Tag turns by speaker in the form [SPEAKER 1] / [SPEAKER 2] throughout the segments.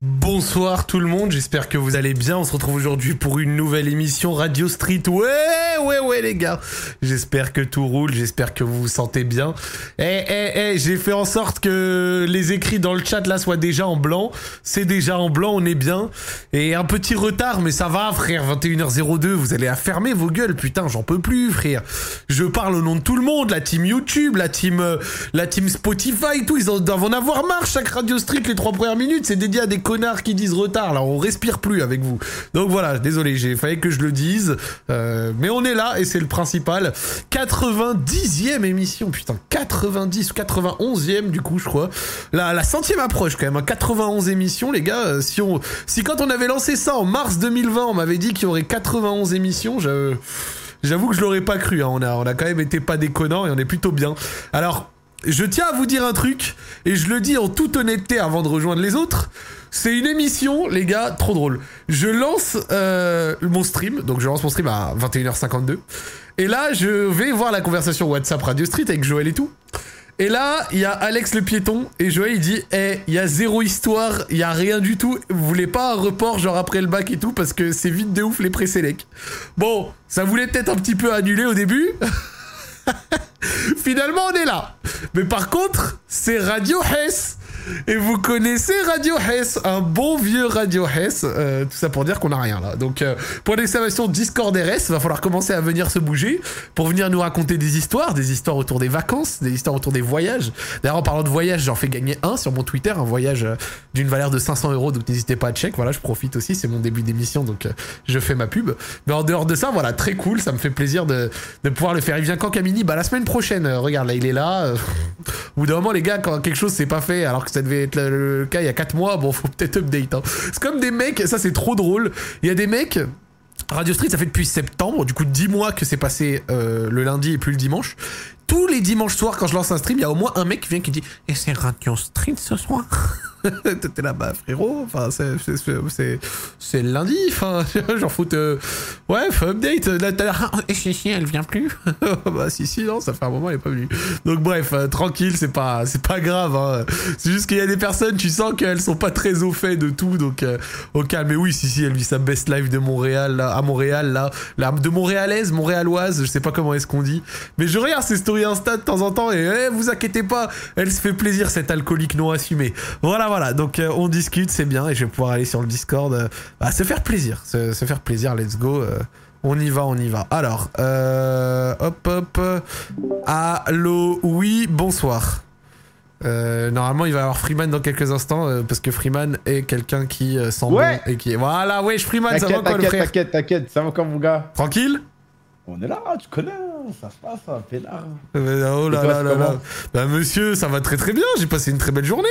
[SPEAKER 1] Bonsoir tout le monde, j'espère que vous allez bien. On se retrouve aujourd'hui pour une nouvelle émission Radio Street. Ouais, ouais, ouais les gars. J'espère que tout roule, j'espère que vous vous sentez bien. Eh, eh, eh, j'ai fait en sorte que les écrits dans le chat là soient déjà en blanc. C'est déjà en blanc, on est bien. Et un petit retard, mais ça va frère, 21h02, vous allez affermer vos gueules, putain, j'en peux plus frère. Je parle au nom de tout le monde, la team YouTube, la team, euh, la team Spotify, tout, ils doivent en avoir marre. Chaque Radio Street, les trois premières minutes, c'est dédié à des connards qui disent retard, là, on respire plus avec vous. Donc voilà, désolé, j'ai failli que je le dise, euh, mais on est là et c'est le principal. 90e émission, putain, 90 ou 91e du coup, je crois. La, la centième approche quand même, hein, 91 émissions, les gars. euh, si on, si quand on avait lancé ça en mars 2020, on m'avait dit qu'il y aurait 91 émissions, je- J'avoue que je l'aurais pas cru, hein. on, a, on a quand même été pas déconnant et on est plutôt bien. Alors, je tiens à vous dire un truc, et je le dis en toute honnêteté avant de rejoindre les autres. C'est une émission, les gars, trop drôle. Je lance euh, mon stream, donc je lance mon stream à 21h52. Et là, je vais voir la conversation WhatsApp Radio Street avec Joël et tout. Et là, il y a Alex le piéton, et Joël il dit Eh, il y a zéro histoire, il y a rien du tout, vous voulez pas un report genre après le bac et tout, parce que c'est vite de ouf les présélects. Bon, ça voulait peut-être un petit peu annuler au début. Finalement, on est là. Mais par contre, c'est Radio Hess. Et vous connaissez Radio Hess, un bon vieux Radio Hess. Euh, tout ça pour dire qu'on n'a rien là. Donc, euh, point d'exclamation Discord RS, va falloir commencer à venir se bouger pour venir nous raconter des histoires, des histoires autour des vacances, des histoires autour des voyages. D'ailleurs, en parlant de voyage, j'en fais gagner un sur mon Twitter, un voyage euh, d'une valeur de 500 euros. Donc, n'hésitez pas à check. Voilà, je profite aussi, c'est mon début d'émission, donc euh, je fais ma pub. Mais en dehors de ça, voilà, très cool. Ça me fait plaisir de, de pouvoir le faire. Il vient quand Camini Bah la semaine prochaine. Euh, regarde, là, il est là. euh, Au bout d'un moment, les gars, quand quelque chose s'est pas fait, alors que ça devait être le, le cas il y a 4 mois, bon, faut peut-être update. hein. C'est comme des mecs, ça c'est trop drôle. Il y a des mecs. Radio Street, ça fait depuis septembre, du coup 10 mois que c'est passé euh, le lundi et plus le dimanche. Tous les dimanches soirs, quand je lance un stream, il y a au moins un mec qui vient qui dit Et c'est Radio Street ce soir T'étais là, bah frérot, enfin, c'est- c'est- c'est- c'est c'est le lundi, enfin, genre faut te- Ouais, faut update. Là, t'as l'air. Ah, si, si, elle vient plus. bah, si, si, non, ça fait un moment, elle est pas venue. Donc, bref, euh, tranquille, c'est pas, c'est pas grave. hein. C'est juste qu'il y a des personnes, tu sens qu'elles sont pas très au fait de tout, donc euh, au calme. Mais oui, si, si, elle vit sa best life de Montréal, là, à Montréal, là, là, de Montréalaise, Montréaloise, je sais pas comment est-ce qu'on dit. Mais je regarde ses stories Insta de temps en temps et eh, vous inquiétez pas, elle se fait plaisir, cette alcoolique non assumée. Voilà, voilà, donc euh, on discute, c'est bien, et je vais pouvoir aller sur le Discord, euh, bah, se faire plaisir, se, se faire plaisir, let's go. euh, on y va, on y va. Alors, euh, hop, hop. euh, Allô, oui, bonsoir. Euh, normalement, il va y avoir Freeman dans quelques instants euh, parce que Freeman est quelqu'un qui euh, sent
[SPEAKER 2] Ouais.
[SPEAKER 1] bon et qui est. Voilà, wesh, Freeman, ça va
[SPEAKER 2] T'inquiète,
[SPEAKER 1] quoi, le
[SPEAKER 2] t'inquiète,
[SPEAKER 1] frère
[SPEAKER 2] t'inquiète, t'inquiète, ça va comme mon gars.
[SPEAKER 1] Tranquille
[SPEAKER 2] On est là, tu connais, ça se passe, hein, ça fait là.
[SPEAKER 1] Euh, Oh là
[SPEAKER 2] Et toi,
[SPEAKER 1] là là
[SPEAKER 2] comment
[SPEAKER 1] là. Bah, monsieur, ça va très très bien, j'ai passé une très belle journée.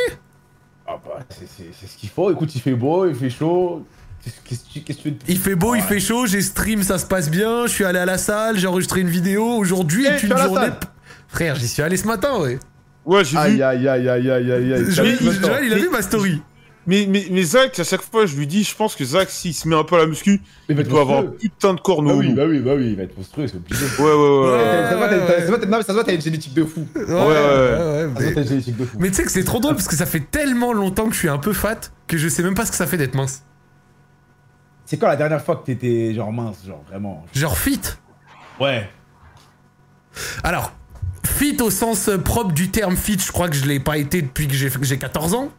[SPEAKER 2] Ah bah, c'est- c'est c'est ce qu'il faut, Oh, écoute, il fait beau, il fait chaud. Qu'est-ce qu'est-ce que tu- qu'est-ce que tu veux de plus
[SPEAKER 1] Il fait beau, il fait chaud, j'ai stream, ça se passe bien, je suis allé à la salle, j'ai enregistré une vidéo. Aujourd'hui
[SPEAKER 2] Eh,
[SPEAKER 1] est
[SPEAKER 2] tu
[SPEAKER 1] une
[SPEAKER 2] vas à la
[SPEAKER 1] journée.
[SPEAKER 2] salle
[SPEAKER 1] Frère, j'y suis allé ce matin, ouais.
[SPEAKER 3] Ouais, j'ai
[SPEAKER 2] Aïe,
[SPEAKER 3] vu.
[SPEAKER 2] aïe, aïe, aïe, aïe, aïe, aïe.
[SPEAKER 1] Joël,
[SPEAKER 2] T'as
[SPEAKER 1] il-
[SPEAKER 2] vu le temps
[SPEAKER 1] Joël, il a
[SPEAKER 3] Mais-
[SPEAKER 1] vu ma story.
[SPEAKER 3] Mais, mais, mais Zach, à chaque fois, je lui dis, je pense que Zach, s'il se met un peu à la muscu,
[SPEAKER 2] Il va
[SPEAKER 3] il
[SPEAKER 2] être
[SPEAKER 3] doit avoir un
[SPEAKER 2] monstrueux.
[SPEAKER 3] putain de corps
[SPEAKER 2] Bah oui,
[SPEAKER 3] nouveau.
[SPEAKER 2] bah oui, bah oui, il va être monstrueux, c'est obligé.
[SPEAKER 3] Ouais, ouais, ouais. ouais.
[SPEAKER 1] Ouais.
[SPEAKER 2] Ça se voit, t'as- t'as- ça se voit, t'as- Non, mais ça se voit, t'as une génétique de fou. Ça
[SPEAKER 1] Ouais,
[SPEAKER 3] ouais, ouais.
[SPEAKER 2] se
[SPEAKER 1] mais-
[SPEAKER 2] voit, t'as une génétique de fou.
[SPEAKER 1] Mais tu sais que c'est trop drôle parce que ça fait tellement longtemps que je suis un peu fat que je sais même pas ce que ça fait d'être mince.
[SPEAKER 2] C'est quand la dernière fois que t'étais genre mince, genre vraiment
[SPEAKER 1] Genre fit.
[SPEAKER 2] Ouais.
[SPEAKER 1] Alors, fit au sens propre du terme fit, je crois que je l'ai pas été depuis que j'ai j'ai 14 ans.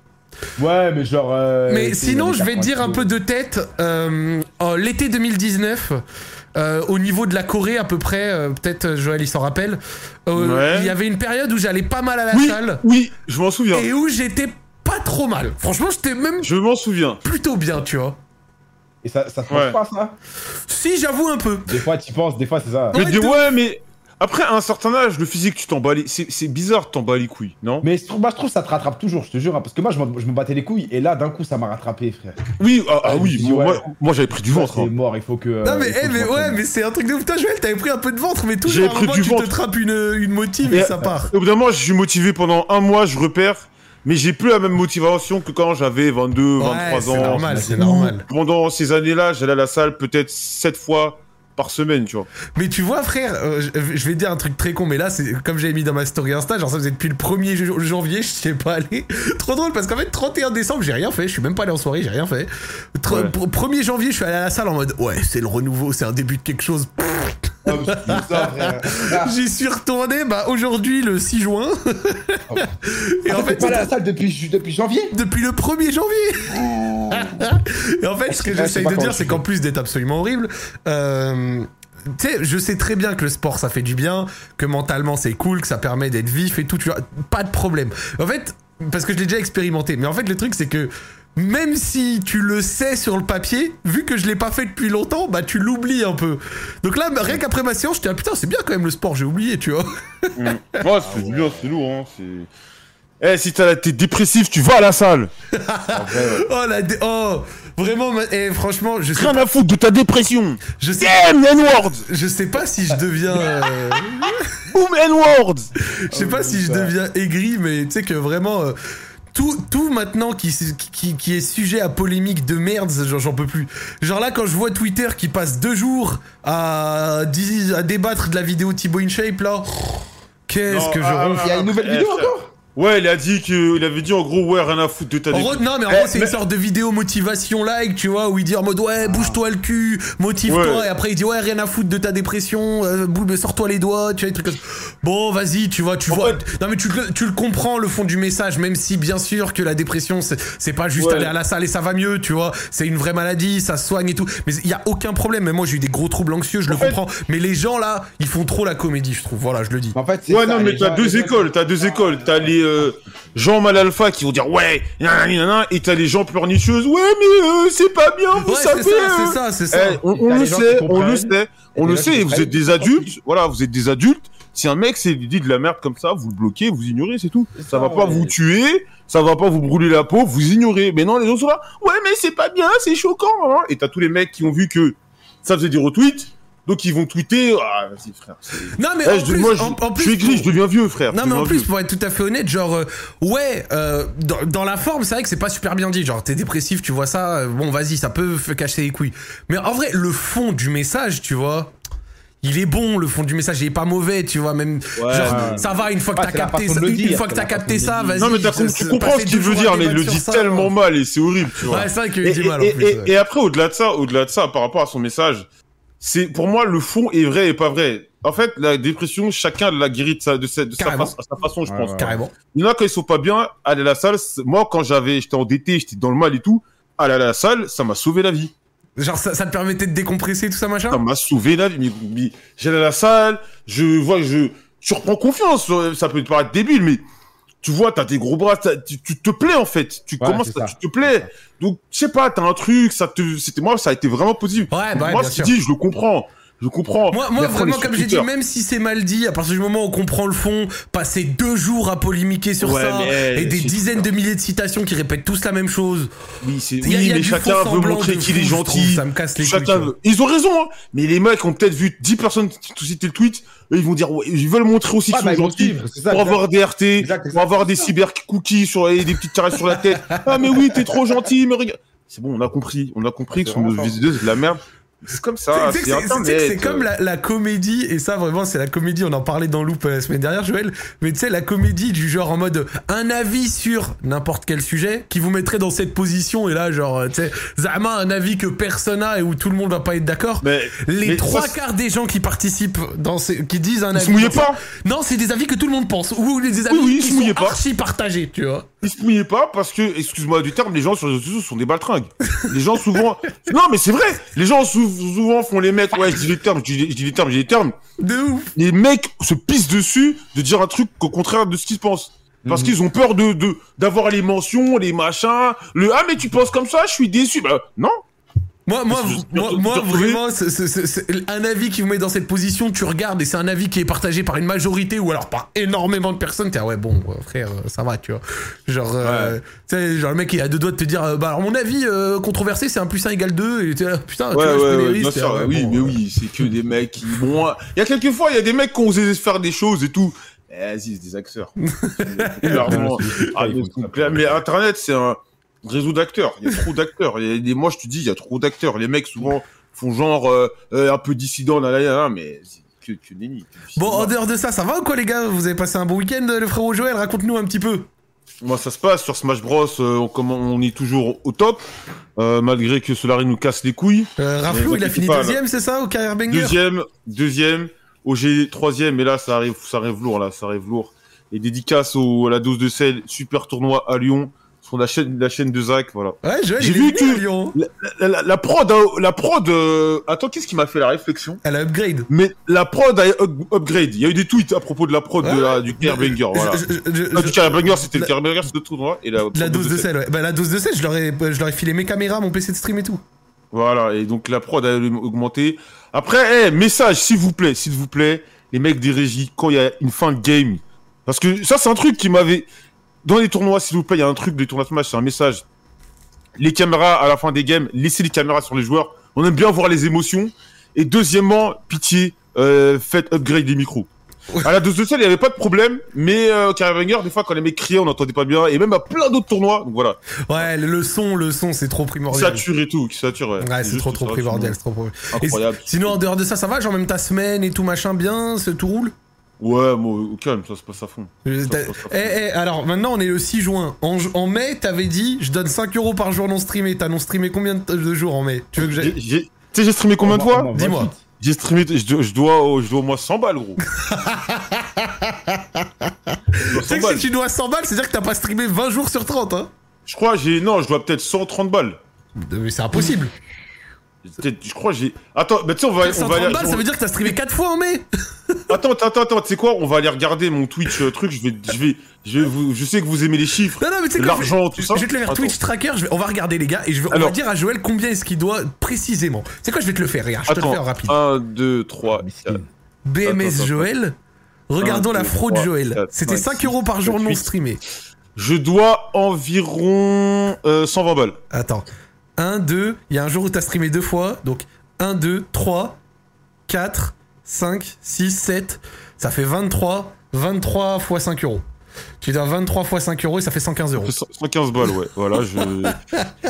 [SPEAKER 2] Ouais, mais genre. euh,
[SPEAKER 1] Mais
[SPEAKER 2] t'es-
[SPEAKER 1] sinon, je vais te dire un peu de
[SPEAKER 2] de.
[SPEAKER 1] tête. euh, euh, L'été 2019, euh, au niveau de la Corée à peu près, euh, peut-être euh, Joël il s'en rappelle, euh,
[SPEAKER 3] Ouais.
[SPEAKER 1] il y avait une période où j'allais pas mal à la
[SPEAKER 3] Oui,
[SPEAKER 1] salle
[SPEAKER 3] oui, je m'en souviens.
[SPEAKER 1] et où j'étais pas trop mal. Franchement, j'étais même
[SPEAKER 3] Je m'en souviens.
[SPEAKER 1] plutôt bien, tu vois.
[SPEAKER 2] Et ça, ça hein. te
[SPEAKER 3] Ouais.
[SPEAKER 2] mange pas, ça
[SPEAKER 1] Si, j'avoue un peu.
[SPEAKER 2] Des fois, t'y penses, des fois, c'est ça.
[SPEAKER 3] Mais
[SPEAKER 1] Ouais,
[SPEAKER 3] dire,
[SPEAKER 1] de-
[SPEAKER 3] ouais, mais après, à un certain âge, le physique, tu t'en bats les... C'est c'est bizarre de t'en bats les couilles, non
[SPEAKER 2] Mais je trouve, moi, je trouve que ça te rattrape toujours, je te jure, hein, parce que moi je me, je me battais les couilles et là d'un coup ça m'a rattrapé, frère.
[SPEAKER 3] Oui, ah, ah oui,
[SPEAKER 2] je dis,
[SPEAKER 3] moi,
[SPEAKER 2] ouais.
[SPEAKER 3] moi- moi, j'avais pris du
[SPEAKER 2] Ça,
[SPEAKER 3] ventre.
[SPEAKER 2] C'est
[SPEAKER 3] hein.
[SPEAKER 2] mort, il faut que. euh,
[SPEAKER 1] Non mais,
[SPEAKER 2] il
[SPEAKER 1] eh,
[SPEAKER 2] faut que je
[SPEAKER 1] mais ouais
[SPEAKER 2] m'entraîne.
[SPEAKER 1] mais c'est un truc de putain Joël t'avais pris un peu de ventre mais tout
[SPEAKER 3] J'ai
[SPEAKER 1] à un
[SPEAKER 3] pris
[SPEAKER 1] moment,
[SPEAKER 3] du
[SPEAKER 1] tu te
[SPEAKER 3] ventre.
[SPEAKER 1] trappes une, une motive et,
[SPEAKER 3] Et-
[SPEAKER 1] ça part.
[SPEAKER 3] Et Au bout d'un moment, je suis motivé pendant un mois, je repère, mais j'ai plus la même motivation que quand j'avais 22,
[SPEAKER 1] Ouais,
[SPEAKER 3] 23 ans.
[SPEAKER 1] c'est normal, c'est
[SPEAKER 3] Ou
[SPEAKER 1] normal.
[SPEAKER 3] Pendant ces années-là, j'allais à la salle peut-être 7 fois par semaine, tu vois.
[SPEAKER 1] Mais tu vois, frère, euh, je je vais dire un truc très con, mais là, c'est comme j'avais mis dans ma story Insta, genre ça faisait depuis le 1er ju- janvier, je sais pas aller. Trop drôle, parce qu'en fait, 31 décembre, j'ai rien fait, je suis même pas allé en soirée, j'ai rien fait. Tr-
[SPEAKER 3] Ouais.
[SPEAKER 1] pr- 1er janvier, je suis allé à la salle en mode, ouais, c'est le renouveau, c'est un début de quelque chose.
[SPEAKER 2] Ah, mais c'est tout ça, frère. Ah,
[SPEAKER 1] J'y suis retourné, bah, aujourd'hui, le 6 juin.
[SPEAKER 2] Ah,
[SPEAKER 1] Et en
[SPEAKER 2] t'es
[SPEAKER 1] fait,
[SPEAKER 2] pas allé à la salle depuis, ju- depuis janvier
[SPEAKER 1] depuis le 1er janvier. Et en fait, ce que
[SPEAKER 2] Oh. Ouais, c'est
[SPEAKER 1] j'essaye
[SPEAKER 2] pas
[SPEAKER 1] de
[SPEAKER 2] quand
[SPEAKER 1] dire,
[SPEAKER 2] tu
[SPEAKER 1] c'est
[SPEAKER 2] fais.
[SPEAKER 1] qu'en plus d'être absolument horrible, euh, tu sais, je sais très bien que le sport, ça fait du bien, que mentalement, c'est cool, que ça permet d'être vif et tout, tu vois, pas de problème. En fait, parce que je l'ai déjà expérimenté, mais en fait, le truc, c'est que même si tu le sais sur le papier, vu que je l'ai pas fait depuis longtemps, bah tu l'oublies un peu. Donc là, rien qu'après ma séance, j'étais ah putain, c'est bien quand même le sport, j'ai oublié, tu vois.
[SPEAKER 3] Mm. Ouais, c'est du bien, c'est lourd, hein. C'est... Eh, si t'as la- t'es dépressif, tu vas à la salle.
[SPEAKER 2] En vrai, ouais.
[SPEAKER 1] Oh la dé- oh vraiment ma- eh, franchement, je sais
[SPEAKER 3] Rien à foutre de ta dépression.
[SPEAKER 1] je sais
[SPEAKER 3] Damn, N-word
[SPEAKER 1] je sais pas si je deviens euh,
[SPEAKER 3] Boom, N-word
[SPEAKER 1] Je sais
[SPEAKER 3] Oh,
[SPEAKER 1] pas
[SPEAKER 2] oui,
[SPEAKER 1] si je
[SPEAKER 2] ça.
[SPEAKER 1] deviens aigri, mais tu sais que vraiment. euh, tout, tout maintenant qui, qui, qui est sujet à polémique de merde, genre, j'en peux plus. Genre là, quand je vois Twitter qui passe deux jours à, dis- à débattre de la vidéo Thibaut InShape, là, qu'est-ce
[SPEAKER 3] Non,
[SPEAKER 1] que je
[SPEAKER 3] ah,
[SPEAKER 1] ronfle.
[SPEAKER 2] Il y a une nouvelle
[SPEAKER 3] Eh,
[SPEAKER 2] vidéo
[SPEAKER 3] frère.
[SPEAKER 2] encore
[SPEAKER 3] Ouais, il a dit que, il avait dit en gros, ouais, rien à foutre de ta
[SPEAKER 1] En
[SPEAKER 3] dépression.
[SPEAKER 1] gros, non, mais en
[SPEAKER 3] Eh,
[SPEAKER 1] gros, c'est une
[SPEAKER 3] mais-
[SPEAKER 1] sorte de vidéo motivation like, tu vois, où il dit en mode ouais, bouge-toi le cul, motive-toi,
[SPEAKER 3] Ouais.
[SPEAKER 1] et après il dit ouais, rien à foutre de ta dépression, euh, boule- mais sors-toi les doigts, tu vois, des trucs comme ça. Bon, vas-y, tu vois, tu
[SPEAKER 3] En
[SPEAKER 1] vois.
[SPEAKER 3] fait-
[SPEAKER 1] Non, mais tu, le- tu le comprends, le fond du message, même si bien sûr que la dépression, c'est c'est pas juste
[SPEAKER 3] Ouais.
[SPEAKER 1] aller à la salle et ça va mieux, tu vois, c'est une vraie maladie, ça se soigne et tout. Mais il y a aucun problème, même moi j'ai eu des gros troubles anxieux, je le
[SPEAKER 3] En fait-
[SPEAKER 1] comprends. Mais les gens là, ils font trop la comédie, je trouve, voilà, je le dis.
[SPEAKER 2] En fait, c'est
[SPEAKER 3] Ouais,
[SPEAKER 2] ça,
[SPEAKER 3] non, mais
[SPEAKER 2] les
[SPEAKER 3] t'as
[SPEAKER 2] gens-
[SPEAKER 3] deux
[SPEAKER 2] les gens-
[SPEAKER 3] écoles, t'as deux écoles. T'as les euh, gens mal alpha qui vont dire ouais, nanani, nanana, et t'as les gens pleurnicheuses, ouais, mais euh, c'est pas bien, vous
[SPEAKER 1] Ouais,
[SPEAKER 3] savez.
[SPEAKER 1] c'est ça,
[SPEAKER 3] euh.
[SPEAKER 1] c'est ça, c'est ça.
[SPEAKER 3] Eh, on,
[SPEAKER 2] Et
[SPEAKER 3] on
[SPEAKER 2] t'as
[SPEAKER 3] le
[SPEAKER 2] les gens qui
[SPEAKER 3] sait, on le
[SPEAKER 2] comprennent.
[SPEAKER 3] sait, on
[SPEAKER 2] les
[SPEAKER 3] le
[SPEAKER 2] gens
[SPEAKER 3] sait,
[SPEAKER 2] qui
[SPEAKER 3] et vous êtes
[SPEAKER 2] comprennent.
[SPEAKER 3] des adultes, voilà, vous êtes des adultes. Si un mec c'est dit de la merde comme ça, vous le bloquez, vous ignorez, c'est tout.
[SPEAKER 2] C'est
[SPEAKER 3] Ça
[SPEAKER 2] ça,
[SPEAKER 3] va pas
[SPEAKER 2] ouais.
[SPEAKER 3] vous tuer, ça va pas vous brûler la peau, vous ignorez. Mais non, les autres sont là, ouais, mais c'est pas bien, c'est choquant. hein. Et t'as tous les mecs qui ont vu que ça faisait des retweets, donc ils vont tweeter, ah, vas-y, frère. c'est-
[SPEAKER 1] Non, mais
[SPEAKER 3] eh,
[SPEAKER 1] en
[SPEAKER 3] je-
[SPEAKER 1] plus,
[SPEAKER 3] moi, je,
[SPEAKER 1] en- en
[SPEAKER 3] je suis
[SPEAKER 1] plus,
[SPEAKER 3] aigri, je deviens vieux, frère.
[SPEAKER 1] Non
[SPEAKER 3] je
[SPEAKER 1] mais en
[SPEAKER 3] deviens
[SPEAKER 1] plus
[SPEAKER 3] vieux.
[SPEAKER 1] pour être tout à fait honnête genre euh, ouais euh, dans, dans la forme c'est vrai que c'est pas super bien dit genre t'es dépressif tu vois ça euh, bon vas-y ça peut f- cacher les couilles mais en vrai le fond du message tu vois il est bon le fond du message il est pas mauvais tu vois même
[SPEAKER 3] Ouais,
[SPEAKER 1] genre
[SPEAKER 3] ouais.
[SPEAKER 1] ça va une fois que
[SPEAKER 2] Ah,
[SPEAKER 1] t'as
[SPEAKER 2] c'est la
[SPEAKER 1] capté
[SPEAKER 2] façon
[SPEAKER 1] ça,
[SPEAKER 2] de le
[SPEAKER 1] une
[SPEAKER 2] dire,
[SPEAKER 1] fois que
[SPEAKER 2] c'est
[SPEAKER 1] t'as
[SPEAKER 2] la
[SPEAKER 1] capté
[SPEAKER 2] façon de le
[SPEAKER 1] ça
[SPEAKER 2] dire.
[SPEAKER 1] vas-y
[SPEAKER 3] Non, mais t'as
[SPEAKER 1] se-
[SPEAKER 3] com-
[SPEAKER 1] se
[SPEAKER 3] tu comprends
[SPEAKER 1] passer
[SPEAKER 3] ce qu'il
[SPEAKER 1] deux
[SPEAKER 3] veut
[SPEAKER 1] jours à
[SPEAKER 3] dire, mais il le
[SPEAKER 1] débattre
[SPEAKER 3] dit
[SPEAKER 1] sur ça, hein.
[SPEAKER 3] tellement
[SPEAKER 1] ouais.
[SPEAKER 3] mal et c'est horrible, tu vois.
[SPEAKER 1] ouais c'est vrai qu'il
[SPEAKER 3] Et,
[SPEAKER 1] dit mal en
[SPEAKER 3] et-
[SPEAKER 1] plus
[SPEAKER 3] et-
[SPEAKER 1] ouais.
[SPEAKER 3] et après, au-delà de ça, au-delà de ça, par rapport à son message, c'est pour moi le fond est vrai et pas vrai. En fait, la dépression, chacun l'a guéri de sa, de sa, de sa,
[SPEAKER 1] Carrément.
[SPEAKER 3] fa- à sa façon, je
[SPEAKER 2] Ouais,
[SPEAKER 3] pense.
[SPEAKER 2] ouais.
[SPEAKER 1] carrément
[SPEAKER 3] Il y en a quand ils sont pas bien, aller à la salle. c'est- Moi, quand j'avais, j'étais endetté, j'étais dans le mal et tout, aller à la salle, ça m'a sauvé la vie.
[SPEAKER 1] genre ça, ça te permettait de décompresser tout ça machin
[SPEAKER 3] Ça m'a sauvé la vie. Mais- mais J'allais à la salle, je vois, je, tu reprends confiance. euh, Ça peut te paraître débile, mais tu vois, t'as des gros bras, t'as- tu, tu te plais en fait. Tu
[SPEAKER 2] Ouais,
[SPEAKER 3] commences,
[SPEAKER 2] c'est
[SPEAKER 3] à-
[SPEAKER 2] ça.
[SPEAKER 3] tu te plais. Donc, je sais pas, t'as un truc, ça te, c'était moi, ça a été vraiment positif.
[SPEAKER 1] ouais bah ouais,
[SPEAKER 3] moi,
[SPEAKER 1] bien
[SPEAKER 3] ce qu'il
[SPEAKER 1] sûr
[SPEAKER 3] dit, je le comprends. Je le comprends.
[SPEAKER 1] Moi, moi
[SPEAKER 3] Mais après,
[SPEAKER 1] vraiment,
[SPEAKER 3] les
[SPEAKER 1] comme j'ai dit,
[SPEAKER 3] sous-titres.
[SPEAKER 1] même si c'est mal dit, à partir du moment où on comprend le fond, passer deux jours à polémiquer sur
[SPEAKER 3] Ouais,
[SPEAKER 1] ça,
[SPEAKER 3] mais, euh,
[SPEAKER 1] et des
[SPEAKER 3] c'est-
[SPEAKER 1] dizaines de milliers de citations qui répètent tous la même chose.
[SPEAKER 3] Oui, c'est-
[SPEAKER 1] Il y a- il
[SPEAKER 3] oui,
[SPEAKER 1] y a
[SPEAKER 3] mais
[SPEAKER 1] du
[SPEAKER 3] chacun
[SPEAKER 1] faux
[SPEAKER 3] veut
[SPEAKER 1] semblant
[SPEAKER 3] montrer
[SPEAKER 1] de
[SPEAKER 3] qu'il
[SPEAKER 1] fou,
[SPEAKER 3] est
[SPEAKER 1] je trouve,
[SPEAKER 3] gentil.
[SPEAKER 1] Ça me casse les couilles.
[SPEAKER 3] Chacun
[SPEAKER 1] tu vois.
[SPEAKER 3] veut- Ils ont raison, hein. mais les mecs ont peut-être vu 10 personnes t- t- citer le tweet, et ils vont dire, ouais, ils veulent montrer aussi
[SPEAKER 2] Ah,
[SPEAKER 3] qu'ils
[SPEAKER 2] bah,
[SPEAKER 3] sont
[SPEAKER 2] ils vont
[SPEAKER 3] gentils,
[SPEAKER 2] suivre, c'est ça.
[SPEAKER 3] pour
[SPEAKER 2] exact.
[SPEAKER 3] avoir des RT,
[SPEAKER 2] Exact,
[SPEAKER 3] pour
[SPEAKER 2] exact.
[SPEAKER 3] avoir des cyber cookies sur et des petites caresses sur la tête. Ah mais oui, t'es trop gentil, mais regarde. C'est bon, on a compris, on a
[SPEAKER 1] Ah,
[SPEAKER 3] compris que
[SPEAKER 2] C'est
[SPEAKER 3] son
[SPEAKER 2] vraiment ça.
[SPEAKER 3] visiteuse c'est de la merde. C'est comme ça,
[SPEAKER 1] Tu sais que
[SPEAKER 3] c'est euh.
[SPEAKER 1] c'est- tu sais que
[SPEAKER 3] internet.
[SPEAKER 1] c'est comme la, la comédie, et ça vraiment c'est la comédie, on en parlait dans Loop euh, la semaine dernière Joël, mais tu sais la comédie du genre en mode un avis sur n'importe quel sujet qui vous mettrait dans cette position et là genre euh, tu sais Zama un avis que personne a et où tout le monde va pas être d'accord.
[SPEAKER 3] Mais,
[SPEAKER 1] Les
[SPEAKER 3] mais
[SPEAKER 1] trois
[SPEAKER 3] ça,
[SPEAKER 1] quarts des gens qui participent dans ces, qui disent un
[SPEAKER 3] ils
[SPEAKER 1] avis.
[SPEAKER 3] se mouillaient pas,
[SPEAKER 1] Non, c'est des avis que tout le monde pense ou des avis
[SPEAKER 3] Oui, oui, ils
[SPEAKER 1] qui
[SPEAKER 3] se mouillaient
[SPEAKER 1] sont
[SPEAKER 3] pas.
[SPEAKER 1] archi partagés, tu vois.
[SPEAKER 3] ils se mouillaient pas parce que, excuse-moi du terme, les gens sur les réseaux sociaux sont des baltringues. Les gens souvent, non mais c'est vrai, les gens sou- souvent font les mecs, ouais, je dis les termes, je dis je dis les termes, je dis les termes.
[SPEAKER 1] De ouf.
[SPEAKER 3] les mecs se pissent dessus de dire un truc qu'au contraire de ce qu'ils pensent. Parce
[SPEAKER 2] Mhm.
[SPEAKER 3] qu'ils ont peur de de- d'avoir les mentions, les machins, le ah mais tu penses comme ça, je suis déçu. Bah non.
[SPEAKER 1] Moi, moi,
[SPEAKER 3] Parce que je-
[SPEAKER 1] moi,
[SPEAKER 3] je-
[SPEAKER 1] moi,
[SPEAKER 3] je- je-
[SPEAKER 1] vraiment, c'est- c'est- c'est- c'est un avis qui vous met dans cette position, tu regardes et c'est un avis qui est partagé par une majorité ou alors par énormément de personnes. T'es ah ouais bon euh, frère, euh, ça va, tu vois. Genre, euh, tu sais, genre le mec il a deux doigts de te dire, euh, bah alors mon avis euh, controversé c'est 1 plus 1 égale 2 et t'es là, putain, Ah, tu vois, je connais les risques, t'es là, ouais,
[SPEAKER 3] Ah oui,
[SPEAKER 1] bon,
[SPEAKER 3] mais
[SPEAKER 1] euh,
[SPEAKER 3] oui, c'est que des mecs qui bon. Il y a quelques fois, il y a des mecs qui ont osé faire des choses et tout. Eh, Vas-y, c'est des acteurs. Clairement. Ah, mais, mais- mais Internet, c'est un réseau d'acteurs. Il y a trop d'acteurs. Il y a des- Moi, je te dis, il y a trop d'acteurs. Les mecs, souvent, font genre euh, euh, un peu dissident, là, là, là, là, mais c'est que, que nenni, que
[SPEAKER 1] Bon, en
[SPEAKER 3] dissident.
[SPEAKER 1] dehors de ça, ça va ou quoi, les gars Vous avez passé un bon week-end, le frérot Joël Raconte-nous un petit peu.
[SPEAKER 3] moi ça se passe sur Smash Bros, euh, on, commen- on est toujours au top, euh, malgré que Solari nous casse les couilles.
[SPEAKER 1] Euh, Raflou,
[SPEAKER 3] vous
[SPEAKER 1] il a
[SPEAKER 3] inquiétez
[SPEAKER 1] fini
[SPEAKER 3] pas, là.
[SPEAKER 1] deuxième, c'est ça, au carrière banger
[SPEAKER 3] Deuxième, deuxième, OG troisième, et là ça arrive, ça arrive lourd, là, ça arrive lourd. Et dédicace au, à la dose de sel, super tournoi à Lyon, sur la chaîne, la chaîne de Zach, voilà.
[SPEAKER 1] Ouais, Joël,
[SPEAKER 3] J'ai
[SPEAKER 1] il
[SPEAKER 3] vu
[SPEAKER 1] est venu
[SPEAKER 3] que-
[SPEAKER 1] à Lyon.
[SPEAKER 3] La, la- la prod, hein, la prod, euh, attends, qu'est-ce qui m'a fait la réflexion
[SPEAKER 1] Elle a upgrade.
[SPEAKER 3] Mais la prod a up- upgrade. Il y a eu des tweets à propos de la prod de
[SPEAKER 1] Ouais.
[SPEAKER 3] la, du Kerbanger, voilà.
[SPEAKER 1] Je- je- je-
[SPEAKER 3] Ah,
[SPEAKER 1] je-
[SPEAKER 3] du Kerbanger, c'était
[SPEAKER 1] la-
[SPEAKER 3] le Kerbanger, c'est le tournoi. Et la,
[SPEAKER 1] La dose de
[SPEAKER 3] sel.
[SPEAKER 1] sel, ouais. Bah, la dose de sel, je leur ai, je leur ai filé mes caméras, mon PC de stream et tout.
[SPEAKER 3] Voilà, et donc la prod a augmenté. Après, eh, message, s'il vous plaît, s'il vous plaît, les mecs des régies, quand il y a une fin de game. Parce que ça, c'est un truc qui m'avait. Dans les tournois, s'il vous plaît, il y a un truc des tournois de match, c'est un message. Les caméras à la fin des games, laissez les caméras sur les joueurs. On aime bien voir les émotions. Et deuxièmement, pitié, euh, faites upgrade les micros.
[SPEAKER 1] Ouais.
[SPEAKER 3] À la dose de sel, il n'y avait pas de problème, mais euh, au Carré Banger, des fois, quand les mecs criaient, on n'entendait pas bien, et même à plein d'autres tournois. Donc voilà,
[SPEAKER 1] Ouais, le son, le son, c'est trop primordial.
[SPEAKER 3] sature et tout, qui sature.
[SPEAKER 1] Ouais, c'est
[SPEAKER 3] juste
[SPEAKER 1] trop
[SPEAKER 3] que
[SPEAKER 1] trop
[SPEAKER 3] ça,
[SPEAKER 1] primordial, c'est trop primordial.
[SPEAKER 3] Incroyable.
[SPEAKER 1] Sinon, en dehors de ça, ça va Genre, même ta semaine et tout machin, bien, ce- tout roule
[SPEAKER 3] Ouais, moi, au calme, ça se passe à fond.
[SPEAKER 1] Euh,
[SPEAKER 3] Ça
[SPEAKER 1] t'as-
[SPEAKER 3] se passe à fond.
[SPEAKER 1] Eh, eh, alors maintenant on est le 6 juin. En, ju- en mai, t'avais dit je donne 5 euros par jour non streamé. T'as non streamé combien de, de jours en mai Tu veux que j'aille
[SPEAKER 3] J'ai- j'ai- Tu sais, j'ai streamé combien de
[SPEAKER 2] Au moins-
[SPEAKER 3] fois
[SPEAKER 2] au moins
[SPEAKER 1] Dis-moi.
[SPEAKER 2] 28.
[SPEAKER 3] J'ai streamé, je dois, je, dois, au- je dois au moins 100 balles, gros. je, dois
[SPEAKER 1] Tu
[SPEAKER 3] 100
[SPEAKER 1] sais que si
[SPEAKER 3] balles.
[SPEAKER 1] tu dois 100 balles, c'est-à-dire que t'as pas streamé 20 jours sur 30. Hein
[SPEAKER 3] je crois, que j'ai. Non, je dois peut-être 130 balles.
[SPEAKER 1] Mais c'est impossible.
[SPEAKER 3] Peut-être- Je crois, que j'ai. Attends, mais tu sais, on va, on
[SPEAKER 1] 130
[SPEAKER 3] va aller.
[SPEAKER 1] balles, ça veut dire que t'as streamé 4 fois en mai.
[SPEAKER 3] Attends, attends, attends, tu sais quoi On va aller regarder mon Twitch euh, truc. Je vais, je vais, je vais vous, je sais que vous aimez les chiffres,
[SPEAKER 1] Non, non, mais tu sais quoi, je-
[SPEAKER 3] l'argent, tout ça.
[SPEAKER 1] Je vais te le faire
[SPEAKER 3] Attends.
[SPEAKER 1] Twitch tracker. je vais- on va regarder les gars et je vais, on va
[SPEAKER 3] Alors.
[SPEAKER 1] dire à Joël combien est-ce qu'il doit précisément. C'est quoi Je vais te le faire. Regarde, Ah, je te le fais en rapide.
[SPEAKER 3] Attends, 1, 2, 3,
[SPEAKER 2] Miskin.
[SPEAKER 1] BMS
[SPEAKER 3] attends, attends.
[SPEAKER 1] Joël. Regardons
[SPEAKER 3] Un,
[SPEAKER 1] la
[SPEAKER 3] deux,
[SPEAKER 1] fraude
[SPEAKER 3] trois,
[SPEAKER 1] Joël.
[SPEAKER 3] quatre,
[SPEAKER 1] C'était
[SPEAKER 3] cinq,
[SPEAKER 1] 5 euros par
[SPEAKER 3] six,
[SPEAKER 1] jour
[SPEAKER 3] sept,
[SPEAKER 1] non
[SPEAKER 3] huit.
[SPEAKER 1] streamé.
[SPEAKER 3] Je dois environ euh, 120 balles.
[SPEAKER 1] Attends. 1, 2, il y a un jour où t'as streamé deux fois. Donc 1, 2, 3, 4, 5, 6, 7. Ça fait 23. 23 fois 5 euros. Tu dois 23 fois 5 euros et ça fait 115 euros.
[SPEAKER 3] 115 balles, ouais. Voilà, je...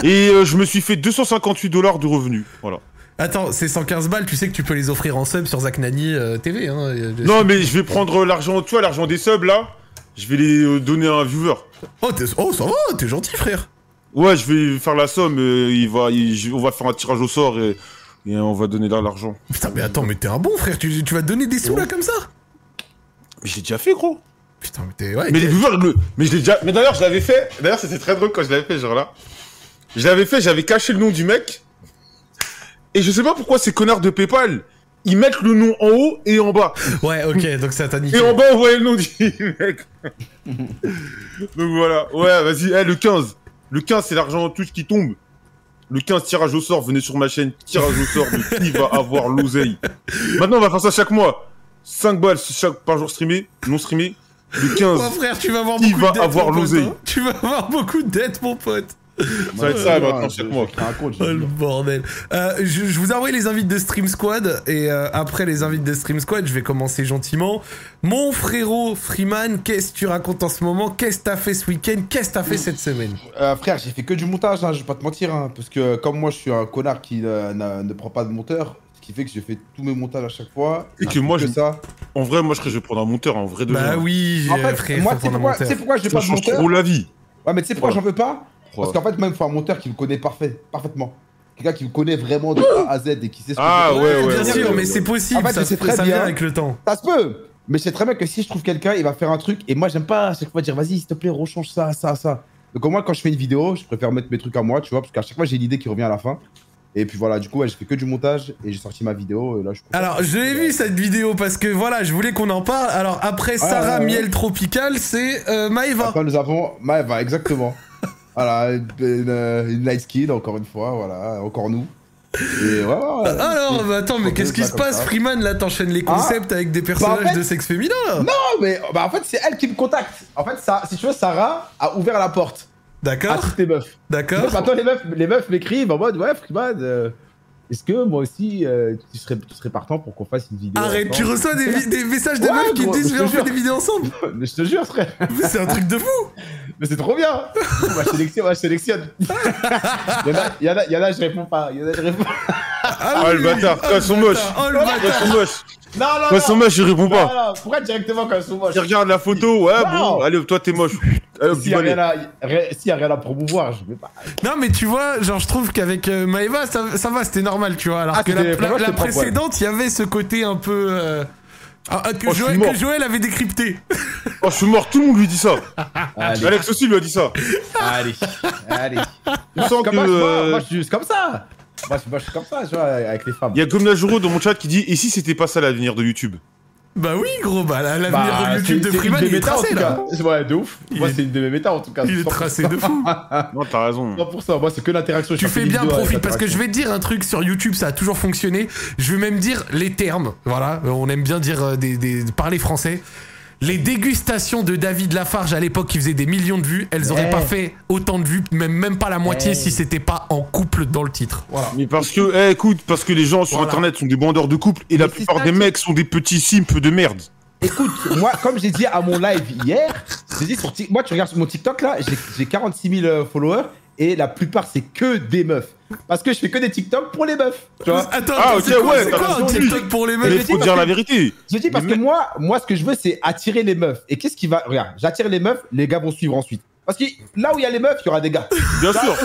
[SPEAKER 3] Et euh, je me suis fait 258 dollars de revenus. Voilà.
[SPEAKER 1] Attends, ces 115 balles, tu sais que tu peux les offrir en sub sur Zach Nani euh, TV. Hein, euh,
[SPEAKER 3] Non, mais je vais prendre l'argent, tu vois, l'argent des subs, là. Je vais les euh, donner à un viewer.
[SPEAKER 1] Oh, t'es- oh, ça va, t'es gentil, frère.
[SPEAKER 3] Ouais, je vais faire la somme. euh, il va, il- je- on va faire un tirage au sort et, et on va donner là l'argent.
[SPEAKER 1] Putain, mais attends, mais t'es un bon frère. Tu, tu vas te donner des sous là comme ça
[SPEAKER 3] Mais je l'ai déjà fait, gros.
[SPEAKER 1] Putain, mais t'es. Ouais,
[SPEAKER 3] Mais les viewers, le- mais je l'ai déjà. Mais d'ailleurs, je l'avais fait. D'ailleurs, c'était très drôle quand je l'avais fait, genre là. Je l'avais fait, j'avais caché le nom du mec. Et je sais pas pourquoi ces connards de PayPal, ils mettent le nom en haut et en bas.
[SPEAKER 1] ouais, ok, donc ça t'a niqué.
[SPEAKER 3] Et en bas, on voyait le nom du mec. Donc voilà. Ouais, vas-y. Eh, le 15. Le 15, c'est l'argent en touche qui tombe. Le 15, tirage au sort. Venez sur ma chaîne. Tirage au sort de qui va avoir l'oseille. Maintenant, on va faire ça chaque mois. 5 balles chaque, par jour streamé, non streamé. Le 15.
[SPEAKER 1] Oh, frère, tu vas avoir
[SPEAKER 3] Qui
[SPEAKER 1] beaucoup
[SPEAKER 3] va
[SPEAKER 1] de dettes.
[SPEAKER 3] avoir
[SPEAKER 1] mon pote,
[SPEAKER 3] l'oseille
[SPEAKER 1] hein. Tu vas avoir beaucoup de dettes, mon pote.
[SPEAKER 3] Ça va être ça, maintenant,
[SPEAKER 2] je-
[SPEAKER 3] chaque mois.
[SPEAKER 2] je te raconte, j'ai
[SPEAKER 1] Oh le
[SPEAKER 2] dit.
[SPEAKER 1] bordel. Euh, je, je vous envoie les invites de Stream Squad et euh, après les invites de Stream Squad, je vais commencer gentiment. Mon frérot Freeman, qu'est-ce que tu racontes en ce moment Qu'est-ce que t'as fait ce week-end Qu'est-ce que t'as fait cette semaine
[SPEAKER 2] Euh, frère, j'ai fait que du montage, hein, je vais pas te mentir, hein, parce que comme moi je suis un connard qui euh, n'a- ne prend pas de monteur, ce qui fait que je fais tous mes montages à chaque fois.
[SPEAKER 3] Et que moi,
[SPEAKER 2] Bah, que
[SPEAKER 3] je-
[SPEAKER 2] ça.
[SPEAKER 3] en vrai, moi, je crois que je vais prendre un monteur. En vrai, de vrai.
[SPEAKER 1] Bah oui,
[SPEAKER 2] En
[SPEAKER 1] euh,
[SPEAKER 2] fait,
[SPEAKER 1] frère,
[SPEAKER 2] moi,
[SPEAKER 1] faut
[SPEAKER 2] tu sais
[SPEAKER 1] prendre un
[SPEAKER 2] pourquoi, tu sais
[SPEAKER 1] monteur.
[SPEAKER 2] pourquoi j'ai
[SPEAKER 3] Ça
[SPEAKER 2] pas de
[SPEAKER 3] change
[SPEAKER 2] monteur
[SPEAKER 3] trop la vie.
[SPEAKER 2] Ouais, mais tu sais pourquoi
[SPEAKER 3] Voilà.
[SPEAKER 2] j'en veux pas Parce qu'en fait, moi, il me faut un monteur qui me connaît parfait, parfaitement. Quelqu'un qui me connaît vraiment de A à Z et qui sait ce que
[SPEAKER 3] Ah,
[SPEAKER 2] je fais.
[SPEAKER 3] ouais, ouais,
[SPEAKER 1] Bien
[SPEAKER 3] ouais,
[SPEAKER 1] sûr,
[SPEAKER 3] ouais,
[SPEAKER 1] mais
[SPEAKER 3] ouais.
[SPEAKER 1] c'est possible,
[SPEAKER 2] En fait,
[SPEAKER 1] ça,
[SPEAKER 2] je sais
[SPEAKER 1] ça
[SPEAKER 2] très
[SPEAKER 1] vient
[SPEAKER 2] bien.
[SPEAKER 1] avec le temps.
[SPEAKER 2] Ça se peut Mais je sais très bien que si je trouve quelqu'un, il va faire un truc. Et moi, j'aime pas à chaque fois dire vas-y, s'il te plaît, rechange ça, ça, ça. Donc, au moins, quand je fais une vidéo, je préfère mettre mes trucs à moi, tu vois, parce qu'à chaque fois, j'ai l'idée qui revient à la fin. Et puis voilà, du coup, ouais, j'ai fait que du montage et j'ai sorti ma vidéo. Et là, je suis content.
[SPEAKER 1] Alors, je l'ai vu cette vidéo parce que voilà, je voulais qu'on en parle. Alors, après Sarah
[SPEAKER 2] ouais, ouais.
[SPEAKER 1] Miel Tropical, c'est euh, Maeva.
[SPEAKER 2] Après, nous avons Maeva, exactement. voilà, une, euh, une- une nice kid, encore une fois, voilà, encore nous. Et voilà.
[SPEAKER 1] Alors, bah, attends, mais qu'est-ce qui se passe, Freeman Là, t'enchaînes les
[SPEAKER 2] Ah.
[SPEAKER 1] concepts avec des personnages
[SPEAKER 2] Bah, en fait-
[SPEAKER 1] de sexe féminin, là
[SPEAKER 2] Non, mais bah, en fait, c'est elle qui me contacte. En fait, ça, si tu veux, Sarah a ouvert la porte à
[SPEAKER 1] D'accord,
[SPEAKER 2] toutes les meufs.
[SPEAKER 1] d'accord.
[SPEAKER 2] Donc, maintenant, les meufs, les meufs m'écrivent en mode Ouais, Freeman, euh, est-ce que moi aussi, euh, tu, serais, tu serais partant pour qu'on fasse une vidéo
[SPEAKER 1] Arrête, tu
[SPEAKER 2] ensemble
[SPEAKER 1] reçois des, vi- des messages de
[SPEAKER 2] Ouais,
[SPEAKER 1] meufs qui te
[SPEAKER 2] gros,
[SPEAKER 1] disent
[SPEAKER 2] je te
[SPEAKER 1] viens on fait
[SPEAKER 2] jure.
[SPEAKER 1] des vidéos ensemble.
[SPEAKER 2] Mais je te jure, frère,
[SPEAKER 1] Mais c'est un truc de fou.
[SPEAKER 2] mais c'est trop bien Moi, je sélectionne, moi, je sélectionne Il y en a, il y en a, il y en a, je réponds pas, il y en a, je réponds
[SPEAKER 1] Ah
[SPEAKER 3] Ah,
[SPEAKER 1] oui,
[SPEAKER 3] le bâtard,
[SPEAKER 1] ah,
[SPEAKER 3] ah,
[SPEAKER 1] le
[SPEAKER 3] ils sont
[SPEAKER 1] bâtard,
[SPEAKER 3] moches.
[SPEAKER 1] Oh le
[SPEAKER 3] Ils
[SPEAKER 1] bâtard
[SPEAKER 3] sont moches.
[SPEAKER 2] Non, non,
[SPEAKER 3] Ils sont moches, ils répondent pas.
[SPEAKER 2] non, pourquoi directement quand ils sont moches
[SPEAKER 3] Ils regardent la photo, ouais,
[SPEAKER 2] Non.
[SPEAKER 3] bon, allez, toi t'es moche. Allez, hop,
[SPEAKER 2] S'il
[SPEAKER 3] du
[SPEAKER 2] y a
[SPEAKER 3] balai.
[SPEAKER 2] rien à- ré- s'il y a rien à promouvoir, je vais pas.
[SPEAKER 1] Non mais tu vois, genre je trouve qu'avec euh, Maeva ça, ça va, c'était normal, tu vois. Alors
[SPEAKER 2] Ah,
[SPEAKER 1] que la,
[SPEAKER 2] c'était-
[SPEAKER 1] la-
[SPEAKER 2] Maëva,
[SPEAKER 1] la
[SPEAKER 2] c'était propre, ouais.
[SPEAKER 1] précédente, il y avait ce côté un peu euh, ah, ah, que,
[SPEAKER 3] Oh, je suis
[SPEAKER 1] Joël,
[SPEAKER 3] mort.
[SPEAKER 1] que Joël avait décrypté.
[SPEAKER 3] Oh, je suis mort, tout le monde lui dit ça.
[SPEAKER 2] Allez,
[SPEAKER 3] Alex aussi lui a dit ça.
[SPEAKER 2] allez, allez.
[SPEAKER 3] Je sens que.
[SPEAKER 2] Comme moi, je- moi,
[SPEAKER 3] euh,
[SPEAKER 2] moi, je suis juste comme ça. Moi, je, moi, je suis comme ça, tu vois, avec les femmes.
[SPEAKER 3] Il y a Gomnajuro dans mon chat qui dit Et si c'était pas ça l'avenir de YouTube
[SPEAKER 1] Bah oui gros, bah la- l'avenir
[SPEAKER 2] Bah,
[SPEAKER 1] de YouTube
[SPEAKER 2] c'est-
[SPEAKER 1] de
[SPEAKER 2] c'est
[SPEAKER 1] Freeman
[SPEAKER 2] une
[SPEAKER 1] il est
[SPEAKER 2] méta, en
[SPEAKER 1] tracé
[SPEAKER 2] tout
[SPEAKER 1] là.
[SPEAKER 2] cas. C'est- Ouais, de ouf.
[SPEAKER 1] Il
[SPEAKER 2] Moi,
[SPEAKER 1] est-
[SPEAKER 2] c'est une de mes méta en tout cas.
[SPEAKER 1] Il est
[SPEAKER 2] 100%.
[SPEAKER 1] tracé de fou.
[SPEAKER 3] Non, t'as raison.
[SPEAKER 2] 100%. Moi, c'est que l'interaction.
[SPEAKER 1] Tu
[SPEAKER 2] je
[SPEAKER 1] fais
[SPEAKER 2] des
[SPEAKER 1] bien
[SPEAKER 2] vidéos avec
[SPEAKER 1] profit parce que je
[SPEAKER 2] l'interaction.
[SPEAKER 1] vais te dire un truc sur YouTube, ça a toujours fonctionné. Je vais même dire les termes. Voilà, euh, on aime bien dire euh, des, des- parler français. Les dégustations de David Lafarge à l'époque qui faisait des millions de vues, elles auraient
[SPEAKER 2] Ouais.
[SPEAKER 1] pas fait autant de vues, même, même pas la moitié
[SPEAKER 2] Ouais.
[SPEAKER 1] si c'était pas en couple dans le titre. Voilà.
[SPEAKER 3] Mais parce que, eh, écoute, parce que les gens sur
[SPEAKER 1] Voilà.
[SPEAKER 3] internet sont des bandeurs de couple et la
[SPEAKER 2] Mais c'est
[SPEAKER 3] plupart
[SPEAKER 2] ça
[SPEAKER 3] des
[SPEAKER 2] qui-
[SPEAKER 3] mecs sont des petits simples de merde.
[SPEAKER 2] Écoute, moi, comme j'ai dit à mon live hier, j'ai dit sur Tik- moi, tu regardes sur mon TikTok là, j'ai- j'ai 46 000 euh, followers et la plupart, c'est que des meufs. Parce que je fais que des TikTok pour les meufs. Tu vois
[SPEAKER 1] Attends,
[SPEAKER 3] Ah,
[SPEAKER 1] attends,
[SPEAKER 3] ok,
[SPEAKER 1] c'est quoi,
[SPEAKER 3] ouais,
[SPEAKER 1] c'est
[SPEAKER 3] t'as
[SPEAKER 1] quoi un
[SPEAKER 3] raison, lui.
[SPEAKER 1] TikTok pour les meufs
[SPEAKER 3] Mais
[SPEAKER 2] je
[SPEAKER 3] faut dire
[SPEAKER 2] dis parce
[SPEAKER 3] la vérité.
[SPEAKER 2] Je dis parce
[SPEAKER 3] Mais
[SPEAKER 2] que moi, moi, ce que je veux, c'est attirer les meufs. Et qu'est-ce qui va. Regarde, j'attire les meufs, les gars vont suivre ensuite. Parce que là où il y a les meufs, il y aura des gars.
[SPEAKER 3] Bien sûr.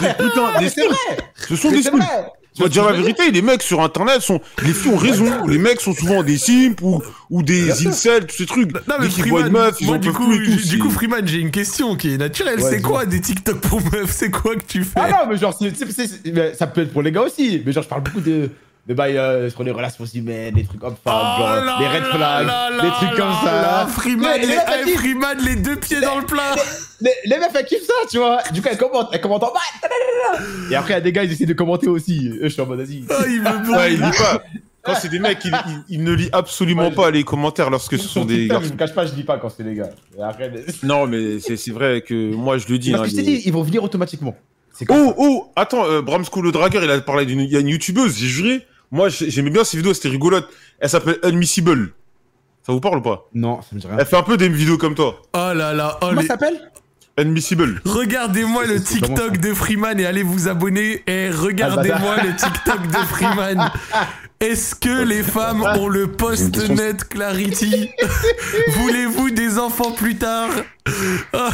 [SPEAKER 3] Des- des putains, des
[SPEAKER 2] Mais c'est
[SPEAKER 3] simples.
[SPEAKER 2] vrai
[SPEAKER 3] Ce sont
[SPEAKER 2] mais
[SPEAKER 3] des
[SPEAKER 2] C'est
[SPEAKER 3] simples.
[SPEAKER 2] vrai
[SPEAKER 3] Tu vas dire la vérité, les mecs sur internet sont. Les filles ont raison. Les mecs sont souvent des simples ou, ou des incels, tous ces trucs.
[SPEAKER 1] Non
[SPEAKER 3] Dès
[SPEAKER 1] mais
[SPEAKER 3] qu'ils voient
[SPEAKER 1] Freeman,
[SPEAKER 3] une meuf, ils
[SPEAKER 1] moi
[SPEAKER 3] en
[SPEAKER 1] du
[SPEAKER 3] peuvent
[SPEAKER 1] coup,
[SPEAKER 3] plus et tout.
[SPEAKER 1] du coup
[SPEAKER 3] c'est-
[SPEAKER 1] Freeman, j'ai une question qui est naturelle.
[SPEAKER 2] Ouais,
[SPEAKER 1] c'est
[SPEAKER 2] dis-moi.
[SPEAKER 1] quoi des TikTok pour meufs C'est quoi que tu fais
[SPEAKER 2] Ah non, mais genre, c'est- c'est- c'est- mais ça peut être pour les gars aussi. Mais genre, je parle beaucoup de. De bail euh, sur les relations humaines, les trucs hommes-femmes,
[SPEAKER 1] Oh
[SPEAKER 2] genre,
[SPEAKER 1] là
[SPEAKER 2] les bah, red
[SPEAKER 1] là
[SPEAKER 2] flags,
[SPEAKER 1] là
[SPEAKER 2] les
[SPEAKER 1] là
[SPEAKER 2] trucs comme
[SPEAKER 1] là
[SPEAKER 2] ça.
[SPEAKER 1] là, Freeman,
[SPEAKER 2] Mais
[SPEAKER 1] les,
[SPEAKER 2] les meufs, elles
[SPEAKER 1] eh,
[SPEAKER 2] kiffent.
[SPEAKER 1] Freeman, les deux pieds dans le plat.
[SPEAKER 2] Les, les meufs, elles kiffent ça, tu vois. Du coup, elles commentent, elles commentent en bas. tadadada. Et après, il y a des gars, ils essaient de commenter aussi. Eux, je suis en mode, vas-y.
[SPEAKER 1] Ah, il me
[SPEAKER 3] Ouais,
[SPEAKER 1] brûle.
[SPEAKER 3] il lit pas. Quand c'est des mecs, ils, ils- ils ne lisent absolument
[SPEAKER 2] Ouais,
[SPEAKER 3] pas les commentaires lorsque ce sont
[SPEAKER 2] Sur
[SPEAKER 3] des
[SPEAKER 2] TikTok, Je
[SPEAKER 3] garçons.
[SPEAKER 2] vous cache pas, je dis pas quand c'est les gars. Et après,
[SPEAKER 3] Non, mais c'est c'est vrai que moi je le dis.
[SPEAKER 2] Parce
[SPEAKER 3] hein,
[SPEAKER 2] que je
[SPEAKER 3] les-
[SPEAKER 2] t'ai dit, ils vont venir automatiquement. C'est comme
[SPEAKER 3] Oh, oh, attends, euh, Bram School le dragueur, il a parlé d'une il y a une youtubeuse, j'ai juré. Moi, j'ai- j'aimais bien ses vidéos, c'était rigolote. Elle s'appelle Unmissable. Ça vous parle ou pas
[SPEAKER 2] Non, ça me dit rien.
[SPEAKER 3] Elle fait un peu des vidéos comme toi.
[SPEAKER 1] Oh là là, oh
[SPEAKER 2] Comment
[SPEAKER 1] les...
[SPEAKER 2] ça s'appelle
[SPEAKER 3] Unmissable.
[SPEAKER 1] Regardez-moi le
[SPEAKER 2] C'est- c'est vraiment Ah, bah,
[SPEAKER 1] TikTok de Freeman et allez vous abonner. Et regardez-moi le TikTok de Freeman. Est-ce que les femmes ont le post-net clarity Voulez-vous des enfants plus tard Ah,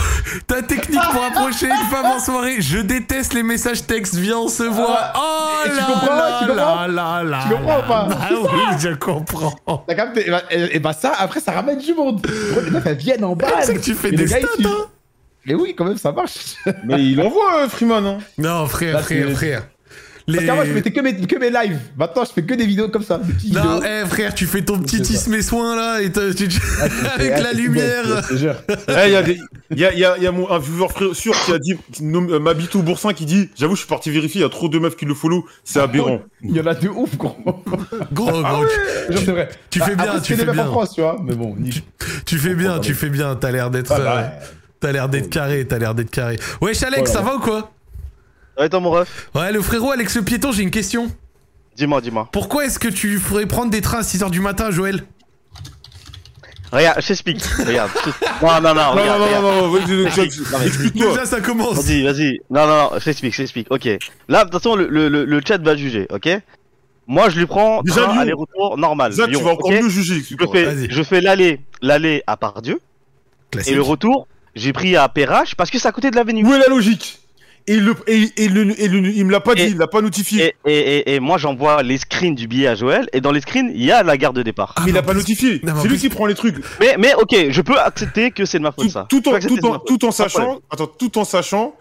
[SPEAKER 1] Ta technique pour approcher une femme en soirée Je déteste les messages textes, viens on se voit. Oh
[SPEAKER 2] Ah. Et tu
[SPEAKER 1] là
[SPEAKER 2] comprends,
[SPEAKER 1] là
[SPEAKER 2] tu comprends
[SPEAKER 1] là là là
[SPEAKER 2] Tu comprends ou pas
[SPEAKER 1] là. Ah oui, je comprends.
[SPEAKER 2] T'as capté et bah, et, et bah ça, après, ça ramène du monde. Gros, Les meufs, elles viennent en bas.
[SPEAKER 1] Tu sais que tu fais
[SPEAKER 2] Et
[SPEAKER 1] des
[SPEAKER 2] les gars,
[SPEAKER 1] stats,
[SPEAKER 2] ils suivent.
[SPEAKER 1] hein
[SPEAKER 2] Mais oui, quand même, ça marche.
[SPEAKER 3] Mais il envoie euh, Freeman, hein.
[SPEAKER 1] Non, frère,
[SPEAKER 2] Là,
[SPEAKER 1] frère,
[SPEAKER 2] c'est-
[SPEAKER 1] frère.
[SPEAKER 2] Parce
[SPEAKER 1] Les-
[SPEAKER 2] qu'avant, je mettais que mes, que mes lives. Maintenant, je fais que des vidéos comme ça. des petites
[SPEAKER 1] Non,
[SPEAKER 2] vidéos.
[SPEAKER 1] eh frère, tu fais ton petit
[SPEAKER 2] C'est ça.
[SPEAKER 1] tisme et soin là, et t'as- tu- tu-
[SPEAKER 2] Et,
[SPEAKER 1] avec
[SPEAKER 2] ah,
[SPEAKER 1] la
[SPEAKER 2] c'est une
[SPEAKER 1] lumière.
[SPEAKER 2] bête, je te jure.
[SPEAKER 3] Eh, Il y a, des- il y a, il y a- il y a mon, un viewer frère sûr qui a dit, qui nomme, euh, Mabito Boursin qui dit J'avoue, je suis parti vérifier, il y a trop de meufs qui le follow, c'est
[SPEAKER 1] Ah
[SPEAKER 3] aberrant.
[SPEAKER 2] Il y en a de ouf, gros. Ah
[SPEAKER 1] Gros, gros, tu-
[SPEAKER 2] Je jure, c'est vrai. Bah,
[SPEAKER 1] tu fais bien,
[SPEAKER 2] Après,
[SPEAKER 1] tu
[SPEAKER 2] c'est des
[SPEAKER 1] fais
[SPEAKER 2] meufs
[SPEAKER 1] bien.
[SPEAKER 2] en France, tu vois. Mais bon,
[SPEAKER 1] Tu,
[SPEAKER 2] niche.
[SPEAKER 1] tu fais bien, tu fais bien. T'as l'air d'être,
[SPEAKER 2] Ah, bah, Oh.
[SPEAKER 1] euh, t'as l'air d'être carré, t'as l'air d'être carré. Wesh Alex,
[SPEAKER 2] Voilà.
[SPEAKER 1] ça va ou quoi
[SPEAKER 4] Ouais, attends, mon ref.
[SPEAKER 1] Ouais, le frérot Alex le piéton, j'ai une question.
[SPEAKER 4] Dis-moi, dis-moi.
[SPEAKER 1] Pourquoi est-ce que tu ferais prendre des trains à 6h du matin, Joël
[SPEAKER 4] Regarde, je t'explique. Regarde. je t'explique. Non,
[SPEAKER 3] Non,
[SPEAKER 4] non, non,
[SPEAKER 3] non,
[SPEAKER 4] regarde.
[SPEAKER 3] non,
[SPEAKER 4] regarde.
[SPEAKER 3] non, non, vas-y, vas-y,
[SPEAKER 4] Non, mais-
[SPEAKER 3] explique-toi.
[SPEAKER 1] Déjà, ça commence.
[SPEAKER 4] Vas-y, vas-y. Non, non, non, je t'explique, je t'explique. Ok. Là, de toute façon, le, le, le, le chat va juger, ok Moi, je lui prends
[SPEAKER 3] Déjà,
[SPEAKER 4] train
[SPEAKER 3] Lyon.
[SPEAKER 4] aller-retour normal.
[SPEAKER 3] Zach, tu
[SPEAKER 4] Lyon,
[SPEAKER 3] vas encore
[SPEAKER 4] ok
[SPEAKER 3] mieux juger,
[SPEAKER 4] je
[SPEAKER 3] explique-toi.
[SPEAKER 4] fais,
[SPEAKER 1] Vas-y.
[SPEAKER 4] je fais l'aller, l'aller à Pardieu, et
[SPEAKER 1] Classique.
[SPEAKER 4] le retour, j'ai pris à Perrache parce que c'est à côté de l'avenue.
[SPEAKER 3] Où est la logique et, le, et, et le, et le- il me l'a pas dit,
[SPEAKER 4] Et-
[SPEAKER 3] il l'a pas notifié.
[SPEAKER 4] Et, et, et, et moi, j'envoie les screens du billet à Joël, et dans les screens, il y a la gare de départ.
[SPEAKER 1] Ah,
[SPEAKER 3] mais il
[SPEAKER 1] mais
[SPEAKER 3] l'a
[SPEAKER 1] en
[SPEAKER 3] pas
[SPEAKER 1] plus-
[SPEAKER 3] notifié.
[SPEAKER 1] Non, mais en
[SPEAKER 3] C'est lui
[SPEAKER 1] plus-
[SPEAKER 3] qui prend les trucs.
[SPEAKER 4] Mais, mais ok, je peux accepter que c'est de ma faute,
[SPEAKER 3] Tout,
[SPEAKER 4] ça.
[SPEAKER 3] tout
[SPEAKER 4] Je peux
[SPEAKER 3] en, tout,
[SPEAKER 4] accepter que c'est de
[SPEAKER 3] en,
[SPEAKER 4] ma faute.
[SPEAKER 3] tout en
[SPEAKER 4] Pas de problème.
[SPEAKER 3] sachant, attends, tout en sachant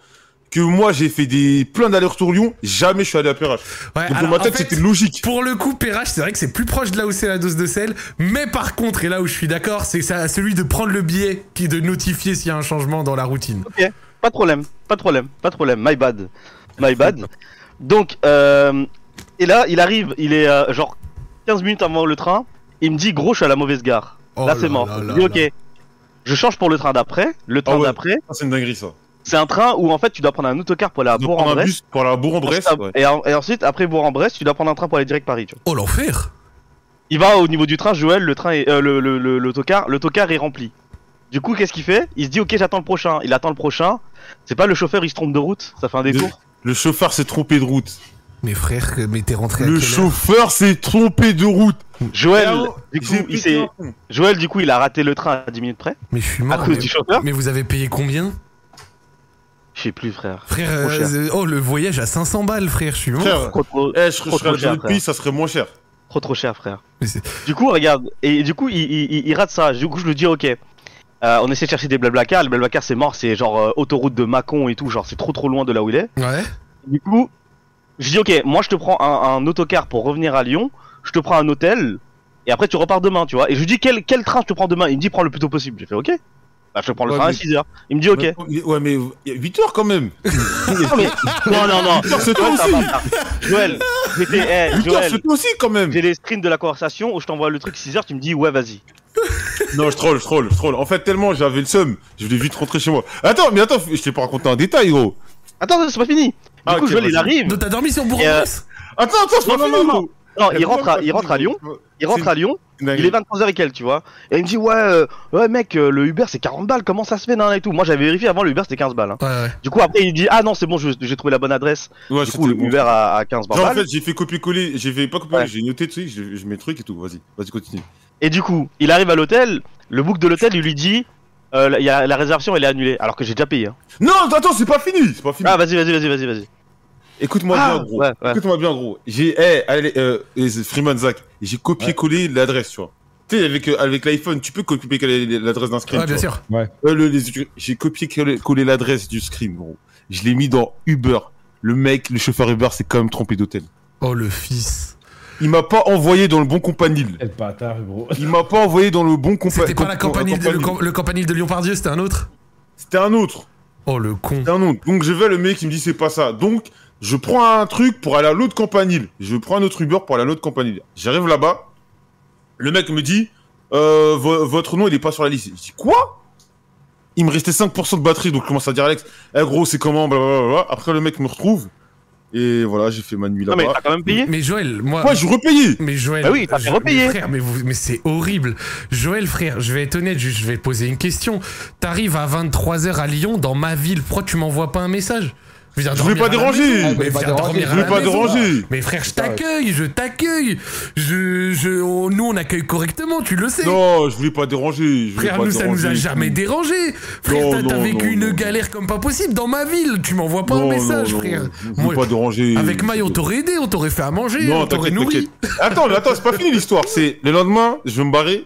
[SPEAKER 3] que moi j'ai fait des plein d'allers-retours Lyon, jamais je suis allé à Perrache.
[SPEAKER 1] Ouais,
[SPEAKER 3] Donc
[SPEAKER 1] alors,
[SPEAKER 3] dans ma
[SPEAKER 1] en
[SPEAKER 3] tête
[SPEAKER 1] fait,
[SPEAKER 3] c'était logique.
[SPEAKER 1] Pour le coup, Perrache, c'est vrai que c'est plus proche de là où c'est la dose de sel. Mais par contre, et là où je suis d'accord, c'est ça- celui de prendre le billet qui est de notifier s'il y a un changement dans la routine.
[SPEAKER 4] Pas de problème, pas de problème, pas de problème. My bad. My bad. Donc, euh, et là, il arrive, il est euh, genre 15 minutes avant le train. Il me dit, gros, je suis à la mauvaise gare.
[SPEAKER 1] Oh
[SPEAKER 4] là, c'est mort.
[SPEAKER 1] là
[SPEAKER 4] Je
[SPEAKER 1] là
[SPEAKER 4] dis,
[SPEAKER 1] là.
[SPEAKER 4] ok. Je change pour le train d'après. Le train
[SPEAKER 3] ouais.
[SPEAKER 4] d'après,
[SPEAKER 3] Ah, C'est une dinguerie ça.
[SPEAKER 4] c'est un train où en fait, tu dois prendre un autocar pour aller à
[SPEAKER 3] Donc prendre un
[SPEAKER 4] Bourg-en-Bresse.
[SPEAKER 3] bus pour la Bourg-en-Bresse.
[SPEAKER 4] Ensuite,
[SPEAKER 3] ouais.
[SPEAKER 4] et, en- et ensuite, après Bourg-en-Bresse, tu dois prendre un train pour aller direct Paris. Tu vois.
[SPEAKER 1] Oh l'enfer
[SPEAKER 4] Il va au niveau du train, Joël, le train est, euh, le, le, le- l'autocar, l'autocar est rempli. Du coup, qu'est-ce qu'il fait Il se dit, ok, j'attends le prochain. Il attend le prochain. C'est pas le chauffeur, il se trompe de route. Ça fait un détour.
[SPEAKER 3] Le chauffeur s'est trompé de route.
[SPEAKER 1] Mais frère, que- mais t'es rentré à
[SPEAKER 3] Le
[SPEAKER 1] quelle heure
[SPEAKER 3] chauffeur s'est trompé de route.
[SPEAKER 4] Joël,
[SPEAKER 3] Là-haut,
[SPEAKER 4] du coup,
[SPEAKER 3] j'ai
[SPEAKER 4] il
[SPEAKER 3] plus
[SPEAKER 4] s'est-
[SPEAKER 3] de temps.
[SPEAKER 4] Joël, du coup, il a raté le train à 10 minutes près.
[SPEAKER 1] Mais je suis
[SPEAKER 4] À
[SPEAKER 1] mort.
[SPEAKER 4] cause
[SPEAKER 1] Mais,
[SPEAKER 4] du chauffeur.
[SPEAKER 1] mais vous avez payé combien
[SPEAKER 4] Je sais plus, frère.
[SPEAKER 1] Frère, euh,
[SPEAKER 4] Trop cher.
[SPEAKER 1] euh, oh le voyage à 500 balles, frère, je suis mort.
[SPEAKER 3] Frère,
[SPEAKER 4] Trop, trop,
[SPEAKER 3] eh, je je
[SPEAKER 4] trop,
[SPEAKER 3] serais
[SPEAKER 4] trop
[SPEAKER 3] dans
[SPEAKER 4] cher,
[SPEAKER 3] d'autres
[SPEAKER 4] frère.
[SPEAKER 3] pays, ça serait moins cher.
[SPEAKER 4] trop, trop cher, frère.
[SPEAKER 1] Mais c'est-
[SPEAKER 4] Du coup, regarde, et du coup, il, il- il- il rate ça. Du coup, je lui dis, ok, euh, on essaie de chercher des blablacar. Les blablacar, c'est mort, c'est genre euh, autoroute de Mâcon et tout, genre c'est trop trop loin de là où il est.
[SPEAKER 1] Ouais.
[SPEAKER 4] Du coup, je dis, ok, moi je te prends un, un autocar pour revenir à Lyon, je te prends un hôtel, et après tu repars demain, tu vois. Et je lui dis, quel, quel train je te prends demain Il me dit, prends le plus tôt possible. J'ai fait, ok. Bah, je te prends le
[SPEAKER 3] Ouais,
[SPEAKER 4] train à
[SPEAKER 3] mais-
[SPEAKER 4] 6h. Il me dit, ok.
[SPEAKER 3] Mais- Ouais, mais il y a 8 heures quand même.
[SPEAKER 4] Non, mais- non, non, non.
[SPEAKER 3] Putain, c'est
[SPEAKER 4] Joël,
[SPEAKER 3] toi
[SPEAKER 4] ça
[SPEAKER 3] aussi.
[SPEAKER 4] va, ça. Joël, j'étais.
[SPEAKER 3] 8
[SPEAKER 4] eh,
[SPEAKER 3] heures,
[SPEAKER 4] Joël,
[SPEAKER 3] c'est toi aussi quand même.
[SPEAKER 4] j'ai les screens de la conversation où je t'envoie le truc 6h, tu me dis, ouais, vas-y.
[SPEAKER 3] Non, je troll, je troll, je troll. En fait, tellement j'avais le seum, je voulais vite rentrer chez moi. Attends, mais attends, je t'ai pas raconté un détail, gros.
[SPEAKER 4] Attends, c'est pas fini. Du
[SPEAKER 3] Ah,
[SPEAKER 4] coup,
[SPEAKER 3] ok,
[SPEAKER 4] Joël,
[SPEAKER 3] vas-y.
[SPEAKER 4] il arrive.
[SPEAKER 1] Donc t'as dormi sur Bourg
[SPEAKER 4] Et, euh,
[SPEAKER 3] Attends, attends, c'est
[SPEAKER 4] Non,
[SPEAKER 3] pas
[SPEAKER 4] non,
[SPEAKER 3] fini,
[SPEAKER 4] non,
[SPEAKER 3] gros.
[SPEAKER 4] Non, il rentre, à, il rentre à Lyon. Il rentre à Lyon. Il est 23h et quelques, tu vois. Et il me dit, ouais, euh, ouais, mec, euh, le Uber c'est 40 balles, comment ça se fait, nan, et tout. Moi j'avais vérifié avant, le Uber c'était 15 balles. hein.
[SPEAKER 1] Ouais, ouais.
[SPEAKER 4] Du coup, après, il dit, ah non, c'est bon, je- j'ai trouvé la bonne adresse.
[SPEAKER 3] Ouais,
[SPEAKER 4] Du
[SPEAKER 3] c'était
[SPEAKER 4] coup, le
[SPEAKER 3] bon.
[SPEAKER 4] Uber à, à 15
[SPEAKER 3] Genre, en
[SPEAKER 4] balles.
[SPEAKER 3] fait, j'ai fait copier-coller, j'ai fait pas copier-coller,
[SPEAKER 4] Ouais.
[SPEAKER 3] j'ai noté, tu sais, je, je mets le truc et tout. Vas-y, vas-y, continue.
[SPEAKER 4] Et du coup, il arrive à l'hôtel. Le book de l'hôtel, il lui dit, euh, la, il y a- la réservation elle est annulée, alors que j'ai déjà payé. hein.
[SPEAKER 3] Non, attends, c'est pas fini, c'est pas fini.
[SPEAKER 4] Ah, vas-y, vas-y, vas-y, vas-y, vas-y.
[SPEAKER 3] Écoute-moi
[SPEAKER 4] Ah,
[SPEAKER 3] bien, gros.
[SPEAKER 4] ouais, ouais.
[SPEAKER 3] Écoute-moi bien, gros. J'ai, eh, allez, euh, eh, Freeman Zach, j'ai copié-collé l'adresse, tu vois. Tu sais, avec, euh, avec l'iPhone, tu peux copier-coller l'adresse d'un screen.
[SPEAKER 1] Ouais,
[SPEAKER 3] tu
[SPEAKER 1] bien
[SPEAKER 3] vois.
[SPEAKER 1] sûr.
[SPEAKER 3] Euh, le- les- j'ai copié-collé collé l'adresse du scream, gros. Je l'ai mis dans Uber. Le mec, le chauffeur Uber s'est quand même trompé d'hôtel.
[SPEAKER 1] Oh le fils.
[SPEAKER 3] Il m'a pas envoyé dans le bon compagnie.
[SPEAKER 5] Quel bâtard, gros.
[SPEAKER 3] Il m'a pas envoyé dans le bon compagnie.
[SPEAKER 1] C'était pas la campanile, de, le, cam- le campanile de Lyon-Pardieu, c'était un autre
[SPEAKER 3] C'était un autre.
[SPEAKER 1] Oh le con.
[SPEAKER 3] C'était un autre. Donc je vais, le mec, il me dit c'est pas ça. Donc je prends un truc pour aller à l'autre campanile. Je prends un autre Uber pour aller à l'autre campanile. J'arrive là-bas. Le mec me dit euh, vo- votre nom il est pas sur la liste. Je dis quoi Il me restait 5% de batterie donc je commence à dire Alex, eh gros c'est comment blablabla. Après le mec me retrouve et voilà j'ai fait ma nuit
[SPEAKER 4] Non,
[SPEAKER 3] là-bas.
[SPEAKER 4] Ah, mais t'as quand même payé
[SPEAKER 1] Bah, Mais Joël, moi.
[SPEAKER 3] Moi je repayais.
[SPEAKER 1] Mais Joël.
[SPEAKER 4] Bah oui, t'as fait
[SPEAKER 1] je-
[SPEAKER 4] repayer.
[SPEAKER 1] Mais frère, mais, vous- mais c'est horrible. Joël, frère, je vais être honnête, juste, je vais poser une question. T'arrives à 23h à Lyon, dans ma ville, pourquoi tu m'envoies pas un message veux dire,
[SPEAKER 3] Je voulais
[SPEAKER 1] dormir
[SPEAKER 3] pas
[SPEAKER 1] à la maison.
[SPEAKER 3] déranger.
[SPEAKER 1] Mais viens
[SPEAKER 2] Je voulais
[SPEAKER 1] dormir
[SPEAKER 3] Je
[SPEAKER 1] à
[SPEAKER 3] voulais
[SPEAKER 1] la
[SPEAKER 3] pas
[SPEAKER 1] maison.
[SPEAKER 3] déranger.
[SPEAKER 1] Mais frère, je t'accueille, je t'accueille. Je, je, on- nous, on accueille correctement, tu le sais.
[SPEAKER 3] Non je voulais pas déranger. Je voulais
[SPEAKER 1] Frère,
[SPEAKER 3] pas
[SPEAKER 1] nous, ça nous a
[SPEAKER 3] déranger.
[SPEAKER 1] jamais dérangé. Frère,
[SPEAKER 3] Non,
[SPEAKER 1] t'as- t'as
[SPEAKER 3] non,
[SPEAKER 1] vécu
[SPEAKER 3] non,
[SPEAKER 1] une
[SPEAKER 3] non.
[SPEAKER 1] galère comme pas possible dans ma ville. Tu m'envoies pas
[SPEAKER 3] Non,
[SPEAKER 1] un message,
[SPEAKER 3] non, non,
[SPEAKER 1] frère.
[SPEAKER 3] Je voulais
[SPEAKER 1] Moi,
[SPEAKER 3] pas déranger.
[SPEAKER 1] Avec Maille, on t'aurait aidé, on t'aurait fait à manger, on
[SPEAKER 3] Non,
[SPEAKER 1] t'aurait
[SPEAKER 3] t'inquiète,
[SPEAKER 1] nourri.
[SPEAKER 3] t'inquiète. Attends, mais attends, c'est pas fini l'histoire. C'est le lendemain, je vais me barrer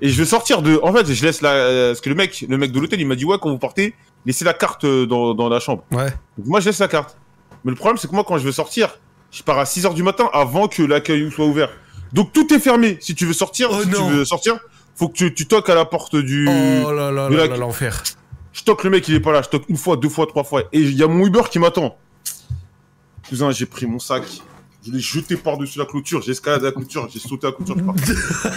[SPEAKER 3] et je vais sortir de. En fait, je laisse la. euh, Parce que le mec, le mec de l'hôtel, il m'a dit ouais, quand vous partez, laissez la carte euh, dans, dans la chambre.
[SPEAKER 1] Ouais.
[SPEAKER 3] Donc moi, je laisse la carte. Mais le problème, c'est que moi, quand je veux sortir, je pars à 6 h du matin avant que l'accueil soit ouvert. Donc tout est fermé. Si tu veux sortir,
[SPEAKER 1] Oh
[SPEAKER 3] si
[SPEAKER 1] non.
[SPEAKER 3] tu veux sortir, faut que tu, tu toques à la porte du.
[SPEAKER 1] Oh là là
[SPEAKER 3] de
[SPEAKER 1] là
[SPEAKER 3] la-
[SPEAKER 1] là, l'enfer.
[SPEAKER 3] Je toque le mec, il est pas là. Je toque une fois, deux fois, trois fois. Et il y a mon Uber qui m'attend. Cousin, j'ai pris mon sac. Je l'ai jeté par-dessus la clôture. J'ai escaladé la clôture. J'ai sauté la clôture. je pars.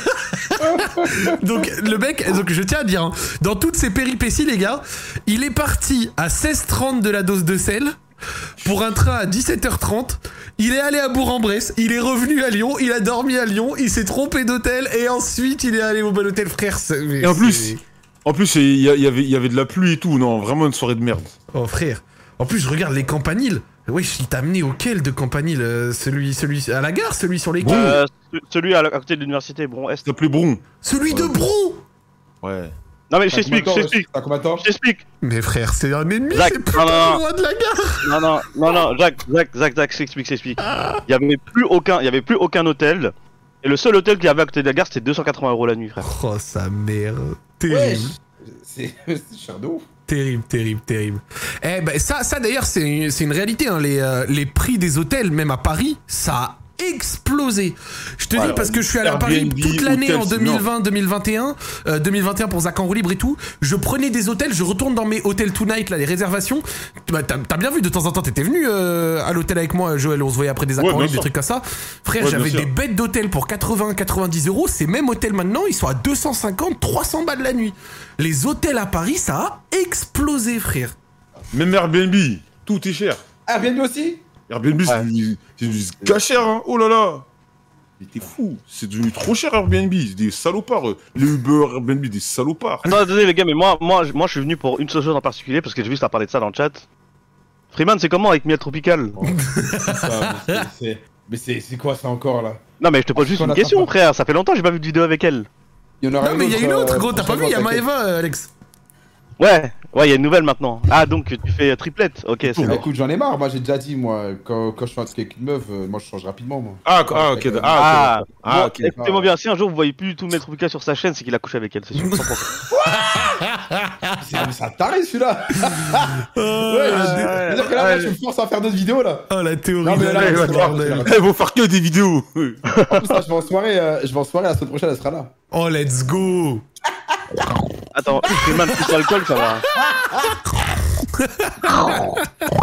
[SPEAKER 1] Donc le mec, donc je tiens à dire, hein, dans toutes ces péripéties les gars, il est parti à 16h30 de la dose de sel pour un train à 17h30. Il est allé à Bourg-en-Bresse, il est revenu à Lyon, il a dormi à Lyon, il s'est trompé d'hôtel et ensuite il est allé au bel hôtel frère. c'est- mais
[SPEAKER 3] Et en
[SPEAKER 1] c'est-
[SPEAKER 3] plus- En plus, il y, a- il y avait, il y avait de la pluie et tout. Non, vraiment une soirée de merde.
[SPEAKER 1] oh frère, en plus je regarde les campaniles. Wesh, il t'a amené auquel de campanile euh, celui, celui à la gare, celui sur les quais
[SPEAKER 4] Euh, ce- Celui à, la- à côté de l'université, bon, Est.
[SPEAKER 3] Ça plaît Bron.
[SPEAKER 1] Celui de Brou
[SPEAKER 3] Ouais.
[SPEAKER 4] Non, mais je
[SPEAKER 2] T'as combien
[SPEAKER 4] t'explique,
[SPEAKER 2] de temps,
[SPEAKER 4] je t'explique,
[SPEAKER 2] T'as combien de temps
[SPEAKER 4] je t'explique.
[SPEAKER 1] Mais frère, c'est un ennemi,
[SPEAKER 4] Zach,
[SPEAKER 1] c'est
[SPEAKER 4] non, non,
[SPEAKER 1] putain
[SPEAKER 4] non.
[SPEAKER 1] loin de la gare Ah.
[SPEAKER 4] Non, non, non, non, Jacques, Jacques, Jacques, Jacques, je t'explique, je t'explique. Il y avait plus aucun, il y avait plus aucun hôtel. Et le seul hôtel qu'il y avait à côté de la gare, c'était 280 euros la nuit, frère.
[SPEAKER 1] Oh sa mère,
[SPEAKER 2] Ouais,
[SPEAKER 1] terrible.
[SPEAKER 2] c'est c'est cher de ouf.
[SPEAKER 1] Terrible, terrible, terrible. Eh ben ça, ça d'ailleurs, c'est une, c'est une réalité. hein. Les, euh, les prix des hôtels, même à Paris, ça a explosé. Je te dis
[SPEAKER 3] Voilà.
[SPEAKER 1] parce que je suis allé à Paris
[SPEAKER 3] Airbnb,
[SPEAKER 1] toute l'année
[SPEAKER 3] hôtel,
[SPEAKER 1] en
[SPEAKER 3] c'est
[SPEAKER 1] 2020, 2021, euh, 2021 pour Zach en roue libre et tout. Je prenais des hôtels, je retourne dans mes hôtels tonight là, les réservations. Bah, t'as, t'as bien vu de temps en temps, t'étais venu euh, à l'hôtel avec moi, Joël. On se voyait après des Zach
[SPEAKER 3] Ouais,
[SPEAKER 1] en roue
[SPEAKER 3] bien
[SPEAKER 1] libre, des
[SPEAKER 3] sûr.
[SPEAKER 1] trucs comme ça. Frère,
[SPEAKER 3] Ouais, bien
[SPEAKER 1] j'avais
[SPEAKER 3] sûr.
[SPEAKER 1] des bêtes d'hôtels pour 80, 90 euros. Ces mêmes hôtels maintenant, ils sont à 250, 300 balles la nuit. Les hôtels à Paris, ça a explosé, frère.
[SPEAKER 3] Même Airbnb, tout est cher.
[SPEAKER 2] Ah, bien lui aussi
[SPEAKER 3] Airbnb, c'est du- c'est du gâchère, hein. Oh là là. Mais t'es fou. C'est devenu trop cher, Airbnb. C'est des salopards. eux. Les Uber, Airbnb, des salopards.
[SPEAKER 1] Oh.
[SPEAKER 4] Attends, attendez les gars, mais moi, moi, je- moi, je suis venu pour une seule chose en particulier parce que j'ai vu que ça parlait de ça dans le chat. Freeman, c'est comment avec Mia Tropical
[SPEAKER 2] Ça, mais c'est- c'est- Mais c'est c'est quoi ça encore là
[SPEAKER 4] Non, mais je te pose
[SPEAKER 2] Ah,
[SPEAKER 4] juste
[SPEAKER 2] on
[SPEAKER 4] une
[SPEAKER 2] l'a
[SPEAKER 4] question,
[SPEAKER 2] pas.
[SPEAKER 4] frère. Ça fait longtemps que j'ai pas vu de vidéo avec elle.
[SPEAKER 2] Il y en aura
[SPEAKER 1] Non, mais il y a une autre,
[SPEAKER 2] euh,
[SPEAKER 1] gros, t'as pas vu, il y a
[SPEAKER 2] prochainement,
[SPEAKER 1] Maeva, euh, Alex.
[SPEAKER 4] Ouais, ouais, il y a une nouvelle maintenant. Ah, donc tu fais triplette. Ok, c'est
[SPEAKER 2] t'inquiète. Bah,
[SPEAKER 4] bon.
[SPEAKER 2] écoute, j'en ai marre, moi j'ai déjà dit, moi, quand, quand je fais un truc avec une meuf, euh, moi je change rapidement, moi.
[SPEAKER 3] Ah, qu- ah, ok. d- Ah,
[SPEAKER 4] Ah,
[SPEAKER 3] ok. Ah, ok.
[SPEAKER 4] écoutez-moi bien. Si un jour vous voyez plus du tout Mia Tropical sur sa chaîne, c'est qu'il a couché avec elle, c'est sûr. 100%.
[SPEAKER 3] Ah,
[SPEAKER 2] C'est- mais ça taré celui-là
[SPEAKER 1] Oh,
[SPEAKER 2] Ouais,
[SPEAKER 1] la dé-
[SPEAKER 2] je- c'est-à-dire que là, moi, je me force à faire d'autres vidéos là
[SPEAKER 1] oh, la théorie
[SPEAKER 2] Non, mais
[SPEAKER 1] de
[SPEAKER 2] là,
[SPEAKER 1] Alex,
[SPEAKER 3] ouais, ouais,
[SPEAKER 1] bordel.
[SPEAKER 2] ouais.
[SPEAKER 3] Ils Eh, vont faire que des vidéos.
[SPEAKER 2] En plus, là, je vais en soirée, euh, je vais en soirée, la semaine prochaine elle sera là.
[SPEAKER 1] Oh, let's go
[SPEAKER 4] Attends, Freeman plus sur l'alcool, ça va.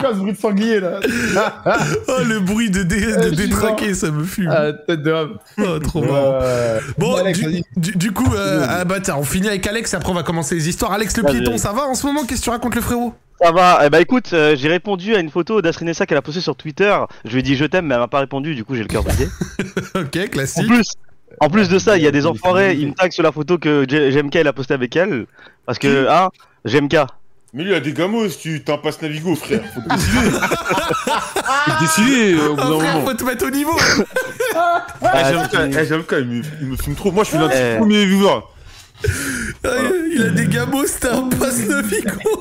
[SPEAKER 2] Quoi ce bruit de sanglier là Euh,
[SPEAKER 1] Oh, le bruit de, dé- de
[SPEAKER 2] je suis
[SPEAKER 1] détraqué, ça me fume.
[SPEAKER 2] Ah, Tête de homme.
[SPEAKER 1] Oh, trop marrant.
[SPEAKER 2] Euh,
[SPEAKER 1] Bon,
[SPEAKER 2] Alex,
[SPEAKER 1] du,
[SPEAKER 2] vas-y.
[SPEAKER 1] du- du coup, euh, ah, bah, tiens, on finit avec Alex, après on va commencer les histoires. Alex le
[SPEAKER 4] Vas-y,
[SPEAKER 1] piéton,
[SPEAKER 4] vas-y.
[SPEAKER 1] ça va en ce moment Qu'est-ce que tu racontes, le frérot
[SPEAKER 4] Ça va. Eh bah écoute, euh, j'ai répondu à une photo d'Asrinessa qu'elle a postée sur Twitter. Je lui ai dit je t'aime, mais elle m'a pas répondu. Du coup, j'ai le cœur brisé.
[SPEAKER 1] Ok,
[SPEAKER 4] En
[SPEAKER 1] classique.
[SPEAKER 4] plus, en plus de ça, il y a des
[SPEAKER 2] Euh,
[SPEAKER 4] enfoirés,
[SPEAKER 2] c'est-
[SPEAKER 4] ils me taguent sur la photo que J- GMK elle a postée avec elle. Parce que, hein, GMK.
[SPEAKER 3] Mais lui, il a des gamos, tu t'es un passe Navigo, frère. Faut te décider. Faut te décider euh, au bout
[SPEAKER 1] Oh,
[SPEAKER 3] d'un
[SPEAKER 1] frère,
[SPEAKER 3] moment.
[SPEAKER 1] faut te mettre au niveau
[SPEAKER 3] Eh,
[SPEAKER 4] Ah,
[SPEAKER 3] J'aime
[SPEAKER 4] tu-
[SPEAKER 3] quand, eh, j'aime quand il, me, il me filme trop. Moi, je suis l'un des
[SPEAKER 4] Eh.
[SPEAKER 3] premiers viewers.
[SPEAKER 1] Il a des gamos, c'était un passe Navigo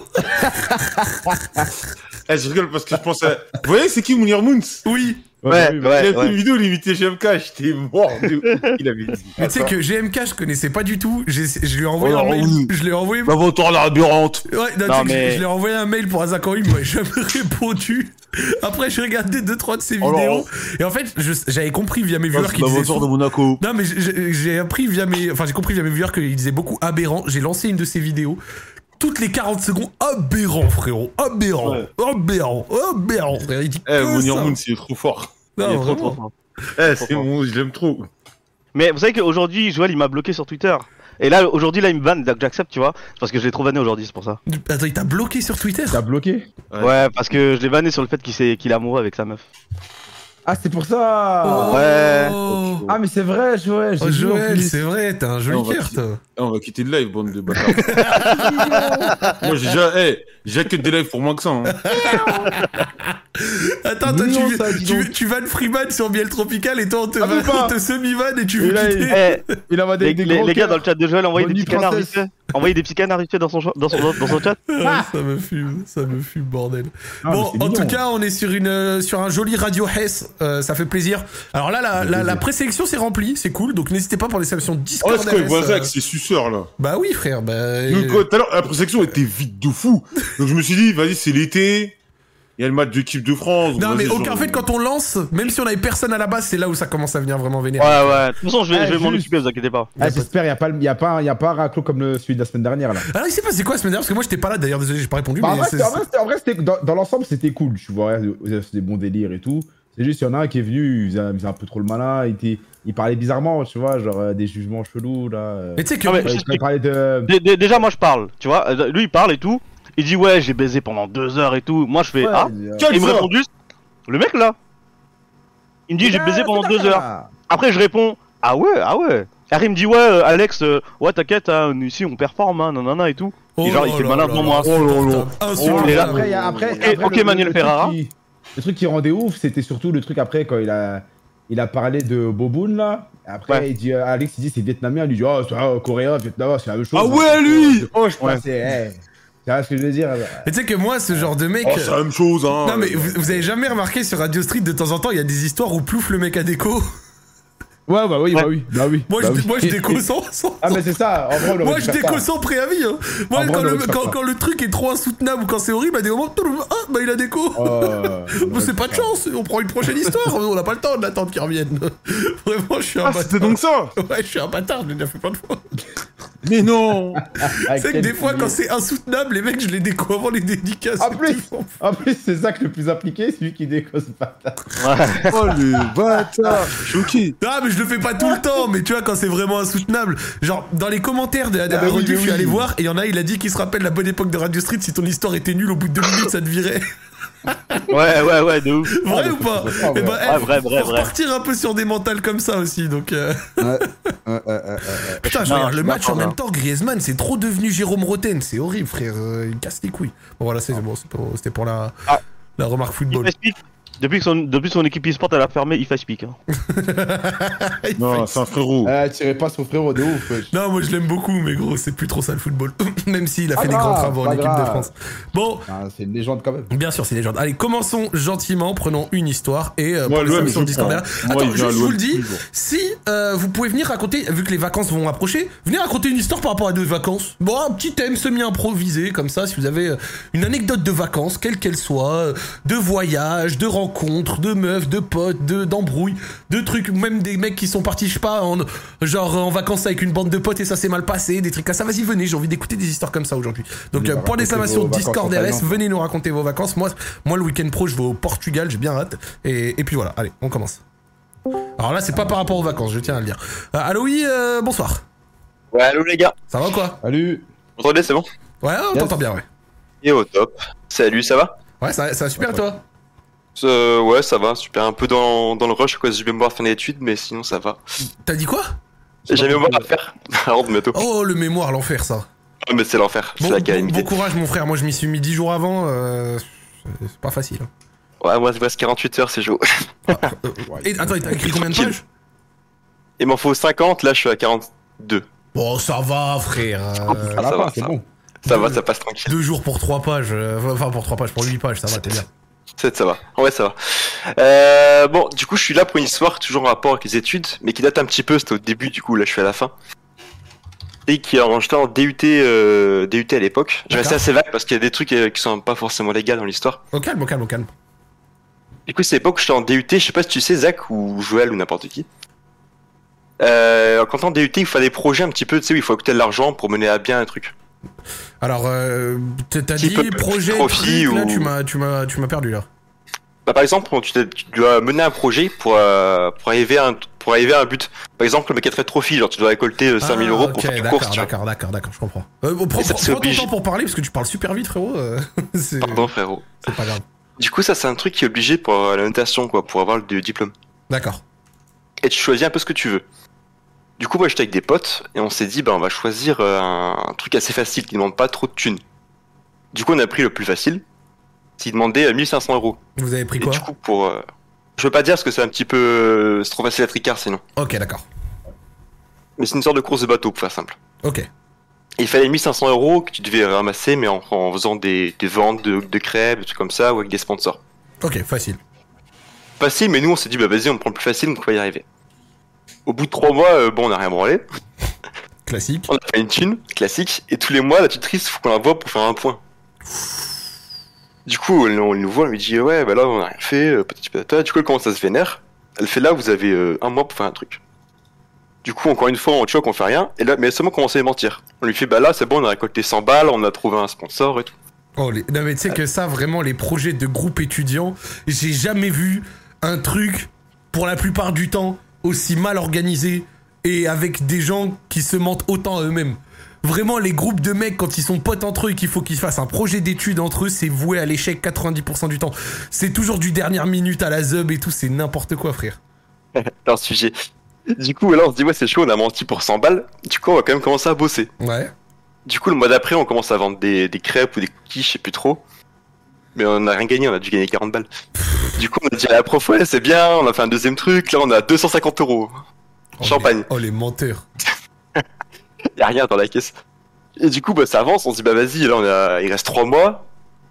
[SPEAKER 3] Eh, je rigole parce que je pense à. Vous voyez, c'est qui Mounir Moons
[SPEAKER 1] Oui
[SPEAKER 4] Ouais,
[SPEAKER 3] Il
[SPEAKER 4] ouais,
[SPEAKER 3] a fait une
[SPEAKER 4] ouais.
[SPEAKER 3] vidéo, il imitait GMK, j'étais mort. de- Il avait dit.
[SPEAKER 1] Mais tu sais que GMK, je connaissais pas du tout. J'ai- Je lui ai envoyé
[SPEAKER 3] Oh,
[SPEAKER 1] un mail.
[SPEAKER 3] oui.
[SPEAKER 1] Je lui ai envoyé. Ouais,
[SPEAKER 3] Bah, votre ordre aberrante.
[SPEAKER 1] non, tu sais
[SPEAKER 4] Non,
[SPEAKER 1] que je-
[SPEAKER 4] mais-
[SPEAKER 1] je lui ai envoyé un mail pour Azakori, il m'avait jamais répondu. Après, j'ai regardé deux trois de ses
[SPEAKER 3] Oh,
[SPEAKER 1] vidéos.
[SPEAKER 3] Laurent.
[SPEAKER 1] Et en fait, je- j'avais compris via mes
[SPEAKER 3] Bah,
[SPEAKER 1] viewers qu'il disait.
[SPEAKER 3] votre ordre de
[SPEAKER 1] souvent-
[SPEAKER 3] Monaco.
[SPEAKER 1] Non, mais j'ai- j'ai j'ai appris via mes. Enfin, j'ai compris via mes viewers qu'il disait beaucoup aberrant. J'ai lancé une de ses vidéos. Toutes les 40 secondes, aberrant, frérot. Aberrant.
[SPEAKER 3] Ouais.
[SPEAKER 1] Aberrant. Aberrant, frère. Il dit
[SPEAKER 3] Eh,
[SPEAKER 1] que
[SPEAKER 3] Mounir
[SPEAKER 1] ça.
[SPEAKER 3] Moons, il est trop fort.
[SPEAKER 1] Non,
[SPEAKER 4] Il est trop,
[SPEAKER 1] vraiment.
[SPEAKER 4] trop fort.
[SPEAKER 3] Eh, c'est bon, je l'aime trop.
[SPEAKER 4] Mais vous savez qu'aujourd'hui, Joël il m'a bloqué sur Twitter. Et là, aujourd'hui, là, il me vanne, donc j'accepte, tu vois. C'est parce que je l'ai trop vanné aujourd'hui, c'est pour ça.
[SPEAKER 1] Attends, il t'a bloqué sur Twitter
[SPEAKER 2] T'as bloqué
[SPEAKER 3] Ouais.
[SPEAKER 4] Ouais, parce que je l'ai vanné sur le fait qu'il s'est- qu'il est amoureux avec sa meuf.
[SPEAKER 2] Ah, c'est pour ça
[SPEAKER 1] Oh.
[SPEAKER 4] ouais.
[SPEAKER 1] Oh,
[SPEAKER 2] Ah, mais c'est vrai, Joël, j'ai vu en
[SPEAKER 1] Joël,
[SPEAKER 2] plus.
[SPEAKER 1] c'est vrai, t'as un
[SPEAKER 3] Non,
[SPEAKER 1] joli
[SPEAKER 3] on va
[SPEAKER 1] cœur,
[SPEAKER 3] quitter.
[SPEAKER 1] toi.
[SPEAKER 3] Eh, on va quitter le live, bande de bâtards. Moi, j'ai déjà, eh, j'ai déjà que des lives pour moins que ça. hein.
[SPEAKER 1] Attends, toi,
[SPEAKER 2] Mignon,
[SPEAKER 1] tu,
[SPEAKER 2] ça, dis
[SPEAKER 1] tu,
[SPEAKER 2] donc.
[SPEAKER 1] tu vannes Freeman sur Biel Tropical et toi, on te,
[SPEAKER 2] Ah,
[SPEAKER 1] va-
[SPEAKER 2] même pas.
[SPEAKER 1] on te semi-vanne et tu veux
[SPEAKER 2] Et là,
[SPEAKER 1] quitter.
[SPEAKER 4] Eh,
[SPEAKER 2] Il en va
[SPEAKER 4] les,
[SPEAKER 2] des, des
[SPEAKER 4] les-
[SPEAKER 2] gros
[SPEAKER 4] les gars
[SPEAKER 2] cœurs.
[SPEAKER 4] dans le chat de Joël, envoyez
[SPEAKER 2] Bonne
[SPEAKER 4] des
[SPEAKER 2] nuit,
[SPEAKER 4] petits canards vite
[SPEAKER 2] princesse.
[SPEAKER 4] fait. Envoyez des petits canards vite fait dans son, cho- dans son, dans son chat.
[SPEAKER 1] Ah, ça me fume, ça me fume, bordel.
[SPEAKER 2] Ah,
[SPEAKER 1] bon,
[SPEAKER 2] mais c'est
[SPEAKER 1] en tout
[SPEAKER 2] mignon.
[SPEAKER 1] cas, on est sur, une, euh, sur un joli Radio Hess, euh, ça fait plaisir. Alors là, la, la, la présélection s'est remplie, c'est cool, donc n'hésitez pas pour les sélections
[SPEAKER 3] Oh,
[SPEAKER 1] Discord.
[SPEAKER 3] est-ce qu'on
[SPEAKER 1] RS,
[SPEAKER 3] voit ça
[SPEAKER 1] euh,
[SPEAKER 3] avec ces suceurs, là
[SPEAKER 1] Bah oui, frère, bah.
[SPEAKER 3] Nous,
[SPEAKER 1] euh,
[SPEAKER 3] quoi, Tout à l'heure, la présection était vide de fou. Donc, je me suis dit, vas-y, c'est l'été. Il y a le match d'équipe de France.
[SPEAKER 1] Non,
[SPEAKER 3] Vas-y,
[SPEAKER 1] mais
[SPEAKER 3] genre-
[SPEAKER 1] aucun, en fait, quand on lance, même si on avait personne à la base, c'est là où ça commence à venir vraiment
[SPEAKER 4] Ouais,
[SPEAKER 1] vénère.
[SPEAKER 4] ouais. De toute façon, je vais,
[SPEAKER 2] Ah,
[SPEAKER 4] je vais m'en
[SPEAKER 2] juste.
[SPEAKER 4] occuper, vous inquiétez pas.
[SPEAKER 2] Ah, J'espère, il n'y a, pas le- y a, pas un- y a pas un raclo comme le, celui de la semaine dernière là.
[SPEAKER 1] Alors, il s'est passé quoi la semaine dernière Parce que moi, j'étais pas là d'ailleurs, désolé, j'ai pas répondu.
[SPEAKER 2] Bah, en
[SPEAKER 1] mais
[SPEAKER 2] vrai,
[SPEAKER 1] c'est-
[SPEAKER 2] c'était- en vrai, c'était- en vrai, c'était- dans, dans l'ensemble, c'était cool, tu vois. C'est des bons délires et tout. C'est juste, il y en a un qui est venu, il faisait, il faisait un peu trop le malin, il, était- il parlait bizarrement, tu vois, genre euh, des jugements chelous, là. euh.
[SPEAKER 1] Mais tu sais que
[SPEAKER 4] Non, mais-
[SPEAKER 2] Ouais,
[SPEAKER 4] juste-
[SPEAKER 2] il parlait de. euh,
[SPEAKER 4] Dé- dé- Déjà, moi, je parle, tu vois. Euh, Lui, il parle et tout. Il dit, ouais, j'ai baisé pendant deux heures et tout. Moi, je fais, ah.
[SPEAKER 2] il- euh,
[SPEAKER 3] Quel
[SPEAKER 4] Il me
[SPEAKER 3] sort
[SPEAKER 4] répond juste, le mec là. Il me
[SPEAKER 2] Eh
[SPEAKER 4] dit, j'ai
[SPEAKER 2] ben,
[SPEAKER 4] baisé pendant deux heures.
[SPEAKER 2] Ah,
[SPEAKER 4] Après, je réponds, ah ouais, ah ouais. Après, il me dit, ouais, euh, Alex, euh, ouais, t'inquiète, hein, ici, on performe, hein, nanana et tout.
[SPEAKER 1] Oh
[SPEAKER 4] Et genre, il
[SPEAKER 1] là
[SPEAKER 4] fait
[SPEAKER 1] là
[SPEAKER 4] malin
[SPEAKER 1] là
[SPEAKER 4] devant
[SPEAKER 1] là,
[SPEAKER 4] moi.
[SPEAKER 2] Oh
[SPEAKER 1] insupportable,
[SPEAKER 2] Et
[SPEAKER 1] Insupportable.
[SPEAKER 2] Oh après, il y a- après,
[SPEAKER 4] Ok,
[SPEAKER 2] après,
[SPEAKER 4] ok, Manuel
[SPEAKER 2] truc
[SPEAKER 4] Ferrara.
[SPEAKER 2] qui- le truc qui rendait ouf, c'était surtout le truc après quand il a, il a parlé de Boboon là. Après,
[SPEAKER 4] Ouais.
[SPEAKER 2] il dit, euh, Alex, il dit c'est vietnamien. Il lui dit, oh, c'est ah, coréen, vietnamien, c'est la même chose. euh,
[SPEAKER 3] Ah ouais, lui Oh, je
[SPEAKER 2] Ouais, c'est. eh, tu vois ce que je veux dire
[SPEAKER 1] Mais tu sais que moi, ce genre de mec.
[SPEAKER 3] Oh, c'est la même chose, hein.
[SPEAKER 1] Non mais vous, vous avez jamais remarqué sur Radio Street de temps en temps il y a des histoires où plouf le mec à déco.
[SPEAKER 2] Ouais, bah oui,
[SPEAKER 4] Ouais.
[SPEAKER 2] bah oui. Bah oui.
[SPEAKER 1] Moi,
[SPEAKER 2] bah
[SPEAKER 1] je,
[SPEAKER 2] oui.
[SPEAKER 1] moi je déco sans, sans-
[SPEAKER 2] Ah, mais c'est ça, en vrai, on aurait
[SPEAKER 1] moi
[SPEAKER 2] dû
[SPEAKER 1] je
[SPEAKER 2] faire
[SPEAKER 1] déco
[SPEAKER 2] ça.
[SPEAKER 1] sans préavis. hein. Moi
[SPEAKER 2] Ah,
[SPEAKER 1] quand,
[SPEAKER 2] bravo,
[SPEAKER 1] le,
[SPEAKER 2] le papa.
[SPEAKER 1] quand, quand le truc est trop insoutenable ou quand c'est horrible à des moments tout le- ah bah il a déco.
[SPEAKER 2] Oh, on
[SPEAKER 1] Bah,
[SPEAKER 2] aurait
[SPEAKER 1] c'est
[SPEAKER 2] dû
[SPEAKER 1] pas de
[SPEAKER 2] faire ça.
[SPEAKER 1] chance, on prend une prochaine histoire, on n'a pas le temps de l'attendre qu'il revienne. Vraiment je suis un
[SPEAKER 3] Ah,
[SPEAKER 1] bâtard.
[SPEAKER 3] c'était donc ça
[SPEAKER 1] Ouais, je suis un bâtard, je l'ai déjà fait plein de fois.
[SPEAKER 3] Mais non
[SPEAKER 2] Ah,
[SPEAKER 1] C'est que
[SPEAKER 2] quel
[SPEAKER 1] des fois,
[SPEAKER 2] pilier.
[SPEAKER 1] quand c'est insoutenable, les mecs, je les déco avant les dédicaces.
[SPEAKER 2] Ah, plus.
[SPEAKER 1] C'est tout.
[SPEAKER 2] En plus, c'est ça que le plus appliqué, c'est lui qui déco ce bâtard.
[SPEAKER 3] Oh, le bâtard Je suis Choqué
[SPEAKER 1] Ah mais je le fais pas tout le temps, mais tu vois quand c'est vraiment insoutenable. Genre dans les commentaires de la dernière
[SPEAKER 2] Ah bah oui,
[SPEAKER 1] revue,
[SPEAKER 2] mais
[SPEAKER 1] je suis
[SPEAKER 2] oui.
[SPEAKER 1] allé voir et il y en a, il a dit qu'il se rappelle la bonne époque de Radio Street. Si ton histoire était nulle au bout de deux minutes, ça te virait.
[SPEAKER 4] Ouais, ouais, ouais, de ouf.
[SPEAKER 1] Vrai ou pas
[SPEAKER 2] Ouais,
[SPEAKER 1] Eh ben, eh,
[SPEAKER 2] ouais,
[SPEAKER 4] Ouais, Ah, vrai, vrai,
[SPEAKER 1] faut
[SPEAKER 4] vrai.
[SPEAKER 1] repartir un peu sur des mentales comme ça aussi, donc... euh,
[SPEAKER 2] ouais, ouais, ouais, ouais.
[SPEAKER 1] Putain, je
[SPEAKER 4] Non,
[SPEAKER 1] regarde
[SPEAKER 4] je
[SPEAKER 1] le
[SPEAKER 4] suis
[SPEAKER 1] match en
[SPEAKER 4] d'accord,
[SPEAKER 1] même
[SPEAKER 4] hein.
[SPEAKER 1] temps, Griezmann, c'est trop devenu Jérôme Roten, c'est horrible, frère, euh, il casse les couilles. Bon, voilà, c'est bon, c'est pour- c'était pour la,
[SPEAKER 4] Ah.
[SPEAKER 1] la remarque football.
[SPEAKER 4] Ifast Peak, Depuis que son, depuis que son équipe e-sport elle a fermé, il fait speak. hein.
[SPEAKER 1] Il
[SPEAKER 3] Non,
[SPEAKER 1] fait-
[SPEAKER 3] c'est un frérot.
[SPEAKER 2] Euh, tirez pas son frérot de ouf. wesh.
[SPEAKER 1] Non, moi je l'aime beaucoup, mais gros, c'est plus trop ça le football. Même s'il a
[SPEAKER 2] Pas
[SPEAKER 1] fait des grands
[SPEAKER 2] grave,
[SPEAKER 1] travaux en
[SPEAKER 2] pas
[SPEAKER 1] équipe de
[SPEAKER 2] grave.
[SPEAKER 1] France. Bon,
[SPEAKER 2] Ah, c'est une légende quand même.
[SPEAKER 1] Bien sûr, c'est légende. Allez, commençons gentiment, prenons une histoire et euh, pour
[SPEAKER 3] Moi,
[SPEAKER 1] les
[SPEAKER 3] l'OM,
[SPEAKER 1] cinq
[SPEAKER 3] je
[SPEAKER 1] minutes
[SPEAKER 3] prends.
[SPEAKER 1] scandales.
[SPEAKER 3] Moi,
[SPEAKER 1] Attends,
[SPEAKER 3] il vient
[SPEAKER 1] je,
[SPEAKER 3] à
[SPEAKER 1] je vous
[SPEAKER 3] l'OM
[SPEAKER 1] le dis,
[SPEAKER 3] toujours.
[SPEAKER 1] si euh, vous pouvez venir raconter, vu que les vacances vont approcher, venez raconter une histoire par rapport à deux vacances. Bon, un petit thème semi-improvisé, comme ça, si vous avez euh, une anecdote de vacances, quelle qu'elle soit, euh, de voyage, de rencontres, de meufs, de potes, de d'embrouilles, de trucs, même des mecs qui sont partis, je sais pas, en, genre en vacances avec une bande de potes et ça s'est mal passé, des trucs comme ça. Vas-y, venez, j'ai envie d'écouter des histoires comme ça aujourd'hui. Donc,
[SPEAKER 2] Venez
[SPEAKER 1] euh,
[SPEAKER 2] nous
[SPEAKER 1] point
[SPEAKER 2] raconter
[SPEAKER 1] d'exclamation
[SPEAKER 2] vos vacances en
[SPEAKER 1] Discord RS,
[SPEAKER 2] Thaïlande.
[SPEAKER 1] venez nous raconter vos vacances. Moi, moi le week-end pro, je vais au Portugal, j'ai bien hâte. Et, et puis voilà, allez, on commence. Alors là, c'est pas par rapport aux vacances, je tiens à le dire. Euh, allô, oui, euh, bonsoir.
[SPEAKER 5] Ouais, allô les gars.
[SPEAKER 1] Ça va ou quoi
[SPEAKER 2] Salut.
[SPEAKER 5] Vous entendez, c'est bon
[SPEAKER 1] Ouais, on
[SPEAKER 2] Yes.
[SPEAKER 1] t'entend bien, ouais.
[SPEAKER 5] Et au top. Salut, ça va
[SPEAKER 1] Ouais, ça, ça va super,
[SPEAKER 2] Ouais,
[SPEAKER 1] toi
[SPEAKER 5] Euh, Ouais, ça va, super. Un peu dans, dans le rush à cause du mémoire de fin d'études, mais sinon ça va.
[SPEAKER 1] T'as dit quoi
[SPEAKER 5] J'ai un mémoire à faire. À rendre bientôt.
[SPEAKER 1] Oh, le mémoire, l'enfer, ça.
[SPEAKER 5] Ah, mais c'est l'enfer.
[SPEAKER 1] Bon,
[SPEAKER 5] c'est la
[SPEAKER 1] bon, bon
[SPEAKER 5] calamité.
[SPEAKER 1] courage, mon frère. Moi, je m'y suis mis 10 jours avant. euh, c'est pas facile. hein.
[SPEAKER 5] Ouais, moi, c'est 48 heures, c'est chaud.
[SPEAKER 1] Et, attends, et t'as écrit combien de pages
[SPEAKER 5] Il m'en faut 50, là, je suis à 42.
[SPEAKER 1] Bon, Oh, ça va, frère. euh,
[SPEAKER 2] À la
[SPEAKER 5] Ah, ça
[SPEAKER 2] fin,
[SPEAKER 5] va,
[SPEAKER 2] c'est
[SPEAKER 5] ça
[SPEAKER 2] bon.
[SPEAKER 5] Ça va,
[SPEAKER 1] Deux.
[SPEAKER 5] ça passe tranquille.
[SPEAKER 1] deux jours pour 3 pages. euh, Enfin, pour 3 pages, pour 8 pages, ça va, t'es bien.
[SPEAKER 5] C'est- Ça va. Ouais, ça va. Euh, bon, du coup, je suis là pour une histoire toujours en rapport avec les études, mais qui date un petit peu. C'était au début, du coup, là, je suis à la fin. Et qui est en j'étais en DUT, euh, DUT à l'époque. Je restais
[SPEAKER 1] D'accord.
[SPEAKER 5] assez vague parce qu'il y a des trucs euh, qui sont pas forcément légaux dans l'histoire.
[SPEAKER 1] Au calme, au calme, au calme.
[SPEAKER 5] Du coup, c'est l'époque où j'étais en DUT, je sais pas si tu sais, Zach ou Joël ou n'importe qui. Euh, quand t'es en DUT, il faut faire des projets un petit peu, tu sais, où il faut coûter de l'argent pour mener à bien un truc.
[SPEAKER 1] Alors, euh, t'as t'as
[SPEAKER 5] Qui
[SPEAKER 1] dit
[SPEAKER 5] peut-
[SPEAKER 1] projet,
[SPEAKER 5] profit
[SPEAKER 1] truc, là,
[SPEAKER 5] ou-
[SPEAKER 1] tu m'as, tu m'as, tu m'as perdu là.
[SPEAKER 5] Bah, par exemple, tu, t'es- tu dois mener un projet pour, euh, pour, arriver à un, pour arriver à un but. Par exemple, le mécatrophie, trophy, genre tu dois récolter euh, 5000
[SPEAKER 1] Ah,
[SPEAKER 5] euros
[SPEAKER 1] ok,
[SPEAKER 5] pour faire tes
[SPEAKER 1] d'accord,
[SPEAKER 5] courses, tu vois.
[SPEAKER 1] D'accord, d'accord, d'accord, je comprends. Euh, bon, prends
[SPEAKER 5] Et ça,
[SPEAKER 1] prends-
[SPEAKER 5] c'est
[SPEAKER 1] prends ton
[SPEAKER 5] obligé.
[SPEAKER 1] temps pour parler parce que tu parles super vite, frérot. euh, c'est
[SPEAKER 5] Pardon, frérot.
[SPEAKER 1] c'est pas grave.
[SPEAKER 5] Du coup, ça, c'est un truc qui est obligé pour euh, la notation, quoi, pour avoir le diplôme.
[SPEAKER 1] D'accord.
[SPEAKER 5] et tu choisis un peu ce que tu veux. Du coup, moi, j'étais avec des potes et on s'est dit, bah, on va choisir euh, un, un truc assez facile qui ne demande pas trop de thunes. Du coup, on a pris le plus facile, qui demandait euh, 1500 euros.
[SPEAKER 1] Vous avez pris
[SPEAKER 5] Et
[SPEAKER 1] quoi
[SPEAKER 5] du coup, pour. euh, je veux pas dire parce que c'est un petit peu. euh, c'est trop facile à tricard sinon.
[SPEAKER 1] Ok, d'accord.
[SPEAKER 5] Mais c'est une sorte de course de bateau, pour faire simple.
[SPEAKER 1] Ok.
[SPEAKER 5] Et il fallait 1500 euros que tu devais ramasser, mais en, en faisant des, des ventes de, de crêpes, des trucs comme ça, ou avec des sponsors.
[SPEAKER 1] Ok, facile.
[SPEAKER 5] Facile, mais nous, on s'est dit, bah, vas-y, on prend le plus facile, donc on va y arriver. Au bout de trois mois, euh, bon, on n'a rien branlé.
[SPEAKER 1] Classique.
[SPEAKER 5] On a fait une thune, classique, et tous les mois, la tutrice, faut qu'on la voit pour faire un point. Du coup, elle- on nous voit, on lui dit, ouais, bah là, on a rien fait, euh, patati patata. Du coup, elle commence à se vénère. Elle fait là, vous avez euh, un mois pour faire un truc. Du coup, encore une fois, on choque, on fait rien, et là, mais elle a seulement commencé à mentir. On lui fait, bah là, c'est bon, on a récolté 100 balles, on a trouvé un sponsor et tout.
[SPEAKER 1] Oh, les- Non, mais tu sais que ça, vraiment, les projets de groupe étudiant, j'ai jamais vu un truc, pour la plupart du temps, aussi mal organisé et avec des gens qui se mentent autant à eux-mêmes. Vraiment, les groupes de mecs, quand ils sont potes entre eux et qu'il faut qu'ils fassent un projet d'études entre eux, c'est voué à l'échec 90% du temps. C'est toujours du dernière minute à la zeub et tout, c'est n'importe quoi, frère.
[SPEAKER 5] C'est un sujet. Du coup, là, on se dit, ouais, c'est chaud, on a menti pour 100 balles. Du coup, on va quand même commencer à bosser.
[SPEAKER 1] Ouais.
[SPEAKER 5] Du coup, le mois d'après, on commence à vendre des, des crêpes ou des cookies, je sais plus trop. Mais on n'a rien gagné, on a dû gagner 40 balles. Du coup, on a dit à la prof, ouais, c'est bien, on a fait un deuxième truc, là, on a 250 euros.
[SPEAKER 1] Oh,
[SPEAKER 5] Champagne.
[SPEAKER 1] les- Oh, les menteurs.
[SPEAKER 5] Y a rien dans la caisse. Et du coup, bah, ça avance, on se dit, bah, vas-y, là, on a, il reste 3 mois.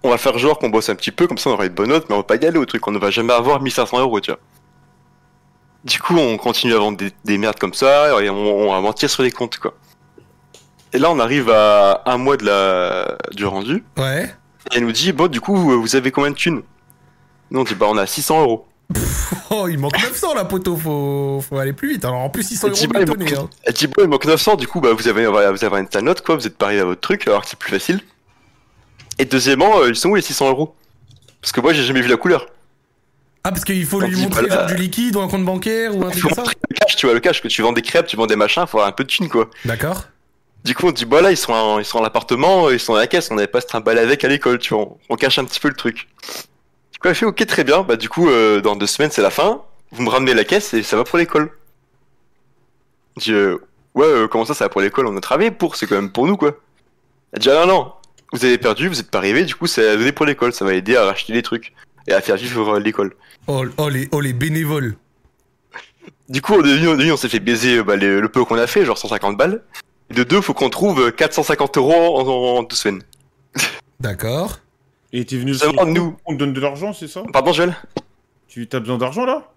[SPEAKER 5] On va faire genre qu'on bosse un petit peu, comme ça, on aura une bonne note, mais on va pas y aller au truc, on ne va jamais avoir 1500 euros, tu vois. Du coup, on continue à vendre des, des merdes comme ça, et on, on va mentir sur les comptes, quoi. Et là, on arrive à un mois de la, du rendu.
[SPEAKER 1] Ouais.
[SPEAKER 5] Et elle nous dit, bon, du coup, vous vous avez combien de thunes Nous, on dit, bah, on a 600 euros.
[SPEAKER 1] Oh, il manque 900 là, poteau, faut, faut aller plus vite. Alors en plus, ils sont
[SPEAKER 5] Et
[SPEAKER 1] euros
[SPEAKER 5] dis-moi,
[SPEAKER 1] de
[SPEAKER 5] il manque-
[SPEAKER 1] tonner, hein.
[SPEAKER 5] Elle dit, bon, il manque 900, du coup, bah, vous avez, vous avez une ta note, quoi, vous êtes pas arrivé à votre truc, alors que c'est plus facile. Et deuxièmement, euh, ils sont où les 600 euros Parce que moi, j'ai jamais vu la couleur.
[SPEAKER 1] Ah, parce qu'il faut
[SPEAKER 5] On
[SPEAKER 1] lui
[SPEAKER 5] dit
[SPEAKER 1] montrer
[SPEAKER 5] pas là.
[SPEAKER 1] genre du liquide ou un compte bancaire ou un truc
[SPEAKER 5] Faut
[SPEAKER 1] comme ça
[SPEAKER 5] Le cash, tu vois, le cash, que tu vends des crêpes, tu vends des machins, faut avoir un peu de thunes, quoi.
[SPEAKER 1] D'accord.
[SPEAKER 5] Du coup, on dit, bah là, ils sont, en- euh, ils sont à l'appartement, ils sont à la caisse, on n'avait pas se trimballer avec à l'école, tu vois, on, on cache un petit peu le truc. Quand elle fait ok très bien, bah du coup euh, dans deux semaines c'est la fin, vous me ramenez la caisse et ça va pour l'école. Je dis euh, ouais euh, comment ça ça va pour l'école, on a travaillé pour, c'est quand même pour nous quoi. Elle dit ah non non, vous avez perdu, vous êtes pas arrivé, du coup c'est à donner pour l'école, ça va aider à racheter des trucs et à faire vivre euh, l'école.
[SPEAKER 1] Oh, oh, les, oh, les bénévoles.
[SPEAKER 5] Du coup, au début, au début, on s'est fait baiser euh, bah, les- le peu qu'on a fait, genre 150 balles. Et de deux, faut qu'on trouve euh, 450 euros en, en- en deux semaines.
[SPEAKER 1] D'accord.
[SPEAKER 3] Et t'es venu
[SPEAKER 5] Ça
[SPEAKER 3] sur-
[SPEAKER 5] va, nous.
[SPEAKER 3] On te donne de l'argent, c'est ça
[SPEAKER 5] Pardon, Joël
[SPEAKER 3] Tu t'as besoin d'argent là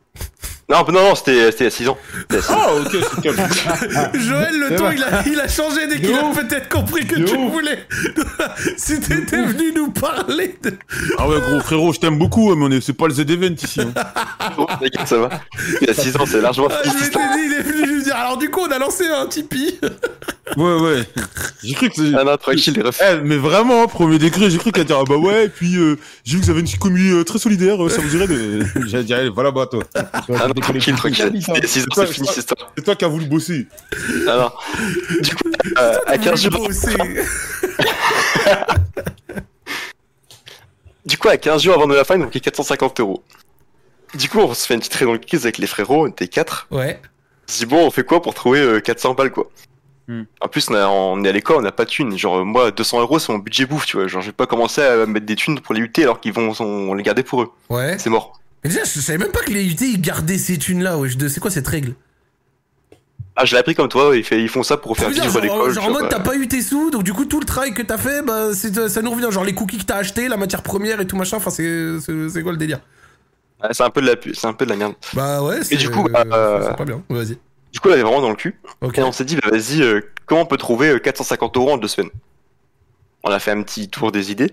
[SPEAKER 5] Non, non, non, c'était c'était il y a 6 ans. C'était il y a six ans.
[SPEAKER 3] Ah, ok, c'est calme.
[SPEAKER 1] Joël, le
[SPEAKER 2] C'est
[SPEAKER 1] ton,
[SPEAKER 2] vrai.
[SPEAKER 1] il a, il a changé dès qu'il
[SPEAKER 2] De
[SPEAKER 1] a
[SPEAKER 2] ouf.
[SPEAKER 1] peut-être compris que
[SPEAKER 2] De
[SPEAKER 1] tu
[SPEAKER 2] ouf.
[SPEAKER 1] voulais. si t'étais venu nous parler de.
[SPEAKER 3] Ah ouais, gros frérot, je t'aime beaucoup, hein, mais on est- c'est pas le Z-Event ici. hein.
[SPEAKER 5] Oh, t'inquiète, ça va. Il y a 6 ans, Oh, c'est largement
[SPEAKER 1] Ah, je m'étais dit, il est venu lui dire. Alors, du coup, on a lancé un Tipeee.
[SPEAKER 3] Ouais, ouais. J'ai cru que c'est-
[SPEAKER 5] Ah non, tranquille, les refs.
[SPEAKER 3] Eh, mais vraiment, hein, premier degré, j'ai cru qu'elle dirait, ah bah ouais, et puis euh, j'ai vu que vous avez une commu euh, très solidaire, euh, ça vous dirait de. J'allais dire, allez, voilà, bah toi.
[SPEAKER 5] Ah non, tranquille, tranquille. Il y a 6 ans, c'est fini cette histoire.
[SPEAKER 3] C'est toi qui as voulu bosser.
[SPEAKER 5] Ah non. Du coup, euh, à 15 jours
[SPEAKER 1] Bosser.
[SPEAKER 5] Du coup, à 15 jours avant de la fin, il manquait 450 euros. Du coup, on se fait une petite réunion de crise avec les frérots, on était 4.
[SPEAKER 1] Ouais.
[SPEAKER 5] On se dit, bon, on fait quoi pour trouver euh, 400 balles, quoi
[SPEAKER 3] Hmm.
[SPEAKER 5] En plus, on, a- on est à l'école, on n'a pas de thunes. Genre, euh, moi, 200 euros, c'est mon budget bouffe, tu vois. Genre, je vais pas commencer à mettre des thunes pour les lutter alors qu'ils vont sont- on les garder pour eux.
[SPEAKER 1] Ouais.
[SPEAKER 5] C'est mort.
[SPEAKER 1] Mais déjà, je savais même pas que les UT ils gardaient ces thunes là, wesh. de- C'est quoi cette règle
[SPEAKER 5] Ah, je l'ai appris comme toi, ouais, il fait- ils font ça pour faire
[SPEAKER 1] Bizarre,
[SPEAKER 5] vivre
[SPEAKER 1] genre,
[SPEAKER 5] l'école.
[SPEAKER 1] genre
[SPEAKER 5] tu
[SPEAKER 1] en
[SPEAKER 5] vois,
[SPEAKER 1] mode
[SPEAKER 5] bah.
[SPEAKER 1] t'as pas eu tes sous, donc du coup tout le travail que t'as fait, bah, c'est- ça nous revient. Genre les cookies que t'as acheté, la matière première et tout machin, enfin c'est c'est- c'est quoi le délire
[SPEAKER 5] Ah, C'est un peu de la pu- c'est un peu de la merde.
[SPEAKER 1] Bah ouais, c'est
[SPEAKER 5] du coup,
[SPEAKER 1] euh,
[SPEAKER 5] euh,
[SPEAKER 1] c'est pas bien. Vas-y.
[SPEAKER 5] Du coup, on avait vraiment dans le cul.
[SPEAKER 1] Ok.
[SPEAKER 5] Et on s'est dit, bah, vas-y, euh, comment on peut trouver euh, 450 euros en deux semaines On a fait un petit tour des idées.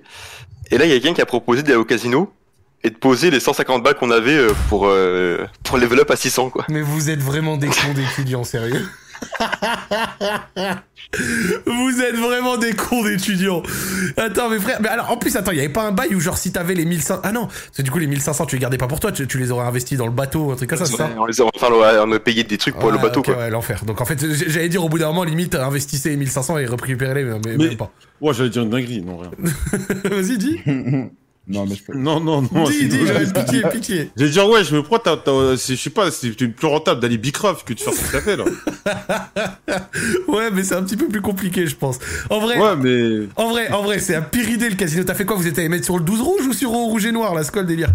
[SPEAKER 5] Et là, il y a quelqu'un qui a proposé d'aller au casino et de poser les 150 balles qu'on avait euh, pour, euh, pour level up à 600, quoi.
[SPEAKER 1] Mais vous êtes vraiment des cons d'étudiants, sérieux Vous êtes vraiment des cons d'étudiants. Attends, mes frères. Mais alors, en plus, attends, il n'y avait pas un bail où, genre, si t'avais les 1500. Ah non, parce que du coup, les 1500, tu les gardais pas pour toi, tu, tu les aurais investis dans le bateau, un truc comme ça, c'est ça
[SPEAKER 5] on les a enfin, on a- on a payé des trucs pour
[SPEAKER 1] Ouais,
[SPEAKER 5] le bateau,
[SPEAKER 1] ok,
[SPEAKER 5] quoi.
[SPEAKER 1] ouais, l'enfer. Donc en fait, j- j'allais dire au bout d'un moment, limite, investissez les 1500 et récupérez-les, mais, mais
[SPEAKER 3] Mais-
[SPEAKER 1] même pas.
[SPEAKER 3] Ouais, j'allais dire une dinguerie, non, rien.
[SPEAKER 1] Vas-y, dis.
[SPEAKER 2] Non, mais je peux.
[SPEAKER 3] Non, non, non. c'est
[SPEAKER 1] dis, dis,
[SPEAKER 3] une dinguerie.
[SPEAKER 1] Joël, pitié, pitié.
[SPEAKER 3] J'allais dire, ouais, je me prends, t'as- t'as- c'est- je sais pas, c'est c'est plus rentable d'aller Bicraft que de faire ce que t'as fait là.
[SPEAKER 1] Ouais, mais c'est un petit peu plus compliqué, je pense. En vrai,
[SPEAKER 3] Ouais, mais.
[SPEAKER 1] en vrai, en vrai, c'est à pire idée le casino. T'as fait quoi Vous étiez allé mettre sur le 12 rouge ou sur au rouge et noir, là C'est quoi le délire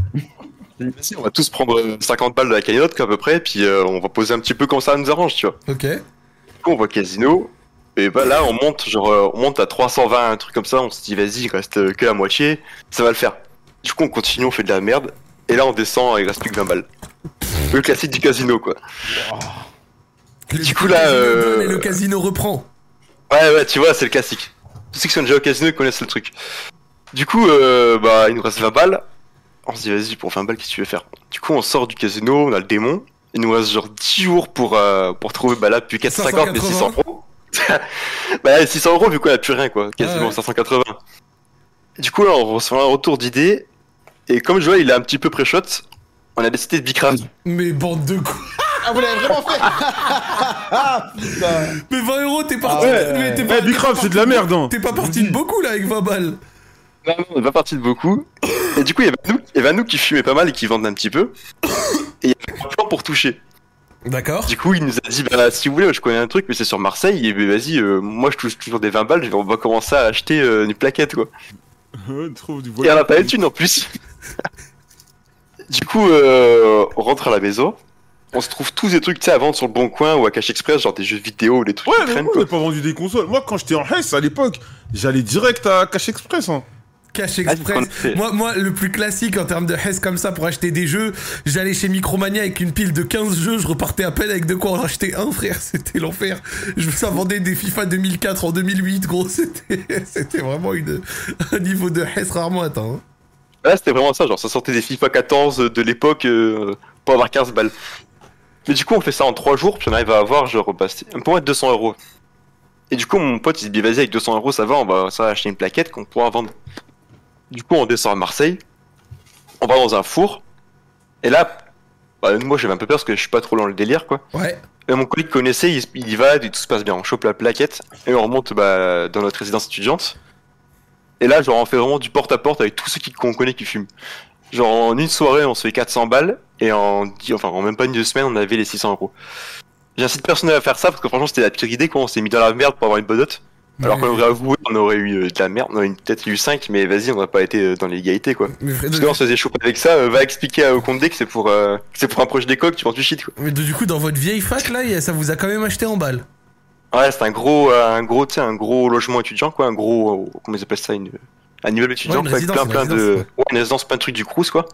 [SPEAKER 5] Vas-y, on va tous prendre euh, 50 balles de la cagnotte, quoi, à peu près, puis euh, on va poser un petit peu comme ça nous arrange, tu vois.
[SPEAKER 1] Ok.
[SPEAKER 5] Du coup, on voit casino. Et bah là, on monte, genre, euh, on monte à 320, un truc comme ça. On se dit, vas-y, il reste euh, que la moitié, ça va le faire. Du coup, on continue, on fait de la merde. Et là, on descend, et il reste plus que 20 balles. Le classique du casino, quoi.
[SPEAKER 1] Le
[SPEAKER 5] Du coup, là,
[SPEAKER 1] casino
[SPEAKER 5] euh,
[SPEAKER 1] donne et le casino reprend.
[SPEAKER 5] Ouais, ouais, tu vois, c'est le classique. Tous ceux qui sont déjà au casino, ils connaissent le truc. Du coup, euh, bah, il nous reste 20 balles. On se dit, vas-y, pour 20 balles, qu'est-ce que tu veux faire Du coup, on sort du casino, on a le démon. Il nous reste genre 10 jours pour, euh, pour trouver, bah là, plus 450, mais 600 euros. bah, là, 600 euros, vu qu'on a plus rien, quoi. Quasiment
[SPEAKER 1] Ouais, ouais.
[SPEAKER 5] 580. Du coup, là, on reçoit un retour d'idée. Et comme je vois, il a un petit peu pré-shot, on a décidé de bicraft.
[SPEAKER 1] Mais bande de cons.
[SPEAKER 2] Ah, vous l'avez vraiment fait Ah, putain
[SPEAKER 1] Mais 20 euros, t'es parti.
[SPEAKER 2] Ah ouais.
[SPEAKER 1] mais t'es
[SPEAKER 2] Eh,
[SPEAKER 1] pas-
[SPEAKER 3] Eh, Bicraft, c'est de la merde, hein.
[SPEAKER 1] T'es pas parti de beaucoup là avec 20 balles.
[SPEAKER 5] Non, non, on est pas parti de beaucoup. Et du coup, il y avait nous, il y avait nous qui fumait pas mal et qui vendait un petit peu. Et il y avait un plan pour toucher.
[SPEAKER 1] D'accord.
[SPEAKER 5] Du coup, il nous a dit, bah, si vous voulez, je connais un truc, mais c'est sur Marseille. Et bah, vas-y, euh, moi, je touche toujours des 20 balles, je vais- on va commencer à acheter euh, une plaquette, quoi.
[SPEAKER 3] Ouais, trouve du
[SPEAKER 5] Et on a pas eu de thune, en plus. du coup, euh, on rentre à la maison. On se trouve tous des trucs, tu sais, à vendre sur le Bon Coin ou à Cash Express, genre des jeux vidéo ou des trucs
[SPEAKER 3] Ouais,
[SPEAKER 5] qui
[SPEAKER 3] mais
[SPEAKER 5] traînent,
[SPEAKER 3] moi,
[SPEAKER 5] quoi.
[SPEAKER 3] on n'a pas vendu des consoles. Moi, quand j'étais en Hesse à l'époque, j'allais direct à Cash Express. Hein.
[SPEAKER 1] Cash
[SPEAKER 5] Ah, tu
[SPEAKER 1] Express.
[SPEAKER 5] connais-
[SPEAKER 1] Moi, moi, le plus classique en termes de Hess comme ça pour acheter des jeux, j'allais chez Micromania avec une pile de 15 jeux, je repartais à peine avec de quoi en acheter un, frère. C'était l'enfer. Je ça vendait des FIFA 2004 en 2008, gros. C'était, c'était vraiment une, un niveau de Hess rarement atteint. hein.
[SPEAKER 5] Là, c'était vraiment ça, genre ça sortait des FIFA 14 de l'époque euh, pour avoir 15 balles. Mais du coup, on fait ça en 3 jours, puis on arrive à avoir genre bah, c'est un peu moins de 200 euros. Et du coup, mon pote, il se dit, vas-y, avec 200 euros, ça va, on va, ça va acheter une plaquette qu'on pourra vendre. Du coup, on descend à Marseille, on va dans un four, et là, bah, moi j'avais un peu peur parce que je suis pas trop dans le délire, quoi.
[SPEAKER 1] Ouais.
[SPEAKER 5] Et mon collègue connaissait, il, il y va, et tout se passe bien. On chope la plaquette et on remonte bah, dans notre résidence étudiante. Et là, genre, on fait vraiment du porte-à-porte avec tous ceux qui- qu'on connaît qui fument. Genre en une soirée, on se fait 400 balles et en dix- enfin en même pas une deux semaines, on avait les 600 euros. J'incite personne à faire ça parce que franchement, c'était la pire idée quoi. On s'est mis dans la merde pour avoir une bonne note. Alors qu'on aurait avoué, on aurait eu euh, de la merde, on aurait eu- peut-être eu 5, mais vas-y, on n'a pas été euh, dans l'égalité quoi.
[SPEAKER 1] Mais Fred-
[SPEAKER 5] Parce que là, on se faisait choper avec ça, euh, va expliquer au Condé que c'est pour, euh, que c'est pour un proche d'école, que tu vends du shit quoi.
[SPEAKER 1] mais du coup, dans votre vieille fac, là, il y a- ça vous a quand même acheté en balle.
[SPEAKER 5] Ouais, c'est un gros, euh, un gros, tu sais, un gros logement étudiant, quoi, un gros, euh, comment ils appellent ça, une, un immeuble
[SPEAKER 1] Ouais,
[SPEAKER 5] étudiant,
[SPEAKER 1] une
[SPEAKER 5] quoi, avec
[SPEAKER 1] résidence,
[SPEAKER 5] plein, plein
[SPEAKER 1] une
[SPEAKER 5] de,
[SPEAKER 1] résidence,
[SPEAKER 5] ouais, une résidence, plein de trucs du Crous, quoi.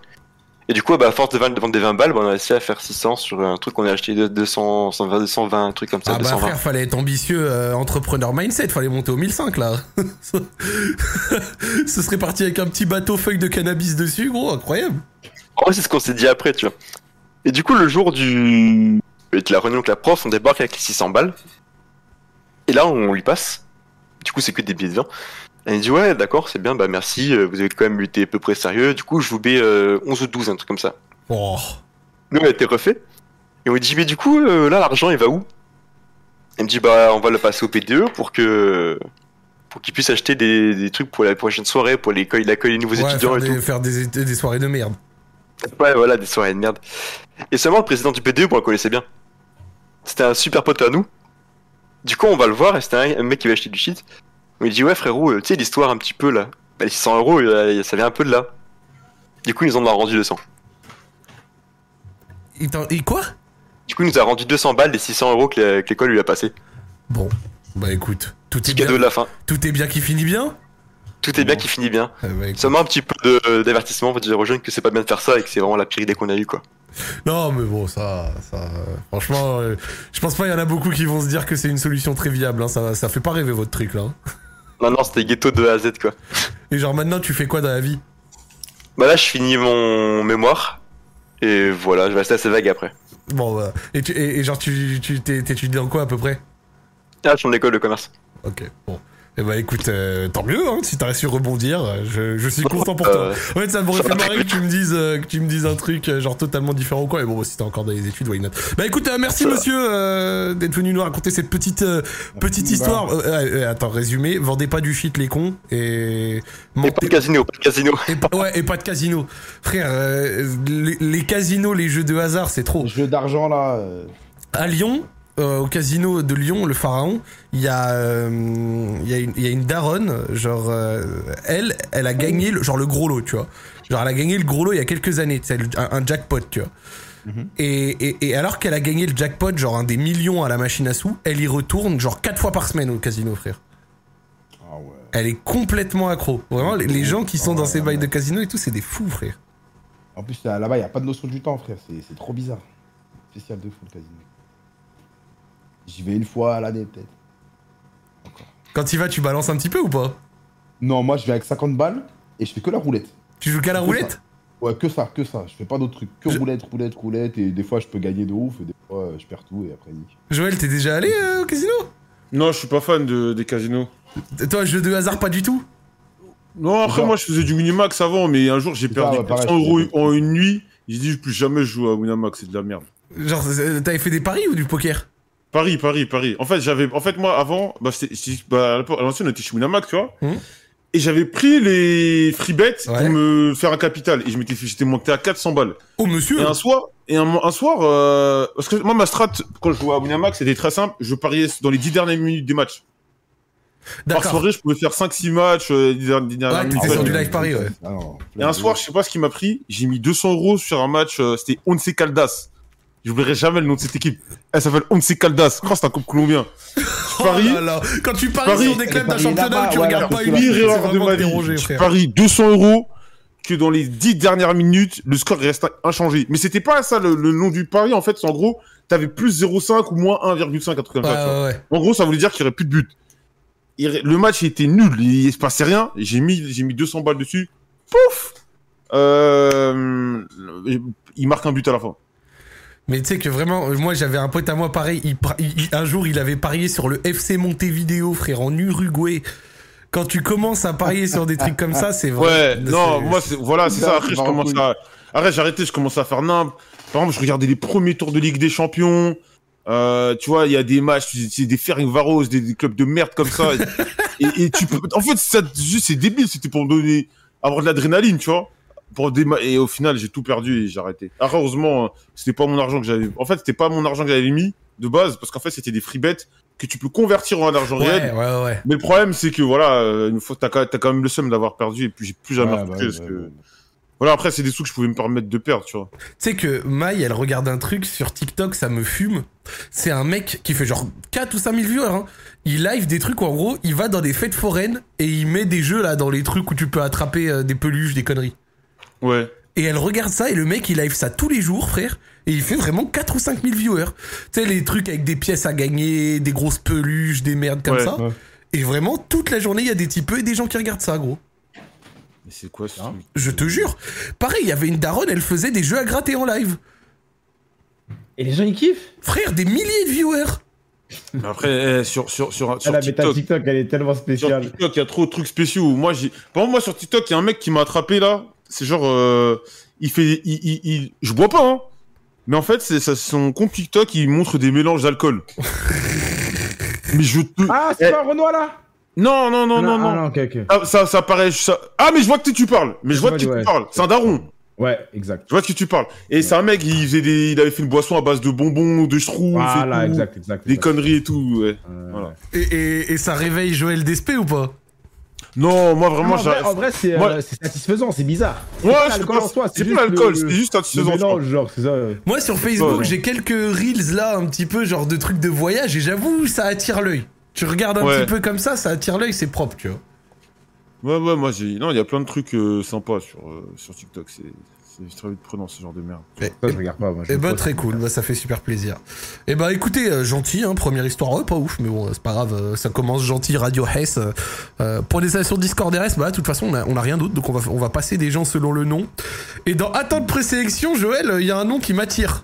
[SPEAKER 5] Et du coup, bah, à force de, vendre- de vendre des 20 balles, bah, on a réussi à faire 600 sur un truc qu'on a acheté de 200, 120, 220, un truc comme ça,
[SPEAKER 1] ah bah
[SPEAKER 5] 220.
[SPEAKER 1] frère, fallait être ambitieux, euh, entrepreneur mindset, fallait monter au 1005 là. Ce serait parti avec un petit bateau feuille de cannabis dessus, gros, incroyable.
[SPEAKER 5] En vrai, c'est ce qu'on s'est dit après, tu vois. Et du coup, le jour du... de la réunion avec la prof, on débarque avec les 600 balles. Et là, on lui passe. Du coup, c'est que des billets de vin. Elle dit Ouais, d'accord, c'est bien, bah merci, euh, vous avez quand même été à peu près sérieux. Du coup, je vous mets euh, 11 ou 12, un truc comme ça.
[SPEAKER 1] Oh.
[SPEAKER 5] Nous, on a été refait. Et on lui dit Mais du coup, euh, là, l'argent, il va où Elle me dit Bah, on va le passer au PDE pour que. Pour qu'il puisse acheter des, des trucs pour la prochaine soirée, pour les, il accueille les nouveaux
[SPEAKER 1] Ouais,
[SPEAKER 5] étudiants
[SPEAKER 1] faire,
[SPEAKER 5] et tout.
[SPEAKER 1] des, faire des, études- des soirées de merde.
[SPEAKER 5] Ouais, voilà, des soirées de merde. Et seulement le président du PDE, bon, on le connaissait bien. C'était un super pote à nous. Du coup, on va le voir, et c'était un un mec qui va acheter du shit. On lui dit, ouais, frérot, euh, tu sais, l'histoire un petit peu là. Bah, les 600 euros, euh, ça vient un peu de là. Du coup, ils nous en ont rendu 200.
[SPEAKER 1] Et, t'en- et quoi
[SPEAKER 5] Du coup, il nous a rendu 200 balles des 600 euros que la- que l'école lui a passé.
[SPEAKER 1] Bon, bah écoute, tout est,
[SPEAKER 5] Petit
[SPEAKER 1] bien,
[SPEAKER 5] cadeau de la fin.
[SPEAKER 1] tout est bien qui finit bien
[SPEAKER 5] Tout est bien qui finit bien.
[SPEAKER 1] Eh bah, écoute.
[SPEAKER 5] Seulement un petit peu de- euh, d'avertissement pour dire aux jeunes que c'est pas bien de faire ça et que c'est vraiment la pire idée qu'on a eue, quoi.
[SPEAKER 1] Non, mais bon, ça, ça euh, franchement, euh, je pense pas il y en a beaucoup qui vont se dire que c'est une solution très viable. hein, ça, ça fait pas rêver votre truc là. hein.
[SPEAKER 5] Non, non, c'était ghetto de A à Z, quoi.
[SPEAKER 1] Et genre maintenant, tu fais quoi dans la vie
[SPEAKER 5] Bah là, je finis mon mémoire. Et voilà, je vais rester assez vague après.
[SPEAKER 1] Bon, bah, et, tu, et, et genre, tu, tu t'es- t'étudies dans quoi à peu près
[SPEAKER 5] Ah, je suis en école de commerce.
[SPEAKER 1] Ok, bon. Eh bah écoute, euh, tant mieux hein, si t'as su rebondir, euh, je, je suis content pour toi.
[SPEAKER 5] Euh,
[SPEAKER 1] En fait, ça m'aurait
[SPEAKER 5] ça
[SPEAKER 1] fait
[SPEAKER 5] va.
[SPEAKER 1] marrer que tu me dises, euh, que tu me dises un truc euh, genre totalement différent ou quoi. Mais bon, si t'es encore dans les études, why not Bah écoute, euh, merci
[SPEAKER 5] Ça va.
[SPEAKER 1] monsieur euh, d'être venu nous raconter cette petite euh, petite
[SPEAKER 2] Bah.
[SPEAKER 1] histoire. Euh, euh, euh, attends, résumé, vendez pas du shit les cons et
[SPEAKER 5] et pas de casino, pas de casino.
[SPEAKER 1] et pas- ouais, et pas de casino. Frère, euh, les, les casinos, les jeux de hasard, c'est trop.
[SPEAKER 2] Jeu d'argent là. euh,
[SPEAKER 1] À Lyon, euh, au casino de Lyon, le Pharaon, il y, a, euh, il y, a une- il y a une daronne, genre, euh, elle, elle a gagné le, genre, le gros lot, tu vois. Genre, elle a gagné le gros lot il y a quelques années, tu sais, le- un, un jackpot, tu vois.
[SPEAKER 2] Mhm.
[SPEAKER 1] Et, et- et alors qu'elle a gagné le jackpot, genre un des millions à la machine à sous, elle y retourne genre quatre fois par semaine au casino, frère.
[SPEAKER 2] Ah ouais. Ah
[SPEAKER 1] Elle est complètement accro. Vraiment, les, les gens qui sont dans
[SPEAKER 2] Ouais,
[SPEAKER 1] ces bails
[SPEAKER 2] ouais.
[SPEAKER 1] de casino et tout, c'est des fous, frère.
[SPEAKER 2] En plus, là- là-bas, il n'y a pas de notion du temps, frère. C'est c'est trop bizarre. Spécial de fou, le casino. J'y vais une fois à l'année, peut-être.
[SPEAKER 1] Quand il va, tu balances un petit peu ou pas
[SPEAKER 2] Non, moi, je vais avec 50 balles et je fais que la roulette.
[SPEAKER 1] Tu joues qu'à la
[SPEAKER 2] C'est
[SPEAKER 1] roulette
[SPEAKER 2] Ouais, que ça, que ça. Je fais pas d'autres trucs. Que
[SPEAKER 1] Je-
[SPEAKER 2] roulette, roulette, roulette. Et des fois, je peux gagner de ouf. Et des fois, euh, je perds tout. Et après, nique.
[SPEAKER 1] Joël, t'es déjà allé euh, au casino
[SPEAKER 3] Non, je suis pas fan de, des casinos.
[SPEAKER 1] Toi, jeu de hasard, pas du tout
[SPEAKER 3] Non, après,
[SPEAKER 2] Genre.
[SPEAKER 3] moi, je faisais du Winamax avant, mais un jour, j'ai
[SPEAKER 2] C'est
[SPEAKER 3] perdu
[SPEAKER 2] ça, ouais, pareil,
[SPEAKER 3] 400 euros
[SPEAKER 2] je faisais.
[SPEAKER 3] en une nuit. J'ai dit, plus jamais jouer à Winamax, c'est de la merde.
[SPEAKER 1] Genre, euh, t'avais fait des paris ou du poker
[SPEAKER 3] Paris, Paris, Paris. En fait, j'avais, en fait, moi, avant, bah, c'était- c'était- bah, à l'époque- à l'ancienne, on était chez Winamax, tu vois.
[SPEAKER 1] Mhm.
[SPEAKER 3] Et j'avais pris les free bets
[SPEAKER 1] Ouais.
[SPEAKER 3] pour me faire un capital. Et je m'étais fait, j'étais monté à 400 balles.
[SPEAKER 1] Oh, monsieur
[SPEAKER 3] Et un soir, et un, un soir, euh, parce que moi, ma strat, quand je jouais à Winamax, c'était très simple. Je pariais dans les 10 dernières minutes des matchs. Par
[SPEAKER 1] D'accord.
[SPEAKER 3] soirée, je pouvais faire 5-6 matchs, euh, les dernières- les dernières
[SPEAKER 1] Ouais,
[SPEAKER 3] minutes.
[SPEAKER 1] t'étais
[SPEAKER 3] Ouais,
[SPEAKER 1] sur du
[SPEAKER 3] je-
[SPEAKER 1] live Paris, ouais.
[SPEAKER 2] Ah non.
[SPEAKER 3] et un soir, je sais pas ce qui m'a pris, j'ai mis 200 euros sur un match, euh, c'était Once Caldas. J'oublierai jamais le nom de cette équipe. Elle s'appelle Once Caldas. Oh, c'est un couple colombien. Je
[SPEAKER 1] Oh
[SPEAKER 3] parie,
[SPEAKER 1] là là. Quand tu paries
[SPEAKER 3] Paris.
[SPEAKER 1] sur des clubs d'un
[SPEAKER 2] Paris
[SPEAKER 1] championnat,
[SPEAKER 2] là-bas,
[SPEAKER 1] tu
[SPEAKER 2] ouais,
[SPEAKER 1] regardes
[SPEAKER 2] parce
[SPEAKER 1] pas
[SPEAKER 2] que
[SPEAKER 1] une
[SPEAKER 2] la
[SPEAKER 1] ligne,
[SPEAKER 3] pire
[SPEAKER 1] c'est
[SPEAKER 3] erreur de
[SPEAKER 1] vraiment
[SPEAKER 3] ma
[SPEAKER 1] dérangé,
[SPEAKER 3] vie. Je
[SPEAKER 1] frère.
[SPEAKER 3] parie 200 euros que dans les 10 dernières minutes, le score reste inchangé. Mais c'était pas ça le, le nom du pari, en fait, c'est en gros, t'avais plus 0,5 ou moins 1,5, un truc comme
[SPEAKER 1] Ouais,
[SPEAKER 3] ça. tu vois.
[SPEAKER 1] Ah, ouais, ouais.
[SPEAKER 3] En gros, ça voulait dire qu'il n'y aurait plus de but. Il- Le match était nul, il se passait rien. J'ai mis, j'ai mis 200 balles dessus. Pouf Euh, Il marque un but à la fin.
[SPEAKER 1] Mais tu sais que vraiment, euh, moi j'avais un pote à moi pareil. il pra- il- il- un jour, il avait parié sur le FC Montevideo, frère, en Uruguay. Quand tu commences à parier sur des trucs comme ça, c'est vrai.
[SPEAKER 3] Ouais, non, moi, c'est, voilà, c'est ça. Après, je
[SPEAKER 2] Marrant,
[SPEAKER 3] commence
[SPEAKER 2] cool.
[SPEAKER 3] à. Ah, Arrête, j'ai arrêté, je commence à faire nimble. Par exemple, je regardais les premiers tours de Ligue des Champions. Euh, tu vois, il y a des matchs, c'est- c'est des Ferring Varos, des, des clubs de merde comme ça. et, et tu peux. En fait, ça, juste, c'est débile, c'était pour me donner. avoir de l'adrénaline, tu vois. pour des ma- et au final, j'ai tout perdu et j'ai arrêté. Ah, heureusement, euh, c'était pas mon argent que j'avais. En fait, c'était pas mon argent que j'avais mis de base parce qu'en fait, c'était des free bets que tu peux convertir en argent
[SPEAKER 1] Ouais,
[SPEAKER 3] réel.
[SPEAKER 1] ouais, ouais.
[SPEAKER 3] Mais le problème, c'est que voilà, euh, une fois, t'as quand t'as quand même le seum d'avoir perdu et puis j'ai plus jamais
[SPEAKER 2] Ouais,
[SPEAKER 3] repris
[SPEAKER 2] bah,
[SPEAKER 3] parce
[SPEAKER 2] bah,
[SPEAKER 3] que-
[SPEAKER 2] bah.
[SPEAKER 3] Voilà, après, c'est des sous que je pouvais me permettre de perdre, tu vois.
[SPEAKER 1] Tu sais que Maï, elle regarde un truc sur TikTok, ça me fume. C'est un mec qui fait genre 4 ou 5 000 viewers. hein. Il live des trucs où, en gros, il va dans des fêtes foraines et il met des jeux là dans les trucs où tu peux attraper euh, des peluches, des conneries.
[SPEAKER 3] Ouais.
[SPEAKER 1] Et elle regarde ça et le mec il live ça tous les jours, frère. Et il fait vraiment 4 ou 5 000 viewers. Tu sais, les trucs avec des pièces à gagner, des grosses peluches, des merdes comme
[SPEAKER 3] Ouais,
[SPEAKER 1] ça.
[SPEAKER 2] ouais.
[SPEAKER 1] Et vraiment, toute la journée, il y a des typeux et des gens qui regardent ça, gros.
[SPEAKER 3] Mais c'est quoi ce
[SPEAKER 2] Hein
[SPEAKER 3] truc
[SPEAKER 1] Je te jure. Pareil, il y avait une daronne, elle faisait des jeux à gratter en live.
[SPEAKER 6] Et les gens ils kiffent
[SPEAKER 1] Frère, des milliers de viewers.
[SPEAKER 3] Mais Après, eh, sur, sur, sur,
[SPEAKER 6] Ah,
[SPEAKER 3] sur
[SPEAKER 6] La méta
[SPEAKER 3] TikTok,
[SPEAKER 6] TikTok elle est tellement
[SPEAKER 3] Sur
[SPEAKER 6] spéciale.
[SPEAKER 3] TikTok, il y a trop de trucs spéciaux. Moi, j'ai. Par exemple, moi, sur TikTok, il y a un mec qui m'a attrapé là. C'est genre. euh, Il fait. Il, il- il- Je bois pas, hein. Mais en fait, c'est ça- son compte TikTok, il montre des mélanges d'alcool. mais je te. Eh.
[SPEAKER 2] Ah, c'est pas Renoir là
[SPEAKER 3] Non, non, non, non, non.
[SPEAKER 6] Ah, ok, ok.
[SPEAKER 3] Ah, Ça, ça paraît. ça- Ah, mais je vois que tu- tu parles. Mais je vois que tu
[SPEAKER 6] Ouais.
[SPEAKER 3] parles. C'est un daron.
[SPEAKER 6] Ouais, exact.
[SPEAKER 3] Je vois de qui tu parles. Et c'est un mec, il, faisait des... il avait fait une boisson à base de bonbons, de schtroumpfs. et
[SPEAKER 6] Voilà,
[SPEAKER 3] tout.
[SPEAKER 6] exact, exact.
[SPEAKER 3] Des
[SPEAKER 6] exact.
[SPEAKER 3] conneries et tout. ouais.
[SPEAKER 6] Euh,
[SPEAKER 3] Voilà.
[SPEAKER 1] Et, et- et ça réveille Joël Despé ou pas
[SPEAKER 3] Non, moi, vraiment,
[SPEAKER 6] Non, en vrai,
[SPEAKER 3] j'arrive.
[SPEAKER 6] en vrai, c'est
[SPEAKER 3] Moi-
[SPEAKER 6] euh, c'est satisfaisant, c'est bizarre.
[SPEAKER 3] Ouais,
[SPEAKER 6] pas
[SPEAKER 3] je sais
[SPEAKER 6] l'alcool
[SPEAKER 3] pas,
[SPEAKER 6] en soi,
[SPEAKER 3] c'est
[SPEAKER 6] c'est
[SPEAKER 3] plus
[SPEAKER 6] juste
[SPEAKER 3] l'alcool,
[SPEAKER 6] le-
[SPEAKER 3] c'est juste un
[SPEAKER 6] Le
[SPEAKER 3] saison.
[SPEAKER 6] mélange, genre, c'est ça. euh.
[SPEAKER 1] Moi sur Facebook,
[SPEAKER 3] ouais.
[SPEAKER 1] j'ai quelques reels là, un petit peu genre de trucs de voyage et j'avoue, ça attire l'œil. Tu regardes un
[SPEAKER 3] Ouais.
[SPEAKER 1] petit peu comme ça, ça attire l'œil, c'est propre, tu vois.
[SPEAKER 3] Ouais, ouais, moi j'ai. Non, il y a plein de trucs euh, sympas sur, euh, sur TikTok. C'est c'est très vite prenant ce genre de merde.
[SPEAKER 6] Ça, je regarde pas. Moi, je
[SPEAKER 1] Eh
[SPEAKER 6] me
[SPEAKER 1] bah
[SPEAKER 6] pose.
[SPEAKER 1] très cool, bah, ça fait super plaisir. Eh bah écoutez, euh, gentil, hein, première histoire, euh, pas ouf, mais bon, euh, c'est pas grave, euh, ça commence gentil, Radio Hess. euh, euh, pour les stations Discord RS, bah de toute façon, on a, on a rien d'autre, donc on va, on va passer des gens selon le nom. Et dans Attente présélection, Joël, euh, il y a un nom qui m'attire,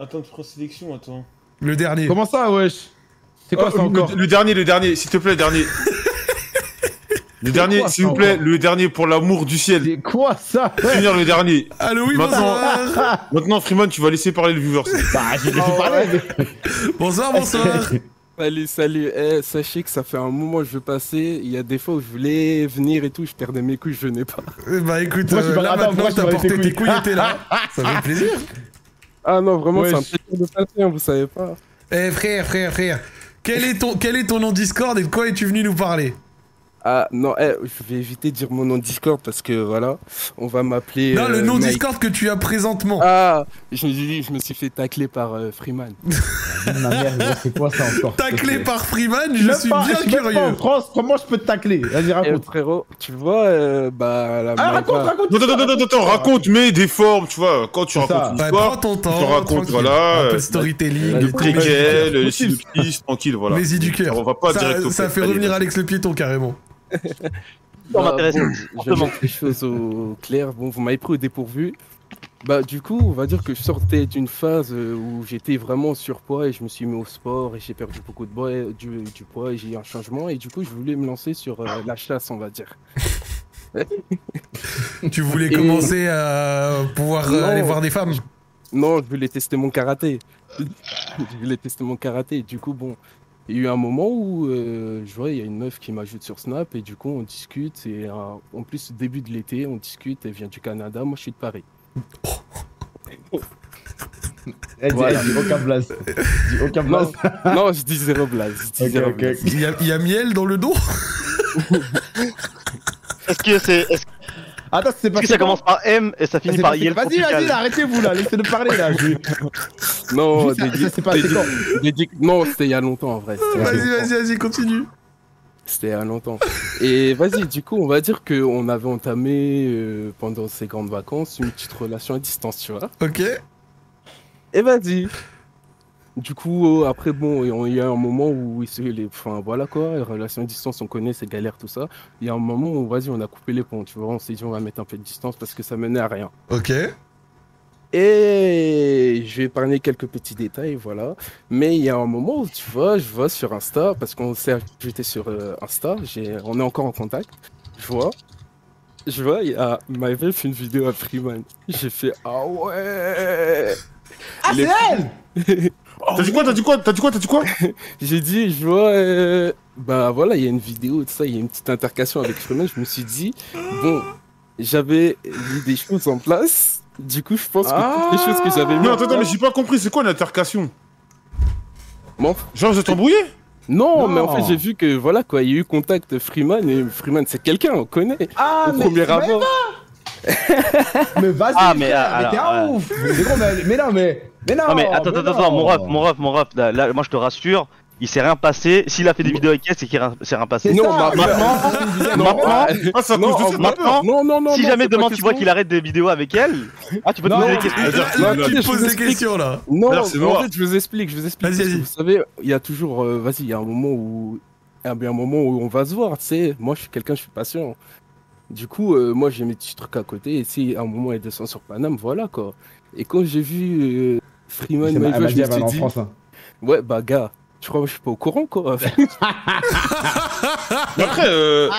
[SPEAKER 3] Attends, sélection, attends.
[SPEAKER 1] le dernier.
[SPEAKER 2] Comment ça, wesh
[SPEAKER 6] C'est quoi ça encore
[SPEAKER 3] Ah, le, le dernier, le dernier, s'il te plaît, le dernier. le dernier,
[SPEAKER 6] quoi,
[SPEAKER 3] s'il
[SPEAKER 6] ça,
[SPEAKER 3] vous plaît,
[SPEAKER 6] encore
[SPEAKER 3] le dernier pour l'amour du ciel.
[SPEAKER 6] C'est quoi ça
[SPEAKER 3] Finir le dernier.
[SPEAKER 1] Allô, oui,
[SPEAKER 3] Maintenant-
[SPEAKER 1] bonsoir.
[SPEAKER 3] Maintenant, Freeman, tu vas laisser parler le viewer.
[SPEAKER 6] Bah, j'ai laissé parler.
[SPEAKER 1] bonsoir, bonsoir.
[SPEAKER 7] Ah Salut, salut. Eh, sachez que ça fait un moment que je veux passer. Il y a des fois où je voulais venir et tout, je perdais mes couilles, je venais pas.
[SPEAKER 1] Eh bah écoute,
[SPEAKER 6] Moi, je
[SPEAKER 1] euh,
[SPEAKER 6] me
[SPEAKER 1] là
[SPEAKER 6] radar,
[SPEAKER 1] maintenant
[SPEAKER 6] moi, je
[SPEAKER 1] t'as
[SPEAKER 6] me
[SPEAKER 1] porté
[SPEAKER 6] radar
[SPEAKER 1] tes
[SPEAKER 6] les
[SPEAKER 1] couilles et t'es là. Ça fait plaisir.
[SPEAKER 7] Ah non, vraiment,
[SPEAKER 6] Ouais,
[SPEAKER 7] c'est un
[SPEAKER 6] je-
[SPEAKER 7] plaisir de passer, hein, vous savez pas.
[SPEAKER 1] Eh frère, frère, frère. Quel est, ton, quel est ton nom Discord et de quoi es-tu venu nous parler
[SPEAKER 7] Ah non, eh, je vais éviter de dire mon nom Discord parce que voilà, on va m'appeler.
[SPEAKER 1] Non, le
[SPEAKER 7] euh,
[SPEAKER 1] nom
[SPEAKER 7] Mike.
[SPEAKER 1] Discord que tu as présentement.
[SPEAKER 7] Ah, je me, suis, je me suis fait tacler par euh, Freeman.
[SPEAKER 6] Ah, Ma mère, gros, c'est quoi ça encore
[SPEAKER 1] Taclé par Freeman,
[SPEAKER 6] Même
[SPEAKER 1] je suis
[SPEAKER 6] pas-
[SPEAKER 1] bien
[SPEAKER 6] suis même pas en
[SPEAKER 1] curieux.
[SPEAKER 6] France, comment je peux te tacler Vas-y,
[SPEAKER 7] Eh,
[SPEAKER 6] raconte.
[SPEAKER 7] frérot, tu vois, euh, bah la
[SPEAKER 6] Ah,
[SPEAKER 7] Maïva-
[SPEAKER 6] raconte, raconte.
[SPEAKER 3] Non, attends, attends, attends, attends, raconte, mais des formes, tu vois. Quand tu
[SPEAKER 6] C'est ça.
[SPEAKER 3] racontes une
[SPEAKER 1] Bah,
[SPEAKER 3] histoire,
[SPEAKER 1] prends ton temps.
[SPEAKER 3] te raconte,
[SPEAKER 1] tranquille.
[SPEAKER 3] voilà,
[SPEAKER 1] Un peu de
[SPEAKER 3] euh,
[SPEAKER 1] storytelling.
[SPEAKER 7] bah,
[SPEAKER 1] des
[SPEAKER 3] le
[SPEAKER 7] bah,
[SPEAKER 1] trucs
[SPEAKER 3] préquel, le
[SPEAKER 1] Motif.
[SPEAKER 3] synopsis, euh, tranquille, voilà.
[SPEAKER 1] Mais-y du cœur.
[SPEAKER 3] On va pas direct
[SPEAKER 1] Ça,
[SPEAKER 3] au
[SPEAKER 1] ça
[SPEAKER 3] fait.
[SPEAKER 1] fait
[SPEAKER 3] Allez,
[SPEAKER 1] revenir
[SPEAKER 3] vas-y.
[SPEAKER 1] Alex le piéton carrément.
[SPEAKER 4] Ça m'intéresse
[SPEAKER 7] bon,
[SPEAKER 4] fortement.
[SPEAKER 7] J'avais les choses au clair. Bon, vous m'avez pris au dépourvu. Bah, du coup, on va dire que je sortais d'une phase euh, où j'étais vraiment en surpoids et je me suis mis au sport et j'ai perdu beaucoup de poids, et- du, du poids et j'ai eu un changement et du coup, je voulais me lancer sur euh, la chasse, on va dire.
[SPEAKER 1] Tu voulais
[SPEAKER 7] Et-
[SPEAKER 1] commencer à pouvoir euh,
[SPEAKER 7] Non.
[SPEAKER 1] aller voir des femmes
[SPEAKER 7] Non, je voulais tester mon karaté. je voulais tester mon karaté. Du coup, bon, il y a eu un moment où euh, je vois, il y a une meuf qui m'ajoute sur Snap et du coup, on discute. Et euh, en plus, début de l'été, on discute. Elle vient du Canada, moi je suis de Paris.
[SPEAKER 6] Elle dit- elle dit aucun blast. Elle dit aucun
[SPEAKER 7] Non,
[SPEAKER 6] blast.
[SPEAKER 7] non, je dis zéro blague. Je dis
[SPEAKER 6] Ok,
[SPEAKER 7] zéro
[SPEAKER 6] ok,
[SPEAKER 7] blague.
[SPEAKER 6] ok.
[SPEAKER 1] Il y, a- il y a miel dans le dos
[SPEAKER 4] Est-ce que, c'est, est-ce que-
[SPEAKER 6] Attends, Ah, c'est pas
[SPEAKER 4] est-ce que ça commence par M et ça
[SPEAKER 6] Ça,
[SPEAKER 4] finit
[SPEAKER 6] c'est
[SPEAKER 4] par
[SPEAKER 6] pas-
[SPEAKER 4] IL
[SPEAKER 6] Vas-y, vas-y,
[SPEAKER 4] tropical
[SPEAKER 6] là, arrêtez-vous là, laissez-le parler là. Je-
[SPEAKER 7] Non,
[SPEAKER 6] ça,
[SPEAKER 7] dédié-
[SPEAKER 6] ça, c'est pas c'est
[SPEAKER 7] dédié-
[SPEAKER 6] quand
[SPEAKER 7] dédié- non, c'était il y a longtemps en vrai. c'était il y a
[SPEAKER 1] Vas-y,
[SPEAKER 7] longtemps.
[SPEAKER 1] vas-y, vas-y, continue.
[SPEAKER 7] C'était il y a longtemps. Et vas-y, du coup, on va dire qu'on avait entamé euh, pendant ces grandes vacances une petite relation à distance, tu vois.
[SPEAKER 1] Ok
[SPEAKER 7] Et vas-y. Du coup, euh, après, bon, il y a- il y a un moment où, il se- les, enfin, voilà quoi, les relations à distance, on connaît, c'est galère, tout ça. Il y a un moment où, vas-y, on a coupé les ponts, tu vois, on s'est dit, on va mettre un peu de distance parce que ça menait à rien.
[SPEAKER 1] Ok.
[SPEAKER 7] Et je vais épargner quelques petits détails, voilà. Mais il y a un moment où tu vois, je vois sur Insta, parce qu'on s'est ajouté sur euh, Insta, j'ai- on est encore en contact. Je vois, je vois, il y a Maëvel fait une vidéo à Freeman. J'ai fait Ah ouais
[SPEAKER 6] Ah,
[SPEAKER 7] Les- Oh
[SPEAKER 6] c'est elle
[SPEAKER 3] T'as dit quoi, t'as dit quoi, t'as dit quoi, t'as dit quoi
[SPEAKER 7] J'ai dit, je vois, euh, bah voilà, il y a une vidéo, tout ça, il y a une petite intercation avec Freeman. Je me suis dit, bon, j'avais mis des choses en place. Du coup, je pense que toutes les choses que j'avais mis
[SPEAKER 3] Non,
[SPEAKER 7] en
[SPEAKER 3] attends, attends, mais
[SPEAKER 7] place-
[SPEAKER 3] j'ai pas compris, c'est quoi une altercation
[SPEAKER 7] Bon.
[SPEAKER 3] Genre, vous êtes embrouillé
[SPEAKER 7] Non, mais en
[SPEAKER 2] Non.
[SPEAKER 7] fait, j'ai vu que voilà quoi, il y a eu contact Freeman et Freeman, c'est quelqu'un, on connaît.
[SPEAKER 2] Ah,
[SPEAKER 7] au
[SPEAKER 2] mais,
[SPEAKER 7] premier
[SPEAKER 2] mais,
[SPEAKER 7] abord.
[SPEAKER 2] mais vas-y,
[SPEAKER 4] Ah,
[SPEAKER 2] ah,
[SPEAKER 4] mais,
[SPEAKER 2] mais,
[SPEAKER 4] ah,
[SPEAKER 2] t'es
[SPEAKER 4] alors,
[SPEAKER 2] un
[SPEAKER 4] ouais.
[SPEAKER 2] ouf mais, gros, mais, mais non, mais, mais non
[SPEAKER 4] Non Ah, mais attends, attends,
[SPEAKER 2] non.
[SPEAKER 4] attends, mon ref, mon ref, mon ref, là, là, moi je te rassure, il s'est rien passé, s'il a fait des vidéos avec elle, c'est qu'il rien- s'est rien passé.
[SPEAKER 2] C'est
[SPEAKER 7] Non,
[SPEAKER 2] ça,
[SPEAKER 7] bah,
[SPEAKER 2] mais-
[SPEAKER 7] maintenant-
[SPEAKER 2] Non,
[SPEAKER 7] maintenant-
[SPEAKER 3] Ah, ça
[SPEAKER 7] Non,
[SPEAKER 3] cause de ça,
[SPEAKER 7] en-
[SPEAKER 3] t'as
[SPEAKER 7] maintenant,
[SPEAKER 3] peur
[SPEAKER 7] non, non, non.
[SPEAKER 4] si
[SPEAKER 7] non,
[SPEAKER 4] jamais
[SPEAKER 7] c'est pas
[SPEAKER 4] demain tu vois
[SPEAKER 7] question.
[SPEAKER 4] qu'il arrête des vidéos avec elle, ah tu peux te
[SPEAKER 2] Non.
[SPEAKER 4] poser des questions.
[SPEAKER 1] Là,
[SPEAKER 3] là,
[SPEAKER 1] tu
[SPEAKER 7] là,
[SPEAKER 1] me
[SPEAKER 7] je
[SPEAKER 1] poses
[SPEAKER 7] vous
[SPEAKER 1] des
[SPEAKER 7] explique.
[SPEAKER 1] questions, là.
[SPEAKER 7] Non,
[SPEAKER 3] Alors, c'est
[SPEAKER 7] mais en
[SPEAKER 3] noir.
[SPEAKER 7] fait, je vous explique, je vous explique.
[SPEAKER 1] Vas-y,
[SPEAKER 7] parce que
[SPEAKER 1] vas-y.
[SPEAKER 7] Vous savez, il y a toujours, euh, vas-y, il y a un moment où, il y a un moment où on va se voir. Tu sais, moi, je suis quelqu'un, je suis patient. Du coup, euh, moi, j'ai mes petits trucs à côté. Et si à un moment elle descend sur Paname, voilà quoi. Et quand j'ai vu euh, Freeman,
[SPEAKER 2] Elle m'a
[SPEAKER 7] Maïva,
[SPEAKER 2] elle m'a
[SPEAKER 7] je
[SPEAKER 2] dit,
[SPEAKER 7] me
[SPEAKER 2] elle va aller
[SPEAKER 7] suis
[SPEAKER 2] en
[SPEAKER 7] dit,
[SPEAKER 2] France. hein.
[SPEAKER 7] ouais, bah gars, je crois que je suis pas au courant quoi.
[SPEAKER 3] Mais après, euh,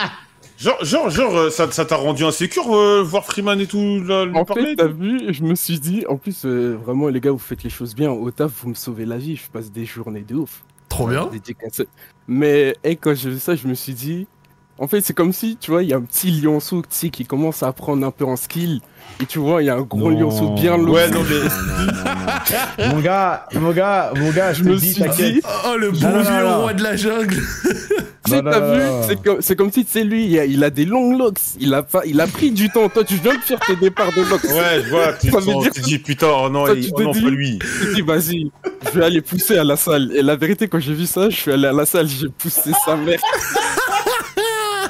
[SPEAKER 3] genre, genre, genre, euh, ça ça t'a rendu insécure, euh, voir Freeman et tout, là, lui
[SPEAKER 7] En
[SPEAKER 3] parler
[SPEAKER 7] fait, t'as vu, je me suis dit, en plus, euh, vraiment, les gars, vous faites les choses bien. Au taf, vous me sauvez la vie. Je passe des journées de ouf.
[SPEAKER 1] Trop bien.
[SPEAKER 7] Dédicacé. Mais hey, quand j'ai vu ça, je me suis dit, en fait, c'est comme si, tu vois, il y a un petit lionceau tu sais, qui commence à prendre un peu en skill. Et tu vois, il y a un gros
[SPEAKER 2] Non.
[SPEAKER 7] lionceau bien lourd.
[SPEAKER 3] Ouais, non, mais.
[SPEAKER 2] Mon gars, ah, mon gars, mon
[SPEAKER 1] Ah,
[SPEAKER 2] gars, je
[SPEAKER 7] je me
[SPEAKER 2] te dis,
[SPEAKER 7] suis
[SPEAKER 2] t'inquiète.
[SPEAKER 7] dit,
[SPEAKER 1] Oh, le bon
[SPEAKER 2] Non, non,
[SPEAKER 1] vieux
[SPEAKER 2] non, non.
[SPEAKER 1] roi de la jungle.
[SPEAKER 7] tu sais,
[SPEAKER 2] Non,
[SPEAKER 7] t'as
[SPEAKER 2] non,
[SPEAKER 7] vu,
[SPEAKER 2] non.
[SPEAKER 7] c'est comme, c'est comme si, tu sais, lui, il a, il a des longs locks. Il a, pas, il a pris du temps. Toi, tu viens de faire tes départs de locks.
[SPEAKER 3] Ouais, je vois, tu
[SPEAKER 7] Ça veut
[SPEAKER 3] tu
[SPEAKER 7] dire
[SPEAKER 3] te
[SPEAKER 7] que-
[SPEAKER 3] dis putain, oh non,
[SPEAKER 7] ça,
[SPEAKER 3] il-
[SPEAKER 7] tu
[SPEAKER 3] oh
[SPEAKER 7] te
[SPEAKER 3] non,
[SPEAKER 7] dis-
[SPEAKER 3] pas lui.
[SPEAKER 7] Je me suis dit, vas-y, je vais aller pousser à la salle. Et la vérité, quand j'ai vu ça, je suis allé à la salle, j'ai poussé sa mère.
[SPEAKER 1] Ah,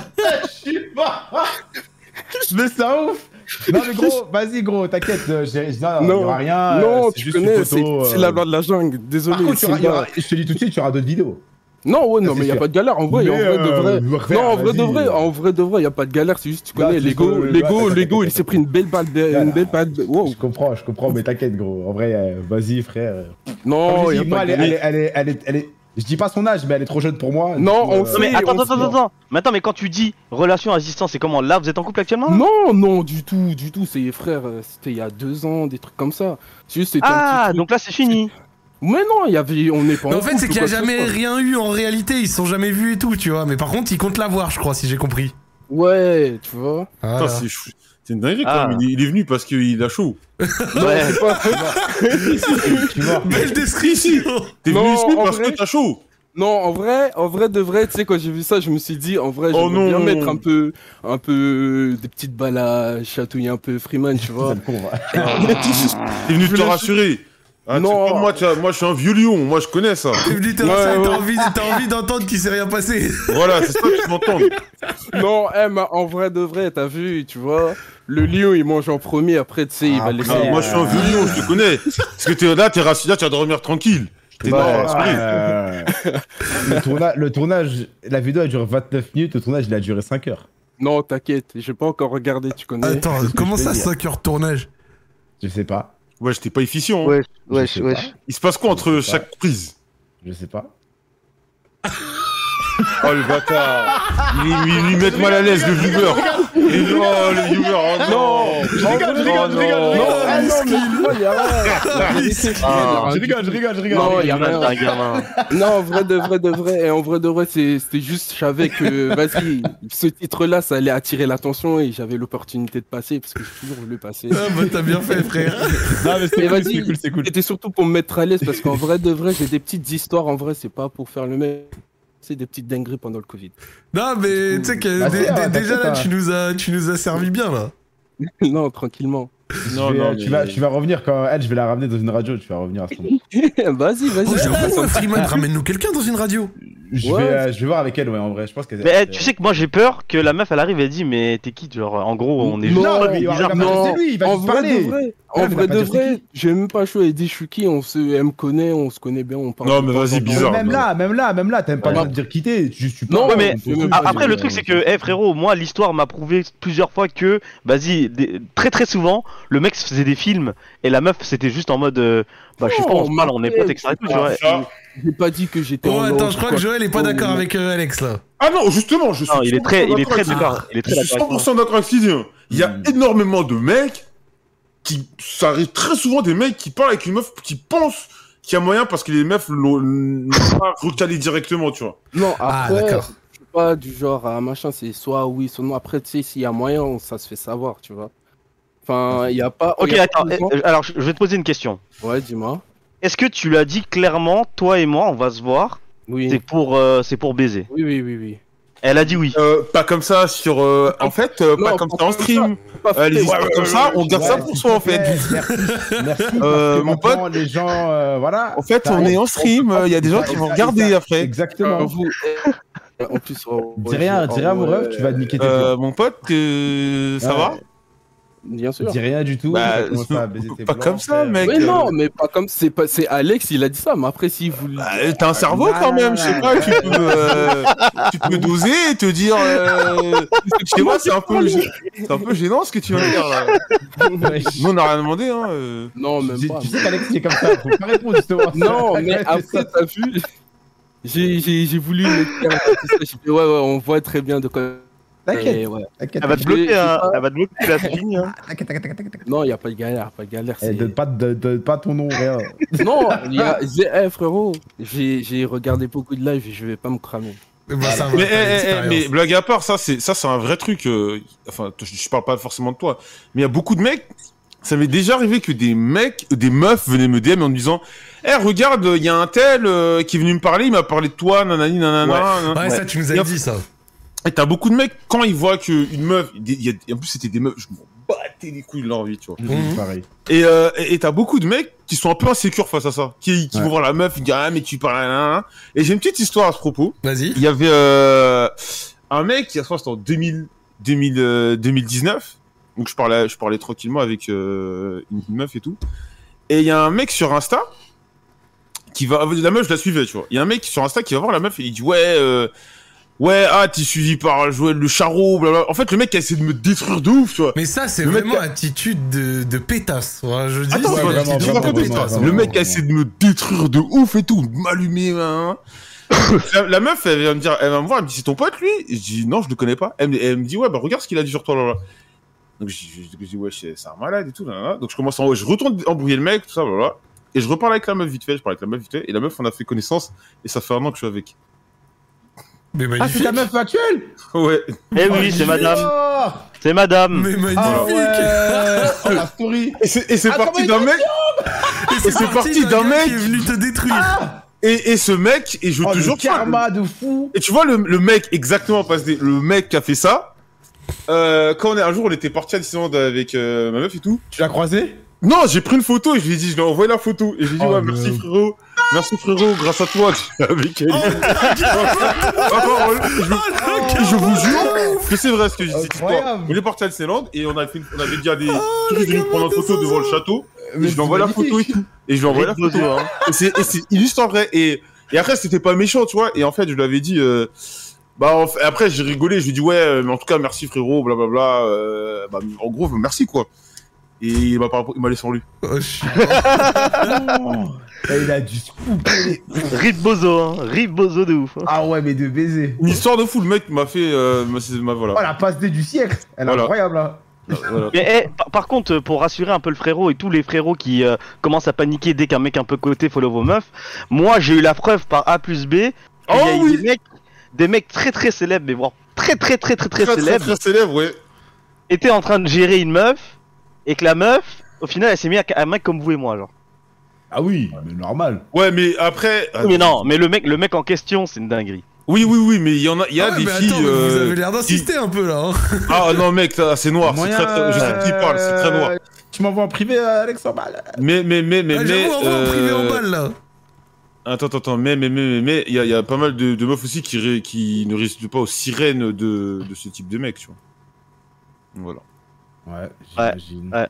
[SPEAKER 2] Mais c'est un ouf Non mais gros, vas-y gros, t'inquiète, euh, j'ai-
[SPEAKER 7] Non.
[SPEAKER 2] non, il y aura rien. euh,
[SPEAKER 7] non,
[SPEAKER 2] c'est
[SPEAKER 7] tu
[SPEAKER 2] juste
[SPEAKER 7] connais,
[SPEAKER 2] une
[SPEAKER 7] c'est
[SPEAKER 2] photo,
[SPEAKER 7] c'est
[SPEAKER 2] euh.
[SPEAKER 7] la loi de la jungle. Désolé.
[SPEAKER 2] Par contre, il y aura-
[SPEAKER 7] c'est
[SPEAKER 2] il y
[SPEAKER 7] moi.
[SPEAKER 2] aura- je te dis tout de suite, il y aura d'autres vidéos.
[SPEAKER 7] Non, ouais, non,
[SPEAKER 2] c'est
[SPEAKER 7] mais y a
[SPEAKER 2] sûr.
[SPEAKER 7] pas de galère. En vrai,
[SPEAKER 2] Mais,
[SPEAKER 7] en vrai de
[SPEAKER 2] euh,
[SPEAKER 7] vrai.
[SPEAKER 2] vous refaire,
[SPEAKER 7] non, en vrai de
[SPEAKER 2] vas-y.
[SPEAKER 7] vrai, en vrai de vrai, y a pas de galère. C'est juste, tu
[SPEAKER 2] Là,
[SPEAKER 7] connais,
[SPEAKER 2] tu
[SPEAKER 7] Lego,
[SPEAKER 2] peux- bah,
[SPEAKER 7] Lego,
[SPEAKER 2] ouais,
[SPEAKER 7] Lego, il s'est pris une belle balle de,
[SPEAKER 2] Voilà.
[SPEAKER 7] une belle balle de- wow.
[SPEAKER 2] Je comprends, je comprends, mais t'inquiète gros. En vrai, euh, vas-y frère. Comme
[SPEAKER 7] Non,
[SPEAKER 2] je
[SPEAKER 7] y
[SPEAKER 2] dis,
[SPEAKER 7] a
[SPEAKER 2] moi,
[SPEAKER 7] pas
[SPEAKER 2] elle
[SPEAKER 7] de
[SPEAKER 2] est- elle
[SPEAKER 7] galère.
[SPEAKER 2] est- elle est- elle est- elle est- je dis pas son âge, mais elle est trop jeune pour moi. euh,
[SPEAKER 7] Non,
[SPEAKER 2] Du coup,
[SPEAKER 7] on
[SPEAKER 4] Non mais
[SPEAKER 7] Oui,
[SPEAKER 4] attends,
[SPEAKER 7] on
[SPEAKER 4] attends,
[SPEAKER 7] se-
[SPEAKER 4] attends, attends. Mais attends, mais quand tu dis relation à distance, c'est comment là vous êtes en couple
[SPEAKER 2] Ah.
[SPEAKER 4] actuellement là
[SPEAKER 7] Non, non, du tout, du tout. C'est frère, euh, c'était il y a deux ans, des trucs comme ça. C'est juste, c'était un
[SPEAKER 4] Ah
[SPEAKER 7] petit truc.
[SPEAKER 4] donc là c'est fini.
[SPEAKER 7] Mais non, y avait, on n'est pas.
[SPEAKER 1] Mais en fait,
[SPEAKER 7] couple
[SPEAKER 1] c'est
[SPEAKER 7] ou
[SPEAKER 1] qu'il n'y a
[SPEAKER 7] quoi que ce
[SPEAKER 1] jamais
[SPEAKER 7] soit.
[SPEAKER 1] rien eu en réalité. Ils se sont jamais vus et tout, tu vois. Mais par contre, ils comptent la voir, je crois, si j'ai compris.
[SPEAKER 7] Ouais, tu vois.
[SPEAKER 1] Voilà.
[SPEAKER 3] Putain, c'est chou- c'est une dinguerie
[SPEAKER 4] Ah.
[SPEAKER 3] quand même. Il est- il est venu parce qu'il a chaud.
[SPEAKER 4] Ouais.
[SPEAKER 7] C'est pas-
[SPEAKER 2] tu vois.
[SPEAKER 1] Belle description
[SPEAKER 3] T'es
[SPEAKER 7] Non,
[SPEAKER 3] venu ici
[SPEAKER 7] en
[SPEAKER 3] parce
[SPEAKER 7] vrai-
[SPEAKER 3] que t'as chaud.
[SPEAKER 7] Non, en vrai, en vrai de vrai, tu sais, quand j'ai vu ça, je me suis dit, en vrai,
[SPEAKER 3] Oh
[SPEAKER 7] j'aimerais bien
[SPEAKER 3] non.
[SPEAKER 7] mettre un peu, un peu euh, des petites balles à chatouiller un peu Freeman, tu vois.
[SPEAKER 2] Ça me court, hein.
[SPEAKER 7] Ah.
[SPEAKER 3] T'es venu te rassurer. Ah, tu sais
[SPEAKER 7] Non.
[SPEAKER 3] pas, moi, tu vois, moi, je suis un vieux lion. Moi, je connais ça.
[SPEAKER 1] T'es venu te
[SPEAKER 7] Ouais,
[SPEAKER 1] rassurer,
[SPEAKER 7] ouais.
[SPEAKER 1] t'as envie, t'as envie d'entendre qu'il s'est rien passé.
[SPEAKER 3] voilà, c'est ça que tu m'entends.
[SPEAKER 7] non, eh, mais en vrai de vrai, t'as vu, tu vois, le lion, il mange en premier, après, tu sais, il va
[SPEAKER 2] Ah,
[SPEAKER 7] laisser. euh,
[SPEAKER 3] Ah, moi, je suis un vieux lion. Je te connais. Parce que t'es là, t'es rassuré, tu vas dormir tranquille. T'es
[SPEAKER 2] Ouais,
[SPEAKER 3] là, rassuré.
[SPEAKER 2] euh, le, tourna- le tournage, la vidéo a duré 29 minutes, le tournage il a duré 5 heures.
[SPEAKER 7] Non, t'inquiète, j'ai pas encore regardé, tu connais.
[SPEAKER 1] Attends, comment
[SPEAKER 2] je
[SPEAKER 1] ça,
[SPEAKER 2] vais dire.
[SPEAKER 1] 5 heures de tournage
[SPEAKER 2] Je sais pas.
[SPEAKER 3] Ouais, j'étais pas efficient. hein.
[SPEAKER 4] Ouais,
[SPEAKER 2] ouais, Je sais ouais. pas.
[SPEAKER 3] Il se passe quoi entre
[SPEAKER 2] Je sais pas.
[SPEAKER 3] chaque prise
[SPEAKER 2] Je sais pas.
[SPEAKER 3] Oh, le bâtard. Ils lui, lui mettent mal à l'aise, le viewer. Il est- Oh, le viewer. Oh, non. Oh
[SPEAKER 2] Je rigole, je rigole, je rigole, je
[SPEAKER 7] Non,
[SPEAKER 2] rigole.
[SPEAKER 7] ah, non, mais tu vois, y a rien.
[SPEAKER 4] Ah.
[SPEAKER 2] Je rigole, je rigole, je rigole.
[SPEAKER 7] Non, y a hein.
[SPEAKER 4] Freeman,
[SPEAKER 7] rien.
[SPEAKER 4] c'est un gamin.
[SPEAKER 7] Non, en vrai de vrai de vrai, et en vrai de vrai, c'est- c'était juste, je savais que, vas-y, ce titre-là, ça allait attirer l'attention et j'avais l'opportunité de passer parce que j'ai toujours voulu passer.
[SPEAKER 1] Ah bah t'as bien fait, frère.
[SPEAKER 2] Non, mais
[SPEAKER 7] Mais
[SPEAKER 2] c'est cool,
[SPEAKER 7] vas-y.
[SPEAKER 2] c'est cool, c'est cool.
[SPEAKER 7] C'était surtout pour me mettre à l'aise parce qu'en vrai de vrai, j'ai des petites histoires. En vrai, c'est pas pour faire le même. C'est des petites dingueries pendant le Covid.
[SPEAKER 1] Non mais tu sais que
[SPEAKER 2] Bah,
[SPEAKER 1] dé-
[SPEAKER 2] c'est,
[SPEAKER 1] dé-
[SPEAKER 7] ah,
[SPEAKER 2] ouais,
[SPEAKER 1] déjà là,
[SPEAKER 2] t'inquiète,
[SPEAKER 1] tu nous as, tu nous as servi bien là.
[SPEAKER 7] non, tranquillement.
[SPEAKER 3] Non,
[SPEAKER 2] Tu vas-
[SPEAKER 3] non,
[SPEAKER 2] tu,
[SPEAKER 3] mais-
[SPEAKER 2] vas, tu vas revenir quand elle, je vais la ramener dans une radio, tu vas revenir à ce moment.
[SPEAKER 7] vas-y, vas-y.
[SPEAKER 1] Oh,
[SPEAKER 7] je
[SPEAKER 1] j'avoue,
[SPEAKER 7] passe un-
[SPEAKER 1] ouais, Freeman, ramène-nous quelqu'un dans une radio.
[SPEAKER 2] Je,
[SPEAKER 7] Ouais.
[SPEAKER 2] vais, euh, je vais voir avec elle, ouais, en vrai. Je pense qu'elle.
[SPEAKER 4] Mais eh, tu sais que moi j'ai peur que la meuf elle arrive et elle dit mais t'es qui genre en gros on est
[SPEAKER 7] Non,
[SPEAKER 4] juste
[SPEAKER 2] non,
[SPEAKER 4] potes
[SPEAKER 2] mais il va
[SPEAKER 4] bizarres.
[SPEAKER 2] regarder-
[SPEAKER 4] Non.
[SPEAKER 2] c'est lui, il va
[SPEAKER 7] Oh, en
[SPEAKER 2] juste
[SPEAKER 7] vrai
[SPEAKER 2] parler.
[SPEAKER 7] de vrai,
[SPEAKER 2] Ouais,
[SPEAKER 7] en
[SPEAKER 2] mais
[SPEAKER 7] vrai
[SPEAKER 2] va pas
[SPEAKER 7] de
[SPEAKER 2] dire c'est
[SPEAKER 7] vrai, j'ai même pas choix. Elle dit je suis qui, on se, elle me connaît, on se connaît bien, on parle.
[SPEAKER 3] Non,
[SPEAKER 7] de
[SPEAKER 3] mais
[SPEAKER 7] temps Ah, en
[SPEAKER 3] vas-y,
[SPEAKER 7] temps.
[SPEAKER 3] bizarre.
[SPEAKER 2] même
[SPEAKER 3] non.
[SPEAKER 2] là, même là, même là, t'as même pas
[SPEAKER 4] Ouais.
[SPEAKER 2] le droit de dire quitter. Tu, tu
[SPEAKER 7] Non,
[SPEAKER 2] parles,
[SPEAKER 4] mais-
[SPEAKER 2] on s'en fout,
[SPEAKER 4] Ah,
[SPEAKER 2] tu
[SPEAKER 4] Après, le
[SPEAKER 2] vois,
[SPEAKER 4] truc, c'est
[SPEAKER 2] euh,
[SPEAKER 4] que, eh frérot, moi, l'histoire m'a prouvé plusieurs fois que, vas-y, des- très très souvent, le mec se faisait des films et la meuf, c'était juste en mode, euh, bah, je sais pas, on se parle, on est potes, etc. et tout, tu vois.
[SPEAKER 3] Ah,
[SPEAKER 7] J'ai pas dit que j'étais.
[SPEAKER 1] Oh
[SPEAKER 7] en
[SPEAKER 1] attends,
[SPEAKER 7] love
[SPEAKER 1] je
[SPEAKER 7] ou
[SPEAKER 1] crois
[SPEAKER 7] quoi.
[SPEAKER 1] que Joël est pas
[SPEAKER 7] Oh,
[SPEAKER 1] d'accord
[SPEAKER 7] mais-
[SPEAKER 1] avec euh, Alex là.
[SPEAKER 3] Ah non, justement, je suis.
[SPEAKER 4] Non, il est très, il est
[SPEAKER 3] d'accord
[SPEAKER 4] très
[SPEAKER 3] avec
[SPEAKER 4] d'accord. Il est
[SPEAKER 3] Je
[SPEAKER 4] très
[SPEAKER 3] suis
[SPEAKER 4] d'accord. avec Hmm. moi.
[SPEAKER 3] 100% d'accord avec Sidien. Il y a énormément de mecs qui. Ça arrive très souvent des mecs qui parlent avec une meuf qui pense qu'il y a moyen parce que les meufs l'ont l'ont pas recalé directement, tu vois.
[SPEAKER 7] Non,
[SPEAKER 1] Ah
[SPEAKER 7] après,
[SPEAKER 1] d'accord.
[SPEAKER 7] pas du genre à machin, c'est soit oui, soit non. Après, tu sais, s'il y a moyen, on- ça se fait savoir, tu vois. Enfin, il n'y a pas.
[SPEAKER 4] Ok,
[SPEAKER 7] il y a
[SPEAKER 4] attends.
[SPEAKER 7] pas besoin-
[SPEAKER 2] euh,
[SPEAKER 4] eh, Alors, je je vais te poser une question.
[SPEAKER 7] Ouais, dis-moi.
[SPEAKER 4] Est-ce que tu l'as dit clairement, toi et moi, on va se voir C'est
[SPEAKER 7] Oui.
[SPEAKER 4] pour, euh, c'est pour baiser.
[SPEAKER 7] Oui, oui, oui, oui.
[SPEAKER 4] Elle a dit oui.
[SPEAKER 3] Euh, pas comme ça sur. euh, en fait, euh, pas
[SPEAKER 7] Non,
[SPEAKER 3] comme
[SPEAKER 7] pas
[SPEAKER 3] ça en
[SPEAKER 7] comme
[SPEAKER 3] stream.
[SPEAKER 7] Pas
[SPEAKER 3] Euh, les
[SPEAKER 7] fait,
[SPEAKER 3] histoires
[SPEAKER 7] ouais,
[SPEAKER 3] comme
[SPEAKER 7] ouais,
[SPEAKER 3] ça,
[SPEAKER 7] ouais,
[SPEAKER 3] on garde ça
[SPEAKER 2] Ouais,
[SPEAKER 3] pour soi en fait.
[SPEAKER 2] Merci, merci. parce
[SPEAKER 3] Euh,
[SPEAKER 2] que
[SPEAKER 3] mon pote-
[SPEAKER 2] maintenant, Les gens, euh, voilà.
[SPEAKER 3] En fait,
[SPEAKER 2] Ça
[SPEAKER 3] on est
[SPEAKER 7] Bah,
[SPEAKER 2] arrive.
[SPEAKER 3] en stream. euh, Il y a des gens qui vont regarder après.
[SPEAKER 2] Exactement.
[SPEAKER 7] vous- eh, En plus, oh,
[SPEAKER 6] Dis
[SPEAKER 7] ouais,
[SPEAKER 6] rien,
[SPEAKER 7] je-
[SPEAKER 6] dis
[SPEAKER 7] oh,
[SPEAKER 6] rien, mon
[SPEAKER 7] ouais,
[SPEAKER 6] ref, tu vas te niquer tes
[SPEAKER 3] Euh, mon pote, euh, ça
[SPEAKER 6] Ouais.
[SPEAKER 3] va
[SPEAKER 7] Bien sûr.
[SPEAKER 6] plans. Dis rien du tout.
[SPEAKER 3] Bah,
[SPEAKER 6] ça commence à baiser tes
[SPEAKER 3] pas
[SPEAKER 6] plans,
[SPEAKER 3] comme ça,
[SPEAKER 6] frère.
[SPEAKER 3] mec.
[SPEAKER 7] Mais
[SPEAKER 3] euh,
[SPEAKER 7] non, mais pas comme c'est pas c'est Alex, il a dit ça. Mais après, si vous
[SPEAKER 3] Bah, euh, T'as un cerveau quand
[SPEAKER 2] non,
[SPEAKER 3] même,
[SPEAKER 2] non,
[SPEAKER 3] je sais
[SPEAKER 2] non.
[SPEAKER 3] pas, tu peux, euh, tu peux doser et te dire. Euh, je sais pas, c'est un, peu- c'est un peu gênant ce que tu viens de dire là.
[SPEAKER 6] Ouais,
[SPEAKER 3] Nous on n'a rien demandé. Hein, euh.
[SPEAKER 7] non, même
[SPEAKER 6] Tu-
[SPEAKER 7] pas.
[SPEAKER 6] Tu sais qu'Alex il est comme ça, faut pas répondre justement.
[SPEAKER 7] Non,
[SPEAKER 6] Ça,
[SPEAKER 7] mais
[SPEAKER 6] ça,
[SPEAKER 7] après, t'as vu, j'ai j'ai j'ai voulu mettre un petit ça, j'ai fait, ouais, ouais, on voit très bien de quoi.
[SPEAKER 2] T'inquiète,
[SPEAKER 7] Et ouais.
[SPEAKER 2] t'inquiète.
[SPEAKER 4] Elle va te
[SPEAKER 7] Je-
[SPEAKER 4] bloquer,
[SPEAKER 7] je-
[SPEAKER 4] hein, elle va te bloquer la ligne. hein.
[SPEAKER 2] T'inquiète, t'inquiète, t'inquiète, t'inquiète.
[SPEAKER 7] Non, y a pas de galère, pas de galère.
[SPEAKER 6] Eh,
[SPEAKER 7] c'est-
[SPEAKER 6] donne pas, donne- donne pas ton nom, rien.
[SPEAKER 7] Non, y a... j'ai- eh, frérot, j'ai j'ai regardé beaucoup de live et je vais pas me cramer.
[SPEAKER 1] Bah, ça va,
[SPEAKER 3] Mais,
[SPEAKER 1] t'as
[SPEAKER 3] eh, eh, eh,
[SPEAKER 1] l'expérience.
[SPEAKER 3] mais blague à part, ça c'est ça c'est un vrai truc. euh, enfin, t- je, je parle pas forcément de toi, mais il y a beaucoup de mecs. Ça m'est déjà arrivé que des mecs, des meufs venaient me DM en me disant, eh regarde, il y a un tel euh, qui est venu me parler, il m'a parlé de toi, nanani, nanana. nanana.
[SPEAKER 1] Ouais, ça, tu nous as
[SPEAKER 3] Yop.
[SPEAKER 1] dit ça.
[SPEAKER 3] Et t'as beaucoup de mecs quand ils voient que une meuf, des- il y a- et en plus c'était des meufs, je m'en battais les couilles de leur vie, tu vois.
[SPEAKER 1] Mhm.
[SPEAKER 6] Pareil.
[SPEAKER 3] Et euh, et et t'as beaucoup de mecs qui sont un peu insécures face à ça, qui, qui
[SPEAKER 6] Ouais.
[SPEAKER 3] vont voir la meuf, ils disent ah mais tu parles, nanana. Et j'ai une petite histoire à ce propos.
[SPEAKER 1] Vas-y.
[SPEAKER 3] Il y avait euh, un mec, il y a je crois que c'était en 2000, 2000, euh, 2019. Donc je parlais, je parlais tranquillement avec euh, une une meuf et tout. Et il y a un mec sur Insta qui va. La meuf, je la suivais, tu vois. Il y a un mec sur Insta qui va voir la meuf et il dit Ouais, euh, ouais, ah, t'es suivi par Joël Le Charot, blablabla. En fait, le mec a essayé de me détruire de ouf, tu vois.
[SPEAKER 1] Mais ça, c'est
[SPEAKER 3] Le mec
[SPEAKER 1] vraiment attitude de, de pétasse. Ouais, je dis,
[SPEAKER 3] Attends, je
[SPEAKER 1] c'est une
[SPEAKER 3] vois-
[SPEAKER 1] attitude
[SPEAKER 3] je vois
[SPEAKER 1] de
[SPEAKER 3] pas
[SPEAKER 1] pétasse. hein.
[SPEAKER 6] comment-
[SPEAKER 3] Le
[SPEAKER 6] vraiment,
[SPEAKER 3] mec a
[SPEAKER 6] vraiment.
[SPEAKER 3] essayé de me détruire de ouf et tout, de m'allumer. hein. la, la meuf, elle vient me dire, elle va me voir, elle me dit c'est ton pote lui Je dis non, je le connais pas. Elle me, elle me dit ouais, bah regarde ce qu'il a dit sur toi là. là. Donc je, je- je dis ouais, c'est c'est un malade et tout. Là, là. Donc je commence en je retourne embrouiller le mec, tout ça, là, là. Et je reparle avec la meuf vite fait, je parle avec la meuf vite fait, et la meuf on a fait connaissance, et ça fait un an que je suis avec.
[SPEAKER 1] Mais
[SPEAKER 2] Ah, c'est
[SPEAKER 1] magnifique.
[SPEAKER 2] ta meuf actuelle
[SPEAKER 3] Ouais.
[SPEAKER 4] Eh oui, c'est madame.
[SPEAKER 2] Oh,
[SPEAKER 4] C'est madame.
[SPEAKER 1] Mais magnifique.
[SPEAKER 2] Ah ouais Oh, la story
[SPEAKER 3] Et c'est et c'est
[SPEAKER 2] Ah,
[SPEAKER 3] parti d'un
[SPEAKER 2] comment il
[SPEAKER 3] mec, et c'est parti d'un
[SPEAKER 1] gars
[SPEAKER 3] mec.
[SPEAKER 1] qui est venu te détruire.
[SPEAKER 3] et, et ce mec, et je
[SPEAKER 2] Ah. Oh,
[SPEAKER 3] te jure,
[SPEAKER 2] le
[SPEAKER 3] tu vois, le-
[SPEAKER 2] karma de fou
[SPEAKER 3] Et tu vois le, le mec exactement parce que le mec qui a fait ça. Euh, quand on est un jour, on était parti à Disneyland avec euh, ma meuf et tout.
[SPEAKER 2] Tu l'as croisé
[SPEAKER 3] Non, j'ai pris une photo et je lui ai dit, je lui ai envoyé la photo et je lui ai dit
[SPEAKER 2] Oh,
[SPEAKER 3] ouais
[SPEAKER 2] non.
[SPEAKER 3] merci frérot, merci frérot, grâce à toi que je suis avec
[SPEAKER 2] Oh,
[SPEAKER 3] elle. Enfin, on- je, Ah, je vous jure que c'est vrai ce que j'ai dit. cette histoire.
[SPEAKER 2] Incroyable.
[SPEAKER 3] On est parti à Disneyland et on avait, fait, on avait dit à des
[SPEAKER 1] le
[SPEAKER 3] touristes de nous prendre une
[SPEAKER 1] gamin de
[SPEAKER 3] photo devant le château et je lui envoie la photo et tout. Et je lui envoie la
[SPEAKER 4] Rick
[SPEAKER 3] photo.
[SPEAKER 4] Dodo, hein.
[SPEAKER 3] Et c'est et c'est- il est juste en vrai. Et, et après, c'était pas méchant, tu vois. Et en fait, je lui avais dit. euh, bah, en fait- après, j'ai rigolé. Je lui ai dit, ouais, euh, mais en tout cas, merci frérot, blablabla. euh, bah, en gros, merci quoi. Et il m'a pas- il m'a laissé en lui.
[SPEAKER 1] Oh, je-
[SPEAKER 2] Non.
[SPEAKER 6] Eh, Il a dû se couper. les-
[SPEAKER 4] Rip Bozo, hein. Rip Bozo de ouf. hein.
[SPEAKER 6] Ah ouais, mais de baiser.
[SPEAKER 3] Une histoire de fou, le mec m'a fait. euh, m'a- c'est- m'a- voilà.
[SPEAKER 6] Oh la passe D du siècle. Elle est
[SPEAKER 3] Voilà.
[SPEAKER 6] incroyable hein. là.
[SPEAKER 3] Voilà.
[SPEAKER 4] Mais eh, par- par contre, euh, pour rassurer un peu le frérot et tous les frérots qui euh, commencent à paniquer dès qu'un mec un peu coté follow vos meufs, moi j'ai eu la preuve par A plus B. qu'il y
[SPEAKER 3] Oh
[SPEAKER 4] a eu
[SPEAKER 3] oui
[SPEAKER 4] des, mecs, des mecs très très célèbres, mais voire très très très très très,
[SPEAKER 3] Très, très,
[SPEAKER 4] célèbres,
[SPEAKER 3] très célèbre, ouais.
[SPEAKER 4] étaient en train de gérer une meuf et que la meuf, au final, elle s'est mise à un mec comme vous et moi. Genre.
[SPEAKER 6] Ah oui, mais normal.
[SPEAKER 3] Ouais, mais après.
[SPEAKER 4] Mais non, mais le mec, le mec en question, c'est une dinguerie.
[SPEAKER 3] Oui, oui, oui, mais il y en a, il y a
[SPEAKER 1] Ah ouais,
[SPEAKER 3] des
[SPEAKER 1] mais
[SPEAKER 3] filles.
[SPEAKER 1] attends, mais Vous
[SPEAKER 3] euh,
[SPEAKER 1] avez l'air d'insister un peu là. hein.
[SPEAKER 3] Ah non, mec, ça, c'est noir. c'est
[SPEAKER 2] Moyen,
[SPEAKER 3] très, très- Je sais de qui il
[SPEAKER 4] Oh,
[SPEAKER 3] parle, c'est très noir.
[SPEAKER 2] euh, Tu m'envoies en privé, euh, Alex, en balle.
[SPEAKER 3] Mais, mais, mais, mais.
[SPEAKER 1] Ah,
[SPEAKER 3] mais,
[SPEAKER 1] J'avoue, on va en privé en
[SPEAKER 3] euh,
[SPEAKER 1] balle là.
[SPEAKER 3] Attends, attends, attends, mais, mais, mais, mais, mais, il y a, il y a pas mal de, de meufs aussi qui, ré- qui ne résistent pas aux sirènes de, de ce type de mec, tu vois. Voilà.
[SPEAKER 6] Ouais, j'imagine.
[SPEAKER 4] ouais.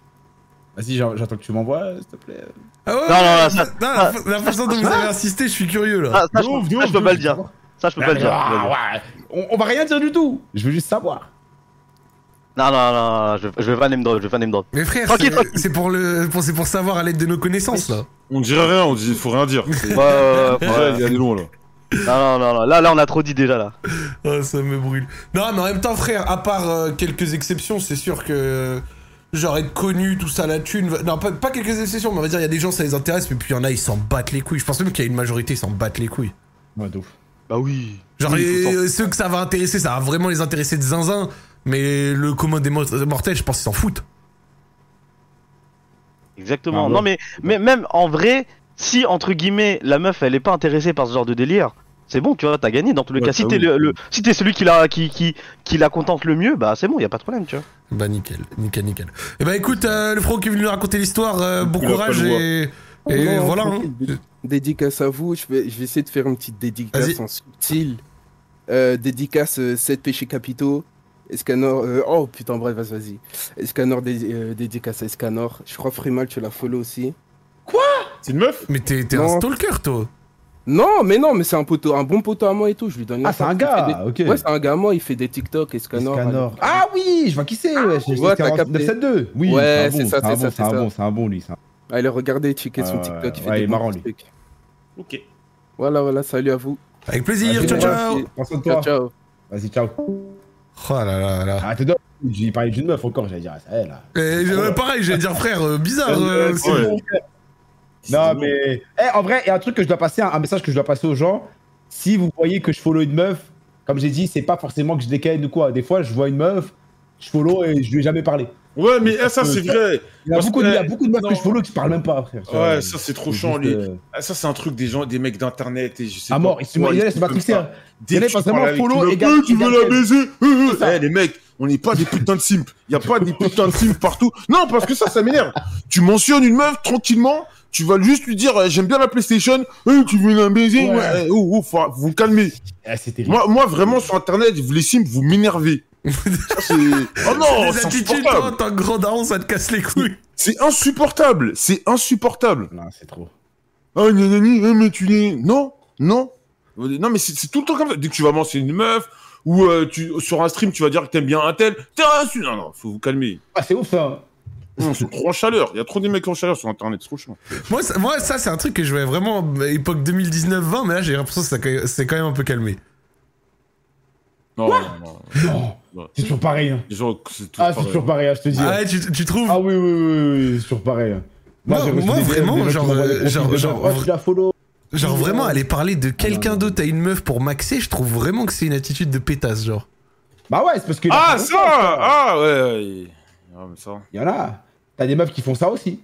[SPEAKER 6] Vas-y, j'en- j'attends que tu m'envoies, euh, s'il te plaît.
[SPEAKER 1] Ah ouais,
[SPEAKER 4] Non, non, non, ça-
[SPEAKER 1] non, la, fa- la façon dont vous
[SPEAKER 2] Ah.
[SPEAKER 1] avez insisté, je suis curieux là.
[SPEAKER 4] Ah, ça, je,
[SPEAKER 6] De ouf, de
[SPEAKER 4] ça, je
[SPEAKER 6] ouf,
[SPEAKER 4] peux
[SPEAKER 6] de
[SPEAKER 4] pas
[SPEAKER 6] ouf.
[SPEAKER 4] le dire. Ça, je peux pas le dire.
[SPEAKER 6] Ah, ouais. On, on va rien dire du tout. Je veux juste savoir.
[SPEAKER 4] Non, non, non, non, je, je vais pas name drop, je vais pas name drop.
[SPEAKER 1] Mais frère,
[SPEAKER 4] Tranquille,
[SPEAKER 1] c'est-
[SPEAKER 4] tranquille.
[SPEAKER 1] c'est pour le, pour, c'est pour savoir à l'aide de nos connaissances là.
[SPEAKER 3] On dirait rien, on dit, faut rien dire.
[SPEAKER 4] Ouais, ouais, ouais,
[SPEAKER 3] Déjà,
[SPEAKER 4] ouais.
[SPEAKER 3] Il y a des longs, là.
[SPEAKER 4] Non, non, non, non, là, là, on a trop dit déjà là.
[SPEAKER 1] Ah, ça me brûle. Non, mais en même temps, frère, à part euh, quelques exceptions, c'est sûr que. euh, Genre être connu, tout ça, la thune. va- Non, pas, pas quelques exceptions, mais on va dire, il y a des gens, ça les intéresse, mais puis il y en a, ils s'en battent les couilles. Je pense même qu'il y a une majorité, ils s'en battent les couilles.
[SPEAKER 6] Ouais, de ouf.
[SPEAKER 4] Bah oui.
[SPEAKER 1] Genre,
[SPEAKER 4] Oui, tout le
[SPEAKER 1] euh, ceux que ça va intéresser, ça va vraiment les intéresser de zinzin. Mais le commun des mor- mortels, je pense qu'ils s'en foutent.
[SPEAKER 2] Ah
[SPEAKER 4] Exactement. non mais, mais même en vrai, si entre guillemets la meuf elle est pas intéressée par ce genre de délire, c'est bon, tu vois, t'as gagné dans tous les
[SPEAKER 3] Ouais,
[SPEAKER 4] cas. Si
[SPEAKER 3] bah
[SPEAKER 4] t'es
[SPEAKER 3] oui.
[SPEAKER 4] le, le- si t'es celui qui la qui, qui qui la contente le mieux, bah c'est bon, y a pas de problème, tu vois.
[SPEAKER 1] Bah, nickel, nickel, nickel. Et bah, écoute, euh, le frérot qui est venu nous raconter l'histoire, euh, bon
[SPEAKER 3] Il a
[SPEAKER 1] courage
[SPEAKER 3] pas le
[SPEAKER 1] et, et
[SPEAKER 7] Oh, Non,
[SPEAKER 1] voilà. hein.
[SPEAKER 7] tranquille, dé- Dédicace à vous, je vais, je vais essayer de faire une petite dédicace
[SPEAKER 1] Vas-y.
[SPEAKER 7] en subtil. Euh, dédicace 7 péchés capitaux. Escanor, euh, oh putain, bref, vas-y, vas-y. Escanor, dé- euh, dédicace à Escanor. Je crois Frimal, tu l'as follow aussi.
[SPEAKER 3] C'est une meuf
[SPEAKER 1] Mais t'es t'es un
[SPEAKER 7] Non.
[SPEAKER 1] stalker, toi.
[SPEAKER 7] Non, mais non, mais c'est un poteau, un bon poteau à moi et tout. Je lui donne. la
[SPEAKER 2] Ah, c'est
[SPEAKER 7] force,
[SPEAKER 2] un
[SPEAKER 7] il fait
[SPEAKER 2] gars, ok.
[SPEAKER 7] des- Ouais, c'est un gars à moi. Il fait des TikTok, Escanor.
[SPEAKER 2] Scanor. Ah oui, je vois qui c'est, ouais.
[SPEAKER 7] tu vois, t'as
[SPEAKER 2] 972. Oui,
[SPEAKER 7] Ouais,
[SPEAKER 2] c'est un bon,
[SPEAKER 7] c'est ça,
[SPEAKER 2] un
[SPEAKER 7] c'est ça,
[SPEAKER 2] bon,
[SPEAKER 7] c'est
[SPEAKER 2] C'est un
[SPEAKER 7] ça.
[SPEAKER 2] bon, c'est un bon, lui. c'est un-
[SPEAKER 7] Allez, allez, regardez, checker son
[SPEAKER 2] Ouais,
[SPEAKER 7] TikTok. Il fait
[SPEAKER 2] ouais,
[SPEAKER 7] des
[SPEAKER 2] il est marrant,
[SPEAKER 7] bons
[SPEAKER 2] lui.
[SPEAKER 7] trucs.
[SPEAKER 3] Ok.
[SPEAKER 7] Voilà, voilà, salut à vous.
[SPEAKER 1] Avec plaisir,
[SPEAKER 2] Vas-y,
[SPEAKER 1] ciao, ciao.
[SPEAKER 7] merci.
[SPEAKER 2] Prends soin de
[SPEAKER 7] Ciao,
[SPEAKER 2] toi.
[SPEAKER 7] ciao.
[SPEAKER 2] Vas-y, ciao.
[SPEAKER 1] Oh là là là.
[SPEAKER 2] Ah, t'es dehors. J'ai parlé d'une meuf encore, j'allais dire, ah, ça y est, là.
[SPEAKER 1] Et, euh, pareil, j'allais dire frère, euh, bizarre. euh, c'est-
[SPEAKER 3] Ouais.
[SPEAKER 2] Non, mais. Eh, en vrai, il y a un truc que je dois passer, un, un message que je dois passer aux gens. Si vous voyez que je follow une meuf, comme j'ai dit, c'est pas forcément que je décale ou quoi. Des fois, je vois une meuf, je follow et je lui ai jamais parlé.
[SPEAKER 3] Ouais, mais eh, ça, c'est vrai.
[SPEAKER 2] Il y a,
[SPEAKER 3] Parce
[SPEAKER 2] beaucoup,
[SPEAKER 3] que,
[SPEAKER 2] de- il y a
[SPEAKER 3] eh,
[SPEAKER 2] beaucoup de meufs
[SPEAKER 3] non.
[SPEAKER 2] que je follow qui parlent même pas, frère. euh,
[SPEAKER 3] Ouais, ça, c'est trop chiant,
[SPEAKER 2] chiant
[SPEAKER 3] lui. Ah, Ça, c'est un truc des gens, des mecs d'internet et je sais
[SPEAKER 2] À
[SPEAKER 3] pas
[SPEAKER 2] mort, ils se
[SPEAKER 3] pourquoi,
[SPEAKER 2] ils
[SPEAKER 3] ils
[SPEAKER 2] laissent
[SPEAKER 3] peuvent
[SPEAKER 2] matrixer.
[SPEAKER 3] pas. Dès
[SPEAKER 2] hein. Il y en a,
[SPEAKER 3] que
[SPEAKER 2] ils
[SPEAKER 3] tu
[SPEAKER 2] pensent
[SPEAKER 3] parles
[SPEAKER 2] vraiment
[SPEAKER 3] avec
[SPEAKER 2] follow
[SPEAKER 3] une meuf,
[SPEAKER 2] et garde-
[SPEAKER 3] Euh, tu
[SPEAKER 2] et
[SPEAKER 3] veux
[SPEAKER 2] garde
[SPEAKER 3] la
[SPEAKER 2] elle.
[SPEAKER 3] baiser Euh, euh.
[SPEAKER 2] C'est ça.
[SPEAKER 3] Eh, les mecs, on n'est pas des putains de simps. Il y a pas des putains de simps partout. Non, parce que ça, ça m'énerve. Tu mentionnes une meuf tranquillement, tu vas juste lui dire euh, j'aime bien la PlayStation. Euh, tu veux la baiser
[SPEAKER 2] Ouais.
[SPEAKER 3] Ouais, eh, oh, oh, faut- vous vous calmez.
[SPEAKER 2] Ah, c'est terrible.
[SPEAKER 3] Moi, moi, vraiment sur internet, vous- les simps, vous m'énervez. Ça, c'est- oh non,
[SPEAKER 1] Des
[SPEAKER 3] c'est
[SPEAKER 1] attitudes, toi, en
[SPEAKER 3] insupportable.
[SPEAKER 1] tant que grand daron, ça te casse les couilles.
[SPEAKER 3] C'est insupportable. C'est insupportable.
[SPEAKER 2] Non, c'est trop.
[SPEAKER 3] Ah, gna gna gna, ah, mais tu l'es. Non, non. Euh, Non, mais c'est c'est tout le temps comme ça. Dès que tu vas mentionner une meuf, ou euh, tu, sur un stream, tu vas dire que t'aimes bien un tel, t'es un insu- Non, non, faut vous calmer.
[SPEAKER 2] Ah, c'est ouf, hein.
[SPEAKER 3] Non, c'est trop en chaleur. Il y a trop des mecs en chaleur sur internet, c'est trop chiant.
[SPEAKER 1] Moi, ça, moi, ça, c'est un truc que je vais vraiment bah, époque 2019-20, mais là, j'ai l'impression que ça c'est quand même un peu calmé.
[SPEAKER 3] Non, non, non.
[SPEAKER 2] Non.
[SPEAKER 3] Ouais.
[SPEAKER 2] Oh, C'est toujours pareil. hein.
[SPEAKER 3] Les gens, c'est tout.
[SPEAKER 2] Ah, c'est toujours pareil, hein, je te dis.
[SPEAKER 1] Ah ouais, tu, tu trouves
[SPEAKER 2] Ah oui, oui, oui, oui, oui, c'est toujours pareil. hein.
[SPEAKER 1] Moi,
[SPEAKER 2] j'ai reçu
[SPEAKER 1] moi,
[SPEAKER 2] des- des
[SPEAKER 1] vraiment,
[SPEAKER 2] mecs qui
[SPEAKER 1] genre,
[SPEAKER 2] m'envoient des
[SPEAKER 1] euh,
[SPEAKER 2] profils
[SPEAKER 1] genre,
[SPEAKER 2] de
[SPEAKER 1] genre,
[SPEAKER 2] meufs. Oh, tu la follow.
[SPEAKER 1] Genre vraiment, aller parler de
[SPEAKER 2] non,
[SPEAKER 1] quelqu'un
[SPEAKER 2] non.
[SPEAKER 1] d'autre à une meuf pour maxer, je trouve vraiment que c'est une attitude de pétasse, genre.
[SPEAKER 2] Bah ouais, c'est parce que.
[SPEAKER 3] Ah, ça Ah, ouais, ouais. Ah, mais ça.
[SPEAKER 2] Il y en a. T'as des meufs qui font ça aussi.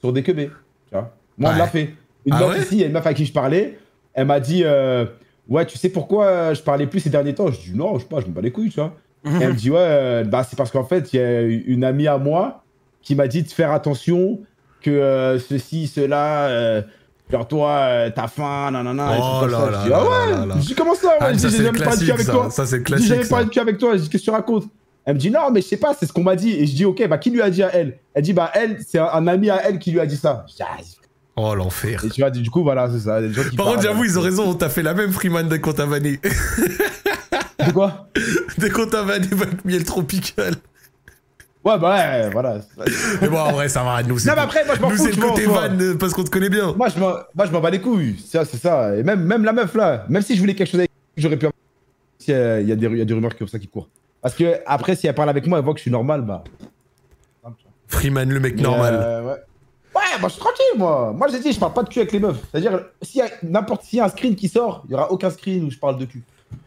[SPEAKER 2] Sur des quebés. Tu vois Moi, on
[SPEAKER 1] Ouais.
[SPEAKER 2] me l'a fait. Une
[SPEAKER 1] Ah
[SPEAKER 2] meuf
[SPEAKER 1] ouais
[SPEAKER 2] ici, il y a une meuf à qui je parlais. Elle m'a dit euh, Ouais, tu sais pourquoi euh, je parlais plus ces derniers temps Je dis Non, je sais pas, je me bats les couilles, tu vois. Et elle me dit Ouais, euh, bah, c'est parce qu'en fait, il y a une amie à moi qui m'a dit de faire attention que euh, ceci, cela. euh, Genre toi, euh, t'as faim, nanana, et
[SPEAKER 1] Oh
[SPEAKER 2] tout comme
[SPEAKER 1] là
[SPEAKER 2] ça.
[SPEAKER 1] là
[SPEAKER 2] je dis,
[SPEAKER 1] là
[SPEAKER 2] ah
[SPEAKER 1] là là
[SPEAKER 2] ouais,
[SPEAKER 1] là.
[SPEAKER 2] je dis comment ça, ouais,
[SPEAKER 1] Ah, mais
[SPEAKER 2] je
[SPEAKER 1] ça,
[SPEAKER 2] dis, j'ai
[SPEAKER 1] c'est
[SPEAKER 2] jamais parlé de cul
[SPEAKER 1] classique,
[SPEAKER 2] avec
[SPEAKER 1] ça.
[SPEAKER 2] toi.
[SPEAKER 1] Ça, c'est
[SPEAKER 2] Je dis,
[SPEAKER 1] classique,
[SPEAKER 2] j'avais
[SPEAKER 1] ça.
[SPEAKER 2] parlé de cul avec toi, je dis, qu'est-ce que tu racontes Elle me dit, non, mais je sais pas, c'est ce qu'on m'a dit. Et je dis, ok, bah qui lui a dit à elle Elle dit, bah elle, c'est un, un ami à elle qui lui a dit ça. Je dis, ah,
[SPEAKER 1] Oh, l'enfer.
[SPEAKER 2] et tu vois, du coup, voilà, c'est ça. des gens qui
[SPEAKER 1] Par contre,
[SPEAKER 2] parlent,
[SPEAKER 1] j'avoue,
[SPEAKER 2] voilà.
[SPEAKER 1] ils ont raison, on t'a fait la même Freeman dès qu'on t'a vanné.
[SPEAKER 2] C'est quoi
[SPEAKER 1] dès qu'on t'a vanné, votre miel tropical.
[SPEAKER 2] Ouais, bah ouais, voilà.
[SPEAKER 1] Mais bon, en vrai, ça va, nous, c'est
[SPEAKER 2] Non, mais après, moi, je m'en
[SPEAKER 1] nous,
[SPEAKER 2] fous,
[SPEAKER 1] c'est
[SPEAKER 2] tu
[SPEAKER 1] le
[SPEAKER 2] vois,
[SPEAKER 1] côté
[SPEAKER 2] en soi.
[SPEAKER 1] van euh, parce qu'on te connaît bien.
[SPEAKER 2] Moi, je m'en, moi, je m'en bats les couilles. Ça, c'est ça. Et même, même la meuf, là, même si je voulais quelque chose avec j'aurais pu. avoir- Si, euh, Il y, a des ru- il y a des rumeurs comme ça qui courent. Parce que, après, si elle parle avec moi, elle voit que je suis normal, bah.
[SPEAKER 1] Freeman, le mec
[SPEAKER 2] Mais,
[SPEAKER 1] normal.
[SPEAKER 2] euh, ouais. Ouais, moi je suis tranquille, moi. Moi j'ai dit, je parle pas de cul avec les meufs. C'est-à-dire, s'il y a n'importe s'il y a un screen qui sort, il y aura aucun screen où je parle de cul.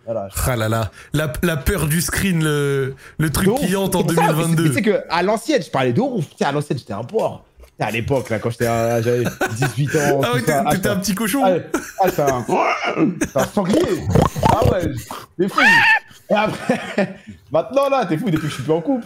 [SPEAKER 2] Voilà.
[SPEAKER 1] Ah là là, la, la peur du screen, le, le truc
[SPEAKER 2] De
[SPEAKER 1] qui
[SPEAKER 2] ouf.
[SPEAKER 1] hante en
[SPEAKER 2] C'est pour ça, mais c'est- mais
[SPEAKER 1] 2022.
[SPEAKER 2] Tu sais que à l'ancienne, je parlais de ouf. Tu sais, à l'ancienne, j'étais un porc. Tu sais, À l'époque, là, quand j'étais, euh, j'avais 18 ans.
[SPEAKER 1] Ah ouais,
[SPEAKER 2] tout
[SPEAKER 1] t'es-
[SPEAKER 2] ça. Ah,
[SPEAKER 1] t'étais
[SPEAKER 2] j'étais
[SPEAKER 1] un petit cochon.
[SPEAKER 2] Ah, ah, c'est un... c'est un sanglier Ah ouais, t'es fou Et après, maintenant là, t'es fou depuis que je suis plus en couple.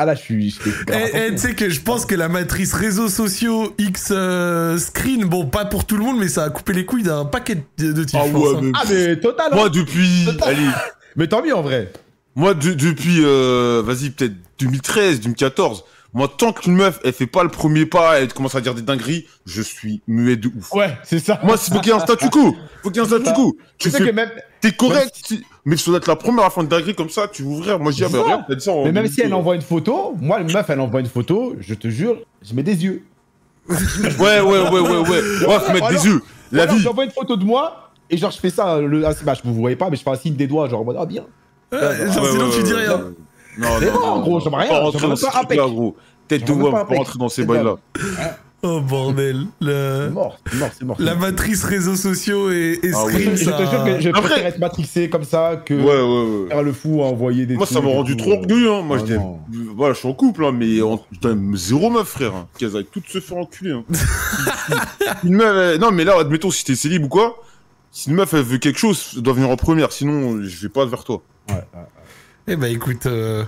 [SPEAKER 2] Ah là, je suis... j'étais grave.
[SPEAKER 1] Eh, eh, tu sais que je pense que la matrice réseaux sociaux X euh, screen, bon, pas pour tout le monde, mais ça a coupé les couilles d'un paquet de, de types.
[SPEAKER 3] Ah
[SPEAKER 1] je pense,
[SPEAKER 3] ouais,
[SPEAKER 1] hein.
[SPEAKER 3] mais.
[SPEAKER 2] Ah mais total hein.
[SPEAKER 3] Moi, depuis. Allez,
[SPEAKER 2] Mais tant mieux en vrai
[SPEAKER 3] moi, de- depuis. euh, Vas-y, peut-être 2013, 2014. Moi, tant qu'une meuf, elle fait pas le premier pas, elle commence à dire des dingueries, je suis muet de ouf.
[SPEAKER 2] Ouais, c'est ça
[SPEAKER 3] Moi, c'est faut qu'il y ait un statu quo. Faut qu'il y ait un statu quo.
[SPEAKER 2] Tu
[SPEAKER 3] Tu
[SPEAKER 2] sais
[SPEAKER 3] fais-
[SPEAKER 2] que même,
[SPEAKER 3] t'es correct. tu- Mais ça doit être la première affaire de dinguerie comme ça. Tu vas ouvrir. Moi, je dis, ah,
[SPEAKER 2] C'est
[SPEAKER 3] bah,
[SPEAKER 2] ça.
[SPEAKER 3] regarde, t'as dit ça en
[SPEAKER 2] mais même
[SPEAKER 3] minute.
[SPEAKER 2] si elle envoie une photo, moi, une meuf, elle envoie une photo, je te jure, je mets des yeux.
[SPEAKER 3] Ouais, ouais, ouais, ouais, ouais. Ouais, faut
[SPEAKER 2] Alors-
[SPEAKER 3] mettre des yeux. La
[SPEAKER 2] Alors,
[SPEAKER 3] vie.
[SPEAKER 2] J'envoie une photo de moi, et genre, je fais ça, le, ah, c'est- bah, je vous voyez pas, mais je fais un signe des doigts, genre, en mode, ah, bien.
[SPEAKER 1] Euh, genre,
[SPEAKER 3] Ouais,
[SPEAKER 1] sinon
[SPEAKER 3] ouais,
[SPEAKER 1] tu dis
[SPEAKER 3] ouais,
[SPEAKER 1] rien.
[SPEAKER 3] ouais. Non,
[SPEAKER 2] Mais
[SPEAKER 3] non,
[SPEAKER 2] non,
[SPEAKER 3] non,
[SPEAKER 2] gros,
[SPEAKER 3] non.
[SPEAKER 2] j'aimerais
[SPEAKER 3] Pas
[SPEAKER 2] rien,
[SPEAKER 3] rentrer
[SPEAKER 2] j'aimerais
[SPEAKER 3] dans ces
[SPEAKER 2] pas un
[SPEAKER 3] trucs-là,
[SPEAKER 2] pec.
[SPEAKER 3] gros. Tête de
[SPEAKER 2] J'aimerais
[SPEAKER 3] homme,
[SPEAKER 2] pas un
[SPEAKER 3] pas
[SPEAKER 2] pec.
[SPEAKER 3] rentrer dans ces
[SPEAKER 2] C'est
[SPEAKER 3] bails-là.
[SPEAKER 1] Oh bordel.
[SPEAKER 2] C'est
[SPEAKER 1] Le-
[SPEAKER 2] mort, c'est mort, c'est mort.
[SPEAKER 1] La matrice réseaux sociaux et, et
[SPEAKER 3] Ah ouais.
[SPEAKER 1] stream,
[SPEAKER 2] Je te
[SPEAKER 1] ça-
[SPEAKER 2] jure que je
[SPEAKER 3] Après-
[SPEAKER 2] préfère être matrixé comme ça que
[SPEAKER 3] Ouais, ouais, ouais.
[SPEAKER 2] faire le fou à envoyer des
[SPEAKER 3] Moi, ça
[SPEAKER 2] trucs
[SPEAKER 3] m'a
[SPEAKER 2] et
[SPEAKER 3] rendu
[SPEAKER 2] tout,
[SPEAKER 3] trop
[SPEAKER 2] euh.
[SPEAKER 3] orgueilleux. Hein. Moi,
[SPEAKER 2] Ah,
[SPEAKER 3] je dis,
[SPEAKER 2] non.
[SPEAKER 3] euh, voilà, je suis en couple, hein, mais en- putain, zéro meuf, frère. Hein. Qu'elles aillent toutes se faire enculer. Hein. une meuf, elle- non, mais là, admettons, si t'es célib ou quoi, si une meuf, elle veut quelque chose, elle doit venir en première, sinon, je vais pas vers toi.
[SPEAKER 2] Ouais, ouais.
[SPEAKER 1] Eh ben écoute, euh,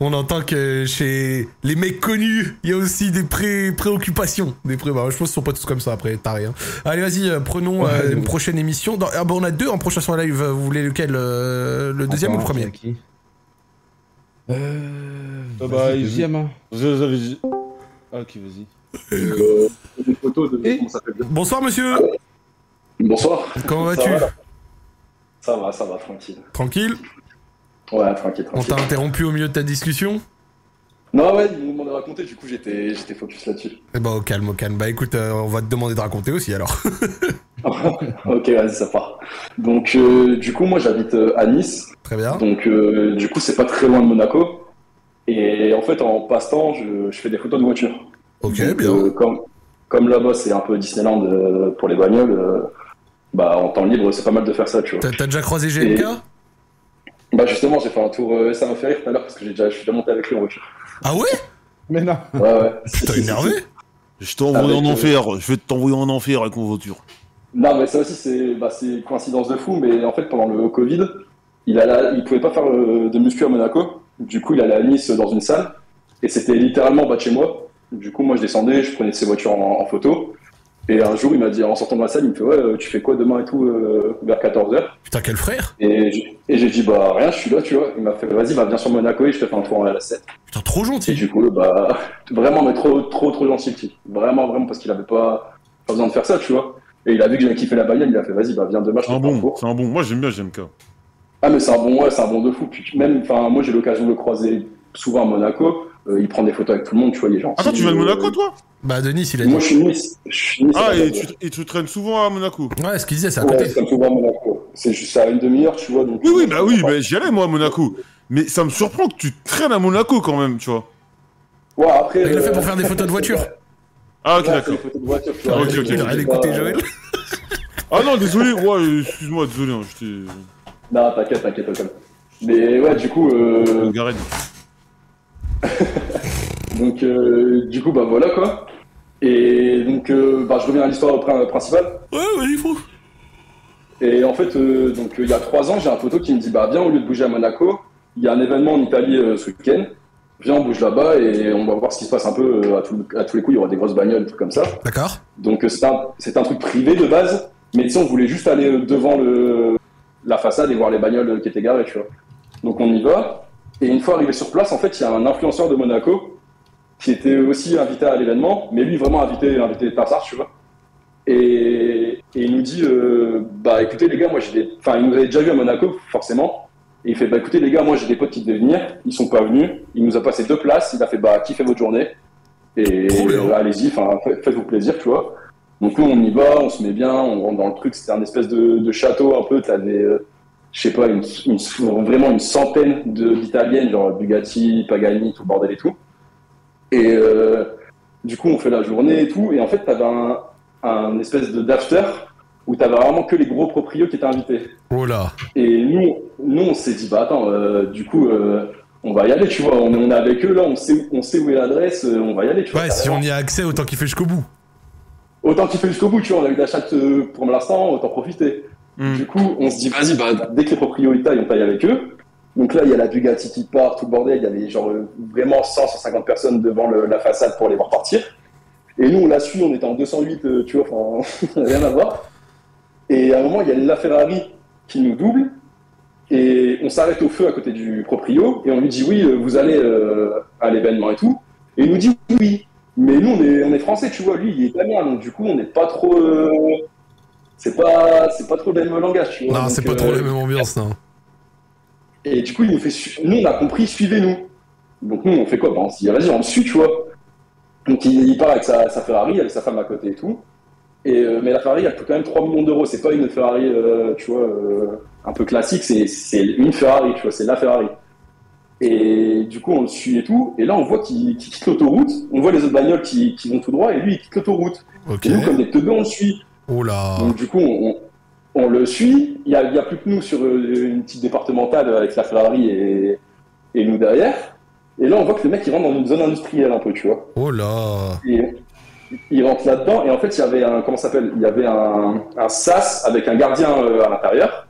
[SPEAKER 1] on entend que chez les mecs connus, il y a aussi des pré préoccupations. Des pré bah, je pense qu'ils sont pas tous comme ça après, t'as rien. Allez, vas-y, euh, prenons
[SPEAKER 2] Ouais,
[SPEAKER 1] euh,
[SPEAKER 2] de
[SPEAKER 1] une
[SPEAKER 2] ouf.
[SPEAKER 1] prochaine émission. Dans- ah, bon, on a deux en prochain soir live. Vous voulez lequel euh, Le deuxième ou le
[SPEAKER 2] Attends,
[SPEAKER 1] premier
[SPEAKER 2] qui Euh.
[SPEAKER 3] Bye
[SPEAKER 2] vas-y,
[SPEAKER 3] bye.
[SPEAKER 2] Deuxième. hein.
[SPEAKER 3] Ah, ok, vas-y.
[SPEAKER 6] Des photos de
[SPEAKER 2] Et-
[SPEAKER 6] comment ça s'appelle.
[SPEAKER 1] Bonsoir monsieur,
[SPEAKER 6] Bonsoir.
[SPEAKER 1] comment vas-tu
[SPEAKER 6] va Ça va, ça va, tranquille.
[SPEAKER 1] Tranquille
[SPEAKER 6] Ouais, tranquille,
[SPEAKER 1] On
[SPEAKER 6] tranquille.
[SPEAKER 1] t'a interrompu au milieu de ta discussion
[SPEAKER 6] Non, ouais, ils m'ont demandé de raconter, du coup, j'étais j'étais focus là-dessus.
[SPEAKER 1] Eh ben au calme, au calme. Bah écoute, euh, on va te demander de raconter aussi alors.
[SPEAKER 6] ok, vas-y, ça part. Donc, euh, du coup, moi, j'habite euh, à Nice.
[SPEAKER 1] Très bien.
[SPEAKER 6] Donc, euh, du coup, c'est pas très loin de Monaco. Et en fait, en passe-temps, je, je fais des photos de voitures.
[SPEAKER 1] Ok,
[SPEAKER 6] Donc,
[SPEAKER 1] bien.
[SPEAKER 6] euh, comme comme là-bas, c'est un peu Disneyland euh, pour les bagnoles, euh, bah, en temps libre, c'est pas mal de faire ça, tu vois.
[SPEAKER 1] T'as t'as déjà croisé GMK
[SPEAKER 6] Bah, justement, j'ai fait un tour, euh, ça m'a fait rire tout à l'heure parce que j'ai déjà, je suis déjà monté avec lui en voiture.
[SPEAKER 1] Ah ouais
[SPEAKER 2] Mais non.
[SPEAKER 6] Ouais, ouais. Si,
[SPEAKER 1] Putain,
[SPEAKER 6] si, si,
[SPEAKER 1] énervé
[SPEAKER 6] si.
[SPEAKER 3] Je t'envoie
[SPEAKER 6] Avec,
[SPEAKER 3] en
[SPEAKER 6] euh,
[SPEAKER 3] enfer. Je vais t'envoyer en enfer avec mon voiture.
[SPEAKER 6] Non, mais ça aussi, c'est bah, c'est coïncidence de fou. Mais en fait, pendant le Covid, il, alla, il pouvait pas faire euh, de muscu à Monaco. Du coup, il allait à Nice dans une salle. Et c'était littéralement en bas de chez moi. Du coup, moi, je descendais, je prenais ses voitures en, en photo. Et un jour, il m'a dit, en sortant de la salle, il me fait Ouais, euh, tu fais quoi demain et tout, euh, vers 14h
[SPEAKER 1] Putain, quel frère
[SPEAKER 6] Et j'ai- et j'ai dit Bah, rien, je suis là, tu vois. Il m'a fait Vas-y, bah, viens sur Monaco et je te fais un tour en LS7.
[SPEAKER 1] Putain, trop
[SPEAKER 6] Et
[SPEAKER 1] gentil.
[SPEAKER 6] du coup, bah, vraiment, mais trop, trop, trop gentil, le petit. Vraiment, vraiment, parce qu'il avait pas, pas besoin de faire ça, tu vois. Et il a vu que j'avais kiffé la bagnole, il a fait, vas-y, bah, viens demain, je te
[SPEAKER 3] C'est un
[SPEAKER 6] fais un
[SPEAKER 3] Ah bon.
[SPEAKER 6] tour.
[SPEAKER 3] C'est un bon. Moi, j'aime bien GMK.
[SPEAKER 6] Ah, mais c'est un bon, ouais, c'est un bon de fou. Puis même, enfin, moi, j'ai l'occasion de le croiser souvent à Monaco. Euh, il prend des photos avec tout le monde, tu vois, il est gentil.
[SPEAKER 3] Attends, tu viens de Monaco, toi
[SPEAKER 1] Bah Denis, il a dit.
[SPEAKER 6] Moi, je suis Nice. Je suis Nice. à
[SPEAKER 3] Ah,
[SPEAKER 6] la
[SPEAKER 3] et
[SPEAKER 6] base,
[SPEAKER 3] tu, et tu traînes souvent à Monaco
[SPEAKER 1] Ouais, ce qu'il disait, c'est à
[SPEAKER 6] Ouais,
[SPEAKER 1] côté.
[SPEAKER 6] Ouais, comme souvent à Monaco. C'est juste à une demi-heure, tu vois. Donc,
[SPEAKER 3] Oui, oui, bah oui, bah, j'y allais, moi, à Monaco. Mais ça me surprend que tu traînes à Monaco quand même, tu vois.
[SPEAKER 6] Ouais, après.
[SPEAKER 1] Il le fait
[SPEAKER 6] euh,
[SPEAKER 1] pour faire des photos de voiture.
[SPEAKER 3] Ah,
[SPEAKER 6] Ouais,
[SPEAKER 3] ok,
[SPEAKER 6] c'est
[SPEAKER 3] d'accord.
[SPEAKER 6] des photos de voiture, tu
[SPEAKER 1] Ah,
[SPEAKER 6] vois.
[SPEAKER 3] ok, ok,
[SPEAKER 6] C'est
[SPEAKER 1] Allez
[SPEAKER 6] pas-
[SPEAKER 1] écouter Joël.
[SPEAKER 3] Ah non, désolé, ouais, euh, excuse-moi, désolé, hein, j'étais.
[SPEAKER 6] Non, t'inquiète, t'inquiète, t'inquiète. Mais ouais, du coup, euh,
[SPEAKER 3] Gareth.
[SPEAKER 6] Donc, euh, du coup, bah voilà quoi. Et donc, euh, bah, je reviens à l'histoire prin- principale.
[SPEAKER 1] Ouais, vas-y, fou.
[SPEAKER 6] Et en fait, euh, donc, euh, il y a trois ans, j'ai un poteau qui me dit Bah, viens, au lieu de bouger à Monaco, il y a un événement en Italie euh, ce week-end. Viens, on bouge là-bas et on va voir ce qui se passe un peu. euh, à, tout- à tous les coups, il y aura des grosses bagnoles, des trucs comme ça.
[SPEAKER 1] D'accord.
[SPEAKER 6] Donc, euh, c'est un, c'est un truc privé de base. Mais tu sais, on voulait juste aller euh, devant le, la façade et voir les bagnoles euh, qui étaient garées, tu vois. Donc, on y va. Et une fois arrivé sur place, en fait, il y a un influenceur de Monaco qui était aussi invité à l'événement, mais lui vraiment invité, invité par hasard, tu vois. Et, et il nous dit, euh, bah écoutez les gars, moi j'ai des... Enfin, il nous avait déjà vu à Monaco, forcément. Et il fait, bah écoutez les gars, moi j'ai des potes qui devaient venir, ils sont pas venus. Il nous a passé deux places, il a fait, bah kiffez votre journée. Et
[SPEAKER 1] Trop bien.
[SPEAKER 6] euh, allez-y, enfin, fa- faites-vous plaisir, tu vois. Donc nous on y va, on se met bien, on rentre dans le truc, c'était un espèce de, de château un peu, t'avais, euh, je sais pas, une, une- vraiment une centaine de- d'italiennes, genre Bugatti, Pagani, tout le bordel et tout. Et euh, du coup, on fait la journée et tout. Et en fait, t'avais un, un espèce de d'after où t'avais vraiment que les gros proprios qui étaient invités.
[SPEAKER 1] Oh là.
[SPEAKER 6] Et nous, nous on s'est dit, bah attends, euh, du coup, euh, on va y aller, tu vois. On, on est avec eux, là, on sait, on sait où est l'adresse, euh, on va y aller, tu vois.
[SPEAKER 1] Ouais, si on y a accès, autant qu'il fait jusqu'au bout.
[SPEAKER 6] Autant qu'il fait jusqu'au bout, tu vois. On a eu de la chatte euh, pour l'instant, autant profiter.
[SPEAKER 3] Hmm.
[SPEAKER 6] Du coup, on se dit, vas-y, bah, dès que les proprios taillent, on taille avec eux. Donc là, il y a la Bugatti qui part, tout le bordel. Il y avait genre euh, vraiment 100, 150 personnes devant le- la façade pour les voir partir. Et nous, on l'a su, on était en 208, euh, tu vois, enfin, on avait rien à voir. Et à un moment, il y a la Ferrari qui nous double. Et on s'arrête au feu à côté du proprio. Et on lui dit, oui, euh, vous allez euh, à l'événement et tout. Et il nous dit, oui. Mais nous, on est, on est français, tu vois. Lui, il est italien. Donc du coup, on n'est pas trop. euh, c'est pas, c'est pas trop le même langage, tu vois.
[SPEAKER 1] Non,
[SPEAKER 6] Donc,
[SPEAKER 1] c'est pas trop
[SPEAKER 6] euh,
[SPEAKER 1] la même ambiance, hein. non.
[SPEAKER 6] et du coup, il nous fait, su- nous, on a compris, suivez-nous. Donc, nous, on fait quoi ben, On se dit, vas-y, on le suit, tu vois. Donc, il, il part avec sa, sa Ferrari, avec sa femme à côté et tout. Et, euh, mais la Ferrari, elle coûte quand même 3 millions d'euros. C'est pas une Ferrari, euh, tu vois, euh, un peu classique. C'est c'est une Ferrari, tu vois, c'est la Ferrari. Et du coup, on le suit et tout. Et là, on voit qu'il qu'il quitte l'autoroute. On voit les autres bagnoles qui, qui vont tout droit et lui, il quitte l'autoroute.
[SPEAKER 1] Ok.
[SPEAKER 6] Et nous, comme des teubés, on le suit.
[SPEAKER 1] Oh là.
[SPEAKER 6] Donc du coup, on, on le suit. Il n'y a, il y a plus que nous sur euh, une petite départementale avec la Ferrari et, et nous derrière. Et là, on voit que le mec, il rentre dans une zone industrielle un peu, tu vois.
[SPEAKER 1] Oh là.
[SPEAKER 6] Et il rentre là-dedans. Et en fait, il y avait un, comment ça s'appelle Il y avait un, un sas avec un gardien euh, à l'intérieur.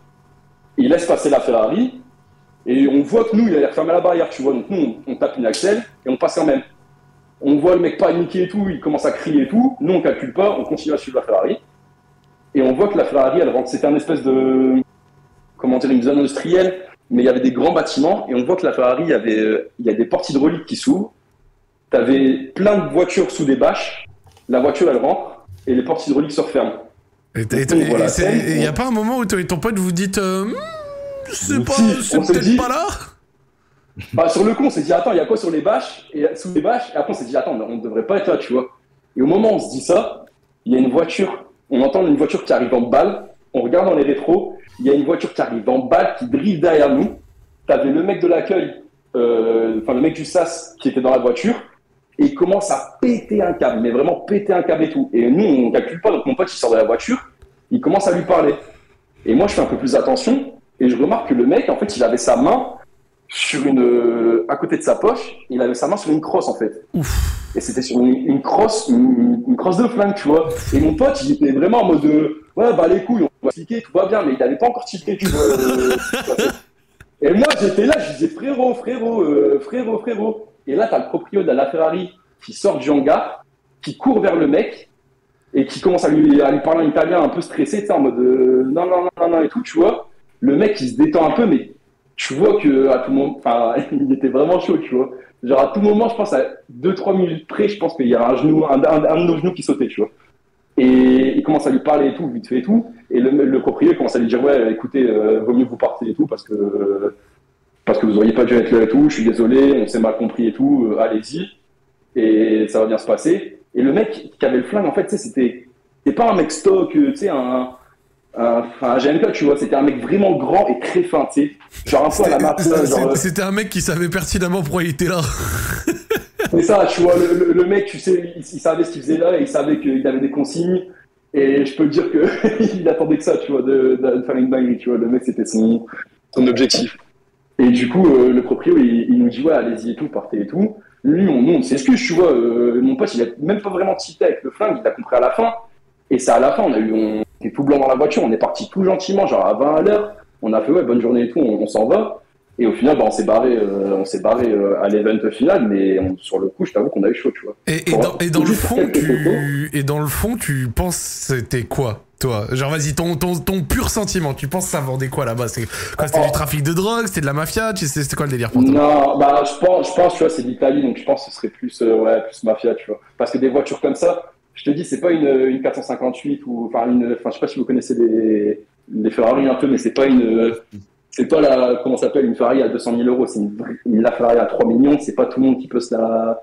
[SPEAKER 6] Il laisse passer la Ferrari. Et on voit que nous, il a l'air fermé à la barrière, tu vois. Donc nous, on, on tape une axelle et on passe quand même. On voit le mec paniquer et tout, il commence à crier et tout. Nous, on calcule pas, on continue à suivre la Ferrari. Et on voit que la Ferrari, elle rentre. C'était un espèce de. Comment dire, une zone industrielle. Mais il y avait des grands bâtiments. Et on voit que la Ferrari, il y, avait, euh, il y a des portes hydrauliques qui s'ouvrent. T'avais plein de voitures sous des bâches. La voiture, elle rentre. Et les portes hydrauliques se referment.
[SPEAKER 1] Et
[SPEAKER 6] Donc, voilà, c'est-
[SPEAKER 1] il n'y a pas un moment où toi et ton pote vous dites. euh, Hmm, c'est pas,
[SPEAKER 6] Si,
[SPEAKER 1] c'est
[SPEAKER 6] on s'est
[SPEAKER 1] peut-être
[SPEAKER 6] dit-
[SPEAKER 1] pas là
[SPEAKER 6] Bah, sur le coup, on s'est dit, attends, il y a quoi sur les bâches et sous les bâches Et après, on s'est dit, attends, on ne devrait pas être là, tu vois. Et au moment où on se dit ça, il y a une voiture, on entend une voiture qui arrive en balle, on regarde dans les rétros, il y a une voiture qui arrive en balle, qui drive derrière nous. T'avais le mec de l'accueil, euh, enfin le mec du SAS qui était dans la voiture, et il commence à péter un câble, mais vraiment péter un câble et tout. Et nous, on calcule pas, donc mon pote, il sort de la voiture, il commence à lui parler. Et moi, je fais un peu plus attention, et je remarque que le mec, en fait, il avait sa main sur une, euh, à côté de sa poche, il avait sa main sur une crosse en fait. Et c'était sur une, une crosse, une, une crosse de flingue, tu vois. Et mon pote, il était vraiment en mode, euh, ouais bah les couilles, on va tiquer, tout va bien, mais il n'avait pas encore tiqué, tu vois. euh, et moi, j'étais là, je disais frérot, frérot, euh, frérot, frérot. Et là, t'as le proprio de la Ferrari qui sort du hangar, qui court vers le mec et qui commence à lui, à lui parler en italien un peu stressé, tu sais, en mode euh, non, non, non, non, non, et tout, tu vois. Le mec, il se détend un peu, mais tu vois que à tout moment, enfin, il était vraiment chaud, tu vois. Genre à tout moment, je pense à 2-3 minutes près, je pense qu'il y a un genou, un, un- un de nos genoux qui sautait, tu vois. Et il commence à lui parler et tout, vite fait et tout. Et le, le propriétaire commence à lui dire ouais, écoutez, euh, vaut mieux que vous partez et tout parce que euh, parce que vous auriez pas dû être là et tout. Je suis désolé, on s'est mal compris et tout. euh, Allez-y et ça va bien se passer. Et le mec qui avait le flingue, en fait, tu sais, c'était c'était pas un mec stock, euh, tu sais, un un, un GMK, tu vois, c'était un mec vraiment grand et très fin, tu sais, genre un peu à la map,
[SPEAKER 1] C'était-
[SPEAKER 6] genre, euh.
[SPEAKER 1] c'était- C'était un mec qui savait pertinemment pourquoi il était là.
[SPEAKER 6] C'est ça, tu vois, le, le- le mec, tu sais, il, il savait ce qu'il faisait là, et il savait qu'il avait des consignes, et je peux te dire qu'il attendait que ça, tu vois, de, de- de faire une dinguerie, tu vois, le mec, c'était son, son objectif. Et du coup, euh, le proprio, il, il nous dit, ouais, allez-y et tout, partez et tout. Lui, on, nous, on s'excuse, tu vois, euh, mon pote, il a même pas vraiment tilté avec le flingue, il a compris à la fin, et ça, à la fin, on a eu, on était tout blanc dans la voiture, on est parti tout gentiment, genre à 20 à l'heure, on a fait, ouais, bonne journée et tout, on, on s'en va. Et au final, bah, on s'est barré, euh, on s'est barré euh, à l'event final, mais on- sur le coup, je t'avoue qu'on a eu chaud, tu vois.
[SPEAKER 1] Et, et dans, et dans le
[SPEAKER 6] Juste
[SPEAKER 1] fond,
[SPEAKER 6] quelques
[SPEAKER 1] tu et dans le fond, tu penses c'était quoi, toi Genre vas-y, ton, ton, ton pur sentiment, tu penses ça vendait quoi là-bas C'est quoi C'était
[SPEAKER 6] Oh.
[SPEAKER 1] du trafic de drogue, c'était de la mafia, tu sais, c'était quoi le délire pour toi
[SPEAKER 6] Non, bah, je pense, je pense, tu vois, c'est l'Italie, donc je pense que ce serait plus, euh, ouais, plus mafia, tu vois. Parce que des voitures comme ça, je te dis, c'est pas une, une 458 ou, enfin, une, enfin, je sais pas si vous connaissez les, les Ferrari un peu, mais c'est pas une, c'est pas la, comment ça s'appelle, une Ferrari à 200 000 euros, c'est une, vraie- une la Ferrari à 3 millions, c'est pas tout le monde qui peut se la,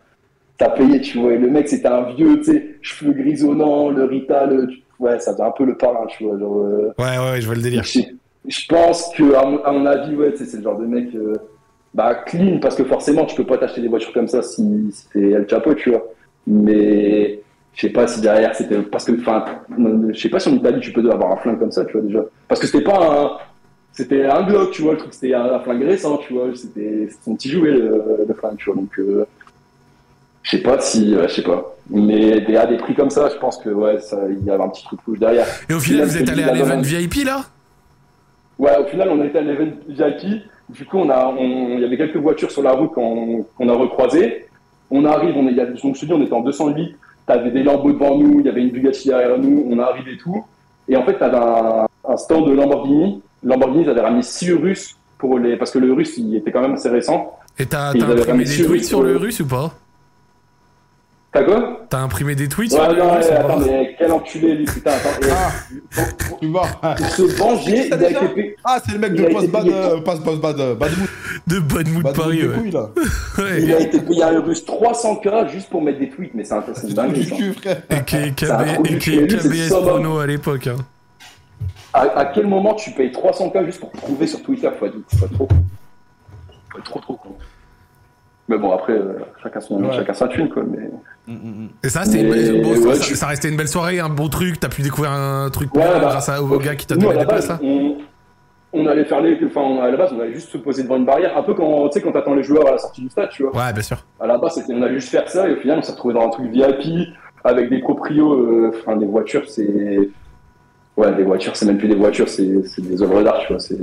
[SPEAKER 6] la payer, tu vois. Et le mec, c'était un vieux, tu sais, cheveux grisonnants, le Rita, le, ouais, ça faisait un peu le parrain, tu vois, genre, euh,
[SPEAKER 1] Ouais, ouais, ouais, je vois le délire.
[SPEAKER 6] je, je pense que, à mon, à mon avis, ouais, tu sais, c'est le genre de mec euh, bah, clean, parce que forcément, tu peux pas t'acheter des voitures comme ça si, si t'es El Chapo, tu vois. Mais je sais pas si derrière c'était. Parce que, enfin, je sais pas si en Italie tu peux avoir un flingue comme ça, tu vois, déjà. Parce que c'était pas un. C'était un Glock, tu vois, le truc, c'était un, un flingue récent, tu vois. C'était c'était son petit jouet, le, le flingue, tu vois. Donc, euh, je sais pas si. ouais, je sais pas. Mais des- à des prix comme ça, je pense que, ouais, ça- il y avait un petit truc rouge derrière.
[SPEAKER 1] Et au final,
[SPEAKER 6] Là,
[SPEAKER 1] vous
[SPEAKER 6] je
[SPEAKER 1] êtes
[SPEAKER 6] te
[SPEAKER 1] allé
[SPEAKER 6] dis,
[SPEAKER 1] à
[SPEAKER 6] la
[SPEAKER 1] l'event
[SPEAKER 6] banane.
[SPEAKER 1] VIP là
[SPEAKER 6] Ouais, au final, on était à l'event VIP. Du coup, on a, on, il y avait quelques voitures sur la route qu'on qu'on a recroisées. On arrive, on est, il y a- donc, je te dis, on était en 208. T'avais des Lambo devant nous, il y avait une Bugatti derrière nous. On arrive et tout. Et en fait, t'avais un, un stand de Lamborghini. Lamborghini, ils avaient ramené six Russes pour les, parce que le Russe, il était quand même assez récent.
[SPEAKER 1] Et t'as
[SPEAKER 6] Ils
[SPEAKER 1] t'as
[SPEAKER 6] avaient
[SPEAKER 1] imprimé
[SPEAKER 6] ramené
[SPEAKER 1] des
[SPEAKER 6] sur-
[SPEAKER 1] tweets sur le
[SPEAKER 6] euh,
[SPEAKER 1] russe ou pas
[SPEAKER 6] T'as quoi
[SPEAKER 1] T'as imprimé des tweets
[SPEAKER 6] Ouais,
[SPEAKER 1] sur le
[SPEAKER 6] non,
[SPEAKER 1] russe
[SPEAKER 6] ouais,
[SPEAKER 1] ou
[SPEAKER 6] attends,
[SPEAKER 1] pas
[SPEAKER 6] mais quel enculé, lui, putain, attends. Et
[SPEAKER 2] Ah,
[SPEAKER 6] pour,
[SPEAKER 2] tu vois.
[SPEAKER 6] pour se venger, il a été payé.
[SPEAKER 2] Ah, c'est le mec
[SPEAKER 6] Il
[SPEAKER 2] de
[SPEAKER 6] a
[SPEAKER 2] Post
[SPEAKER 6] été
[SPEAKER 2] Bad,
[SPEAKER 6] payé.
[SPEAKER 2] euh, Post Post Bad, euh, Bad Mood.
[SPEAKER 1] De bonne mood
[SPEAKER 2] Bad Mood
[SPEAKER 1] Paris,
[SPEAKER 2] Bah, des
[SPEAKER 1] ouais.
[SPEAKER 2] couilles, là.
[SPEAKER 6] Il
[SPEAKER 1] Ouais.
[SPEAKER 6] a été payé à un russe 300K juste pour mettre des tweets, mais c'est un
[SPEAKER 2] C'est
[SPEAKER 6] c'est
[SPEAKER 2] Ah, du
[SPEAKER 6] une
[SPEAKER 2] trou
[SPEAKER 6] dinguerie, ça.
[SPEAKER 2] du cul, frère.
[SPEAKER 1] Et qui est
[SPEAKER 6] Ça a
[SPEAKER 1] KB et
[SPEAKER 6] produit
[SPEAKER 1] qui est
[SPEAKER 6] chez lui, c'est
[SPEAKER 1] KBS
[SPEAKER 6] ça, bah.
[SPEAKER 1] Prono à l'époque. hein.
[SPEAKER 6] À, à quel moment tu payes 300K juste pour prouver sur Twitter Faut être, faut être trop con. Faut être trop trop con. Mais bon, après, euh, chacun, son,
[SPEAKER 2] Ouais.
[SPEAKER 6] chacun sa thune, quoi. Mais...
[SPEAKER 1] Et ça, c'était une
[SPEAKER 6] Mais
[SPEAKER 1] belle- bon,
[SPEAKER 6] ouais,
[SPEAKER 1] ça,
[SPEAKER 6] tu-
[SPEAKER 1] ça restait une belle soirée, un bon truc. T'as pu découvrir un truc
[SPEAKER 6] Ouais,
[SPEAKER 1] bien
[SPEAKER 6] bah,
[SPEAKER 1] grâce à- au gars qui t'a
[SPEAKER 6] Nous, à
[SPEAKER 1] donné
[SPEAKER 6] la
[SPEAKER 1] des places
[SPEAKER 6] base,
[SPEAKER 1] là.
[SPEAKER 6] on, on allait faire les. Enfin, on- à la base, on allait juste se poser devant une barrière, un peu quand tu sais, quand t'attends les joueurs à la sortie du stade, tu vois.
[SPEAKER 1] Ouais, bien sûr.
[SPEAKER 6] À la base, c'était- on allait juste faire ça, et au final, on s'est retrouvé dans un truc VIP avec des proprios. euh, Enfin, des voitures, c'est. Ouais, des voitures, c'est même plus des voitures, c'est c'est des œuvres d'art, tu vois. C'est.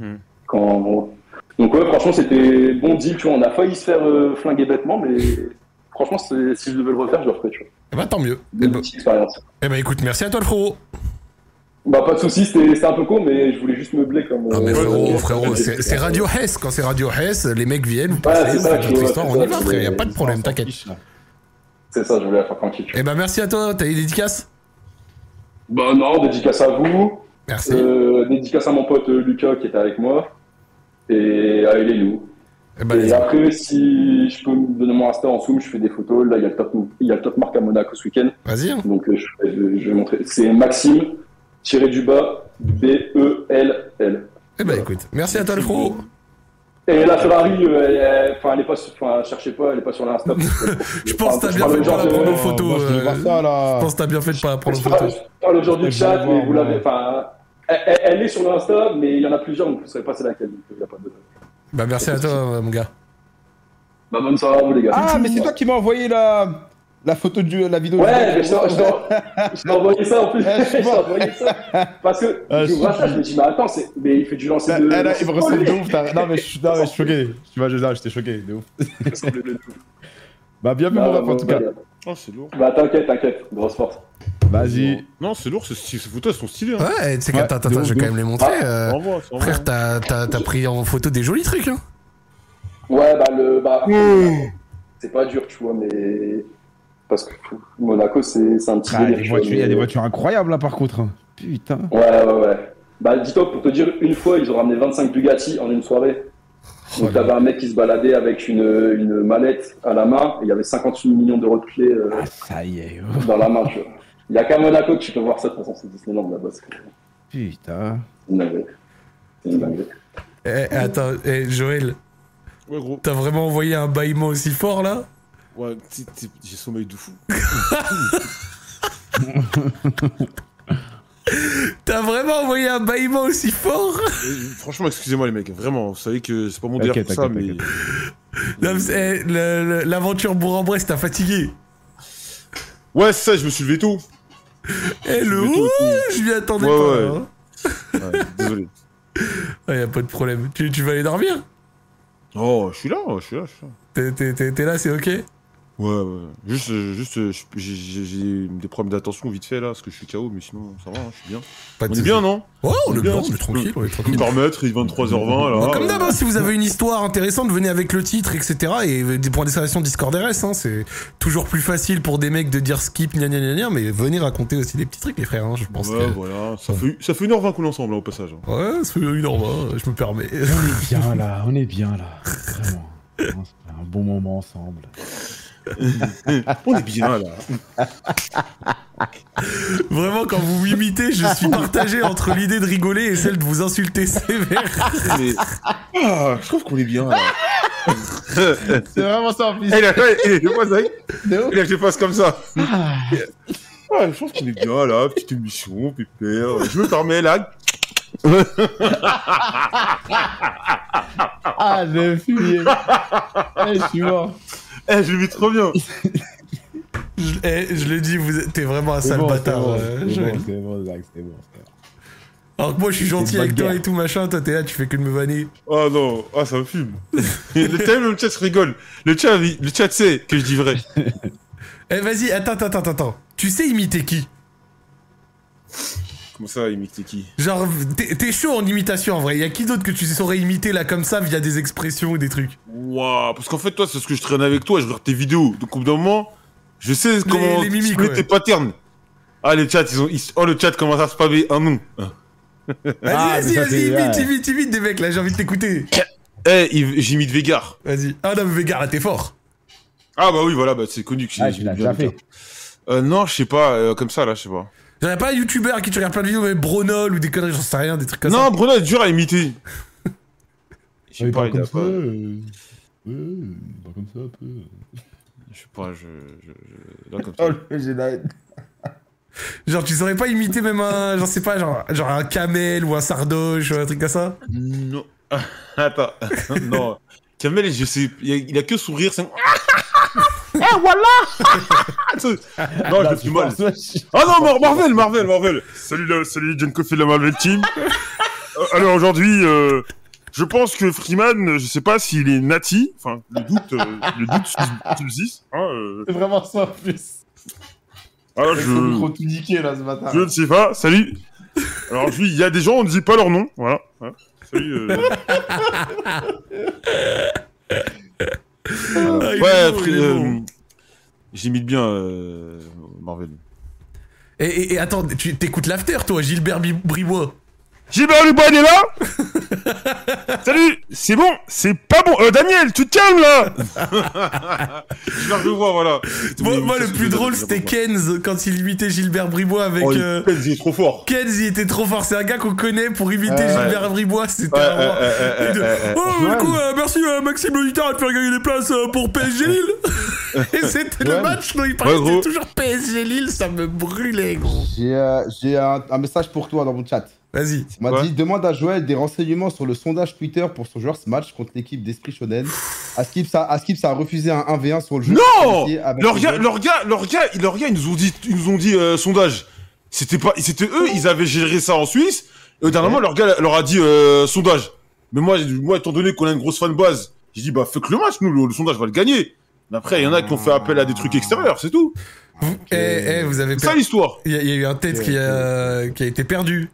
[SPEAKER 3] Hmm.
[SPEAKER 6] Quand. Donc, ouais, franchement, c'était bon deal, tu vois. On a failli se faire euh, flinguer bêtement, mais. Franchement, c'est- si je devais le refaire, je le referais, tu vois.
[SPEAKER 1] Eh bah, tant mieux. Eh
[SPEAKER 6] Une
[SPEAKER 1] bah,
[SPEAKER 6] petite expérience.
[SPEAKER 1] eh bah, écoute, merci à toi, le frérot.
[SPEAKER 6] Bah pas de soucis, c'était c'était un peu con, mais je voulais juste meubler comme...
[SPEAKER 1] Ah, mais
[SPEAKER 6] euh,
[SPEAKER 1] frérot,
[SPEAKER 6] euh,
[SPEAKER 1] frérot, c'est c'est Radio Hess. Quand c'est Radio Hess, les mecs viennent, vous
[SPEAKER 6] Ouais,
[SPEAKER 1] passez,
[SPEAKER 6] c'est
[SPEAKER 1] vous
[SPEAKER 6] ça,
[SPEAKER 1] faites
[SPEAKER 6] tu
[SPEAKER 1] votre
[SPEAKER 6] vois,
[SPEAKER 1] histoire.
[SPEAKER 6] c'est
[SPEAKER 1] On y
[SPEAKER 6] ça,
[SPEAKER 1] va,
[SPEAKER 6] c'est-
[SPEAKER 1] frère, y a pas de problème, t'inquiète.
[SPEAKER 6] C'est ça, je voulais la faire tranquille. tu vois.
[SPEAKER 1] Eh bah, merci à toi, t'as des dédicaces
[SPEAKER 6] Bah non, dédicace à vous,
[SPEAKER 1] Merci.
[SPEAKER 6] euh, dédicace à mon pote euh, Lucas qui était avec moi, et euh, à Elelou.
[SPEAKER 1] Eh bah,
[SPEAKER 6] et
[SPEAKER 1] vas-y.
[SPEAKER 6] après, si je peux me donner mon Insta en zoom, je fais des photos. Là, il y a le top, il y a le top marque à Monaco ce week-end,
[SPEAKER 1] Vas-y. hein.
[SPEAKER 6] donc euh, je, je- je vais montrer. C'est Maxime, tiré du bas, E B-E-L-L.
[SPEAKER 1] Eh bah, écoute, merci à toi, le frérot.
[SPEAKER 6] Et la Ferrari, euh, elle est- enfin, elle est pas, sur- enfin, cherchez pas, elle est pas sur l'Insta.
[SPEAKER 1] Je pense que t'as
[SPEAKER 6] Je
[SPEAKER 1] bien
[SPEAKER 6] parle
[SPEAKER 1] fait de
[SPEAKER 6] genre
[SPEAKER 1] pas la
[SPEAKER 6] de-
[SPEAKER 1] prendre en photo.
[SPEAKER 2] Moi, je voulais
[SPEAKER 1] euh,
[SPEAKER 2] voir ça, là.
[SPEAKER 1] Je pense que t'as bien fait de pas la prendre en
[SPEAKER 6] Je parle,
[SPEAKER 1] photo.
[SPEAKER 6] je parle aujourd'hui du chat,
[SPEAKER 2] Je vais
[SPEAKER 6] mais vous
[SPEAKER 2] voir,
[SPEAKER 6] l'avez.
[SPEAKER 2] ouais.
[SPEAKER 6] Enfin, elle, elle- elle est sur l'Insta, mais il y en a plusieurs, donc vous ne savez pas c'est laquelle. donc il y a pas de-
[SPEAKER 1] Bah, merci à toi, euh, mon gars.
[SPEAKER 6] Bah, bonne soirée à vous, les gars.
[SPEAKER 2] Ah, mais c'est toi qui m'as envoyé la, la photo de la vidéo.
[SPEAKER 6] Ouais, mais je t'en- je t'en- je t'ai envoyé ça en plus.
[SPEAKER 2] Ah, je suis
[SPEAKER 6] Je t'ai
[SPEAKER 2] mort.
[SPEAKER 6] envoyé ça. Parce que
[SPEAKER 2] Ah,
[SPEAKER 6] je
[SPEAKER 2] je
[SPEAKER 6] vois ça, je me dis, mais attends, c'est- mais il fait du lancer
[SPEAKER 2] Ah,
[SPEAKER 6] de.
[SPEAKER 2] ah, là, il me ressemble de
[SPEAKER 6] Oh,
[SPEAKER 2] ouf. t'as- Non, mais je suis non, mais je suis choqué. Tu vois, je- non, j'étais choqué, de ouf.
[SPEAKER 6] il me ressemble de ouf.
[SPEAKER 2] Bah, bien vu,
[SPEAKER 6] Bah,
[SPEAKER 2] mon
[SPEAKER 6] bah,
[SPEAKER 2] ref, en tout
[SPEAKER 6] bah,
[SPEAKER 2] cas.
[SPEAKER 3] Oh, c'est lourd.
[SPEAKER 6] Bah, t'inquiète, t'inquête, grosse force.
[SPEAKER 2] Vas-y.
[SPEAKER 3] Non, c'est lourd, ce style- ces photos, elles sont stylées. Hein.
[SPEAKER 1] Ouais, tu sais que
[SPEAKER 2] Ouais,
[SPEAKER 1] attends, attends,
[SPEAKER 2] de
[SPEAKER 1] attends,
[SPEAKER 2] ouf,
[SPEAKER 1] je vais
[SPEAKER 2] de
[SPEAKER 1] quand même les montrer. euh,
[SPEAKER 3] Ah, Ça envoie, ça envoie.
[SPEAKER 1] Frère, t'as t'as- t'as pris en photo des jolis trucs, hein.
[SPEAKER 6] Ouais, bah, le, bah, c'est pas dur, tu vois, mais. Parce que Monaco, c'est c'est un petit
[SPEAKER 2] Ah,
[SPEAKER 6] délire,
[SPEAKER 2] les
[SPEAKER 6] tu vois,
[SPEAKER 2] voitures- Il y a
[SPEAKER 6] mais-
[SPEAKER 2] des voitures incroyables, là, par contre. hein. Putain.
[SPEAKER 6] Ouais, ouais, ouais. Bah, dis-toi, pour te dire, une fois, ils ont ramené 25 Bugatti en une soirée. Donc, t'avais un mec qui se baladait avec une, une mallette à la main, et il y avait 58 millions d'euros de clés euh,
[SPEAKER 2] Ah, ça y est. oh,
[SPEAKER 6] dans la main, tu vois. Il y a qu'à Monaco que tu peux voir ça, de toute façon, c'est Disneyland là-bas. C'est
[SPEAKER 2] Putain.
[SPEAKER 6] une dinguerie. C'est une dinguerie.
[SPEAKER 1] Eh, attends, eh, Joël,
[SPEAKER 3] Ouais, gros.
[SPEAKER 1] t'as vraiment envoyé un bâillement aussi fort là
[SPEAKER 3] Ouais, t'es- t'es- j'ai sommeil de fou.
[SPEAKER 1] T'as vraiment envoyé un bâillement aussi fort
[SPEAKER 3] Et Euh, Franchement, excusez-moi, les mecs. Vraiment, vous savez que c'est pas mon délire
[SPEAKER 2] T'inquiète,
[SPEAKER 3] pour ça, mais.
[SPEAKER 2] t'inquiète,
[SPEAKER 1] Non, mais c'est- eh, le- le- L'aventure Bourg-en-Bresse t'a fatigué.
[SPEAKER 3] Ouais, c'est ça, je me suis levé tôt.
[SPEAKER 1] Eh,
[SPEAKER 3] Je
[SPEAKER 1] le
[SPEAKER 3] me suis levé
[SPEAKER 1] ouh,
[SPEAKER 3] tôt et
[SPEAKER 1] je m'y attendais
[SPEAKER 3] Ouais,
[SPEAKER 1] pas.
[SPEAKER 3] ouais.
[SPEAKER 1] hein.
[SPEAKER 3] tout. Ouais, désolé.
[SPEAKER 1] Ouais, y a pas de problème. Tu, tu vas aller dormir
[SPEAKER 3] Oh, je suis là, je suis là, je suis là.
[SPEAKER 1] T'es- T'es t'es- t'es là, c'est ok
[SPEAKER 3] Ouais, ouais. Juste, euh, juste euh, je- j'ai- j'ai j'ai des problèmes d'attention vite fait là, parce que je suis KO, mais sinon, ça va, hein, je suis bien.
[SPEAKER 1] Pas de
[SPEAKER 3] On est
[SPEAKER 1] soucis.
[SPEAKER 3] bien, non
[SPEAKER 1] Ouais, on est
[SPEAKER 3] bien,
[SPEAKER 1] bien, on
[SPEAKER 3] c'est
[SPEAKER 1] est tranquille, on est
[SPEAKER 3] Je me
[SPEAKER 1] tranquille.
[SPEAKER 3] permettre, il est 23h20 là.
[SPEAKER 1] Bah, comme d'hab, hein, si vous avez une histoire intéressante, venez avec le titre, etc. Et euh, des points d'exclamation Discord RS, hein, c'est toujours plus facile pour des mecs de dire skip, gna gna gna gna, mais venez raconter aussi des petits trucs, les frères, hein, je pense
[SPEAKER 3] Ouais,
[SPEAKER 1] que.
[SPEAKER 3] voilà. Ça fait, ça fait 1h20 qu'on est ensemble, là, au passage. hein.
[SPEAKER 1] Ouais, c'est une heure, vingt, je me permets.
[SPEAKER 2] On est bien, là. On est bien, là. Vraiment. On se fait Un bon moment ensemble.
[SPEAKER 3] On est bien, là.
[SPEAKER 1] Vraiment, quand vous m'imitez, je suis partagé entre l'idée de rigoler et celle de vous insulter sévère.
[SPEAKER 3] Mais- Ah, je trouve qu'on est bien, là. Eh,
[SPEAKER 2] C'est vraiment ça, en plus.
[SPEAKER 3] il a eh, je vois, Zach, il a que je fasse comme ça. Ah, je trouve qu'on est bien, là. Petite émission, pépère. Je me permets, là.
[SPEAKER 2] Ah, j'ai fumé. Eh, je suis mort.
[SPEAKER 3] Eh, je le mets trop bien.
[SPEAKER 1] Je, eh, je le dis, vous êtes- t'es vraiment un
[SPEAKER 2] C'est
[SPEAKER 1] sale
[SPEAKER 2] bon,
[SPEAKER 1] bâtard. euh,
[SPEAKER 2] C'est bon, c'est
[SPEAKER 1] Joël.
[SPEAKER 2] bon, c'est bon, Zach, c'est bon. c'est bon.
[SPEAKER 1] Alors que moi, je suis gentil
[SPEAKER 2] une bonne
[SPEAKER 1] avec toi
[SPEAKER 2] guerre.
[SPEAKER 1] et tout machin, toi t'es là, tu fais que de me vanner.
[SPEAKER 3] Oh non, ah ça me fume. le, t'as vu, le chat se rigole. Le chat, il- le chat sait que je dis vrai.
[SPEAKER 1] Eh, vas-y, attends, attends, attends, attends. Tu sais imiter qui
[SPEAKER 3] Comment ça, imiter qui
[SPEAKER 1] Genre, t'es t'es chaud en imitation en vrai. Y a qui d'autre que tu saurais imiter là comme ça via des expressions ou des trucs
[SPEAKER 3] Waouh, parce qu'en fait, toi, c'est ce que je traîne avec toi, je regarde tes vidéos. Donc, au bout d'un moment, je sais comment
[SPEAKER 1] les mimiques,
[SPEAKER 3] split
[SPEAKER 1] ouais.
[SPEAKER 3] tes patterns. Ah, les chats, ils ont. ils- Oh, le chat commence à spammer un nom.
[SPEAKER 1] Vas-y,
[SPEAKER 2] Ah, mais
[SPEAKER 1] vas-y,
[SPEAKER 2] ça,
[SPEAKER 1] vas-y,
[SPEAKER 2] c'est-
[SPEAKER 1] imite,
[SPEAKER 2] ouais.
[SPEAKER 1] imite, imite des mecs là, j'ai envie de t'écouter.
[SPEAKER 3] Eh, il- j'imite Végard.
[SPEAKER 1] Vas-y. Ah non, mais Végard, là t'es fort.
[SPEAKER 3] Ah, bah oui, voilà, bah, c'est connu que j'ai
[SPEAKER 2] Ah, tu l'as déjà fait.
[SPEAKER 3] Euh, non, je sais pas, euh, comme ça, là, je sais pas.
[SPEAKER 1] J'aurais pas un youtubeur qui tu regardes plein de vidéos, mais Bronol ou des conneries, j'en sais rien, des trucs comme
[SPEAKER 3] non, Bruno est dur à imiter. Je
[SPEAKER 2] Il
[SPEAKER 3] sais pas,
[SPEAKER 2] parle
[SPEAKER 3] il a
[SPEAKER 2] comme
[SPEAKER 3] pas.
[SPEAKER 2] ça, euh.
[SPEAKER 6] Ouais, euh, pas comme ça, un peu.
[SPEAKER 3] Je sais pas, je. je, je- Là, comme ça.
[SPEAKER 2] Oh, le- j'ai la haine.
[SPEAKER 1] Genre, tu saurais pas imiter même un, j'en sais pas, genre, genre un camel ou un sardoche ou un truc comme ça
[SPEAKER 3] Non. Attends. non. Kamel, je sais. Il a, il a que sourire. C'est. Eh, voilà Non,
[SPEAKER 6] Là,
[SPEAKER 3] j'ai
[SPEAKER 6] tu
[SPEAKER 3] du mal.
[SPEAKER 6] penses, wesh.
[SPEAKER 3] Ah non, Mar- Marvel, Marvel, Marvel Salut, là, salut, John Coffey de la Marvel Team. Euh, alors aujourd'hui, euh, je pense que Freeman, euh, je sais pas s'il est nati. Enfin, le doute, euh, le doute sub- subsiste. hein,
[SPEAKER 2] Ah,
[SPEAKER 3] euh.
[SPEAKER 2] C'est vraiment ça en plus.
[SPEAKER 3] Ah,
[SPEAKER 2] Avec son micro
[SPEAKER 3] je,
[SPEAKER 2] tout niqué là ce matin.
[SPEAKER 3] je ne sais pas. Salut. Alors aujourd'hui, il y a des gens, on ne dit pas leur nom. Voilà. hein. Salut. euh.
[SPEAKER 1] Ah, il est
[SPEAKER 3] Ouais,
[SPEAKER 1] beau,
[SPEAKER 3] Free-
[SPEAKER 1] il est beau.
[SPEAKER 3] euh, j'imite bien euh, Marvel.
[SPEAKER 1] Et, et- et attends, tu t'écoutes l'after, toi, Gilbert Bi- Bribois.
[SPEAKER 3] Gilbert Lubin il est là Salut C'est bon C'est pas bon Euh, Daniel, tu te calmes, là Je la revois, voilà.
[SPEAKER 1] Moi, moi, le plus drôle, c'était Kenz quand il imitait Gilbert Bribois avec.
[SPEAKER 3] Oh,
[SPEAKER 1] euh,
[SPEAKER 3] il pèse, il est trop fort.
[SPEAKER 1] Kenz, il était trop fort. C'est un gars qu'on connaît pour imiter Gilbert Bribois. C'était
[SPEAKER 3] Ouais,
[SPEAKER 1] un roi.
[SPEAKER 3] ouais, ouais, ouais,
[SPEAKER 1] Et de-
[SPEAKER 3] ouais, ouais.
[SPEAKER 1] Oh,
[SPEAKER 6] Johan.
[SPEAKER 1] du coup, euh, merci euh, Maxime Le Guitard de faire gagner des places euh, pour PSG Lille. Et c'était le
[SPEAKER 6] Johan.
[SPEAKER 1] match dont il parlait,
[SPEAKER 3] Ouais, gros.
[SPEAKER 1] c'était toujours PSG Lille, ça me brûlait, gros.
[SPEAKER 2] J'ai euh, j'ai un, un message pour toi dans mon chat.
[SPEAKER 1] Vas-y.
[SPEAKER 2] On m'a
[SPEAKER 3] Ouais.
[SPEAKER 2] dit demande à Joël des renseignements sur le sondage Twitter pour son joueur Smash contre l'équipe d'Esprit Shonen. Askip ça, Askip, ça a refusé un 1v1 sur le jeu.
[SPEAKER 3] Non
[SPEAKER 2] Associé avec
[SPEAKER 3] Leurs
[SPEAKER 2] le
[SPEAKER 3] gars,
[SPEAKER 2] jeu.
[SPEAKER 3] leurs gars, leurs gars, leurs gars, ils nous ont dit, ils nous ont dit euh, sondage. C'était pas, c'était eux, ils avaient géré ça en Suisse. Et au dernier moment, leur gars leur a dit euh, sondage. Mais moi, j'ai- moi, étant donné qu'on a une grosse fanbase, j'ai dit bah fuck le match, nous, le, le sondage va le gagner. Mais après, il y en a qui ont fait appel à des trucs extérieurs, c'est tout.
[SPEAKER 1] Vous, eh, eh, vous avez
[SPEAKER 3] C'est ça
[SPEAKER 1] perdu.
[SPEAKER 3] l'histoire.
[SPEAKER 1] Il y, a il y a eu un tête
[SPEAKER 3] Eh,
[SPEAKER 6] Ok,
[SPEAKER 1] qui, a, qui a été perdu.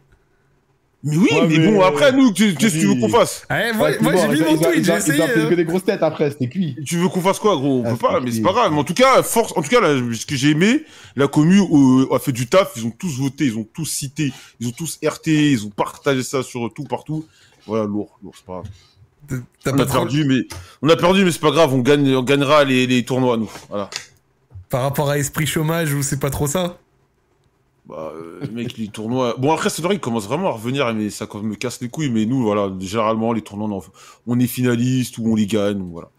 [SPEAKER 3] Mais oui,
[SPEAKER 6] Ouais,
[SPEAKER 3] mais,
[SPEAKER 6] mais-
[SPEAKER 3] bon, après, nous, qu'est- qu'est-ce que tu veux qu'on fasse
[SPEAKER 1] Ah, eh, moi,
[SPEAKER 2] Ouais,
[SPEAKER 1] moi,
[SPEAKER 2] c'est
[SPEAKER 1] j'ai
[SPEAKER 2] mort,
[SPEAKER 1] mis
[SPEAKER 2] ils ont-
[SPEAKER 1] mon
[SPEAKER 2] ils ont-
[SPEAKER 1] tweet,
[SPEAKER 2] ils
[SPEAKER 1] j'ai
[SPEAKER 2] ont-
[SPEAKER 1] essayé.
[SPEAKER 2] Ils ont fait que
[SPEAKER 1] euh.
[SPEAKER 2] des grosses têtes après, c'était cuit.
[SPEAKER 3] Tu veux qu'on fasse quoi, gros On
[SPEAKER 2] Ah,
[SPEAKER 3] peut
[SPEAKER 2] c'est
[SPEAKER 3] pas, mais c'est
[SPEAKER 2] compliqué.
[SPEAKER 3] pas grave. Mais en tout cas, force. En tout cas, là, ce que j'ai aimé, la commu euh, a fait du taf. Ils ont tous voté, ils ont tous cité, ils ont tous RT, ils ont partagé ça sur tout partout. Voilà, lourd, lourd, c'est pas grave.
[SPEAKER 1] T'as
[SPEAKER 3] On a
[SPEAKER 1] pas trop-
[SPEAKER 3] perdu, mais on a perdu, mais c'est pas grave. On gagne, on gagnera les, les tournois, nous. Voilà.
[SPEAKER 1] Par rapport à Esprit Chômage, ou c'est pas trop ça
[SPEAKER 3] Bah, euh, mec, les tournois. Bon, après, c'est vrai qu'ils commencent vraiment à revenir, mais ça quand même me casse les couilles. Mais nous, voilà, généralement, les tournois, on en- on est finaliste ou on les gagne, ou voilà.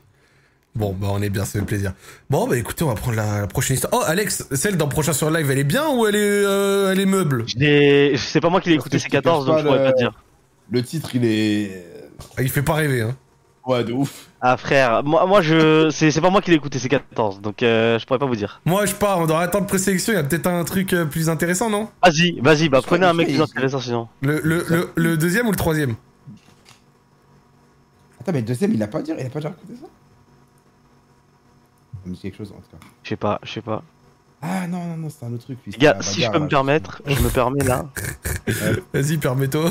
[SPEAKER 1] Bon, bah on est bien, ça fait plaisir. Bon, bah écoutez, on va prendre la, la prochaine histoire. Oh, Alex, celle dans Prochain sur Live, elle est bien ou elle est, euh, elle est meuble
[SPEAKER 4] Je l'ai- C'est pas moi qui l'ai écouté,
[SPEAKER 2] Parce
[SPEAKER 4] c'est
[SPEAKER 2] que tu
[SPEAKER 4] 14,
[SPEAKER 2] caches
[SPEAKER 4] donc
[SPEAKER 2] pas
[SPEAKER 4] je pourrais
[SPEAKER 2] le-
[SPEAKER 4] pas te dire.
[SPEAKER 2] Le titre, il est. euh,
[SPEAKER 1] Ah, Il fait pas rêver, hein.
[SPEAKER 2] Ouais, de ouf.
[SPEAKER 4] Ah frère, moi, moi je. C'est c'est pas moi qui l'ai écouté, c'est 14, donc euh, je pourrais pas vous dire.
[SPEAKER 1] Moi, je pars, on doit attendre présélection, il y a peut-être un truc euh, plus intéressant, non
[SPEAKER 4] Vas-y, vas-y, bah
[SPEAKER 2] Je
[SPEAKER 4] prenez
[SPEAKER 2] crois-
[SPEAKER 4] un
[SPEAKER 2] je
[SPEAKER 4] mec
[SPEAKER 2] crois-
[SPEAKER 4] plus intéressant sinon.
[SPEAKER 1] le, le, le, le deuxième ou le troisième
[SPEAKER 2] Attends, mais le deuxième, il a pas dire, il a pas déjà raconté ça Ça me dit quelque chose en tout cas.
[SPEAKER 4] Je sais pas, je sais pas.
[SPEAKER 2] Ah non, non, non, c'est un autre truc. lui,
[SPEAKER 4] Les
[SPEAKER 2] c'est
[SPEAKER 4] gars,
[SPEAKER 2] la
[SPEAKER 4] si je
[SPEAKER 2] bagarre, euh,
[SPEAKER 4] peux me
[SPEAKER 2] là.
[SPEAKER 4] permettre, je me permets là.
[SPEAKER 1] Vas-y, permets-toi.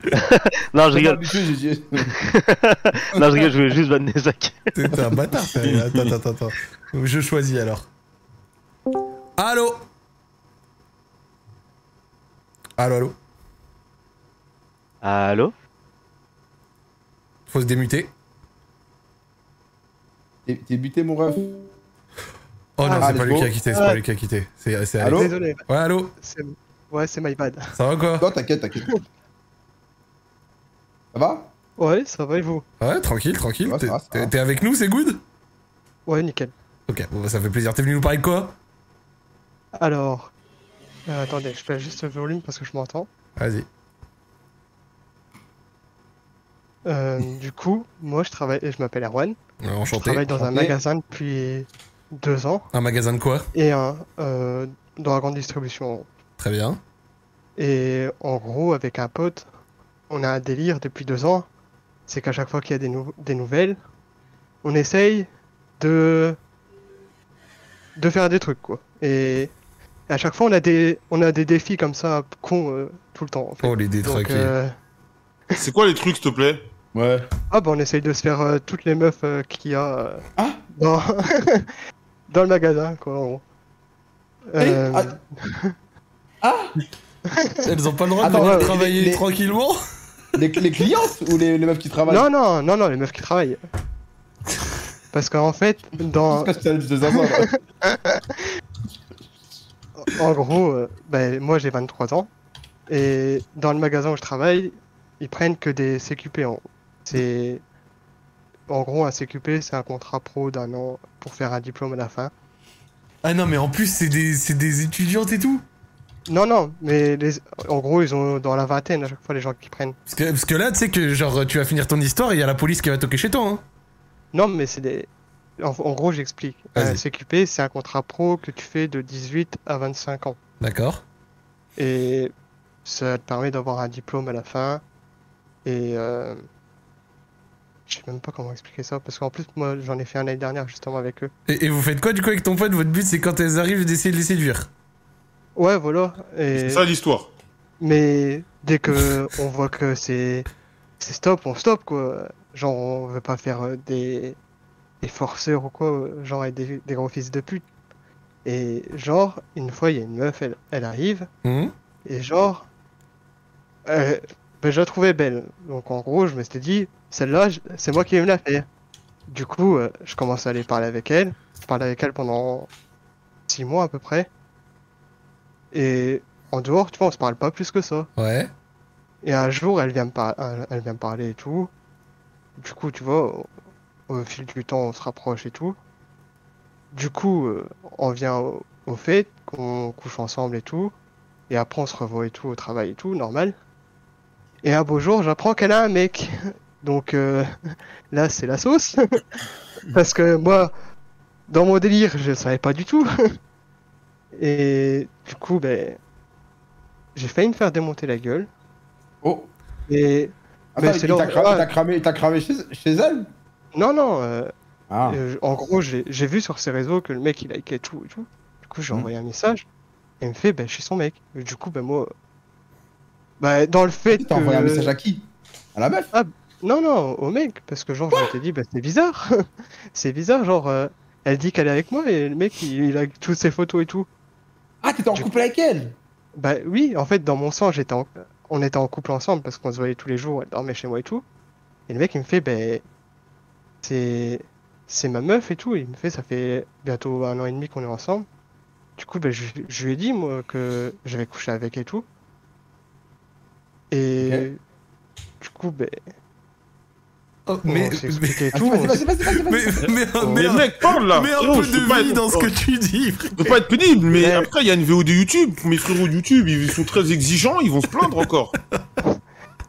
[SPEAKER 4] Non,
[SPEAKER 2] J'ai Ah. pas
[SPEAKER 4] je rigole,
[SPEAKER 2] l'habitude, j'ai dit-
[SPEAKER 4] non, je rigole, je voulais juste vanner Zach.
[SPEAKER 1] T'es t'es un bâtard. t'es- Attends, attends, attends, attends. Je choisis alors. Allô Allô, allô
[SPEAKER 4] Allô
[SPEAKER 1] Faut se démuter.
[SPEAKER 2] T'es- T'es buté, mon ref.
[SPEAKER 1] Oh non,
[SPEAKER 2] Ah,
[SPEAKER 1] c'est pas
[SPEAKER 2] let's
[SPEAKER 1] lui
[SPEAKER 2] go.
[SPEAKER 1] qui a quitté, c'est pas lui qui a quitté. C'est c'est Alex.
[SPEAKER 2] Allô
[SPEAKER 8] Désolé.
[SPEAKER 1] Ouais, allô
[SPEAKER 8] c'est- Ouais, c'est my bad.
[SPEAKER 1] Ça va quoi
[SPEAKER 2] Non, t'inquiète, t'inquiète. Ça va
[SPEAKER 8] Ouais, ça va et vous
[SPEAKER 1] Ouais, tranquille, tranquille.
[SPEAKER 2] Ça va,
[SPEAKER 1] T'es-
[SPEAKER 2] ça va, ça
[SPEAKER 1] T'es
[SPEAKER 2] va.
[SPEAKER 1] t'es avec nous, c'est good
[SPEAKER 8] Ouais, nickel.
[SPEAKER 1] Ok, bon, bah, ça fait plaisir. T'es venu nous parler de quoi
[SPEAKER 8] Alors. euh, attendez, je fais juste le volume parce que je m'entends.
[SPEAKER 1] Vas-y.
[SPEAKER 8] Euh, du coup, moi je travaille, je m'appelle Erwan.
[SPEAKER 1] Ouais,
[SPEAKER 8] Je
[SPEAKER 1] Enchanté.
[SPEAKER 8] travaille dans un
[SPEAKER 2] Enchanté.
[SPEAKER 8] magasin depuis deux ans
[SPEAKER 1] Un magasin de quoi
[SPEAKER 8] et un, euh, dans la grande distribution.
[SPEAKER 1] Très bien.
[SPEAKER 8] Et en gros, avec un pote, on a un délire depuis deux ans. C'est qu'à chaque fois qu'il y a des, nou- des nouvelles, on essaye de... de faire des trucs, quoi. Et à chaque fois, on a des, on a des défis comme ça, cons, euh, tout le temps. en fait.
[SPEAKER 1] Oh, les
[SPEAKER 8] Donc,
[SPEAKER 1] détraqués.
[SPEAKER 8] euh,
[SPEAKER 3] C'est quoi les trucs, s'il te plaît
[SPEAKER 6] Ouais.
[SPEAKER 8] ah bah on essaye de se faire euh, toutes les meufs euh, qu'il y a euh,
[SPEAKER 2] Ah
[SPEAKER 8] dans... dans le magasin, quoi, en gros. Euh,
[SPEAKER 2] ah,
[SPEAKER 1] Elles ont pas le droit
[SPEAKER 2] Attends,
[SPEAKER 1] de venir
[SPEAKER 8] Ah ouais,
[SPEAKER 1] travailler
[SPEAKER 2] les- les-
[SPEAKER 1] tranquillement
[SPEAKER 2] les, les clientes ou les, les meufs qui travaillent
[SPEAKER 8] Non, non, non, non, les meufs qui travaillent. Parce qu'en fait, dans,
[SPEAKER 2] Parce que c'est le challenge des
[SPEAKER 8] en gros, euh, ben, moi j'ai 23 ans et dans le magasin où je travaille, ils prennent que des CQP en haut. C'est en gros, un CQP, c'est un contrat pro d'un an pour faire un diplôme à la fin.
[SPEAKER 1] Ah non, mais en plus, c'est des, c'est des étudiantes et tout.
[SPEAKER 8] Non, non, mais les... en gros, ils ont dans la vingtaine à chaque fois les gens qui prennent.
[SPEAKER 1] Parce que, parce que là, tu sais que genre, tu vas finir ton histoire et il y a la police qui va toquer chez toi. Hein.
[SPEAKER 8] Non, mais c'est des. En, en gros, j'explique. Un
[SPEAKER 1] Vas-y.
[SPEAKER 8] CQP, c'est un contrat pro que tu fais de 18 à 25 ans.
[SPEAKER 1] D'accord.
[SPEAKER 8] Et ça te permet d'avoir un diplôme à la fin. Et euh... je sais même pas comment expliquer ça, parce qu'en plus, moi, j'en ai fait un l'année dernière justement avec eux.
[SPEAKER 1] Et, et vous faites quoi du coup avec ton pote Votre but, c'est quand elles arrivent d'essayer de les séduire.
[SPEAKER 8] Ouais, voilà. Et...
[SPEAKER 3] C'est ça l'histoire.
[SPEAKER 8] Mais dès que on voit que c'est c'est stop, on stop quoi. Genre on veut pas faire euh, des des forceurs ou quoi, euh, genre être des, des gros fils de pute. Et genre une fois il y a une meuf, elle, elle arrive
[SPEAKER 1] Mhm.
[SPEAKER 8] et genre euh, ben, je la trouvais belle. Donc en gros je me suis dit celle-là je- c'est moi qui vais me la faire. Du coup euh, je commence à aller parler avec elle. Je parle avec elle pendant six mois à peu près. Et en dehors, tu vois, on se parle pas plus que ça.
[SPEAKER 1] Ouais.
[SPEAKER 8] Et un jour, elle vient me, par- elle- elle vient me parler et tout. Du coup, tu vois, au, au fil du temps, on se rapproche et tout. Du coup, euh, on vient au, au fait qu'on couche ensemble et tout. Et après, on se revoit et tout au travail et tout, normal. Et un beau jour, j'apprends qu'elle a un mec. Donc euh, là, c'est la sauce. Parce que moi, dans mon délire, je ne savais pas du tout. Et du coup, ben, j'ai failli me faire démonter la gueule.
[SPEAKER 2] Oh,
[SPEAKER 8] Et
[SPEAKER 2] attends,
[SPEAKER 8] Mais c'est
[SPEAKER 2] il
[SPEAKER 8] leur-
[SPEAKER 2] t'a cramé,
[SPEAKER 8] ouais.
[SPEAKER 2] il t'a cramé, il t'a cramé chez, chez elle
[SPEAKER 8] non, non, euh,
[SPEAKER 2] Ah,
[SPEAKER 8] euh, en gros, j'ai j'ai vu sur ses réseaux que le mec il likait tout et tout. Du coup,
[SPEAKER 2] Hmm.
[SPEAKER 8] j'ai envoyé un message et il me fait, ben, je suis son mec. Et du coup, ben, moi, ben, dans le fait.
[SPEAKER 2] t'as envoyé un
[SPEAKER 8] que-
[SPEAKER 2] message à qui À la meuf
[SPEAKER 8] Ah, Non, non, au mec, parce que genre, je m'étais dit, bah, c'est bizarre. c'est bizarre, genre, euh, elle dit qu'elle est avec moi et le mec il, il a toutes ses photos et tout.
[SPEAKER 2] Ah, t'étais en
[SPEAKER 8] Du-
[SPEAKER 2] couple avec elle
[SPEAKER 8] Bah oui, en fait, dans mon sang, j'étais en- on était en couple ensemble parce qu'on se voyait tous les jours, elle dormait chez moi et tout. Et le mec, il me fait, ben, c'est, c'est ma meuf et tout. Il me fait, ça fait bientôt un an et demi qu'on est ensemble. Du coup, ben, je, je lui ai dit, moi, que j'avais couché avec et tout. Et du coup, ben,
[SPEAKER 1] Oh,
[SPEAKER 8] mais,
[SPEAKER 1] mais,
[SPEAKER 8] on s'est
[SPEAKER 1] mais,
[SPEAKER 8] expliqué et
[SPEAKER 2] Ah,
[SPEAKER 8] tout.
[SPEAKER 2] vas-y,
[SPEAKER 8] on
[SPEAKER 2] vas-y, vas-y, vas-y, vas-y.
[SPEAKER 1] mais, mais,
[SPEAKER 8] Oh,
[SPEAKER 1] mais
[SPEAKER 3] Oh, Mais
[SPEAKER 1] un-
[SPEAKER 3] mec, parle là
[SPEAKER 1] mais un
[SPEAKER 3] Frérot,
[SPEAKER 1] peu
[SPEAKER 3] je peux
[SPEAKER 1] de
[SPEAKER 3] pas
[SPEAKER 1] vie
[SPEAKER 3] être-
[SPEAKER 1] dans ce que
[SPEAKER 3] oh,
[SPEAKER 1] tu dis. frère.
[SPEAKER 3] Je peux pas être pénible, mais
[SPEAKER 8] Ouais.
[SPEAKER 3] après, il y a une VOD YouTube. Mes frérots de YouTube, ils sont très exigeants, ils vont se plaindre encore.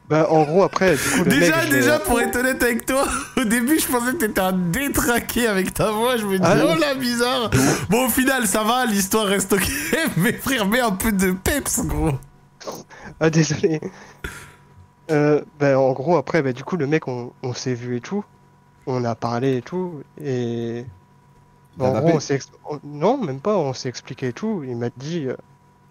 [SPEAKER 8] Bah, en gros, après, du coup, le
[SPEAKER 1] Déjà,
[SPEAKER 8] mec, je l'ai-
[SPEAKER 1] déjà, pour être honnête avec toi, au début, je pensais que t'étais un détraqué avec ta voix. Je me disais,
[SPEAKER 8] Ah non.
[SPEAKER 1] oh là, bizarre. Bon, au final, ça va, l'histoire reste ok. Mais frère, mets un peu de peps, gros.
[SPEAKER 8] Ah, désolé. Euh, ben, en gros, après, ben, du coup, le mec, on, on s'est vu et tout. On a parlé et tout. Et.
[SPEAKER 2] Il t'a
[SPEAKER 8] en
[SPEAKER 2] tapé
[SPEAKER 8] gros, on s'est. ex- on- Non, même pas, on s'est expliqué et tout. Il m'a dit. euh,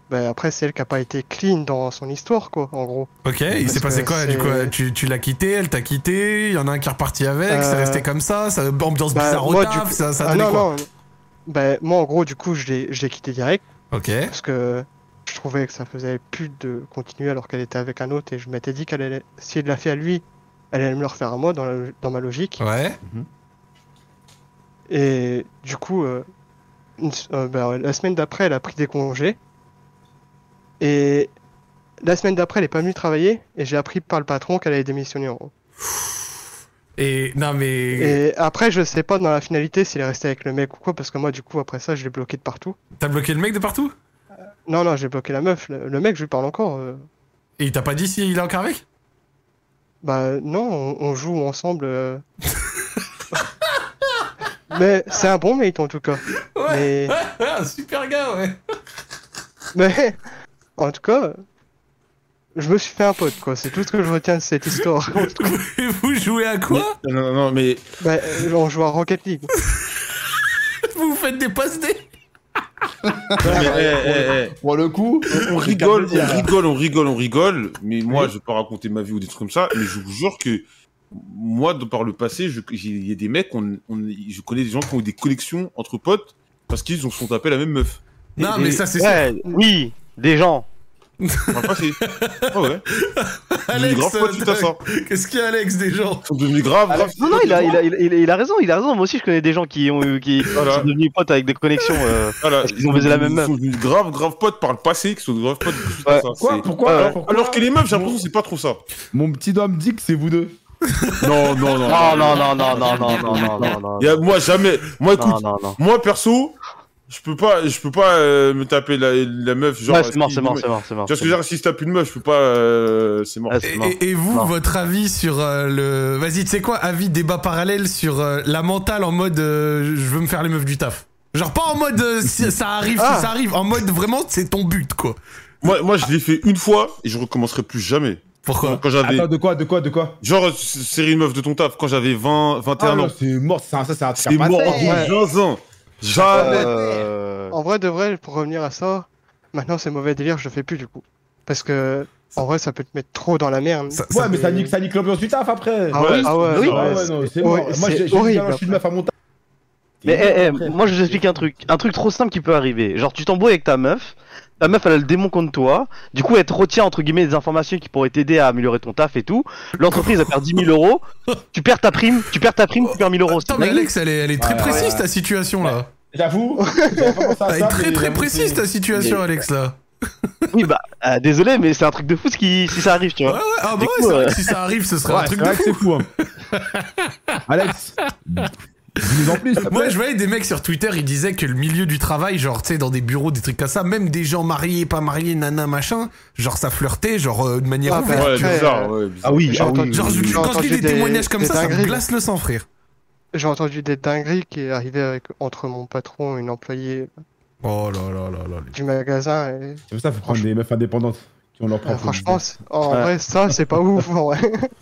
[SPEAKER 8] Ben, après, c'est elle qui a pas été clean dans son histoire, quoi, en gros.
[SPEAKER 1] Ok, il
[SPEAKER 8] Parce
[SPEAKER 1] s'est passé
[SPEAKER 8] que
[SPEAKER 1] quoi Du coup, euh,
[SPEAKER 8] c'est-
[SPEAKER 1] tu, tu l'as quitté, elle t'a quitté, il y en a un qui est reparti avec, c'est
[SPEAKER 8] Euh,
[SPEAKER 1] resté comme ça, ça ambiance
[SPEAKER 8] bah,
[SPEAKER 1] bizarre au
[SPEAKER 8] moi, du
[SPEAKER 1] taf,
[SPEAKER 8] coup-
[SPEAKER 1] ça, ça
[SPEAKER 8] Ah,
[SPEAKER 1] donnait
[SPEAKER 8] non,
[SPEAKER 1] quoi
[SPEAKER 8] non. Ben, moi, en gros, du coup, je l'ai je l'ai quitté direct.
[SPEAKER 1] Ok,
[SPEAKER 8] Parce que je trouvais que ça faisait pute de continuer alors qu'elle était avec un autre. Et je m'étais dit qu'elle allait. Si elle l'a fait à lui, elle allait me le refaire à moi, dans, la- dans ma logique.
[SPEAKER 1] ouais.
[SPEAKER 8] Mhm. Et du coup, euh, une s- euh, bah, la semaine d'après, elle a pris des congés. Et la semaine d'après, elle est pas venue travailler. Et j'ai appris par le patron qu'elle allait démissionner en gros.
[SPEAKER 1] Et non, mais
[SPEAKER 8] Et après, je sais pas dans la finalité s'il est resté avec le mec ou quoi, parce que moi, du coup, après ça, je l'ai bloqué de partout.
[SPEAKER 1] t'as bloqué le mec de partout
[SPEAKER 8] Non, non, j'ai bloqué la meuf. Le, le mec, je lui parle encore. euh.
[SPEAKER 1] Et il t'a pas dit s'il est encore avec
[SPEAKER 8] Bah non, on, on joue ensemble. euh. Mais c'est un bon mate en tout cas. Mais-
[SPEAKER 1] un Ah, super gars, ouais.
[SPEAKER 8] Mais en tout cas, je me suis fait un pote, quoi. C'est tout ce que je retiens de cette histoire.
[SPEAKER 1] Et vous jouez à quoi
[SPEAKER 3] Non, non, non, mais
[SPEAKER 8] bah, euh, on joue à Rocket League.
[SPEAKER 1] Vous faites des passes dés
[SPEAKER 3] Non, mais, eh, eh, eh.
[SPEAKER 2] Pour le coup,
[SPEAKER 3] On rigole, on rigole, on rigole, on rigole. Mais moi, je vais pas raconter ma vie ou des trucs comme ça. Mais je vous jure que moi, de par le passé, je- j'ai- il y a des mecs, on, on- je connais des gens qui ont eu des connexions entre potes parce qu'ils ont sont tapés la même meuf.
[SPEAKER 1] Non, mais ça, c'est
[SPEAKER 4] Ouais, oui, des gens.
[SPEAKER 3] Dans le passé. Ah ouais.
[SPEAKER 1] Alex,
[SPEAKER 3] grave
[SPEAKER 1] euh,
[SPEAKER 3] potes suite à ça.
[SPEAKER 1] Qu'est-ce qu'il y a, Alex, des gens
[SPEAKER 3] Ils sont devenus grave, grave.
[SPEAKER 4] Non, non, il a, il, a, il, a, il a raison, il a raison. Moi aussi, je connais des gens qui ont eu, qui
[SPEAKER 3] Voilà.
[SPEAKER 4] sont devenus potes avec des connexions. euh.
[SPEAKER 3] Voilà.
[SPEAKER 4] Parce qu'ils ont baisé la même
[SPEAKER 3] Ils
[SPEAKER 4] meuf.
[SPEAKER 3] sont devenus grave, grave potes par le passé, qui sont grave potes suite à
[SPEAKER 4] Ouais.
[SPEAKER 3] ça.
[SPEAKER 2] Quoi
[SPEAKER 3] C'est-
[SPEAKER 2] Pourquoi
[SPEAKER 6] Euh,
[SPEAKER 4] Ouais,
[SPEAKER 1] euh,
[SPEAKER 2] alors,
[SPEAKER 4] ouais.
[SPEAKER 2] pourquoi
[SPEAKER 3] Alors que les meufs, j'ai l'impression que c'est pas trop ça.
[SPEAKER 2] Mon petit doigt me dit que c'est vous deux.
[SPEAKER 3] Non, non, non.
[SPEAKER 4] Non, non, non, non, non, non, non, non, non, non.
[SPEAKER 3] Y a- moi, jamais. Moi, écoute,
[SPEAKER 4] Non, non, non.
[SPEAKER 3] moi, perso, je peux pas, je peux pas euh, me taper la, la meuf. Genre,
[SPEAKER 4] Ouais, c'est mort,
[SPEAKER 3] si-
[SPEAKER 4] c'est mort, c'est mort, c'est mort.
[SPEAKER 3] Tu vois ce que je veux dire
[SPEAKER 4] c'est
[SPEAKER 3] Si je tape une meuf, je peux pas. euh, c'est mort.
[SPEAKER 4] mort. Ouais, c'est
[SPEAKER 1] Et,
[SPEAKER 4] mort.
[SPEAKER 1] et- et vous,
[SPEAKER 4] Non.
[SPEAKER 1] votre avis sur euh, le. Vas-y, tu sais quoi Avis débat parallèle sur euh, la mentale en mode euh, je veux me faire les meufs du taf. Genre pas en mode euh, si- ça arrive, si
[SPEAKER 3] Ah.
[SPEAKER 1] ça arrive. En mode vraiment, c'est ton but, quoi.
[SPEAKER 3] Moi, moi, je l'ai fait une fois et je recommencerai plus jamais.
[SPEAKER 1] Pourquoi
[SPEAKER 3] Quand j'avais.
[SPEAKER 6] Attends, de quoi, de quoi, de quoi
[SPEAKER 3] Genre, euh, c- série une meuf de ton taf, quand j'avais 20,
[SPEAKER 6] Ah
[SPEAKER 3] 21
[SPEAKER 6] non,
[SPEAKER 3] ans.
[SPEAKER 6] c'est mort, c'est un- ça, c'est un
[SPEAKER 3] C'est
[SPEAKER 6] truc à
[SPEAKER 3] mort
[SPEAKER 6] passer.
[SPEAKER 3] en 15 ans. Jamais.
[SPEAKER 4] Euh,
[SPEAKER 8] En vrai, de vrai, pour revenir à ça, maintenant c'est mauvais délire, je le fais plus du coup. Parce que, en vrai, ça peut te mettre trop dans la merde.
[SPEAKER 1] Ça-
[SPEAKER 6] Ouais, mais ça nique, ça nique l'ambiance du taf après.
[SPEAKER 8] Ah
[SPEAKER 3] ouais,
[SPEAKER 8] ouais, ah ouais,
[SPEAKER 3] oui.
[SPEAKER 8] non,
[SPEAKER 6] Ah
[SPEAKER 8] ouais,
[SPEAKER 6] ouais,
[SPEAKER 8] c'est-
[SPEAKER 6] non, c'est
[SPEAKER 8] hor-
[SPEAKER 6] mort. Moi,
[SPEAKER 8] c'est
[SPEAKER 6] j'ai j'ai dit,
[SPEAKER 8] horrible.
[SPEAKER 6] alors, je suis une meuf à mon taf.
[SPEAKER 4] Mais eh, eh, moi je vous explique un truc, un truc trop simple qui peut arriver. Genre tu t'embrouilles avec ta meuf, ta meuf elle a le démon contre toi, du coup elle te retient entre guillemets des informations qui pourraient t'aider à améliorer ton taf et tout. L'entreprise elle perd 10 000 euros, tu perds ta prime, tu perds ta prime, tu perds 1000 euros.
[SPEAKER 1] Attends, mais
[SPEAKER 4] C'est dingue.
[SPEAKER 1] Alex, elle est, elle est très
[SPEAKER 6] Ouais,
[SPEAKER 1] précise
[SPEAKER 6] ouais.
[SPEAKER 1] ta situation là.
[SPEAKER 6] J'avoue, j'avais pas pensé à
[SPEAKER 1] Elle est
[SPEAKER 6] ça,
[SPEAKER 1] très
[SPEAKER 6] mais
[SPEAKER 1] très
[SPEAKER 6] j'avoue,
[SPEAKER 1] précise
[SPEAKER 6] c'est-
[SPEAKER 1] ta situation,
[SPEAKER 6] Mais-
[SPEAKER 1] Alex là.
[SPEAKER 4] Oui bah euh, désolé mais c'est un truc de fou ce qui si ça arrive tu
[SPEAKER 1] Ouais,
[SPEAKER 4] vois.
[SPEAKER 1] ouais, ah bah
[SPEAKER 4] Du
[SPEAKER 1] ouais,
[SPEAKER 4] coup,
[SPEAKER 1] c'est vrai
[SPEAKER 4] euh,
[SPEAKER 1] que si ça arrive, ce serait un
[SPEAKER 6] Ouais, c'est
[SPEAKER 1] truc de
[SPEAKER 6] vrai que
[SPEAKER 1] fou.
[SPEAKER 6] c'est fou.
[SPEAKER 2] hein.
[SPEAKER 6] hein. Alex, dis-nous en plus. s'il te
[SPEAKER 1] Moi,
[SPEAKER 6] plaît.
[SPEAKER 1] je voyais des mecs sur Twitter, ils disaient que le milieu du travail, genre, tu sais, dans des bureaux, des trucs comme ça, même des gens mariés, pas mariés, nana, machin, genre, ça flirtait, genre, euh, de manière
[SPEAKER 8] Ah, bah,
[SPEAKER 1] ouverte.
[SPEAKER 3] Ouais,
[SPEAKER 8] Ouais,
[SPEAKER 3] bizarre,
[SPEAKER 8] euh,
[SPEAKER 3] ouais, bizarre.
[SPEAKER 8] oui, ah oui,
[SPEAKER 1] Genre,
[SPEAKER 8] oui,
[SPEAKER 1] je-
[SPEAKER 8] oui.
[SPEAKER 1] quand je
[SPEAKER 8] J'ai
[SPEAKER 1] lis des,
[SPEAKER 8] entendu
[SPEAKER 1] témoignages
[SPEAKER 8] des-
[SPEAKER 1] comme
[SPEAKER 8] des
[SPEAKER 1] ça, ça me
[SPEAKER 8] dingueries.
[SPEAKER 1] glace le sang, frère.
[SPEAKER 8] J'ai entendu des dingueries qui est arrivé avec, entre mon patron et une employée
[SPEAKER 1] Oh là là là là.
[SPEAKER 8] du magasin. Et,
[SPEAKER 6] C'est pour ça qu'il faut prendre des meufs indépendantes qui ont leur
[SPEAKER 8] euh,
[SPEAKER 6] propre.
[SPEAKER 8] franchement, c'est- en vrai, ça, c'est pas ouf. En vrai.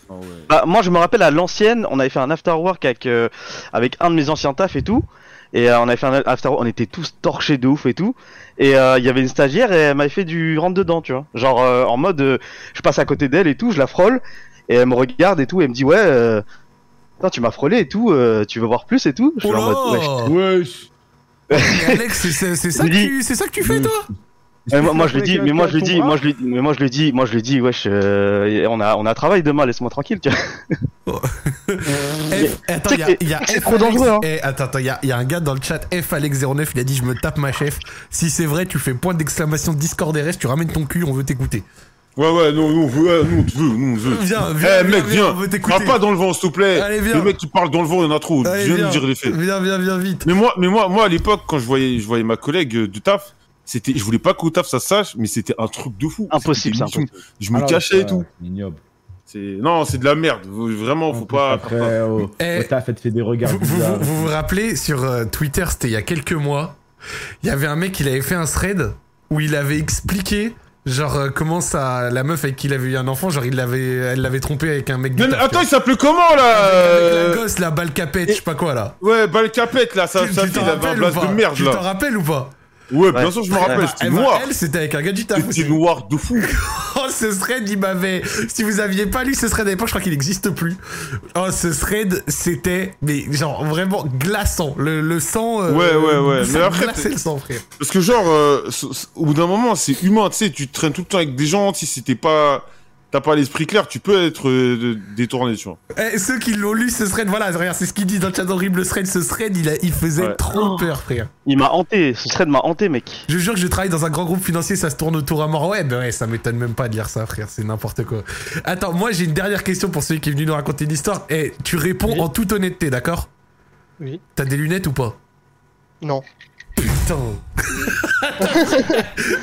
[SPEAKER 3] Ah ouais.
[SPEAKER 4] Bah, moi, je me rappelle à l'ancienne, on avait fait un after work avec, euh, avec un de mes anciens tafs et tout. Et euh, on avait fait un after work, on était tous torchés de ouf et tout. Et euh, il y avait une stagiaire et elle m'avait fait du rentre dedans, tu vois. Genre euh, en mode, euh, je passe à côté d'elle et tout, je la frôle. Et elle me regarde et tout, et elle me dit, ouais, euh, putain, tu m'as frôlé et tout, euh, tu veux voir plus et tout. Je
[SPEAKER 1] Oh
[SPEAKER 4] suis en mode, ouais.
[SPEAKER 1] là
[SPEAKER 6] Wesh.
[SPEAKER 1] Mais Alex, c'est- c'est c'est ça, que
[SPEAKER 4] Dis-
[SPEAKER 1] tu- c'est ça que tu fais, toi
[SPEAKER 4] Et moi, moi, je lui dis, mais moi je lui dis, moi je lui, mais moi je lui dis, moi je lui dis, wesh, euh, on a, on a travail demain, laisse-moi tranquille, tu vois.
[SPEAKER 1] F- Eh, Attends,
[SPEAKER 4] c'est
[SPEAKER 1] il y a-
[SPEAKER 4] que-
[SPEAKER 1] il y a
[SPEAKER 4] c'est
[SPEAKER 1] F
[SPEAKER 4] trop
[SPEAKER 1] Alex-
[SPEAKER 4] dangereux, hein.
[SPEAKER 1] Eh, attends, attends, il y a, il y a un gars dans le chat, F Alex09, il a dit Je me tape ma chef. Si c'est vrai, tu fais point d'exclamation Discord RS, tu ramènes ton cul, on veut t'écouter.
[SPEAKER 3] Ouais, ouais, non, non, on veut, ouais, nous, on te veut, nous, on te veut.
[SPEAKER 1] Viens,
[SPEAKER 3] Eh,
[SPEAKER 1] viens,
[SPEAKER 3] mec, viens.
[SPEAKER 1] on veut
[SPEAKER 3] Parle
[SPEAKER 1] t'écouter.
[SPEAKER 3] pas dans le vent, s'il te plaît.
[SPEAKER 1] Allez, viens.
[SPEAKER 3] Le mec qui parle dans le vent, il y en a trop.
[SPEAKER 1] Allez,
[SPEAKER 3] Viens
[SPEAKER 1] viens.
[SPEAKER 3] nous dire les faits.
[SPEAKER 1] Viens, viens, viens vite.
[SPEAKER 3] Mais moi, mais moi, moi, à l'époque, quand je voyais, je voyais ma collègue euh, du taf, c'était, je voulais pas qu'au taf ça se sache, mais c'était un truc de fou.
[SPEAKER 4] Impossible,
[SPEAKER 3] C'était
[SPEAKER 4] ça.
[SPEAKER 3] une mission. Je
[SPEAKER 6] Ah
[SPEAKER 3] me cachais et tout.
[SPEAKER 6] Ignoble.
[SPEAKER 3] C'est, non, c'est de la merde. Vraiment, faut pas. faire ça.
[SPEAKER 6] Après, oh. au
[SPEAKER 1] Eh,
[SPEAKER 6] au taf, elle te fait des regards.
[SPEAKER 1] Vous vous, vous-
[SPEAKER 6] bizarres.
[SPEAKER 1] vous vous rappelez sur euh, Twitter, c'était il y a quelques mois, il y avait un mec, il avait fait un thread où il avait expliqué genre euh, comment ça la meuf avec qui il avait eu un enfant, genre il l'avait elle l'avait trompé avec un mec du
[SPEAKER 3] Mais- mais
[SPEAKER 1] taf, tu
[SPEAKER 3] attends,
[SPEAKER 1] vois.
[SPEAKER 3] il s'appelait comment là
[SPEAKER 1] avec la
[SPEAKER 3] euh,
[SPEAKER 1] gosse la balle capette, je sais pas quoi là.
[SPEAKER 3] Ouais, Balcapette là, ça,
[SPEAKER 1] Tu-
[SPEAKER 3] ça
[SPEAKER 1] tu
[SPEAKER 3] fait,
[SPEAKER 1] t'en
[SPEAKER 3] il avait un
[SPEAKER 1] rappelles ou
[SPEAKER 3] blast
[SPEAKER 1] pas
[SPEAKER 3] de merde
[SPEAKER 1] Tu t'en
[SPEAKER 3] là.
[SPEAKER 1] rappelles ou pas
[SPEAKER 3] Ouais,
[SPEAKER 4] Ouais.
[SPEAKER 3] bien sûr, je me rappelle, c'était
[SPEAKER 1] Eh ben,
[SPEAKER 3] noir.
[SPEAKER 1] Elle, c'était avec un gars du taf.
[SPEAKER 3] C'était noir de fou.
[SPEAKER 1] Oh, ce thread, il m'avait. Si vous aviez pas lu ce thread à l'époque, je crois qu'il n'existe plus. Oh, ce thread, c'était. Mais genre, vraiment glaçant. Le, le sang. euh,
[SPEAKER 3] Ouais, ouais, ouais.
[SPEAKER 1] Ça
[SPEAKER 3] Mais après,
[SPEAKER 1] glaçait le sang, frère.
[SPEAKER 3] Parce que genre, euh, c- c- au bout d'un moment, c'est humain, tu sais, tu traînes tout le temps avec des gens, si c'était pas... T'as pas l'esprit clair, tu peux être euh, de- détourné, tu vois.
[SPEAKER 1] Eh, ceux qui l'ont lu, ce thread, voilà, regarde, c'est ce qu'il dit dans le chat horrible. Le thread, ce thread, il, a, il faisait
[SPEAKER 3] Ouais.
[SPEAKER 1] trop peur, frère.
[SPEAKER 4] Il m'a hanté, ce thread m'a hanté, mec.
[SPEAKER 1] Je jure que je travaille dans un grand groupe financier, ça se tourne autour à mort. Ouais, ben ouais, ça m'étonne même pas de lire ça, frère. C'est n'importe quoi. Attends, moi, j'ai une dernière question pour celui qui est venu nous raconter l'histoire. Et tu réponds
[SPEAKER 8] Oui.
[SPEAKER 1] en toute honnêteté, d'accord
[SPEAKER 8] Oui.
[SPEAKER 1] T'as des lunettes ou pas
[SPEAKER 8] Non.
[SPEAKER 1] Putain.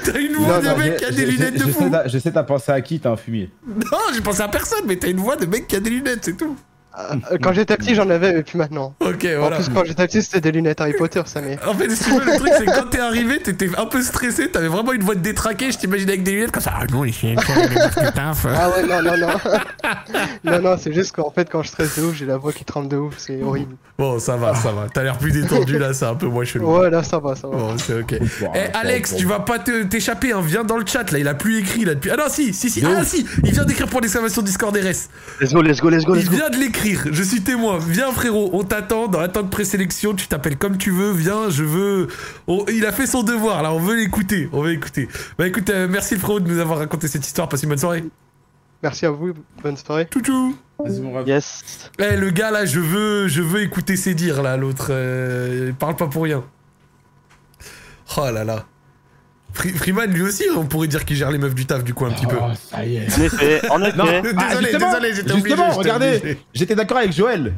[SPEAKER 1] T'as une
[SPEAKER 6] Non,
[SPEAKER 1] voix de
[SPEAKER 6] non,
[SPEAKER 1] mec
[SPEAKER 6] j'ai-
[SPEAKER 1] qui a
[SPEAKER 6] j'ai-
[SPEAKER 1] des lunettes
[SPEAKER 6] j'ai-
[SPEAKER 1] de
[SPEAKER 6] je sais
[SPEAKER 1] fou.
[SPEAKER 6] ta- Je sais, t'as pensé à qui, t'as un fumier.
[SPEAKER 1] Non, j'ai pensé à personne, mais t'as une voix de mec qui a des lunettes, c'est tout.
[SPEAKER 8] Euh, Quand j'étais petit, j'en avais, mais plus maintenant.
[SPEAKER 1] Ok, voilà.
[SPEAKER 8] En plus, quand j'étais petit, c'était des lunettes Harry Potter, ça mais.
[SPEAKER 1] En fait, si tu veux, le truc, c'est que quand t'es arrivé, t'étais un peu stressé, t'avais vraiment une voix de détraqué, je t'imagine avec des lunettes comme ça. Ah non, il fait une fois, il est marqué taf.
[SPEAKER 8] Ah ouais, non, non, non. non, non, c'est juste qu'en fait, quand je stresse de ouf, j'ai la voix qui tremble de ouf, c'est horrible.
[SPEAKER 1] Bon, ça va, ça va. T'as l'air plus détendu là, c'est un peu moins chelou.
[SPEAKER 8] Ouais, là, ça va, ça va.
[SPEAKER 1] Bon, c'est ok.
[SPEAKER 6] Bon,
[SPEAKER 4] Oh,
[SPEAKER 1] Eh,
[SPEAKER 6] ouais,
[SPEAKER 1] Alex,
[SPEAKER 6] bon,
[SPEAKER 1] tu
[SPEAKER 6] bon.
[SPEAKER 1] vas pas te- t'échapper, hein. viens dans le chat là, il a plus écrit là depuis. Ah non, si, si, si,
[SPEAKER 6] De
[SPEAKER 1] ah
[SPEAKER 6] ouf.
[SPEAKER 1] si, il vient d'écrire pour l'exclamation Discord RS.
[SPEAKER 4] Let's go, let's go, let's go, let's
[SPEAKER 1] Il
[SPEAKER 4] go.
[SPEAKER 1] vient de l'écrire, je suis témoin. Viens frérot, on t'attend dans la tente présélection, tu t'appelles comme tu veux, viens, je veux... On- Il a fait son devoir là, on veut l'écouter, on veut l'écouter. Bah écoute, euh, merci le frérot de nous avoir raconté cette histoire, passe une bonne soirée.
[SPEAKER 8] Merci à vous, bonne soirée.
[SPEAKER 1] Toutou
[SPEAKER 6] Vas-y, mon ref.
[SPEAKER 4] Yes.
[SPEAKER 1] Eh le gars là, je veux, je veux écouter ses dires là, l'autre, euh, il parle pas pour rien. Oh là là. Free- Freeman, lui aussi, on pourrait dire qu'il gère les meufs du taf, du coup, un petit peu.
[SPEAKER 2] Oh, ça y est.
[SPEAKER 4] En effet, en
[SPEAKER 1] Eh,
[SPEAKER 4] effet.
[SPEAKER 2] Ah,
[SPEAKER 1] désolé,
[SPEAKER 2] justement,
[SPEAKER 1] désolé, j'étais obligé.
[SPEAKER 2] Justement,
[SPEAKER 1] j'étais
[SPEAKER 2] regardez,
[SPEAKER 1] obligé.
[SPEAKER 2] j'étais d'accord avec Joël.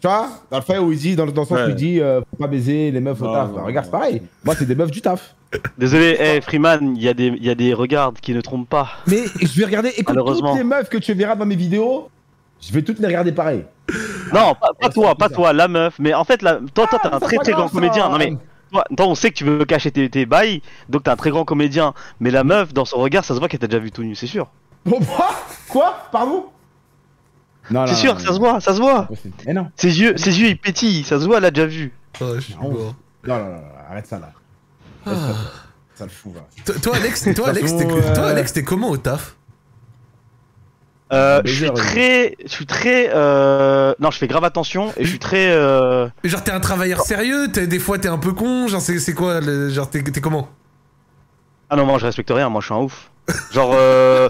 [SPEAKER 2] Tu vois, dans le fait où il dit, dans le, dans le sens où
[SPEAKER 3] Ouais.
[SPEAKER 2] il dit, euh, faut pas baiser les meufs au
[SPEAKER 3] Non,
[SPEAKER 2] taf.
[SPEAKER 3] non,
[SPEAKER 2] Bah, regarde,
[SPEAKER 3] non.
[SPEAKER 2] c'est pareil. Moi, c'est des meufs du taf.
[SPEAKER 4] Désolé, eh, Freeman, il y, a des- il y a des regards qui ne trompent pas.
[SPEAKER 2] Mais je vais regarder, écoute,
[SPEAKER 4] Malheureusement.
[SPEAKER 2] toutes les meufs que tu verras dans mes vidéos, je vais toutes les regarder pareil.
[SPEAKER 4] Non, pas, pas
[SPEAKER 2] Ah, c'est
[SPEAKER 4] toi, pas
[SPEAKER 2] bizarre.
[SPEAKER 4] toi, la meuf. Mais en fait, la... toi, toi, t'es un
[SPEAKER 2] Ah, Ça,
[SPEAKER 4] très
[SPEAKER 2] pas
[SPEAKER 4] très grand
[SPEAKER 2] grave, ça.
[SPEAKER 4] comédien. Non mais toi, toi, on sait que tu veux cacher tes, tes bails, donc t'es un très grand comédien. Mais la meuf, dans son regard, ça se voit qu'elle t'a déjà vu tout nu, c'est sûr.
[SPEAKER 2] Bon, Oh, quoi Quoi Pardon Non,
[SPEAKER 4] c'est
[SPEAKER 2] non,
[SPEAKER 4] sûr,
[SPEAKER 2] non,
[SPEAKER 4] ça se
[SPEAKER 2] non.
[SPEAKER 4] voit, ça se voit.
[SPEAKER 2] Mais non.
[SPEAKER 4] Ses yeux, ses yeux, ils pétillent, ça se voit, elle l'a déjà vu.
[SPEAKER 1] Oh, je suis
[SPEAKER 2] Ah, Non.
[SPEAKER 1] mort.
[SPEAKER 2] Non, non, non, non, arrête ça là. Laisse pas faire. Ça le fout, hein. va.
[SPEAKER 1] Toi, toi, Alex, toi, Alex, t'es,
[SPEAKER 2] façon,
[SPEAKER 1] toi,
[SPEAKER 2] euh,
[SPEAKER 1] Alex, t'es comment au taf
[SPEAKER 4] Euh,
[SPEAKER 2] Baiser,
[SPEAKER 4] je suis
[SPEAKER 2] vas-y.
[SPEAKER 4] très, je suis très, euh... non, je fais grave attention et je suis très. Euh...
[SPEAKER 1] Genre, t'es un travailleur sérieux t'es, Des fois, t'es un peu con Genre, c'est, c'est quoi le- Genre, t'es, t'es comment
[SPEAKER 4] Ah non, moi je respecte rien, moi je suis un ouf. Genre, euh,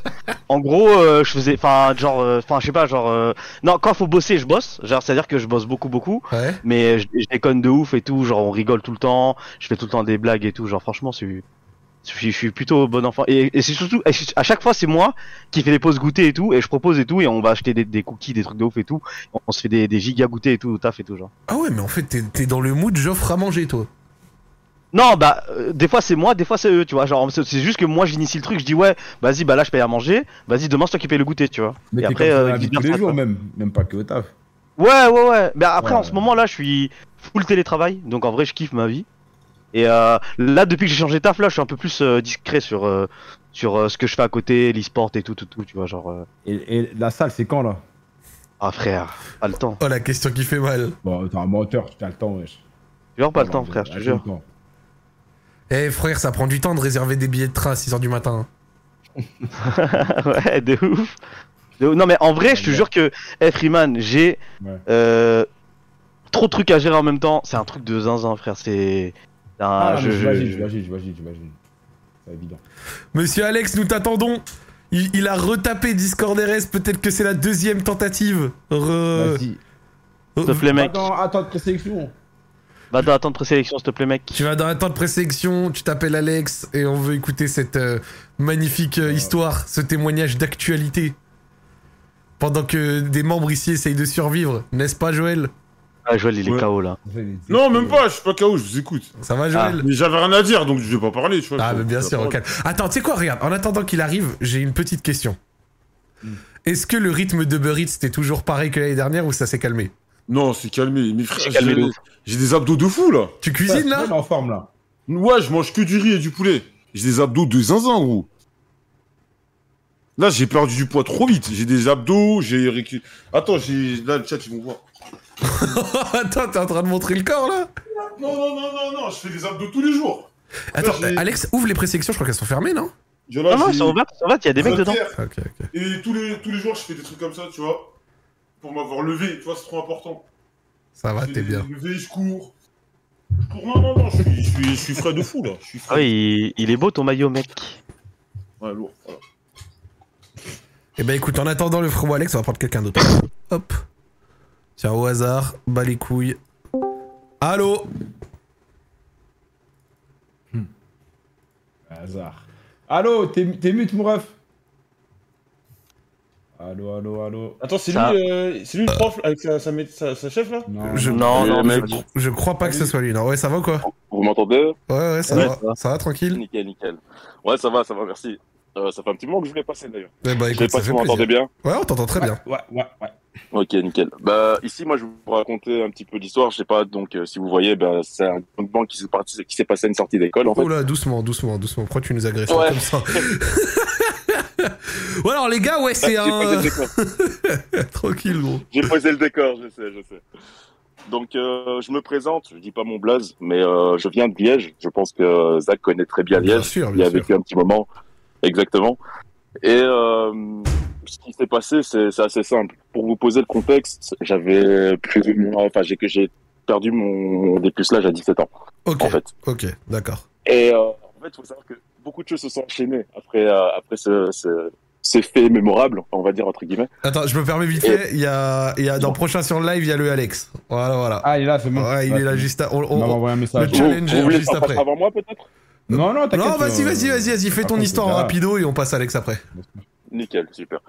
[SPEAKER 4] en gros, euh, je faisais, enfin, genre, euh, enfin, je sais pas, genre, euh, non, quand faut bosser, je bosse. Genre, c'est à dire que je bosse beaucoup, beaucoup,
[SPEAKER 1] Ouais.
[SPEAKER 4] mais je, je déconne de ouf et tout. Genre, on rigole tout le temps, je fais tout le temps des blagues et tout. Genre, franchement, c'est- je suis, je suis plutôt bon enfant. Et, et c'est surtout, et c'est- à chaque fois, c'est moi qui fais les pauses goûter et tout, et je propose et tout, et on va acheter des, des cookies, des trucs de ouf et tout. On se fait des, des giga goûter et tout, au taf et tout, genre.
[SPEAKER 1] Ah ouais, mais en fait, t'es, t'es dans le mood j'offre à manger, toi.
[SPEAKER 4] Non, bah, euh, des fois c'est moi, des fois c'est eux, tu vois. Genre, c'est c'est juste que moi j'initie le truc, je dis ouais, vas-y, bah là je paye à manger, vas-y, demain c'est toi qui paye le goûter, tu vois.
[SPEAKER 2] Mais
[SPEAKER 4] Et
[SPEAKER 2] t'es
[SPEAKER 4] après,
[SPEAKER 2] comme ça
[SPEAKER 4] euh,
[SPEAKER 2] dans la vie
[SPEAKER 4] vice
[SPEAKER 2] tous les
[SPEAKER 4] versa,
[SPEAKER 2] jours,
[SPEAKER 4] quoi.
[SPEAKER 2] même. Même pas que au taf.
[SPEAKER 4] Ouais, ouais, ouais. Mais après,
[SPEAKER 2] Ouais,
[SPEAKER 4] en ce
[SPEAKER 2] ouais.
[SPEAKER 4] moment là, je suis full télétravail, donc en vrai, je kiffe ma vie. Et euh, là, depuis que j'ai changé de taf, là, je suis un peu plus euh, discret sur, euh, sur euh, ce que je fais à côté, l'e-sport et tout, tout, tout, tu vois. Genre, euh,
[SPEAKER 2] Et, et la salle, c'est quand là
[SPEAKER 4] ah frère, pas le temps.
[SPEAKER 1] Oh, la question qui fait mal.
[SPEAKER 2] Bon, t'es un menteur, tu as le temps, wesh.
[SPEAKER 4] Genre, pas le
[SPEAKER 2] Genre,
[SPEAKER 4] temps,
[SPEAKER 2] de-
[SPEAKER 4] frère, je te
[SPEAKER 2] allez,
[SPEAKER 4] jure.
[SPEAKER 2] le temps.
[SPEAKER 1] Eh, frère, ça prend du temps de réserver des billets de train à 6h du matin.
[SPEAKER 4] ouais, de ouf. De ouf. Non, mais en vrai, je te jure que, hey, Freeman, j'ai
[SPEAKER 2] Ouais.
[SPEAKER 4] euh, trop de trucs à gérer en même temps. C'est un truc de zinzin, frère. C'est. un-
[SPEAKER 2] Ah,
[SPEAKER 4] je-
[SPEAKER 2] mais
[SPEAKER 4] je-
[SPEAKER 2] j'imagine,
[SPEAKER 4] je-
[SPEAKER 2] j'imagine, j'imagine, j'imagine. C'est évident.
[SPEAKER 1] Monsieur Alex, nous t'attendons. Il, il a retapé Discord RS, peut-être que c'est la deuxième tentative. Re-
[SPEAKER 2] Vas-y.
[SPEAKER 4] S'il te plaît, mec.
[SPEAKER 2] Attends, attends, de présélection.
[SPEAKER 4] Va dans attendre présélection, s'il te plaît, mec.
[SPEAKER 1] Tu vas dans la temps de présélection, tu t'appelles Alex et on veut écouter cette euh, magnifique euh, histoire, ce témoignage d'actualité. Pendant que des membres ici essayent de survivre, n'est-ce pas Joël
[SPEAKER 4] Ah, Joël, il est
[SPEAKER 3] Ouais.
[SPEAKER 4] KO là.
[SPEAKER 3] Non, même pas, je suis pas KO, je vous écoute. Ah,
[SPEAKER 1] Ça va Joël
[SPEAKER 3] Mais j'avais rien à dire, donc je vais pas parler, tu vois.
[SPEAKER 1] Ah,
[SPEAKER 3] je-
[SPEAKER 1] mais bien
[SPEAKER 3] je-
[SPEAKER 1] sûr, au calme. Attends, tu sais quoi, regarde, en attendant qu'il arrive, j'ai une petite question.
[SPEAKER 3] Hmm.
[SPEAKER 1] Est-ce que le rythme de Burrit c'était toujours pareil que l'année dernière ou ça s'est calmé
[SPEAKER 3] Non, c'est calmé. Mes
[SPEAKER 9] C'est
[SPEAKER 3] frères,
[SPEAKER 9] calmé de
[SPEAKER 3] j'ai-
[SPEAKER 9] ouf.
[SPEAKER 3] j'ai des abdos de fou, là.
[SPEAKER 1] Tu cuisines là
[SPEAKER 2] Moi, en forme là.
[SPEAKER 3] Ouais, je mange que du riz et du poulet. J'ai des abdos de zinzin, gros. Là, j'ai perdu du poids trop vite. J'ai des abdos, j'ai... récu- Attends, j'ai... Là, le chat, ils vont voir.
[SPEAKER 1] Attends, t'es en train de montrer le corps là
[SPEAKER 3] Non, non, non, non, non, je fais des abdos tous les jours.
[SPEAKER 1] Attends,
[SPEAKER 3] j'ai-
[SPEAKER 1] euh, Alex, ouvre les présélections, je crois qu'elles sont fermées, non
[SPEAKER 3] Je- là,
[SPEAKER 4] Non, non,
[SPEAKER 3] j'ai-
[SPEAKER 4] ils sont ouverts, ils sont ouverts, il y a des mecs dedans.
[SPEAKER 3] Inter-
[SPEAKER 1] Ok, ok.
[SPEAKER 3] Et tous les, tous les jours, je fais des trucs comme ça, tu vois. Pour m'avoir levé, tu vois, c'est trop important.
[SPEAKER 1] Ça va,
[SPEAKER 3] Je
[SPEAKER 1] Ah t'es
[SPEAKER 3] fais
[SPEAKER 1] bien.
[SPEAKER 3] des levées, je cours. Je cours, non, non, non, je suis, je suis, je suis frais de fou, là. Je suis
[SPEAKER 4] Ah
[SPEAKER 3] frais.
[SPEAKER 4] oui, il, il est beau ton maillot, mec.
[SPEAKER 3] Ouais, lourd, voilà.
[SPEAKER 1] Eh ben écoute, en attendant le frérot Alex, on va prendre quelqu'un d'autre. Hop. Tiens, au hasard, bas les couilles. Allô
[SPEAKER 2] Hasard. Allô, t'es t'es mute, mon ref Allô, allô, allô.
[SPEAKER 3] Attends, c'est
[SPEAKER 4] Ça-
[SPEAKER 3] lui, euh, c'est lui le prof avec sa, sa, mé- sa- sa chef, là
[SPEAKER 2] Non.
[SPEAKER 1] Je-
[SPEAKER 4] Non,
[SPEAKER 3] Euh,
[SPEAKER 9] Et
[SPEAKER 4] non,
[SPEAKER 9] le
[SPEAKER 4] mais.
[SPEAKER 9] mec,
[SPEAKER 1] Je crois pas que ce soit lui, non Ouais, ça va ou quoi
[SPEAKER 9] Vous m'entendez
[SPEAKER 1] Ouais, ouais, ça
[SPEAKER 9] Ouais.
[SPEAKER 1] va. Ça va, tranquille
[SPEAKER 9] Nickel, nickel. Ouais, ça va, ça va, merci. Euh, ça fait un petit moment que je voulais passer d'ailleurs.
[SPEAKER 1] Eh ben
[SPEAKER 9] Je sais
[SPEAKER 1] écoute,
[SPEAKER 9] pas
[SPEAKER 1] ça
[SPEAKER 9] si
[SPEAKER 1] fait
[SPEAKER 9] vous m'entendez
[SPEAKER 1] plaisir.
[SPEAKER 9] bien.
[SPEAKER 1] Ouais, on t'entend très bien.
[SPEAKER 2] Ouais, ouais, ouais.
[SPEAKER 9] Ok, nickel. Bah, ici, moi, je vais vous raconter un petit peu l'histoire. Je sais pas, donc, euh, si vous voyez, bah, c'est un banc qui s'est parti- qui s'est passé à une sortie d'école, en fait.
[SPEAKER 1] Oh là, doucement, doucement, doucement. Pourquoi tu nous agresses
[SPEAKER 9] Ouais.
[SPEAKER 1] comme ça Ouais, alors les gars, ouais, c'est
[SPEAKER 9] J'ai posé le
[SPEAKER 1] un...
[SPEAKER 9] décor.
[SPEAKER 1] Tranquille, gros.
[SPEAKER 9] J'ai posé le décor, je sais, je sais. Donc, euh, je me présente, je dis pas mon blaze, mais euh, je viens de Liège. Je pense que Zach connaît très bien
[SPEAKER 1] Bien
[SPEAKER 9] Liège.
[SPEAKER 1] sûr,
[SPEAKER 9] il y
[SPEAKER 1] bien
[SPEAKER 9] a
[SPEAKER 1] sûr.
[SPEAKER 9] vécu un petit moment. Exactement. Et euh, ce qui s'est passé, c'est c'est assez simple. Pour vous poser le contexte, j'avais plus ou moins, enfin, j'ai que j'ai perdu mon dépucelage à 17 ans,
[SPEAKER 1] Ok,
[SPEAKER 9] en fait.
[SPEAKER 1] ok, d'accord.
[SPEAKER 9] Et euh, en fait, il faut savoir que beaucoup de choses se sont enchaînées après, euh, après ce, ce, ces faits mémorables, on va dire entre guillemets.
[SPEAKER 1] Attends, je me permets vite fait, il y a, il y a dans le prochain sur le live, il y a le Alex. Voilà, voilà.
[SPEAKER 2] Ah, il est là, c'est bon.
[SPEAKER 1] Ouais, il
[SPEAKER 2] Ouais,
[SPEAKER 1] est là
[SPEAKER 2] c'est
[SPEAKER 1] juste à- on-
[SPEAKER 2] bon. Il
[SPEAKER 1] on-
[SPEAKER 2] m'a envoyé un message.
[SPEAKER 1] le chat- Challenger,
[SPEAKER 9] vous voulez
[SPEAKER 1] juste
[SPEAKER 9] en passer
[SPEAKER 1] après.
[SPEAKER 9] avant moi peut-être
[SPEAKER 6] Non, non, t'inquiète.
[SPEAKER 1] Non, vas-y,
[SPEAKER 6] euh,
[SPEAKER 1] vas-y, vas-y, vas-y, fais
[SPEAKER 6] par
[SPEAKER 1] ton
[SPEAKER 6] contre,
[SPEAKER 1] histoire hein.
[SPEAKER 6] là-
[SPEAKER 1] rapido et on passe à Alex après.
[SPEAKER 9] Nickel, super.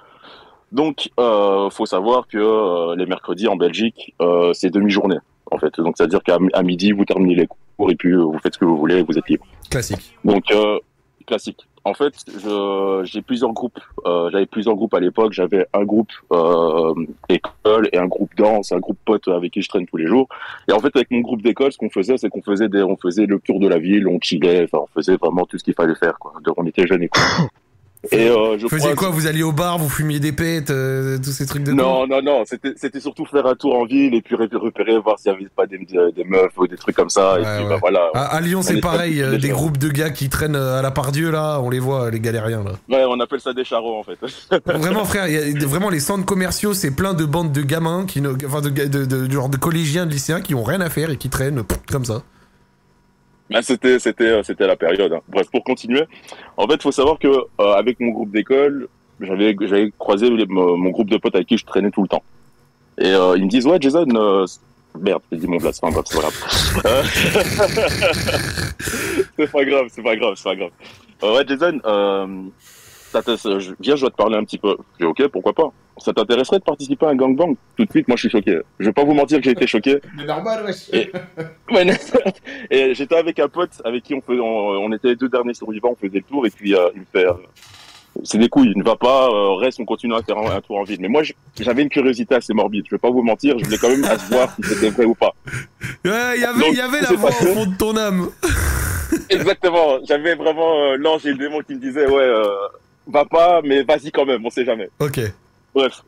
[SPEAKER 9] Donc, euh, faut savoir que euh, les mercredis en Belgique, euh, c'est demi-journée, en fait. Donc, c'est-à-dire qu'à mi- à midi, vous terminez les cours et puis euh, vous faites ce que vous voulez et vous êtes libre.
[SPEAKER 1] Classique.
[SPEAKER 9] Donc, euh, classique. En fait, je- j'ai plusieurs groupes. Euh, J'avais plusieurs groupes à l'époque. J'avais un groupe euh, école et un groupe danse, un groupe pote avec qui je traîne tous les jours. Et en fait, avec mon groupe d'école, ce qu'on faisait, c'est qu'on faisait des, on faisait le tour de la ville, on chillait, enfin, on faisait vraiment tout ce qu'il fallait faire. Quoi. Donc, on était jeunes et cool. Et euh, je
[SPEAKER 1] Faisiez
[SPEAKER 9] crois-
[SPEAKER 1] quoi Vous alliez au bar, vous fumiez des pètes, euh, tous ces trucs de
[SPEAKER 9] non, non, non, c'était c'était surtout faire un tour en ville et puis repé- repérer, voir s'il n'y avait pas des, des meufs ou des trucs comme ça. et
[SPEAKER 1] Ouais,
[SPEAKER 9] puis
[SPEAKER 1] ouais.
[SPEAKER 9] bah, voilà.
[SPEAKER 1] À, à Lyon,
[SPEAKER 9] On
[SPEAKER 1] c'est
[SPEAKER 9] est pas
[SPEAKER 1] pareil,
[SPEAKER 9] habitué
[SPEAKER 1] euh,
[SPEAKER 9] de
[SPEAKER 1] des
[SPEAKER 9] ça.
[SPEAKER 1] groupes de gars qui traînent euh, à la Pardieu, là, on les voit, les galériens, là.
[SPEAKER 9] Ouais, on appelle ça des charros en fait.
[SPEAKER 1] Vraiment, frère, il y a- vraiment, les centres commerciaux, c'est plein de bandes de gamins, qui, ne- enfin, de, ga- de, de- de genre de collégiens, de lycéens qui ont rien à faire et qui traînent pff, comme ça.
[SPEAKER 9] Bah, c'était c'était euh, c'était la période. hein. Bref, pour continuer, en fait, faut savoir que euh, avec mon groupe d'école, j'avais j'avais croisé les- mon mon groupe de potes avec qui je traînais tout le temps. Et euh, ils me disent ouais, Jason. euh, Merde, j'ai dit mon blasphème, bref, c'est pas grave. Euh, c'est pas grave, c'est pas grave, c'est pas grave. Euh, ouais, Jason, euh, ça t'intéresse- je- viens, je dois te parler un petit peu. J'ai ok, pourquoi pas. Ça t'intéresserait de participer à un gangbang Tout de suite, moi, je suis choqué. Je vais pas vous mentir que j'ai été choqué.
[SPEAKER 2] Mais normal, wesh.
[SPEAKER 9] Et- Ouais, non. et j'étais avec un pote avec qui on, faisait, on, on était les deux derniers survivants, on faisait le tour et puis euh, il me fait euh, c'est des couilles, ne va pas, euh, reste, on continue à faire un, un tour en ville. Mais moi je- j'avais une curiosité assez morbide, je vais pas vous mentir, je voulais quand même à se voir si c'était vrai ou pas.
[SPEAKER 1] Ouais, il y avait,
[SPEAKER 9] Donc,
[SPEAKER 1] il y avait la
[SPEAKER 9] c'est
[SPEAKER 1] voix
[SPEAKER 9] pas
[SPEAKER 1] au
[SPEAKER 9] faux.
[SPEAKER 1] fond de ton âme.
[SPEAKER 9] Exactement, j'avais vraiment euh, l'ange et le démon qui me disaient ouais, euh, va pas, mais vas-y quand même, on sait jamais.
[SPEAKER 1] Ok.
[SPEAKER 9] Bref.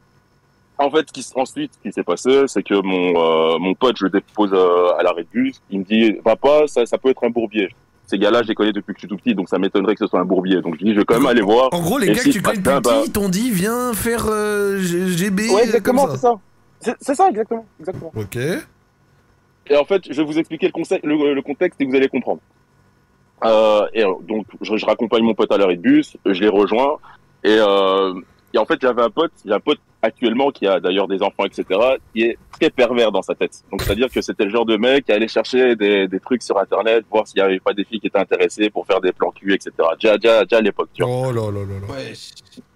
[SPEAKER 9] En fait, ce qui, s- ensuite, ce qui s'est passé, c'est que mon, euh, mon pote, je le dépose euh, à l'arrêt de bus. Il me dit, va pas, ça, ça peut être un bourbier. Ces gars-là, je les connais depuis que je suis tout petit, donc ça m'étonnerait que ce soit un bourbier. Donc je dis, je vais quand même aller voir.
[SPEAKER 1] En gros, les
[SPEAKER 9] Et
[SPEAKER 1] gars
[SPEAKER 9] si
[SPEAKER 1] que tu
[SPEAKER 9] pas
[SPEAKER 1] connais
[SPEAKER 9] de
[SPEAKER 1] depuis
[SPEAKER 9] tabac.
[SPEAKER 1] petit, ils t'ont dit, viens faire euh, G- GB. euh, comme ça.
[SPEAKER 9] C'est- C'est ça, exactement, exactement.
[SPEAKER 1] Ok.
[SPEAKER 9] bah Et en fait, je vais vous expliquer le, conseil- le, le contexte et vous allez comprendre. Euh, et euh, donc, je, je raccompagne mon pote à l'arrêt de bus, je les rejoins. Et, euh, et en fait, j'avais un pote, j'ai un pote actuellement qui a d'ailleurs des enfants, etc., qui est très pervers dans sa tête. Donc, c'est-à-dire que c'était le genre de mec qui allait chercher des, des trucs sur Internet, voir s'il n'y avait pas des filles qui étaient intéressées pour faire des plans cul, etc. Déjà, déjà, déjà à l'époque, tu vois.
[SPEAKER 1] Oh là là là là.
[SPEAKER 2] Wesh.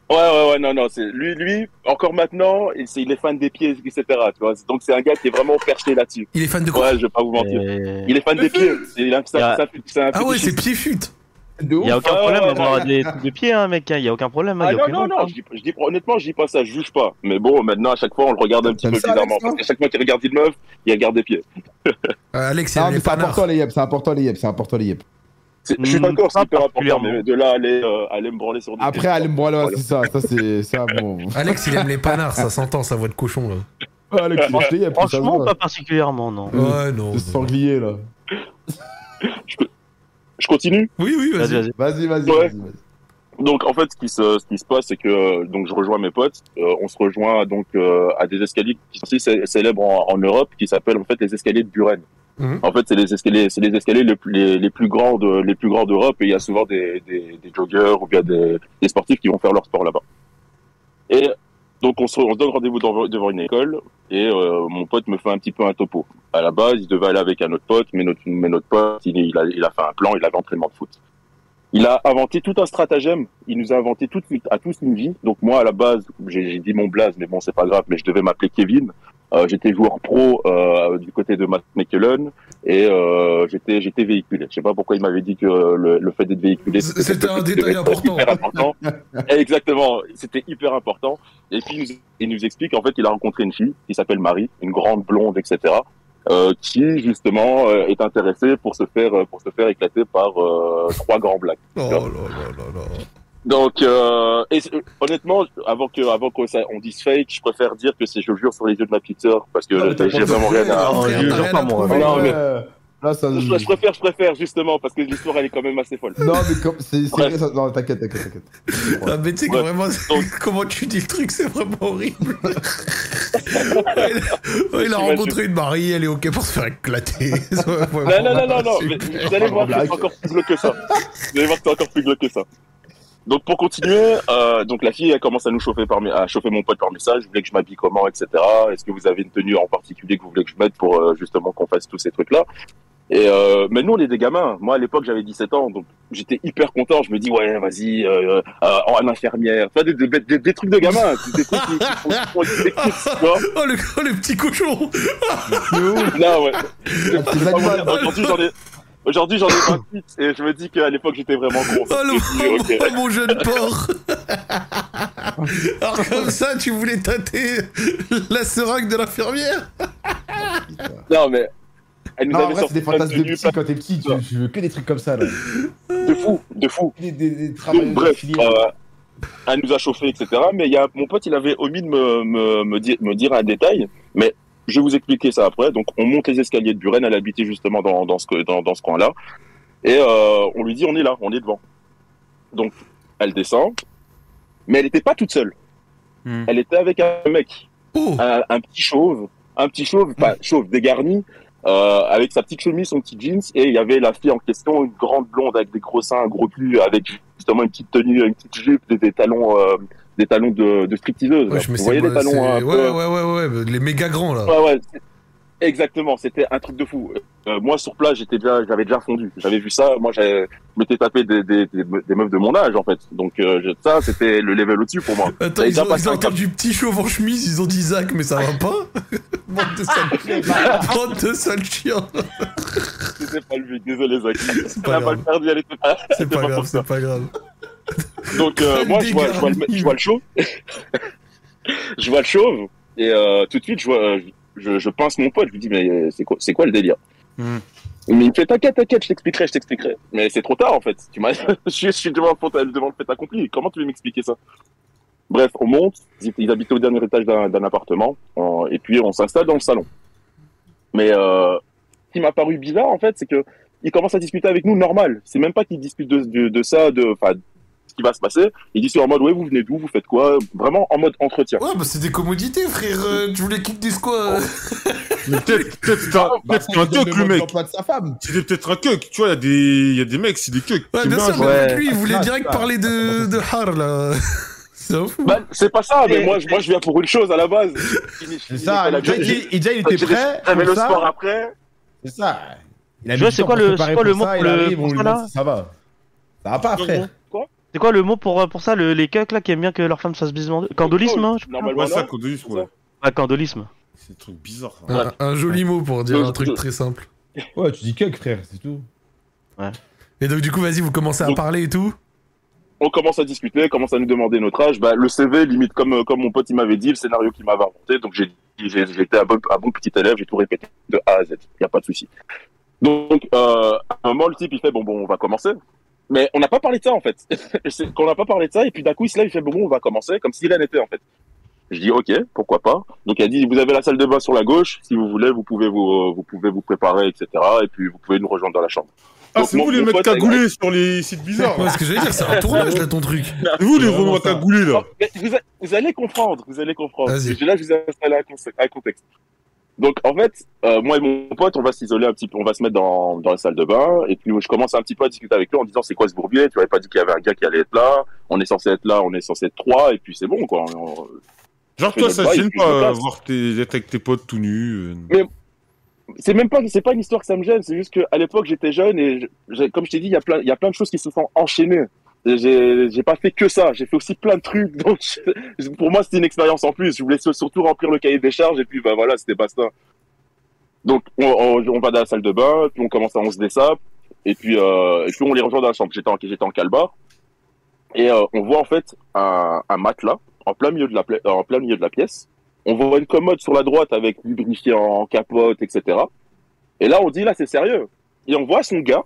[SPEAKER 9] Ouais, ouais, ouais, non, non, c'est lui, lui, encore maintenant, il, c'est- il est fan des pieds, etc. Tu vois, donc c'est un gars qui est vraiment perché là-dessus.
[SPEAKER 1] Il est fan de quoi
[SPEAKER 9] Ouais, je vais pas vous mentir.
[SPEAKER 4] Et-
[SPEAKER 9] Il est fan des pieds. Il a,
[SPEAKER 4] Euh, Y
[SPEAKER 9] ça,
[SPEAKER 4] a-
[SPEAKER 9] ça, c'est un
[SPEAKER 1] Ah ouais, c'est
[SPEAKER 9] fétichiste.
[SPEAKER 1] pied fut.
[SPEAKER 2] De ouf.
[SPEAKER 4] Il y a aucun
[SPEAKER 9] Ah,
[SPEAKER 4] problème
[SPEAKER 9] ouais,
[SPEAKER 4] à voir des trucs de pied, hein, mec. hein. Il y a aucun problème. hein,
[SPEAKER 9] Ah
[SPEAKER 4] il y a
[SPEAKER 9] non,
[SPEAKER 4] aucun
[SPEAKER 9] non,
[SPEAKER 4] manque,
[SPEAKER 9] non, je dis, je dis- honnêtement, je dis pas ça, je juge pas. Mais bon, maintenant, à chaque fois, on le regarde un petit
[SPEAKER 2] T'aimes
[SPEAKER 9] peu
[SPEAKER 2] ça,
[SPEAKER 9] bizarrement.
[SPEAKER 2] Alex, toi
[SPEAKER 9] Parce qu'à chaque fois qu'il regarde une meuf, il regarde des pieds.
[SPEAKER 1] Euh, Alex, il
[SPEAKER 2] Non,
[SPEAKER 1] est
[SPEAKER 2] mais c'est
[SPEAKER 1] fanard.
[SPEAKER 2] important, les yep, c'est important, les yep, c'est important, les yep.
[SPEAKER 9] C'est- Je suis
[SPEAKER 4] Hmm,
[SPEAKER 9] d'accord, c'est
[SPEAKER 4] pas
[SPEAKER 9] hyper important,
[SPEAKER 4] particulièrement.
[SPEAKER 9] mais de là, à aller, euh, aller me branler sur des
[SPEAKER 2] Après,
[SPEAKER 9] pieds.
[SPEAKER 2] allez me voilà,
[SPEAKER 9] Voilà.
[SPEAKER 2] c'est ça, ça, c'est ça, bon.
[SPEAKER 1] Alex, il aime les panards, ça s'entend, sa voix de cochon, là.
[SPEAKER 2] Ah, le cliché, les yep, ça
[SPEAKER 4] Franchement,
[SPEAKER 2] va.
[SPEAKER 4] pas particulièrement, non.
[SPEAKER 2] Mm.
[SPEAKER 1] Ouais, non.
[SPEAKER 2] Le
[SPEAKER 1] non.
[SPEAKER 2] sanglier, là.
[SPEAKER 9] Je continue
[SPEAKER 1] Oui, oui,
[SPEAKER 4] Vas-y,
[SPEAKER 1] vas-y.
[SPEAKER 2] Vas-y,
[SPEAKER 4] vas-y.
[SPEAKER 2] vas-y,
[SPEAKER 9] Ouais.
[SPEAKER 2] vas-y, vas-y.
[SPEAKER 9] Donc en fait, ce qui se, ce qui se passe, c'est que euh, donc je rejoins mes potes. Euh, on se rejoint donc euh, à des escaliers qui sont aussi cé- célèbres en, en Europe, qui s'appellent en fait les escaliers de Buren.
[SPEAKER 1] Mhm.
[SPEAKER 9] En fait, c'est les escaliers, c'est les escaliers les, plus- les, les plus grands de, les plus grands d'Europe. Et il y a souvent des, des, des joggers ou bien des, des sportifs qui vont faire leur sport là-bas. Et donc on se, on se donne rendez-vous devant, devant une école. Et euh, mon pote me fait un petit peu un topo. À la base, il devait aller avec un autre pote, mais notre, mais notre pote, il, il a, il a fait un plan. Il avait entraînement de foot. Il a inventé tout un stratagème. Il nous a inventé tout de suite à tous une vie. Donc moi, à la base, j'ai j'ai dit mon blaze, mais bon, c'est pas grave. Mais je devais m'appeler Kevin. Euh, j'étais joueur pro euh, du côté de Matt McKellen et euh, j'étais j'étais véhiculé. Je sais pas pourquoi il m'avait dit que euh, le, le fait d'être véhiculé
[SPEAKER 1] C'était
[SPEAKER 9] quelque
[SPEAKER 1] un
[SPEAKER 9] chose qui
[SPEAKER 1] détail
[SPEAKER 9] devait être
[SPEAKER 1] important.
[SPEAKER 9] Hyper important. Exactement, c'était hyper important. Et puis il nous, il nous explique en fait il a rencontré une fille qui s'appelle Marie, une grande blonde, etc euh, qui justement euh, est intéressé pour se faire euh, pour se faire éclater par euh, trois grands blacks.
[SPEAKER 1] Oh là là là là.
[SPEAKER 9] Donc euh, et, c'est- euh, honnêtement, avant que avant qu'on ça- on dise fake, je préfère dire que c'est je jure sur les yeux de ma petite sœur parce que
[SPEAKER 2] Non, mais t'as
[SPEAKER 9] j'ai
[SPEAKER 2] pas
[SPEAKER 9] j'ai
[SPEAKER 2] de
[SPEAKER 9] vraiment rien
[SPEAKER 1] frère,
[SPEAKER 9] à.
[SPEAKER 1] frère,
[SPEAKER 9] je
[SPEAKER 1] t'as
[SPEAKER 9] jure
[SPEAKER 1] rien
[SPEAKER 9] pas,
[SPEAKER 1] à
[SPEAKER 9] moi.
[SPEAKER 1] trouver.
[SPEAKER 9] Non, mais-
[SPEAKER 2] Euh, Là, ça.
[SPEAKER 9] je, je préfère je préfère justement parce que l'histoire elle est quand même assez folle.
[SPEAKER 2] Non, mais comme- c'est c'est
[SPEAKER 9] Bref.
[SPEAKER 2] vrai, ça. Non, t'inquiète, t'inquiète, t'inquiète.
[SPEAKER 1] Ah, mais tu sais que
[SPEAKER 9] Ouais.
[SPEAKER 1] vraiment,
[SPEAKER 9] Donc-
[SPEAKER 1] comment tu dis le truc, c'est vraiment horrible. il a- il a
[SPEAKER 9] J'imagine.
[SPEAKER 1] rencontré une Marie, elle est ok pour se faire éclater.
[SPEAKER 9] Non, non, non, non, non, mais vous allez voir que
[SPEAKER 2] Blague.
[SPEAKER 9] c'est encore plus glauque que ça. Vous allez voir que c'est encore plus glauque que ça. Donc pour continuer, euh, donc la fille elle commence à nous chauffer par me- à chauffer mon pote par message. Vous voulez que je m'habille comment, etc. Est-ce que vous avez une tenue en particulier que vous voulez que je mette pour euh, justement qu'on fasse tous ces trucs là Et euh, mais nous, on est des gamins. Moi, à l'époque, j'avais 17 ans, donc j'étais hyper content. Je me dis, ouais, vas-y, euh, euh, oh, une infirmière. Enfin, des, des, des- des trucs de gamins. hein. Des trucs qui, qui font- qui font- qui t'excitent, tu vois.
[SPEAKER 1] Oh le, oh, le petit cochon
[SPEAKER 9] Non, ouais.
[SPEAKER 2] Ah, c'est animal.
[SPEAKER 9] Aujourd'hui, j'en ai. Aujourd'hui, j'en ai 28 et je me dis qu'à l'époque, j'étais vraiment gros.
[SPEAKER 1] Oh le
[SPEAKER 9] Et je me dis, ok.
[SPEAKER 1] oh, mon jeune porc Alors comme ça, tu voulais tâter la seringue de l'infirmière
[SPEAKER 9] Non, mais. Elle nous
[SPEAKER 2] Non, en
[SPEAKER 9] avait
[SPEAKER 2] vrai, c'est
[SPEAKER 9] sorti
[SPEAKER 2] des
[SPEAKER 9] plein de
[SPEAKER 2] fantasmes de
[SPEAKER 9] menus,
[SPEAKER 2] petit quand t'es petit. Tu, tu veux que des trucs comme ça, là.
[SPEAKER 9] plein de fou, de fou.
[SPEAKER 2] Des, des, des travailleurs
[SPEAKER 9] Donc, bref,
[SPEAKER 2] affiliés.
[SPEAKER 9] euh, elle nous a chauffé, etc. Mais il y a, mon pote, il avait omis de me, me, me, dire, me dire un détail, mais je vais vous expliquer ça après. Donc, on monte les escaliers de Buren, elle habitait justement dans, dans ce, que- dans, dans ce coin-là. Et euh, on lui dit, on est là, on est devant. Donc, elle descend, mais elle n'était pas toute seule.
[SPEAKER 3] Hmm.
[SPEAKER 9] Elle était avec un mec,
[SPEAKER 1] Oh Hmm.
[SPEAKER 9] un, un petit chauve, un petit chauve, pas chauve, dégarni, euh, avec sa petite chemise, son petit jeans, et il y avait la fille en question, une grande blonde avec des gros seins, un gros cul, avec justement une petite tenue, une petite jupe, des, des talons, euh, des talons de, de stripteaseuse.
[SPEAKER 1] Ouais,
[SPEAKER 9] là.
[SPEAKER 1] je me
[SPEAKER 9] Vous
[SPEAKER 1] sais-
[SPEAKER 9] voyez les
[SPEAKER 1] c'est-
[SPEAKER 9] talons hein, un
[SPEAKER 1] ouais,
[SPEAKER 9] peu-
[SPEAKER 1] ouais, ouais, ouais, ouais, les méga grands là.
[SPEAKER 9] Ouais, ouais, c'est- Exactement, c'était un truc de fou. Euh, moi, sur place, j'étais déjà, j'avais déjà fondu. J'avais vu ça. Moi, j'avais- je m'étais tapé des, des, des, des meufs de mon âge, en fait. Donc, euh, je- ça, c'était le level au-dessus pour moi.
[SPEAKER 1] Attends,
[SPEAKER 9] Et
[SPEAKER 1] ils
[SPEAKER 9] ça
[SPEAKER 1] ont,
[SPEAKER 9] passe
[SPEAKER 1] ils ont
[SPEAKER 9] un cap-
[SPEAKER 1] entendu petit chauve en chemise, ils ont dit Zach, mais ça va pas Bande de sales Bande de sales chiens
[SPEAKER 9] C'était pas le but. Désolé, Zach.
[SPEAKER 1] C'est
[SPEAKER 9] On
[SPEAKER 1] pas
[SPEAKER 9] a pas le
[SPEAKER 1] grave,
[SPEAKER 9] perdu, elle était pas.
[SPEAKER 1] c'est pas grave, c'est pas grave.
[SPEAKER 9] Donc euh,
[SPEAKER 1] Comme
[SPEAKER 9] moi
[SPEAKER 1] des
[SPEAKER 9] je vois, je vois le, je vois le chauve. je vois le chauve et euh, tout de suite je vois je, je pince mon pote, je lui dis mais euh, c'est quoi c'est quoi le délire
[SPEAKER 3] Hmm.
[SPEAKER 9] Mais il me fait t'inquiète, t'inquiète, je t'expliquerai, je t'expliquerai. Mais c'est trop tard en fait. Tu m'as je, suis- je suis devant, le fait- devant le fait accompli. Comment tu veux m'expliquer ça Bref, on monte, ils, ils habitaient au dernier étage d'un d'un appartement euh, et puis on s'installe dans le salon. Mais euh, ce qui m'a paru bizarre en fait, c'est que il commence à discuter avec nous normal. C'est même pas qu'il discute de, de, de ça, de enfin ce qui va se passer. Il dit c'est en mode ouais vous venez d'où, vous faites quoi, vraiment en mode entretien.
[SPEAKER 1] Ouais, bah c'est des commodités, frère. euh, Tu voulais qu'il te dise quoi euh
[SPEAKER 3] Mais peut-être peut-être c'est un-
[SPEAKER 2] Bah,
[SPEAKER 3] peut-être c'est un
[SPEAKER 2] il donne
[SPEAKER 3] cuck,
[SPEAKER 2] le
[SPEAKER 3] le
[SPEAKER 2] mode
[SPEAKER 3] mec.
[SPEAKER 2] d'emploi de sa femme.
[SPEAKER 3] C'était peut-être un cuck. Tu vois, il y, a des- il y a des mecs, c'est des cucks.
[SPEAKER 1] Ouais,
[SPEAKER 3] Tu
[SPEAKER 1] bien
[SPEAKER 3] mets un
[SPEAKER 1] sûr,
[SPEAKER 3] genre-
[SPEAKER 1] mais
[SPEAKER 4] ouais.
[SPEAKER 1] avec lui, il voulait
[SPEAKER 2] Ah,
[SPEAKER 1] direct
[SPEAKER 2] ça,
[SPEAKER 1] parler de, de Har, là. C'est un fou.
[SPEAKER 9] Bah, c'est pas ça, mais
[SPEAKER 8] Et-
[SPEAKER 9] moi, je- moi je viens pour une chose à la base.
[SPEAKER 2] C'est ça.
[SPEAKER 9] Il a
[SPEAKER 2] Déjà,
[SPEAKER 9] dit
[SPEAKER 2] il, déjà, il était prêt.
[SPEAKER 9] Ah, mais le
[SPEAKER 2] pour ça.
[SPEAKER 9] sport après.
[SPEAKER 2] C'est ça. Il a
[SPEAKER 4] Je
[SPEAKER 2] mis
[SPEAKER 4] vois,
[SPEAKER 2] du
[SPEAKER 4] c'est
[SPEAKER 2] temps
[SPEAKER 4] quoi
[SPEAKER 2] pour
[SPEAKER 4] le-
[SPEAKER 2] préparer
[SPEAKER 4] c'est quoi le
[SPEAKER 2] pour
[SPEAKER 4] mot
[SPEAKER 2] ça,
[SPEAKER 4] pour
[SPEAKER 2] il
[SPEAKER 4] le-
[SPEAKER 2] arrive, on
[SPEAKER 4] pour
[SPEAKER 2] lui
[SPEAKER 4] ça, là
[SPEAKER 2] dit, Ça va. Ça va pas, frère.
[SPEAKER 9] Quoi
[SPEAKER 4] C'est quoi le mot pour, euh, pour ça, le- les keufs là qui aiment bien que leur femme se fasse bisement Candolisme hein, je crois.
[SPEAKER 9] Oh, Normalement,
[SPEAKER 3] Ouais, ça,
[SPEAKER 9] non.
[SPEAKER 3] Codus, ouais.
[SPEAKER 4] Ah, candolisme.
[SPEAKER 3] C'est un truc bizarre. ça.
[SPEAKER 1] Un, un joli mot pour dire
[SPEAKER 9] Je-
[SPEAKER 1] un truc
[SPEAKER 9] je-
[SPEAKER 1] très simple.
[SPEAKER 2] Ouais, tu dis que frère, c'est tout.
[SPEAKER 1] Et donc, du coup, vas-y, vous commencez à
[SPEAKER 9] Donc-
[SPEAKER 1] parler et tout.
[SPEAKER 9] on commence à discuter, commence à nous demander notre âge. Bah, le CV, limite, comme, euh, comme mon pote il m'avait dit, le scénario qu'il m'avait inventé. Donc, j'ai dit- j'ai- j'étais un bon, un bon petit élève, j'ai tout répété de A à Z. Il n'y a pas de souci. Donc, euh, à un moment, le type, il fait Bon, bon, on va commencer. Mais on n'a pas parlé de ça, en fait. C'est qu'on n'a pas parlé de ça. Et puis, d'un coup, il se lève, il fait Bon, bon, on va commencer, comme si rien n'était, en fait. Je dis OK, pourquoi pas. Donc, il a dit Vous avez la salle de bain sur la gauche. Si vous voulez, vous pouvez vous, euh, vous, pouvez vous préparer, etc. Et puis, vous pouvez nous rejoindre dans la chambre.
[SPEAKER 3] Ah,
[SPEAKER 9] Donc,
[SPEAKER 3] c'est
[SPEAKER 9] mon-
[SPEAKER 3] vous les
[SPEAKER 9] mon
[SPEAKER 3] mecs
[SPEAKER 9] pote, avec-
[SPEAKER 3] cagoulés sur les sites bizarres.
[SPEAKER 1] Ouais, ce que j'allais dire, c'est un tournage, là, ton truc.
[SPEAKER 3] C'est vous les
[SPEAKER 2] vraiment
[SPEAKER 3] Renois
[SPEAKER 2] ça.
[SPEAKER 3] cagoulés, là.
[SPEAKER 9] Non, mais vous, a- vous allez comprendre, vous allez comprendre.
[SPEAKER 1] Vas-y.
[SPEAKER 9] Parce que Là, je vous ai installé un, conse- un contexte. Donc, en fait, euh, moi et mon pote, on va s'isoler un petit peu, on va se mettre dans, dans la salle de bain, et puis je commence un petit peu à discuter avec lui en disant c'est quoi ce bourbier, tu avais pas dit qu'il y avait un gars qui allait être là, on est censé être là, on est censé être trois, et puis c'est bon, quoi. On-
[SPEAKER 3] Genre,
[SPEAKER 9] Et
[SPEAKER 3] toi,
[SPEAKER 9] donc,
[SPEAKER 3] ça
[SPEAKER 9] bah,
[SPEAKER 3] te
[SPEAKER 9] il
[SPEAKER 3] gêne
[SPEAKER 9] fait
[SPEAKER 3] pas
[SPEAKER 9] une
[SPEAKER 3] euh,
[SPEAKER 9] place.
[SPEAKER 3] voir tes, être avec tes potes tout nus. euh,
[SPEAKER 9] c'est même pas c'est pas une histoire que ça me gêne c'est juste que à l'époque j'étais jeune et je- j'ai- comme je t'ai dit il y a plein il y a plein de choses qui se sont enchaînées Et j'ai j'ai pas fait que ça j'ai fait aussi plein de trucs donc je- pour moi c'était une expérience en plus je voulais sur- surtout remplir le cahier des charges et puis bah voilà c'était basta donc on, on, on va dans la salle de bain puis on commence à on se dessape et puis euh, et puis on les rejoint dans la chambre j'étais en j'étais en calbar et euh, on voit en fait un, un matelas en plein milieu de la pla- euh, en plein milieu de la pièce on voit une commode sur la droite avec lubrifié en capote, etc. Et là, on dit, là, c'est sérieux. Et on voit son gars.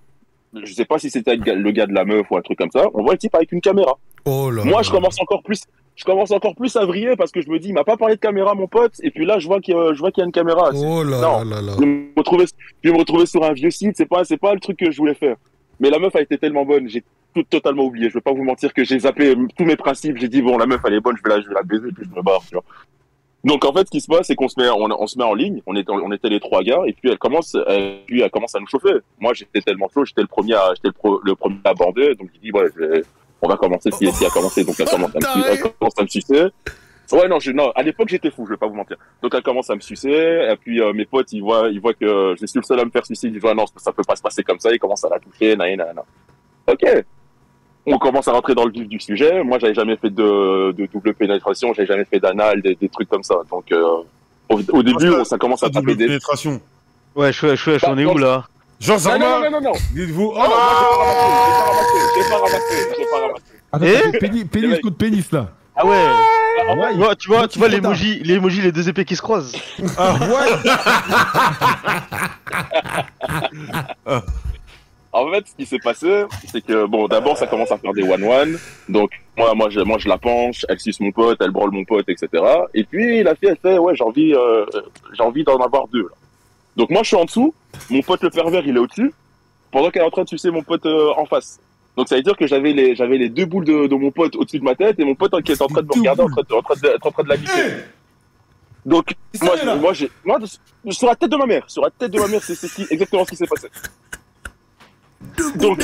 [SPEAKER 9] Je sais pas si c'était le gars- le gars de la meuf ou un truc comme ça. On voit le type avec une caméra.
[SPEAKER 1] Oh là.
[SPEAKER 9] Moi,
[SPEAKER 1] là.
[SPEAKER 9] je commence encore plus, je commence encore plus à vriller parce que je me dis, il m'a pas parlé de caméra, mon pote. Et puis là, je vois qu'il y a- je vois qu'il y a une caméra.
[SPEAKER 1] Oh là
[SPEAKER 9] Non.
[SPEAKER 1] là là là.
[SPEAKER 9] Je vais me retrouver, je vais me retrouver sur un vieux site. C'est pas, c'est pas le truc que je voulais faire. Mais la meuf a été tellement bonne, j'ai tout totalement oublié. Je vais pas vous mentir que j'ai zappé tous mes principes. J'ai dit bon, la meuf elle est bonne, je vais la, je vais la baiser puis je me barre. Tu vois. Donc en fait, ce qui se passe, c'est qu'on se met, on, on se met en ligne. On était, on était les trois gars et puis elle commence, elle, puis elle commence à nous chauffer. Moi, j'étais tellement chaud, j'étais le premier, à- j'étais le, pro- le premier à aborder. Donc j'ai dit ouais, je vais- on va commencer. Si, si elle a commencé, donc elle commence à me, su- elle commence à me sucer. Ouais, non, je, non, à l'époque, j'étais fou, je vais pas vous mentir. Donc, elle commence à me sucer, et puis, euh, mes potes, ils voient, ils voient que je suis le seul à me faire sucer, ils disent, ah, non, ça peut pas se passer comme ça, ils commencent à la toucher, na, na, na. Ok. On commence à rentrer dans le vif du sujet. Moi, j'avais jamais fait de, de double pénétration, j'avais jamais fait d'anal, des, des trucs comme ça. Donc, euh, au, au début,
[SPEAKER 3] ça-
[SPEAKER 9] on- ça commence à
[SPEAKER 3] Ça
[SPEAKER 9] taper
[SPEAKER 3] double
[SPEAKER 9] des...
[SPEAKER 3] pénétration.
[SPEAKER 4] Ouais, chouette, chouette,
[SPEAKER 9] Bah,
[SPEAKER 4] on est
[SPEAKER 9] non,
[SPEAKER 4] où là
[SPEAKER 3] Jean
[SPEAKER 9] Non, non, non,
[SPEAKER 3] Zarma,
[SPEAKER 9] non, non, non.
[SPEAKER 3] dites-vous.
[SPEAKER 9] Non, non, moi,
[SPEAKER 3] Ah
[SPEAKER 9] j'ai pas ramassé, j'ai pas ramassé, j'ai pas ramassé.
[SPEAKER 4] Eh
[SPEAKER 6] Attends, pénis, pénis
[SPEAKER 9] mecs.
[SPEAKER 6] coup de pénis là.
[SPEAKER 4] Ah ouais
[SPEAKER 6] Ah ouais,
[SPEAKER 4] Tu vois, tu vois,
[SPEAKER 6] Donc,
[SPEAKER 4] tu vois
[SPEAKER 6] il est trop Ah
[SPEAKER 4] l'emoji, l'emoji, les deux épées qui se croisent.
[SPEAKER 9] Ah. En fait, ce qui s'est passé, c'est que bon, d'abord, ça commence à faire des one-one. Donc, moi, moi, je, moi, je la penche, elle suce mon pote, elle branle mon pote, etc. Et puis, la fille, elle fait, ouais, j'ai envie, euh, j'ai envie d'en avoir deux. Là. Donc, moi, je suis en dessous, mon pote le pervers, il est au-dessus, pendant qu'elle est en train de sucer mon pote euh, en face. Donc, ça veut dire que j'avais les, j'avais les deux boules de, de mon pote au-dessus de ma tête et mon pote hein, qui est en train de me
[SPEAKER 3] Deux
[SPEAKER 9] regarder, en train de, en train de, en train de la visser. Donc,
[SPEAKER 3] C'est
[SPEAKER 9] moi,
[SPEAKER 3] sérieux,
[SPEAKER 9] je-
[SPEAKER 3] là
[SPEAKER 9] moi, j'ai, moi, de- sur la tête de ma mère, sur la tête de ma mère, c'est c'est ce qui- exactement ce qui s'est passé. Donc,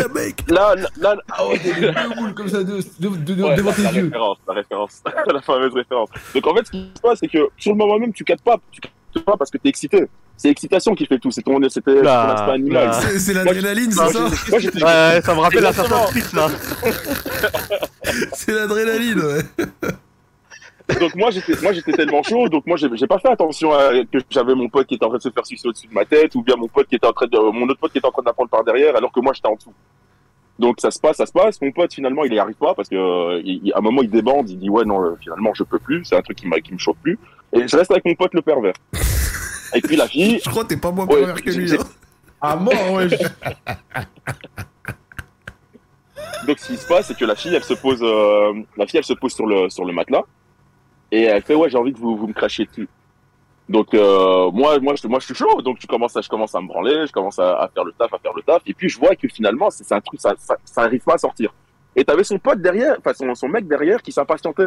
[SPEAKER 9] là, là, là,
[SPEAKER 6] Ah ouais, t'as des deux boules comme ça de, de, de- de-
[SPEAKER 9] ouais,
[SPEAKER 6] devant
[SPEAKER 9] la,
[SPEAKER 6] tes
[SPEAKER 9] la
[SPEAKER 6] yeux.
[SPEAKER 9] référence, la référence, la fameuse référence. Donc en fait, ce qui se passe, c'est que sur le moment même, tu captes pas, tu captes pas parce que t'es excité. C'est l'excitation qui fait tout, c'est ton, c'est ton
[SPEAKER 4] Là,
[SPEAKER 9] aspect animal.
[SPEAKER 4] là.
[SPEAKER 1] C'est c'est
[SPEAKER 9] Moi,
[SPEAKER 1] l'adrénaline,
[SPEAKER 9] Moi,
[SPEAKER 1] c'est ça
[SPEAKER 9] j'ai- moi, j'étais-
[SPEAKER 4] Ouais, ouais, ça me rappelle la
[SPEAKER 9] Exactement.
[SPEAKER 4] Street là.
[SPEAKER 1] C'est l'adrénaline, ouais.
[SPEAKER 9] donc moi j'étais moi j'étais tellement chaud donc moi j'ai j'ai pas fait attention à que j'avais mon pote qui était en train de se faire sucer au-dessus de ma tête ou bien mon pote qui était en train de euh, mon autre pote qui était en train de la prendre par derrière alors que moi j'étais en dessous. Donc ça se passe, ça se passe. Mon pote finalement il y arrive pas parce que euh, il- il- à un moment il débande, il dit ouais non euh, finalement je peux plus, c'est un truc qui m'a- qui me chauffe plus et je reste avec mon pote le pervers. Et puis la fille,
[SPEAKER 1] Je crois que t'es pas moins
[SPEAKER 9] Ouais,
[SPEAKER 1] pervers que lui.
[SPEAKER 9] j'ai-
[SPEAKER 1] hein.
[SPEAKER 2] Ah,
[SPEAKER 6] À mort, ouais.
[SPEAKER 9] Donc ce qui se passe, c'est que la fille, elle se pose, euh, la fille, elle se pose sur le sur le matelas et elle fait ouais, j'ai envie que vous vous me crachiez dessus. Donc euh, moi moi je moi je suis chaud, donc je commence à je commence à me branler, je commence à, à faire le taf, à faire le taf et puis je vois que finalement c'est c'est un truc ça ça, ça arrive pas à sortir. Et t'avais son pote derrière, enfin son, son mec derrière qui s'impatientait,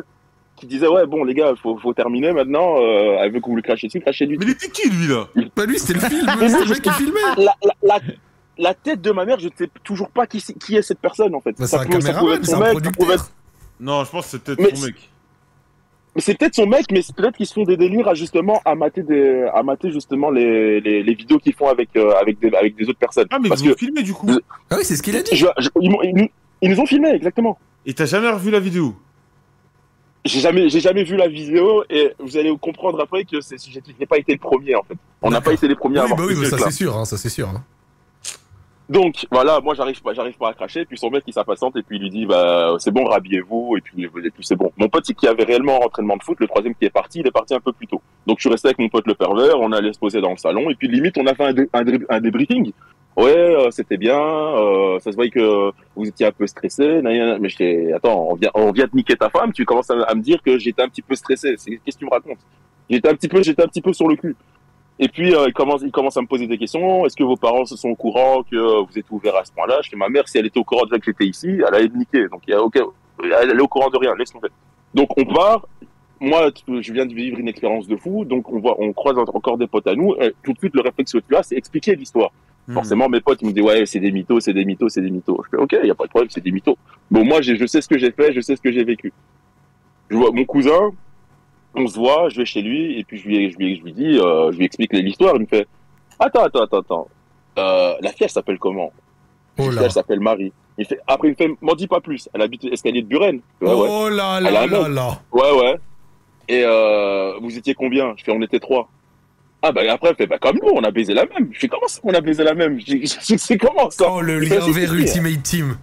[SPEAKER 9] qui disait ouais bon les gars faut faut terminer maintenant, euh, elle veut que vous le crachiez dessus, crachez lui.
[SPEAKER 3] Mais il était qui lui là
[SPEAKER 1] Bah lui, c'était le film, c'est le mec qui filmait.
[SPEAKER 9] La, la, la, la tête de ma mère, je ne sais toujours pas qui, c'est- qui est cette personne en fait.
[SPEAKER 1] Bah, c'est un
[SPEAKER 9] pouvait- pouvait
[SPEAKER 1] caméraman,
[SPEAKER 9] être
[SPEAKER 1] c'est
[SPEAKER 9] son
[SPEAKER 1] un
[SPEAKER 9] mec, ça pouvait être
[SPEAKER 1] producteur.
[SPEAKER 3] Non, je pense que c'est peut-être
[SPEAKER 9] Mais
[SPEAKER 3] ton mec.
[SPEAKER 9] Mais c'est peut-être son mec, mais c'est peut-être qu'ils se font des délires à justement à mater des, à mater justement les, les, les vidéos qu'ils font avec euh, avec des avec des autres personnes.
[SPEAKER 3] Ah, mais
[SPEAKER 9] Parce
[SPEAKER 3] vous
[SPEAKER 9] que
[SPEAKER 3] filmez du coup.
[SPEAKER 9] Vous-
[SPEAKER 1] Ah oui, c'est ce qu'il a dit.
[SPEAKER 9] je- je- ils, m'ont- ils nous- ils nous ont filmé exactement.
[SPEAKER 3] Et t'as jamais revu la vidéo
[SPEAKER 9] J'ai jamais j'ai jamais vu la vidéo et vous allez comprendre après que c'est j'ai j'ai pas été le premier en fait. On n'a pas été les premiers
[SPEAKER 1] Oui,
[SPEAKER 9] à
[SPEAKER 1] bah
[SPEAKER 9] avoir
[SPEAKER 1] oui,
[SPEAKER 9] fait
[SPEAKER 1] bah
[SPEAKER 9] ce
[SPEAKER 1] ça
[SPEAKER 9] truc-là.
[SPEAKER 1] c'est sûr, hein, ça c'est sûr. hein.
[SPEAKER 9] Donc voilà, moi j'arrive pas, j'arrive pas à cracher. Puis son mec il s'impatiente et puis il lui dit bah c'est bon, rhabillez-vous et puis, et puis c'est bon. Mon pote c'est qui avait réellement un entraînement de foot, le troisième qui est parti, il est parti un peu plus tôt. Donc je suis resté avec mon pote le pervers, on allait se poser dans le salon et puis limite on a fait un, dé- un, dé- un débriefing. Ouais, euh, c'était bien, euh, ça se voyait que vous étiez un peu stressé. nan, nan, nan. Mais j'étais attends, on vient, on vient de niquer ta femme, tu commences à, à me dire que j'étais un petit peu stressé. C'est- Qu'est-ce que tu me racontes J'étais un petit peu, j'étais un petit peu sur le cul. Et puis, euh, il, commence, il commence à me poser des questions. Est-ce que vos parents se sont au courant que euh, vous êtes ouvert à ce point-là Je fais ma mère, si elle était au courant déjà que j'étais ici, elle allait me niquer. Donc, il y a aucun- elle elle est au courant de rien, laisse tomber. Donc, on part. Moi, tu- je viens de vivre une expérience de fou. Donc, on, voit, on croise en- encore des potes à nous. Et tout de suite, le réflexe que tu as, c'est expliquer l'histoire.
[SPEAKER 3] Hmm.
[SPEAKER 9] Forcément, mes potes ils me disent Ouais, c'est des mythos, c'est des mythos, c'est des mythos. Je fais Ok, il n'y a pas de problème, c'est des mythos. Bon, moi, j'ai- je sais ce que j'ai fait, je sais ce que j'ai vécu. Je vois mon cousin, on se voit, je vais chez lui, et puis je lui, je lui, je lui dis, euh, je lui explique l'histoire. Il me fait Attends, attends, attends, attends. Euh, la fille, elle s'appelle comment
[SPEAKER 1] Oh
[SPEAKER 9] La
[SPEAKER 1] là.
[SPEAKER 9] fille, Elle s'appelle Marie. Il fait, après, il me fait M'en dis pas plus, elle habite escalier de Buren. Je fais, Ouais, Ah, ouais.
[SPEAKER 1] Oh là
[SPEAKER 9] Elle a
[SPEAKER 1] là
[SPEAKER 9] un
[SPEAKER 1] là
[SPEAKER 9] homme.
[SPEAKER 1] là.
[SPEAKER 9] Ouais, ouais. Et euh, vous étiez combien Je fais, on était trois. Ah, bah après, elle fait, bah comme nous, on a baisé la même. Je fais, comment ça, on a baisé la même Je dis, C'est comment ça
[SPEAKER 1] Oh le
[SPEAKER 9] Il fait,
[SPEAKER 1] lien
[SPEAKER 9] c'est hein.
[SPEAKER 1] vers
[SPEAKER 9] qui,
[SPEAKER 1] Ultimate Team.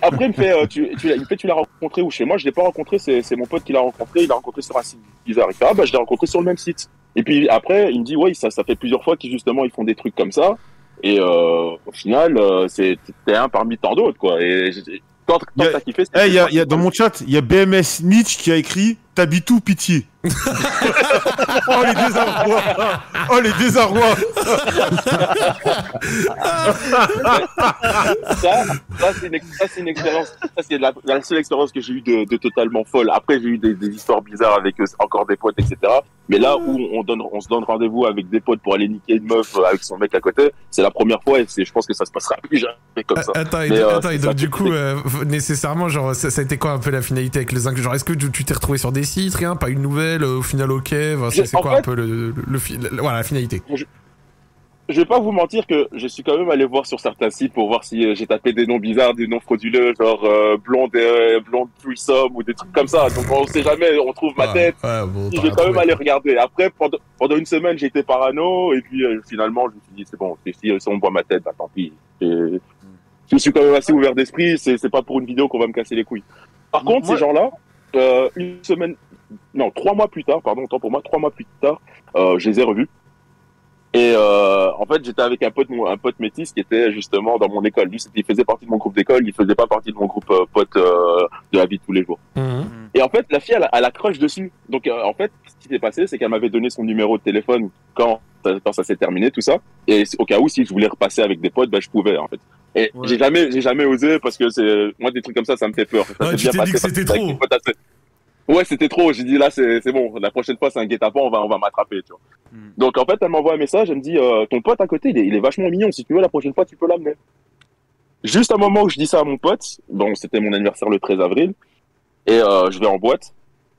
[SPEAKER 9] Après, il me fait, euh, tu, tu, l'as- il me fait, tu l'as rencontré où chez moi Je l'ai pas rencontré, c'est c'est mon pote qui l'a rencontré. Il l'a rencontré sur un site bizarre. Il fait, ah bah, je l'ai rencontré sur le même site. Et puis après, il me dit, ouais, ça, ça fait plusieurs fois qu'ils justement ils font des trucs comme ça. Et euh, au final, euh, c'est t'es un parmi tant d'autres, quoi. Et j'ai- quand, quand
[SPEAKER 3] Y a-
[SPEAKER 9] t'as kiffé, c'est-
[SPEAKER 3] Eh, il y a, il y a- dans mon chat, il y a BMS Nietzsche qui a écrit T'habites où, pitié Oh les désarrois Oh les désarrois
[SPEAKER 9] ça, ça, c'est une, ex- ça, c'est une expérience. Ça, c'est la, la seule expérience que j'ai eue de, de totalement folle. Après, j'ai eu des, des histoires bizarres avec euh, encore des potes, etc. Mais là où on, donne, on se donne rendez-vous avec des potes pour aller niquer une meuf euh, avec son mec à côté, c'est la première fois et c'est, je pense que ça se passera plus jamais comme ça.
[SPEAKER 1] Ah, Attends, et,
[SPEAKER 9] Mais,
[SPEAKER 1] donc-
[SPEAKER 9] euh,
[SPEAKER 1] attends, et
[SPEAKER 9] c'est
[SPEAKER 1] donc
[SPEAKER 9] ça.
[SPEAKER 1] du coup, euh, f- nécessairement, genre, ça, ça a été quoi un peu la finalité avec les inclus Genre, est-ce que tu tu t'es retrouvé sur des sites, rien, pas une nouvelle, euh, au final, ok, enfin, c'est
[SPEAKER 9] Je-
[SPEAKER 1] c'est
[SPEAKER 9] en
[SPEAKER 1] quoi un
[SPEAKER 9] fait-
[SPEAKER 1] peu le, le, le fi- le- voilà, la finalité
[SPEAKER 9] Je vais pas vous mentir que je suis quand même allé voir sur certains sites pour voir si euh, j'ai tapé des noms bizarres, des noms frauduleux, genre euh, blonde, euh, blonde threesome ou des trucs comme ça. Donc on sait jamais, on trouve ma
[SPEAKER 1] Ouais,
[SPEAKER 9] tête.
[SPEAKER 1] ouais, bon,
[SPEAKER 9] Je vais
[SPEAKER 1] t'as rien
[SPEAKER 9] quand même
[SPEAKER 1] trouvé.
[SPEAKER 9] aller regarder. Après, pendant, pendant une semaine, j'étais parano, et puis euh, finalement, je me suis dit, c'est bon, si, si on voit ma tête, bah, tant pis. Et je suis quand même assez ouvert d'esprit, c'est c'est pas pour une vidéo qu'on va me casser les couilles. Par contre,
[SPEAKER 4] Moi-
[SPEAKER 9] ces gens-là, euh, une semaine, non, trois mois plus tard, pardon, autant pour moi, trois mois plus tard, euh, je les ai revus. Et euh, en fait, j'étais avec un pote, mon- un pote métis qui était justement dans mon école. Lui, c'était- il faisait partie de mon groupe d'école, il faisait pas partie de mon groupe euh, pote euh, de la vie de tous les jours.
[SPEAKER 1] Mhm.
[SPEAKER 9] Et en fait, la fille, elle, a- elle accroche dessus. Donc, euh, en fait, ce qui s'est passé, c'est qu'elle m'avait donné son numéro de téléphone quand, quand ça s'est terminé, tout ça. Et c- au cas où, si je voulais repasser avec des potes, bah, je pouvais, en fait. Et
[SPEAKER 7] Ouais.
[SPEAKER 9] j'ai jamais, j'ai jamais osé parce que c'est, moi, des trucs comme ça, ça me fait peur. Ça
[SPEAKER 1] Ouais,
[SPEAKER 9] s'est
[SPEAKER 1] tu
[SPEAKER 9] bien
[SPEAKER 1] t'es
[SPEAKER 9] passé
[SPEAKER 1] dit que
[SPEAKER 9] parce
[SPEAKER 1] c'était
[SPEAKER 9] avec
[SPEAKER 1] trop.
[SPEAKER 9] des potes assez- Ouais, c'était trop. J'ai dit, là, c'est, c'est bon. La prochaine fois, c'est un guet-apens, on va, on va m'attraper, tu vois.
[SPEAKER 1] Mm.
[SPEAKER 3] Hmm.
[SPEAKER 9] Donc, en fait, elle m'envoie un message, elle me dit, euh, ton pote à côté, il est, il est vachement mignon. Si tu veux, la prochaine fois, tu peux l'amener. Juste un moment où je dis ça à mon pote, bon, c'était mon anniversaire le 13 avril, et euh, je vais en boîte,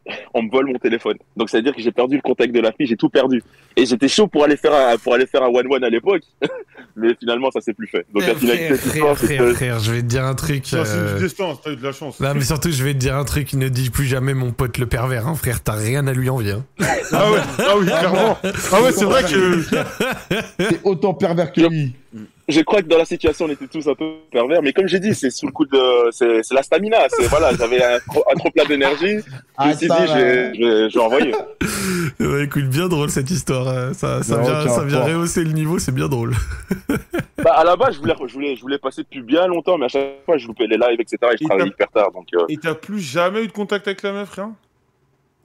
[SPEAKER 9] on me vole mon téléphone. Donc ça veut dire que j'ai perdu le contact de la fille, j'ai tout perdu. Et j'étais chaud pour aller faire un, pour aller faire un one one à l'époque, mais finalement ça s'est plus fait. Donc la
[SPEAKER 1] Frère,
[SPEAKER 9] finalité de cette
[SPEAKER 1] frère,
[SPEAKER 9] histoire, c'est
[SPEAKER 1] frère,
[SPEAKER 9] que
[SPEAKER 1] frère, je vais te dire un truc.
[SPEAKER 3] Tiens, C'est
[SPEAKER 1] euh,
[SPEAKER 3] du destin, t'as eu de la chance.
[SPEAKER 1] Non, mais surtout, je vais te dire un truc. Ne dis plus jamais mon pote le pervers, hein, frère. T'as rien à lui envier. hein.
[SPEAKER 3] Ah ouais, ah oui, clairement. Ah ouais, c'est vrai que.
[SPEAKER 2] T'es autant pervers que lui.
[SPEAKER 9] je crois que dans la situation on était tous un peu pervers, mais comme j'ai dit, c'est sous le coup de, c'est c'est la stamina, c'est voilà, j'avais un, trop- un trop plein d'énergie, je me suis dit,
[SPEAKER 2] ça,
[SPEAKER 9] je vais- je vais- je vais envoyer.
[SPEAKER 1] Ouais, écoute, bien drôle cette histoire. euh, Ça, ça
[SPEAKER 2] Non,
[SPEAKER 1] vient,
[SPEAKER 2] aucun
[SPEAKER 1] ça vient
[SPEAKER 2] rapport.
[SPEAKER 1] rehausser le niveau, c'est bien drôle.
[SPEAKER 9] Bah, à la base, je voulais, je voulais, je voulais passer depuis bien longtemps, mais à chaque fois, je loupais les lives, etc. Et je
[SPEAKER 3] Et
[SPEAKER 9] travaillais
[SPEAKER 3] t'as-
[SPEAKER 9] hyper tard. Donc, euh,
[SPEAKER 3] Et t'as plus jamais eu de contact avec la meuf, rien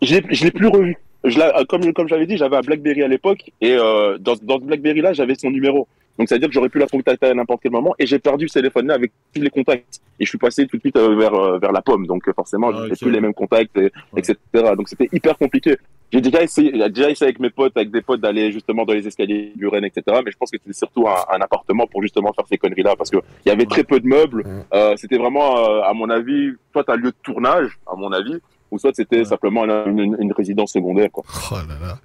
[SPEAKER 9] je l'ai- je l'ai plus revu. Je l'ai- euh, comme, comme j'avais dit, j'avais un Blackberry à l'époque, et euh, dans, dans ce Blackberry-là, j'avais son numéro. Donc, c'est-à-dire que j'aurais pu la contacter à n'importe quel moment, et j'ai perdu ce téléphone-là avec tous les contacts. Et je suis passé tout de suite euh, vers, euh, vers la pomme, donc euh, forcément,
[SPEAKER 3] Ah,
[SPEAKER 9] j'ai
[SPEAKER 3] ok.
[SPEAKER 9] plus les mêmes contacts, et- etc. Donc, c'était hyper compliqué. J'ai déjà essayé, j'ai déjà essayé avec mes potes, avec des potes, d'aller justement dans les escaliers du Rennes, etc. Mais je pense que c'était surtout un, un appartement pour justement faire ces conneries-là, parce que il y avait très peu de meubles. Euh, c'était vraiment, euh, à mon avis, soit un lieu de tournage, à mon avis, ou soit c'était simplement une, une- une résidence secondaire. Quoi.
[SPEAKER 1] Oh là là.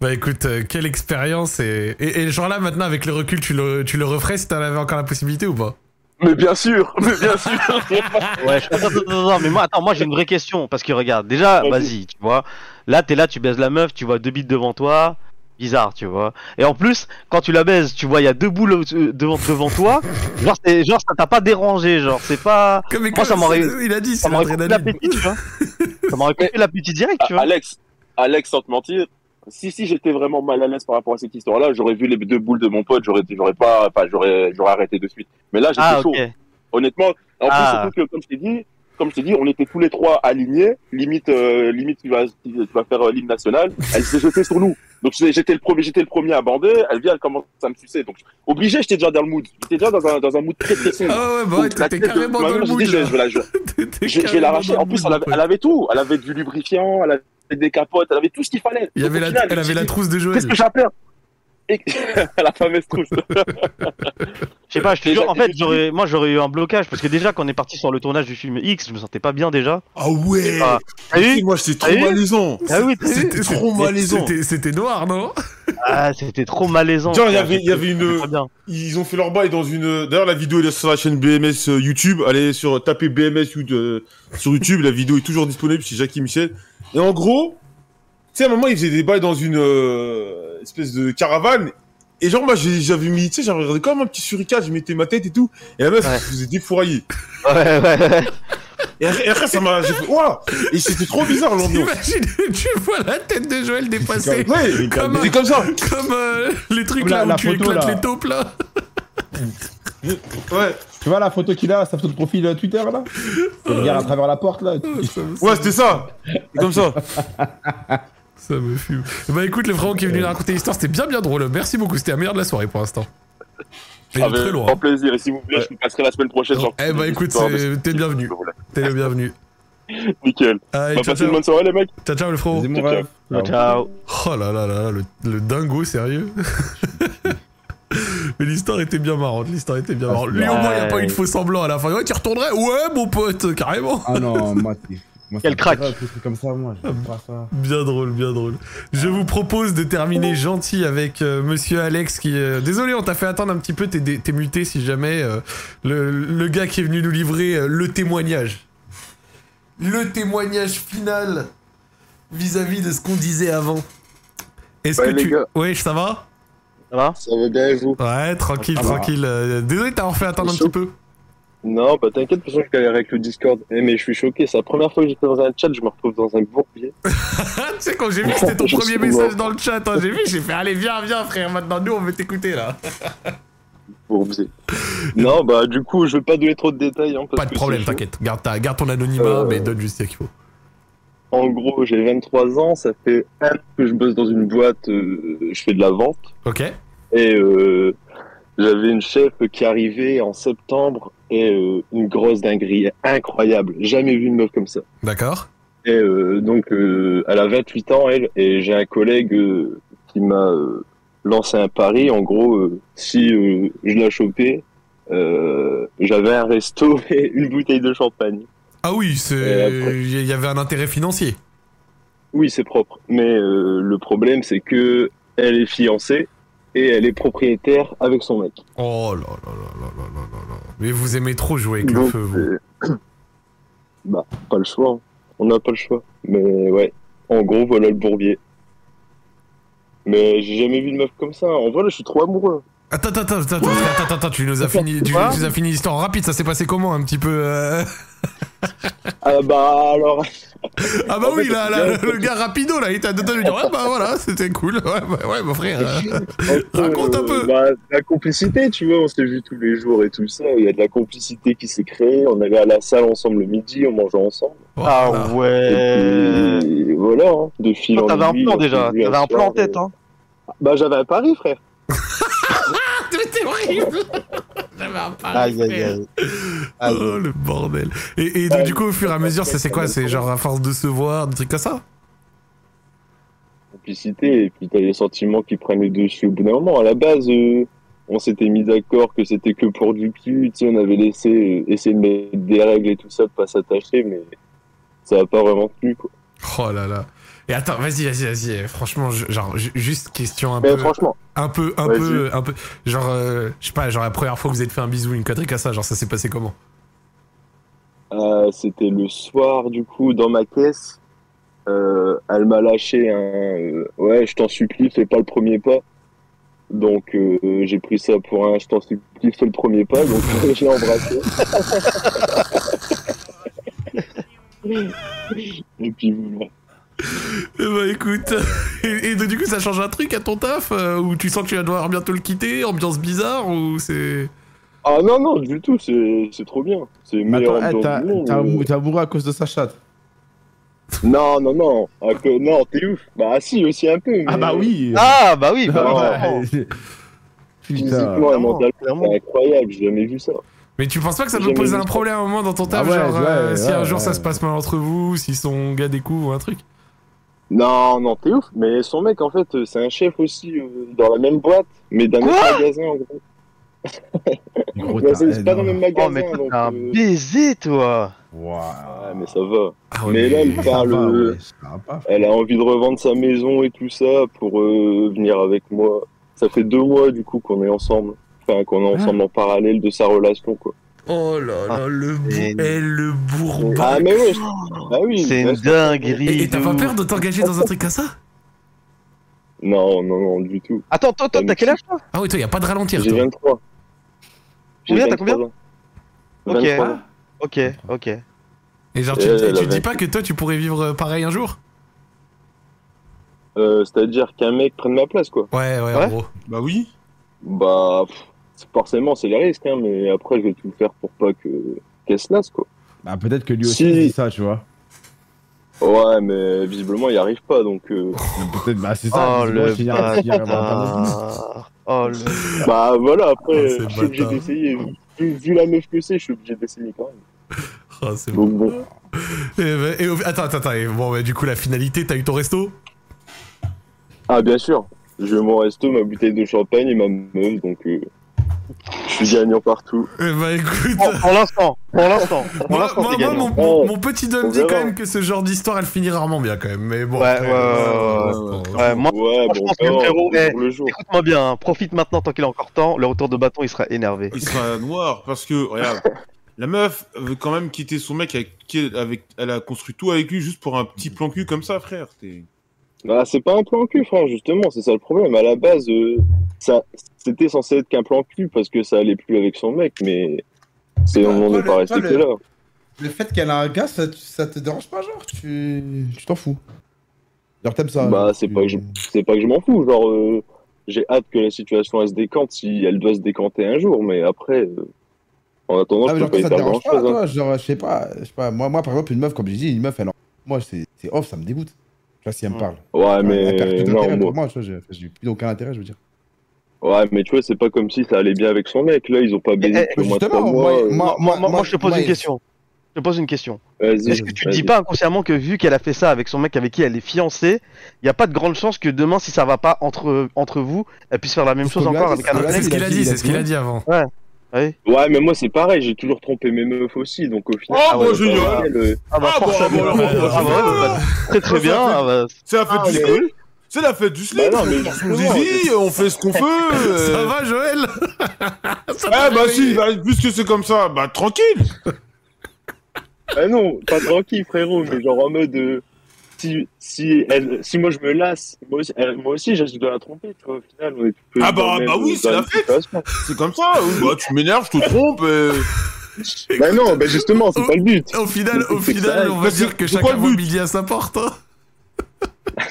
[SPEAKER 1] Bah écoute, euh, quelle expérience. Et, et, et genre là, maintenant, avec le recul, tu le, tu le referais si t'en avais encore la possibilité ou pas
[SPEAKER 9] Mais bien sûr, mais bien sûr.
[SPEAKER 4] Ouais, je- attends, attends, attends, mais moi, attends, moi j'ai une vraie question parce que regarde, déjà,
[SPEAKER 9] Vas-y.
[SPEAKER 4] vas-y, tu vois, là t'es là, tu baises la meuf, tu vois deux bites devant toi, bizarre, tu vois. Et en plus, quand tu la baises, tu vois, il y a deux boules au- euh, devant, devant toi, genre, c'est- genre ça t'a pas dérangé, genre c'est pas.
[SPEAKER 1] Comme- mais
[SPEAKER 4] Moi, ça
[SPEAKER 1] comme-
[SPEAKER 4] m'aurait-
[SPEAKER 1] c'est- Il a dit,
[SPEAKER 4] Ça
[SPEAKER 1] c'est
[SPEAKER 4] m'aurait coupé
[SPEAKER 1] l'adrénaline.
[SPEAKER 4] l'appétit, tu vois. Ça m'aurait coupé l'appétit direct,
[SPEAKER 9] Ah,
[SPEAKER 4] tu vois.
[SPEAKER 9] Alex, Alex, sans te mentir, si si j'étais vraiment mal à l'aise par rapport à cette histoire-là, j'aurais vu les deux boules de mon pote, j'aurais, j'aurais pas, enfin, j'aurais, j'aurais arrêté de suite. Mais là, j'étais
[SPEAKER 4] Ah,
[SPEAKER 9] chaud.
[SPEAKER 4] ok.
[SPEAKER 9] Honnêtement, en
[SPEAKER 4] Ah.
[SPEAKER 9] plus, surtout que, comme je t'ai dit, comme je t'ai dit, on était tous les trois alignés. Limite, euh, limite, tu vas, tu vas faire euh, l'hymne national. Elle s'est jetée sur nous. Donc, j'ai- j'étais le premier, j'étais le premier à bander. Elle vient, elle commence à me sucer. Donc, obligé, j'étais déjà dans le mood. J'étais déjà dans un, dans un mood très, très sombre.
[SPEAKER 1] Ah ouais, bah ouais,
[SPEAKER 9] Donc, la
[SPEAKER 1] t'étais
[SPEAKER 9] tête de-
[SPEAKER 1] carrément
[SPEAKER 9] moi-même,
[SPEAKER 1] dans le
[SPEAKER 9] j'ai dit,
[SPEAKER 1] mood.
[SPEAKER 9] je vais-
[SPEAKER 1] là.
[SPEAKER 9] je vais la- je-
[SPEAKER 1] T'étais
[SPEAKER 9] je, je vais
[SPEAKER 1] carrément
[SPEAKER 9] l'arracher.
[SPEAKER 1] dans le
[SPEAKER 9] En plus,
[SPEAKER 1] mood,
[SPEAKER 9] elle
[SPEAKER 1] mon
[SPEAKER 9] avait,
[SPEAKER 1] pote.
[SPEAKER 9] elle avait tout. Elle avait du lubrifiant, elle avait des capotes, elle avait tout ce qu'il fallait.
[SPEAKER 1] Il y
[SPEAKER 9] Donc,
[SPEAKER 1] avait
[SPEAKER 9] au
[SPEAKER 1] la-
[SPEAKER 9] final,
[SPEAKER 1] elle avait la trousse de Joël.
[SPEAKER 9] Qu'est-ce que j'ai à perdre Et- La fameuse trousse.
[SPEAKER 4] Je sais pas, je te
[SPEAKER 9] Déjà,
[SPEAKER 4] jure, en fait,
[SPEAKER 9] début-
[SPEAKER 4] j'aurais, moi j'aurais eu un blocage parce que déjà quand on est parti sur le tournage du film X, je me sentais pas bien déjà.
[SPEAKER 3] Ah ouais
[SPEAKER 4] Ah, t'as vu
[SPEAKER 3] Moi, j'étais trop
[SPEAKER 4] T'as eu
[SPEAKER 3] malaisant.
[SPEAKER 4] Ah oui, t'as vu
[SPEAKER 1] C'était-
[SPEAKER 3] Trop
[SPEAKER 1] c'était-
[SPEAKER 3] malaisant.
[SPEAKER 1] c'était- C'était noir, non
[SPEAKER 4] Ah, c'était trop malaisant.
[SPEAKER 3] Genre, il y
[SPEAKER 4] frère,
[SPEAKER 3] avait- il y avait
[SPEAKER 4] c'était
[SPEAKER 3] une-
[SPEAKER 4] pas bien.
[SPEAKER 3] Ils ont fait leur bail dans une. D'ailleurs, la vidéo elle est sur la chaîne BMS euh, YouTube. Allez sur taper BMS you- euh, sur YouTube. la vidéo est toujours disponible chez Jackie Michel. Et en gros, tu sais, à un moment, ils faisaient des bails dans une euh, espèce de caravane. Et genre, moi, j'ai- j'avais mis, tu sais, j'avais regardé comme un petit suricate, je mettais ma tête et tout. Et la meuf,
[SPEAKER 4] Ouais.
[SPEAKER 3] je vous ai défouraillé.
[SPEAKER 4] Ouais, ouais, ouais.
[SPEAKER 3] Et après, et après, ça m'a. j'ai fait, Ouah Et c'était trop bizarre l'ambiance.
[SPEAKER 1] T'imagines, tu vois la tête de Joël
[SPEAKER 3] Ouais,
[SPEAKER 1] dépassée Comme
[SPEAKER 3] comme,
[SPEAKER 1] un-
[SPEAKER 3] comme ça.
[SPEAKER 1] comme euh, les trucs
[SPEAKER 6] Comme
[SPEAKER 1] là
[SPEAKER 6] la-
[SPEAKER 1] où
[SPEAKER 6] la
[SPEAKER 1] tu
[SPEAKER 6] photo,
[SPEAKER 1] éclates
[SPEAKER 6] là.
[SPEAKER 1] les taupes là.
[SPEAKER 3] Ouais,
[SPEAKER 6] Tu vois la photo qu'il a, sa photo de profil euh, Twitter là Il regarde à travers la porte là.
[SPEAKER 3] ouais c'était ça. Et comme ça.
[SPEAKER 1] Ça me fume. Bah écoute, le frérot qui est venu nous raconter l'histoire, c'était bien bien drôle. Merci beaucoup, c'était la meilleure de la soirée pour l'instant. Et de
[SPEAKER 9] Ah,
[SPEAKER 5] Avec
[SPEAKER 1] très loin.
[SPEAKER 5] grand plaisir. Et si vous voulez, je vous passerai la semaine prochaine. sur-
[SPEAKER 1] Eh bah écoute,
[SPEAKER 5] Histoire de-
[SPEAKER 1] c'est- t'es le bienvenu. T'es le bienvenu.
[SPEAKER 5] Nickel. Bah,
[SPEAKER 1] Allez, ciao,
[SPEAKER 5] passez une
[SPEAKER 1] ciao.
[SPEAKER 5] bonne soirée, les mecs.
[SPEAKER 1] Mhm. Ciao, ciao, le frérot.
[SPEAKER 2] Vas-y, mon
[SPEAKER 5] Ciao,
[SPEAKER 2] ref. Ciao.
[SPEAKER 4] Ciao.
[SPEAKER 1] Oh là là là là, le, le dingo, sérieux Mais l'histoire était bien marrante, l'histoire était
[SPEAKER 2] Ah,
[SPEAKER 1] bien marrante. Lui au moins, il n'y a pas eu de faux semblant à la fin. Ouais, tu retournerais Ouais, mon pote, carrément
[SPEAKER 2] Ah non, moi, t'es- moi, ça
[SPEAKER 4] Quel
[SPEAKER 2] me
[SPEAKER 4] crack.
[SPEAKER 2] fait rêver, des trucs comme ça, moi, j'aime pas ça.
[SPEAKER 1] Bien drôle, bien drôle. Je vous propose de terminer gentil avec euh, Monsieur Alex qui... euh, Désolé, on t'a fait attendre un petit peu, t'es dé- t'es muté si jamais. euh, le, le gars qui est venu nous livrer euh, le témoignage. Le témoignage final vis-à-vis de ce qu'on disait avant. Est-ce
[SPEAKER 10] Ouais,
[SPEAKER 1] que
[SPEAKER 10] les
[SPEAKER 1] tu...
[SPEAKER 10] gars.
[SPEAKER 1] Oui, ça va
[SPEAKER 4] Ça va
[SPEAKER 10] Ça va bien et vous
[SPEAKER 1] Ouais, tranquille,
[SPEAKER 2] Ah bah.
[SPEAKER 1] tranquille. Euh, Désolé de t'avoir fait attendre un
[SPEAKER 10] Chaud.
[SPEAKER 1] petit peu.
[SPEAKER 10] Non, bah t'inquiète, de toute façon, je galère avec le Discord. Eh, mais je suis choqué, c'est la première fois que j'étais dans un chat, je me retrouve dans un bourbier.
[SPEAKER 1] Ah, tu sais, quand j'ai vu que c'était ton
[SPEAKER 10] Je
[SPEAKER 1] premier
[SPEAKER 10] suis
[SPEAKER 1] message
[SPEAKER 10] mort.
[SPEAKER 1] dans le chat, hein, j'ai vu, j'ai fait allez, viens, viens, frère, maintenant nous on veut t'écouter là.
[SPEAKER 10] Bourbier. non, bah du coup, je vais pas donner trop de détails. Hein, parce
[SPEAKER 1] Pas de
[SPEAKER 10] que
[SPEAKER 1] problème,
[SPEAKER 10] c'est chaud.
[SPEAKER 1] t'inquiète. Garde, ta- garde ton anonymat,
[SPEAKER 10] Euh,
[SPEAKER 1] mais donne juste ce qu'il faut.
[SPEAKER 10] En gros, j'ai 23 ans, ça fait un an que je bosse dans une boîte, euh, je fais de la vente.
[SPEAKER 1] Ok
[SPEAKER 10] Et euh, j'avais une chef qui arrivait en septembre et euh, une grosse dinguerie incroyable. Jamais vu une meuf comme ça.
[SPEAKER 1] D'accord.
[SPEAKER 10] Et euh, donc, euh, elle a 28 ans, elle, et j'ai un collègue euh, qui m'a euh, lancé un pari. En gros, euh, si euh, je la chopais, euh, j'avais un resto et une bouteille de champagne.
[SPEAKER 1] Ah oui, c'est-
[SPEAKER 10] Et après-
[SPEAKER 1] il y avait un intérêt financier.
[SPEAKER 10] Oui, c'est propre. Mais euh, le problème, c'est que elle est fiancée et elle est propriétaire avec son mec.
[SPEAKER 1] Oh là là là là là là là là. Mais vous aimez trop jouer avec le
[SPEAKER 10] Donc,
[SPEAKER 1] feu, vous.
[SPEAKER 10] euh, bah, pas le choix. hein. On n'a pas le choix. Mais ouais, en gros, voilà le bourbier. Mais j'ai jamais vu une meuf comme ça. En vrai, là, je suis trop amoureux.
[SPEAKER 1] Attends, attends, attends, attends, attends, attends, attends, tu nous as fini, tu,
[SPEAKER 10] Quoi
[SPEAKER 1] tu nous as fini l'histoire en rapide, ça s'est passé comment un petit peu euh
[SPEAKER 10] Ah bah alors,
[SPEAKER 1] Ah bah
[SPEAKER 10] En
[SPEAKER 1] oui,
[SPEAKER 10] fait,
[SPEAKER 1] là,
[SPEAKER 10] c'est
[SPEAKER 1] là,
[SPEAKER 10] bien,
[SPEAKER 1] le, le gars rapido, là, il était à deux doigts de lui dire, ouais, bah voilà, c'était cool, ouais, bah, ouais, mon frère. euh. Raconte un peu.
[SPEAKER 10] bah, la complicité, tu vois, on s'est vu tous les jours et tout ça. Il y a de la complicité qui s'est créée. On allait à la salle ensemble le midi, on mangeait ensemble.
[SPEAKER 1] Voilà.
[SPEAKER 4] Ah ouais.
[SPEAKER 10] Et puis, voilà, hein, de fil
[SPEAKER 4] Toi,
[SPEAKER 10] en
[SPEAKER 4] Ah, T'avais un
[SPEAKER 10] aiguille,
[SPEAKER 4] plan
[SPEAKER 10] on s'est
[SPEAKER 4] déjà.
[SPEAKER 10] vu un
[SPEAKER 4] T'avais un plan
[SPEAKER 10] soir,
[SPEAKER 4] en tête,
[SPEAKER 10] euh,
[SPEAKER 4] hein.
[SPEAKER 10] Bah j'avais un pari, frère.
[SPEAKER 1] C'était Ah, horrible J'avais un pari,
[SPEAKER 10] Aïe, aïe,
[SPEAKER 1] frère.
[SPEAKER 10] aïe.
[SPEAKER 4] Ah
[SPEAKER 10] Aïe.
[SPEAKER 1] Oh le bordel Et, et donc
[SPEAKER 10] Ouais.
[SPEAKER 1] du coup au fur et à mesure ça c'est quoi C'est genre à force de se voir, des trucs comme ça
[SPEAKER 10] complicité et puis t'as les sentiments qui prennent le dessus au bout d'un moment. À la base, euh, on s'était mis d'accord que c'était que pour du cul, tu sais, on avait laissé euh, essayer de mettre des règles et tout ça, de pas s'attacher, mais ça a pas vraiment tenu quoi.
[SPEAKER 1] Oh là là Et attends vas-y vas-y vas-y franchement je- genre ju- juste question un
[SPEAKER 10] Mais
[SPEAKER 1] peu
[SPEAKER 10] franchement,
[SPEAKER 1] un peu un
[SPEAKER 10] Vas-y.
[SPEAKER 1] peu un peu genre euh, je sais pas genre la première fois que vous êtes fait un bisou une quadrique à ça genre ça s'est passé comment
[SPEAKER 10] euh, c'était le soir du coup dans ma caisse, euh, elle m'a lâché un euh, ouais, je t'en supplie, fais pas le premier pas. Donc euh, j'ai pris ça pour un je t'en supplie, fais le premier pas, donc je l'ai embrassé. et puis voilà.
[SPEAKER 1] Eh Bah écoute et, et donc, du coup ça change un truc à ton taf euh, ou tu sens que tu vas devoir bientôt le quitter ambiance bizarre ou c'est
[SPEAKER 10] Ah non, non, du tout, c'est c'est trop bien. C'est
[SPEAKER 2] Mais
[SPEAKER 10] meilleur
[SPEAKER 2] attends, eh,
[SPEAKER 10] ambiance
[SPEAKER 2] t'as-
[SPEAKER 10] du monde.
[SPEAKER 2] t'as
[SPEAKER 10] euh.
[SPEAKER 2] mou- t'as mouru à cause de sa chatte.
[SPEAKER 10] Non, non, non. Ah, que- Non, t'es ouf. Bah si, aussi un peu. mais euh.
[SPEAKER 6] Ah bah oui
[SPEAKER 4] Ah bah oui, bah,
[SPEAKER 10] Non.
[SPEAKER 4] clairement.
[SPEAKER 6] Putain
[SPEAKER 10] Physiquement et
[SPEAKER 4] Clairement,
[SPEAKER 10] mentalement,
[SPEAKER 4] clairement.
[SPEAKER 10] c'est incroyable, j'ai jamais vu ça.
[SPEAKER 1] Mais tu penses pas que ça peut
[SPEAKER 10] Jamais
[SPEAKER 1] poser
[SPEAKER 10] vu
[SPEAKER 1] un
[SPEAKER 10] ça.
[SPEAKER 1] problème à un moment dans ton taf
[SPEAKER 6] Ah ouais,
[SPEAKER 1] genre euh,
[SPEAKER 6] ouais,
[SPEAKER 1] si
[SPEAKER 6] ouais,
[SPEAKER 1] un jour ça
[SPEAKER 6] ouais.
[SPEAKER 1] se passe mal entre vous si son gars découvre un truc
[SPEAKER 10] Non, non, t'es ouf. Mais son mec, en fait, euh, c'est un chef aussi euh, dans la même boîte, mais d'un
[SPEAKER 4] Quoi
[SPEAKER 10] autre magasin, en gros.
[SPEAKER 6] Gros,
[SPEAKER 10] Ouais,
[SPEAKER 6] t'as-
[SPEAKER 10] c'est
[SPEAKER 6] eh,
[SPEAKER 10] c'est pas dans le
[SPEAKER 6] non.
[SPEAKER 10] même
[SPEAKER 4] Oh,
[SPEAKER 10] magasin,
[SPEAKER 4] mais t'es
[SPEAKER 10] donc...
[SPEAKER 4] un
[SPEAKER 10] euh,
[SPEAKER 4] baiser, toi.
[SPEAKER 6] Waouh.
[SPEAKER 10] ouais, mais ça va.
[SPEAKER 1] Ah
[SPEAKER 10] Mais là, elle
[SPEAKER 6] Ça
[SPEAKER 10] parle...
[SPEAKER 6] va,
[SPEAKER 10] euh,
[SPEAKER 6] ouais, ça va,
[SPEAKER 10] Elle a envie de revendre sa maison et tout ça pour euh, venir avec moi. Ça fait deux mois du coup qu'on est ensemble. Enfin, qu'on est ensemble en parallèle de sa relation, quoi.
[SPEAKER 1] Oh là là, le, bou-
[SPEAKER 4] c'est-
[SPEAKER 1] eh, le
[SPEAKER 10] Ah,
[SPEAKER 1] bourbon.
[SPEAKER 10] mais ouais. je- Ah oui.
[SPEAKER 4] C'est
[SPEAKER 10] bien
[SPEAKER 4] une
[SPEAKER 10] sûr.
[SPEAKER 1] Et
[SPEAKER 4] dinguerie.
[SPEAKER 1] et t'as pas
[SPEAKER 4] de
[SPEAKER 1] peur
[SPEAKER 4] ouf.
[SPEAKER 1] de t'engager dans un truc comme ça
[SPEAKER 10] Non, non, non, du tout.
[SPEAKER 4] Attends, toi, toi, t'as quel âge toi
[SPEAKER 1] Ah oui, toi, y a pas de ralentir.
[SPEAKER 10] J'ai
[SPEAKER 1] Toi.
[SPEAKER 10] 23. J'ai
[SPEAKER 4] Combien, t'as
[SPEAKER 10] 23
[SPEAKER 4] combien
[SPEAKER 10] ans.
[SPEAKER 4] Ok.
[SPEAKER 10] 23 ans.
[SPEAKER 4] Ok, ok.
[SPEAKER 1] Et genre, tu,
[SPEAKER 10] Euh,
[SPEAKER 1] tu-
[SPEAKER 10] la
[SPEAKER 1] tu dis
[SPEAKER 10] vérité.
[SPEAKER 1] pas que toi, tu pourrais vivre euh, pareil un jour
[SPEAKER 10] Euh, C'est-à-dire qu'un mec prenne ma place, quoi.
[SPEAKER 1] ouais, ouais, en
[SPEAKER 4] Ouais.
[SPEAKER 1] gros.
[SPEAKER 3] Bah oui.
[SPEAKER 10] Bah, pff, forcément, c'est les risques, hein, mais après, je vais tout faire pour pas que qu'elle se lasse, quoi.
[SPEAKER 6] Bah, peut-être que lui aussi
[SPEAKER 10] Si.
[SPEAKER 6] il dit ça, tu vois.
[SPEAKER 10] Ouais, mais visiblement, il n'y arrive pas, donc... euh,
[SPEAKER 6] Peut-être, bah, c'est ça.
[SPEAKER 4] Oh
[SPEAKER 6] visiblement,
[SPEAKER 4] le
[SPEAKER 6] s'il y a un- s'il y a un-
[SPEAKER 4] bâtard. Oh le.
[SPEAKER 10] bah voilà,
[SPEAKER 1] Oh,
[SPEAKER 10] après,
[SPEAKER 1] c'est
[SPEAKER 10] je suis obligé
[SPEAKER 1] bâtard.
[SPEAKER 10] d'essayer. Vu, vu la meuf que c'est, je suis obligé d'essayer quand même.
[SPEAKER 1] Ah, c'est bon.
[SPEAKER 10] Donc bon,
[SPEAKER 1] Et, bah, et au- attends, attends, attends. et Bon, bah, du coup, la finalité, t'as eu ton resto
[SPEAKER 10] ah bien sûr, je vais mon resto, ma bouteille de champagne et ma meuf, donc... euh, Je suis gagnant partout.
[SPEAKER 1] Eh bah, écoute.
[SPEAKER 4] Pour pour l'instant, pour l'instant, pour
[SPEAKER 1] Moi,
[SPEAKER 4] l'instant,
[SPEAKER 1] moi-
[SPEAKER 4] c'est
[SPEAKER 1] moi,
[SPEAKER 4] gagnant.
[SPEAKER 1] mon, mon-
[SPEAKER 10] Oh.
[SPEAKER 1] mon petit Dom
[SPEAKER 10] On
[SPEAKER 1] dit quand
[SPEAKER 10] verra.
[SPEAKER 1] même que ce genre d'histoire, elle finit rarement bien quand même. Mais bon.
[SPEAKER 4] Ouais,
[SPEAKER 1] après,
[SPEAKER 4] ouais, ouais,
[SPEAKER 1] bon, bon,
[SPEAKER 4] Ouais, moi,
[SPEAKER 10] Ouais, bon,
[SPEAKER 4] franchement, c'est le
[SPEAKER 10] encore,
[SPEAKER 4] frérot,
[SPEAKER 10] un
[SPEAKER 4] eh.
[SPEAKER 10] jour le jour.
[SPEAKER 4] écoute-moi bien, hein, profite maintenant tant qu'il a encore temps. Le retour de bâton, il sera énervé.
[SPEAKER 3] Il sera noir parce que, regarde, la meuf veut quand même quitter son mec avec qui elle, avec- elle a construit tout avec lui juste pour un petit plan cul comme ça, frère. T'es-
[SPEAKER 10] Bah, c'est pas un plan cul, frère, justement, c'est ça le problème. À la base, euh, ça, c'était censé être qu'un plan cul parce que ça allait plus avec son mec, mais c'est,
[SPEAKER 2] Bah,
[SPEAKER 10] on n'en
[SPEAKER 2] pas
[SPEAKER 10] est
[SPEAKER 2] le-
[SPEAKER 10] pas resté
[SPEAKER 2] pas
[SPEAKER 10] que
[SPEAKER 2] le-
[SPEAKER 10] là.
[SPEAKER 2] Le fait qu'elle a un gars, ça, ça te dérange pas, genre Tu tu t'en fous. Genre, t'aimes ça hein.
[SPEAKER 10] Bah,
[SPEAKER 2] genre,
[SPEAKER 10] c'est
[SPEAKER 2] tu-
[SPEAKER 10] pas que je- C'est pas que je m'en fous, genre, euh, j'ai hâte que la situation elle se décante si elle doit se décanter un jour, mais après, euh, en attendant,
[SPEAKER 2] Ah, mais
[SPEAKER 10] je peux pas
[SPEAKER 2] genre, toi,
[SPEAKER 10] y
[SPEAKER 2] ça
[SPEAKER 10] faire
[SPEAKER 2] te
[SPEAKER 10] hein.
[SPEAKER 2] dérange
[SPEAKER 10] grand
[SPEAKER 2] pas,
[SPEAKER 10] chose.
[SPEAKER 2] toi Genre, je sais pas, je sais pas. Moi, moi, par exemple, une meuf, comme j'ai dit, une meuf, elle en- Moi, c'est c'est off, ça me dégoûte. Tu vois, si elle me
[SPEAKER 4] Hmm.
[SPEAKER 2] parle.
[SPEAKER 10] Ouais,
[SPEAKER 2] Elle perd
[SPEAKER 10] mais
[SPEAKER 2] tout
[SPEAKER 10] non,
[SPEAKER 2] intérêt
[SPEAKER 10] moi.
[SPEAKER 2] pour moi, tu vois, j'ai j'ai plus aucun intérêt, je veux dire.
[SPEAKER 10] Ouais, mais tu vois, c'est pas comme si ça allait bien avec son mec. Là, ils ont pas baisé
[SPEAKER 4] eh,
[SPEAKER 10] depuis au moins
[SPEAKER 2] justement,
[SPEAKER 10] trois
[SPEAKER 2] moi,
[SPEAKER 10] mois. euh,
[SPEAKER 2] moi-
[SPEAKER 4] Moi, moi, moi, je te pose
[SPEAKER 2] moi,
[SPEAKER 4] une
[SPEAKER 2] il-
[SPEAKER 4] question. Je te pose une question.
[SPEAKER 10] vas-y,
[SPEAKER 4] Est-ce que tu te
[SPEAKER 10] vas-y.
[SPEAKER 4] dis pas inconsciemment que vu qu'elle a fait ça avec son mec avec qui elle est fiancée, il n'y a pas de grande chance que demain, si ça va pas entre, entre vous, elle puisse faire la même
[SPEAKER 2] Parce
[SPEAKER 4] chose
[SPEAKER 2] qu'on lui a
[SPEAKER 4] encore
[SPEAKER 2] dit,
[SPEAKER 4] avec un
[SPEAKER 2] c'est
[SPEAKER 4] autre
[SPEAKER 2] vrai.
[SPEAKER 1] C'est
[SPEAKER 4] mec
[SPEAKER 1] ce qu'il a dit, c'est ce qu'il a dit avant.
[SPEAKER 10] Ouais, mais moi c'est pareil, j'ai toujours trompé mes meufs aussi, donc au final.
[SPEAKER 3] Oh,
[SPEAKER 10] ça
[SPEAKER 3] bon,
[SPEAKER 10] va, euh.
[SPEAKER 3] génial.
[SPEAKER 10] ça va, le-
[SPEAKER 4] Ah bah
[SPEAKER 3] Ah, bon,
[SPEAKER 4] forcément.
[SPEAKER 3] ah, bon, alors,
[SPEAKER 4] Ah bah, ouais, bah, Très très bien. ah bah,
[SPEAKER 3] C'est la fête
[SPEAKER 10] Ah,
[SPEAKER 3] du
[SPEAKER 10] mais-
[SPEAKER 3] slip. C'est la fête du slip.
[SPEAKER 10] Bah non, mais
[SPEAKER 3] on se
[SPEAKER 10] justement,
[SPEAKER 3] dit, on fait ce qu'on peut. euh.
[SPEAKER 1] Ça va, Joël Ça t'a
[SPEAKER 3] Eh bah
[SPEAKER 1] réveillé
[SPEAKER 3] si, bah, puisque c'est comme ça, bah tranquille.
[SPEAKER 10] Ah non, pas tranquille frérot, mais genre en mode. euh, si, si, elle, si moi je me lasse, moi aussi, elle- moi aussi je dois la tromper, tu vois, au final. On est tous
[SPEAKER 3] Ah
[SPEAKER 10] dans
[SPEAKER 3] bah-
[SPEAKER 10] le
[SPEAKER 3] bah
[SPEAKER 10] même-
[SPEAKER 3] oui, c'est
[SPEAKER 10] dans
[SPEAKER 3] la
[SPEAKER 10] même
[SPEAKER 3] fête.
[SPEAKER 10] situation.
[SPEAKER 3] C'est comme ça. euh, Bah tu m'énerves, je te trompe. euh.
[SPEAKER 10] Bah non, bah justement, c'est pas le but.
[SPEAKER 1] Au final, au
[SPEAKER 10] C'est que
[SPEAKER 1] final,
[SPEAKER 10] ça,
[SPEAKER 1] on va
[SPEAKER 3] parce que-
[SPEAKER 1] dire que
[SPEAKER 3] c'est
[SPEAKER 1] chacun
[SPEAKER 3] quoi le
[SPEAKER 1] voit
[SPEAKER 3] but
[SPEAKER 1] midi à sa porte. hein.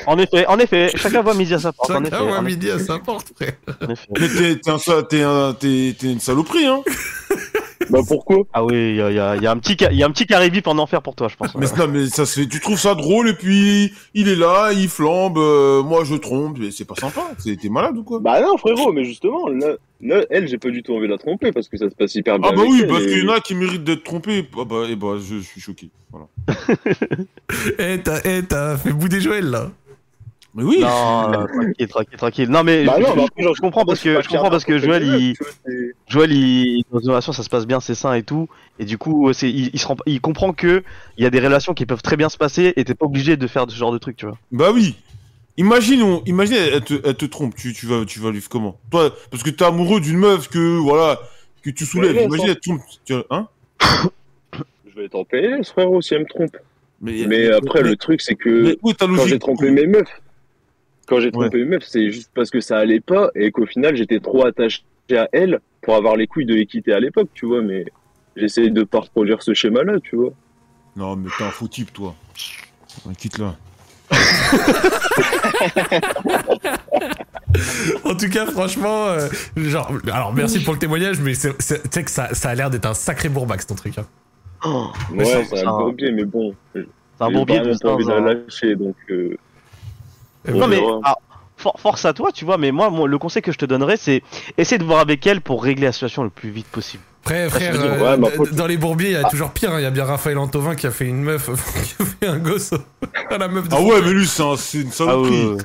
[SPEAKER 4] En effet, en effet, chacun voit midi à sa porte. En effet,
[SPEAKER 1] Chacun voit
[SPEAKER 4] en
[SPEAKER 1] midi à sa porte, frère.
[SPEAKER 4] effet, en effet.
[SPEAKER 3] Mais t'es t'es un sa- t'es un- t'es- t'es une saloperie, hein.
[SPEAKER 10] Bah pourquoi
[SPEAKER 4] Ah oui, il y, a- y a y a un petit, ca- y a un petit caribip en enfer pour toi, je pense.
[SPEAKER 3] Mais, non, mais ça se fait. Tu trouves ça drôle et puis il est là, il flambe. euh, moi je trompe, mais c'est pas sympa. C'est- T'es malade ou quoi
[SPEAKER 10] Bah non frérot, mais justement, là, là, elle, j'ai pas du tout envie de la tromper parce que ça se passe hyper bien.
[SPEAKER 3] Ah bah
[SPEAKER 10] avec
[SPEAKER 3] oui,
[SPEAKER 10] elle,
[SPEAKER 3] parce
[SPEAKER 10] et-
[SPEAKER 3] qu'il y en a qui méritent d'être trompés. Ah bah, eh bah je suis choqué. Voilà.
[SPEAKER 1] Eh, t'as eh, t'as fait bouder Joël, là.
[SPEAKER 3] Mais oui.
[SPEAKER 4] Non, euh, tranquille, tranquille, tranquille. Non mais
[SPEAKER 10] Bah
[SPEAKER 4] je-
[SPEAKER 10] non,
[SPEAKER 4] je-
[SPEAKER 10] mais après, genre,
[SPEAKER 4] je comprends parce que je comprends parce que Joël, il,
[SPEAKER 10] Tu vois, c'est-
[SPEAKER 4] Joël, il, dans une relation, ça se passe bien, c'est sain et tout, et du coup, c'est, il, il, se rend- il comprend que il y a des relations qui peuvent très bien se passer, et t'es pas obligé de faire ce genre de truc, tu vois.
[SPEAKER 3] Bah oui. Imagine, on, imagine, elle te, elle te trompe. Tu, tu vas, tu vas vivre comment Toi, parce que t'es amoureux d'une meuf que voilà, que tu soulèves.
[SPEAKER 10] Ouais,
[SPEAKER 3] imagine,
[SPEAKER 10] sans-
[SPEAKER 3] elle te trompe. Tu, hein
[SPEAKER 10] Je vais être en PLS, frérot, si elle me trompe.
[SPEAKER 3] Mais,
[SPEAKER 10] Mais après, le truc, c'est que
[SPEAKER 3] mais où est ta
[SPEAKER 10] quand j'ai
[SPEAKER 3] logique
[SPEAKER 10] trompé mes meufs, quand j'ai trompé mes meufs, c'est juste parce que ça allait pas et qu'au final, j'étais trop attaché à elle pour avoir les couilles de les quitter à l'époque, tu vois. Mais j'essayais de pas reproduire ce schéma-là, tu vois.
[SPEAKER 3] Non, mais t'es un faux type, toi. Ouais, Quitte là.
[SPEAKER 1] En tout cas, franchement, euh, genre, alors merci pour le témoignage, mais c'est- c'est- tu sais que ça, ça a l'air d'être un sacré bourbax ton truc. hein.
[SPEAKER 10] Ouais,
[SPEAKER 4] Oh, ça,
[SPEAKER 10] c'est
[SPEAKER 4] ça-
[SPEAKER 10] un bon biais, mais bon.
[SPEAKER 4] C'est un
[SPEAKER 10] j'ai
[SPEAKER 4] bon biais
[SPEAKER 10] pas
[SPEAKER 4] de
[SPEAKER 10] vraiment envie de la
[SPEAKER 4] hein.
[SPEAKER 10] lâcher, donc. euh,
[SPEAKER 1] Et
[SPEAKER 10] on
[SPEAKER 4] Non mais
[SPEAKER 10] verra.
[SPEAKER 4] ah, for- force à toi, tu vois. Mais moi, moi, le conseil que je te donnerais, c'est essayer de voir avec elle pour régler la situation le plus vite possible.
[SPEAKER 1] Après, frère,
[SPEAKER 4] je veux
[SPEAKER 10] dire,
[SPEAKER 1] euh,
[SPEAKER 10] ouais, bah, mais
[SPEAKER 1] d-
[SPEAKER 10] après-
[SPEAKER 1] dans les bourbiers, il y a toujours pire. hein. Il y a bien Raphaël Antovin qui a fait une meuf, qui a fait un gosse à la meuf. de-
[SPEAKER 3] Ah ouais, mais lui, c'est un- c'est une
[SPEAKER 4] Ah ouais,
[SPEAKER 3] saloperie.
[SPEAKER 4] ouais,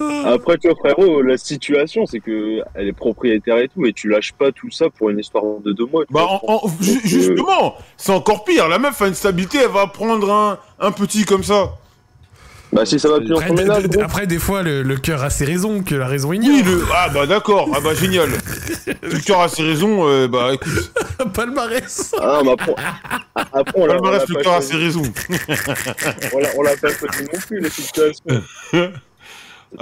[SPEAKER 4] ouais.
[SPEAKER 10] Après, tu vois, frérot, la situation, c'est que elle est propriétaire et tout, et tu lâches pas tout ça pour une histoire de deux mois. tu
[SPEAKER 3] Bah,
[SPEAKER 10] vois.
[SPEAKER 3] en- en- ju- justement, c'est encore pire. La meuf a une stabilité, elle va prendre un, un petit comme ça.
[SPEAKER 10] Bah, si ça va plus dans
[SPEAKER 1] Après,
[SPEAKER 10] son
[SPEAKER 1] d-
[SPEAKER 10] ménage,
[SPEAKER 1] d-
[SPEAKER 10] gros.
[SPEAKER 1] après, des fois, le, le cœur a ses raisons que la raison ignore.
[SPEAKER 3] Oui, le... Ah bah d'accord, ah bah génial. Tu tu auras ses raisons, euh, bah écoute,
[SPEAKER 1] Palmarès.
[SPEAKER 10] Ah, mais après, après, on l'a- Oh on l'a
[SPEAKER 3] palmarès, le
[SPEAKER 10] pas
[SPEAKER 3] cœur a
[SPEAKER 10] choisi-
[SPEAKER 3] ses raisons.
[SPEAKER 10] on l'a- on l'a pas choisi non plus, la situation.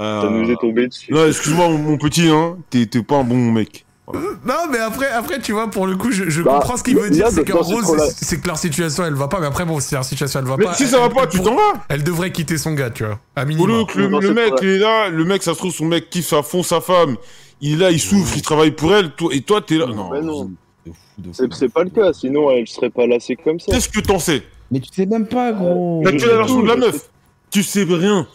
[SPEAKER 3] Euh,
[SPEAKER 10] Ça nous est tombé dessus.
[SPEAKER 3] Non, excuse-moi, mon, mon petit, hein, t'es t'es pas un bon mec.
[SPEAKER 1] Non, mais après, après, tu vois, pour le coup, je, je
[SPEAKER 10] Bah,
[SPEAKER 1] comprends ce qu'il veut
[SPEAKER 10] il y
[SPEAKER 1] dire.
[SPEAKER 10] a
[SPEAKER 1] C'est
[SPEAKER 10] de
[SPEAKER 1] qu'en
[SPEAKER 10] temps, c'est
[SPEAKER 1] gros,
[SPEAKER 10] trop
[SPEAKER 1] c'est-
[SPEAKER 10] la-
[SPEAKER 1] c'est que leur situation, elle va pas. Mais après, bon, si leur situation, elle va
[SPEAKER 3] Mais
[SPEAKER 1] pas.
[SPEAKER 3] si ça va
[SPEAKER 1] elle-
[SPEAKER 3] pas, tu t'en vas.
[SPEAKER 1] Elle devrait quitter son gars, tu vois. À
[SPEAKER 3] Au
[SPEAKER 1] minimum.
[SPEAKER 3] lieu que le,
[SPEAKER 10] Non,
[SPEAKER 3] le
[SPEAKER 10] c'est
[SPEAKER 3] mec,
[SPEAKER 10] pas
[SPEAKER 3] il est là, le mec, ça se trouve, son mec kiffe à fond sa femme. Il est là, il souffre, il travaille pour elle, toi, et toi, t'es là. Non.
[SPEAKER 10] Bah non,
[SPEAKER 2] De fou, de fou.
[SPEAKER 10] c'est c'est pas le cas, sinon elle serait pas lassée comme ça.
[SPEAKER 3] Qu'est-ce que t'en sais
[SPEAKER 2] Mais tu sais même pas, gros. Ah,
[SPEAKER 3] T'as tué la version de la meuf. Tu sais rien.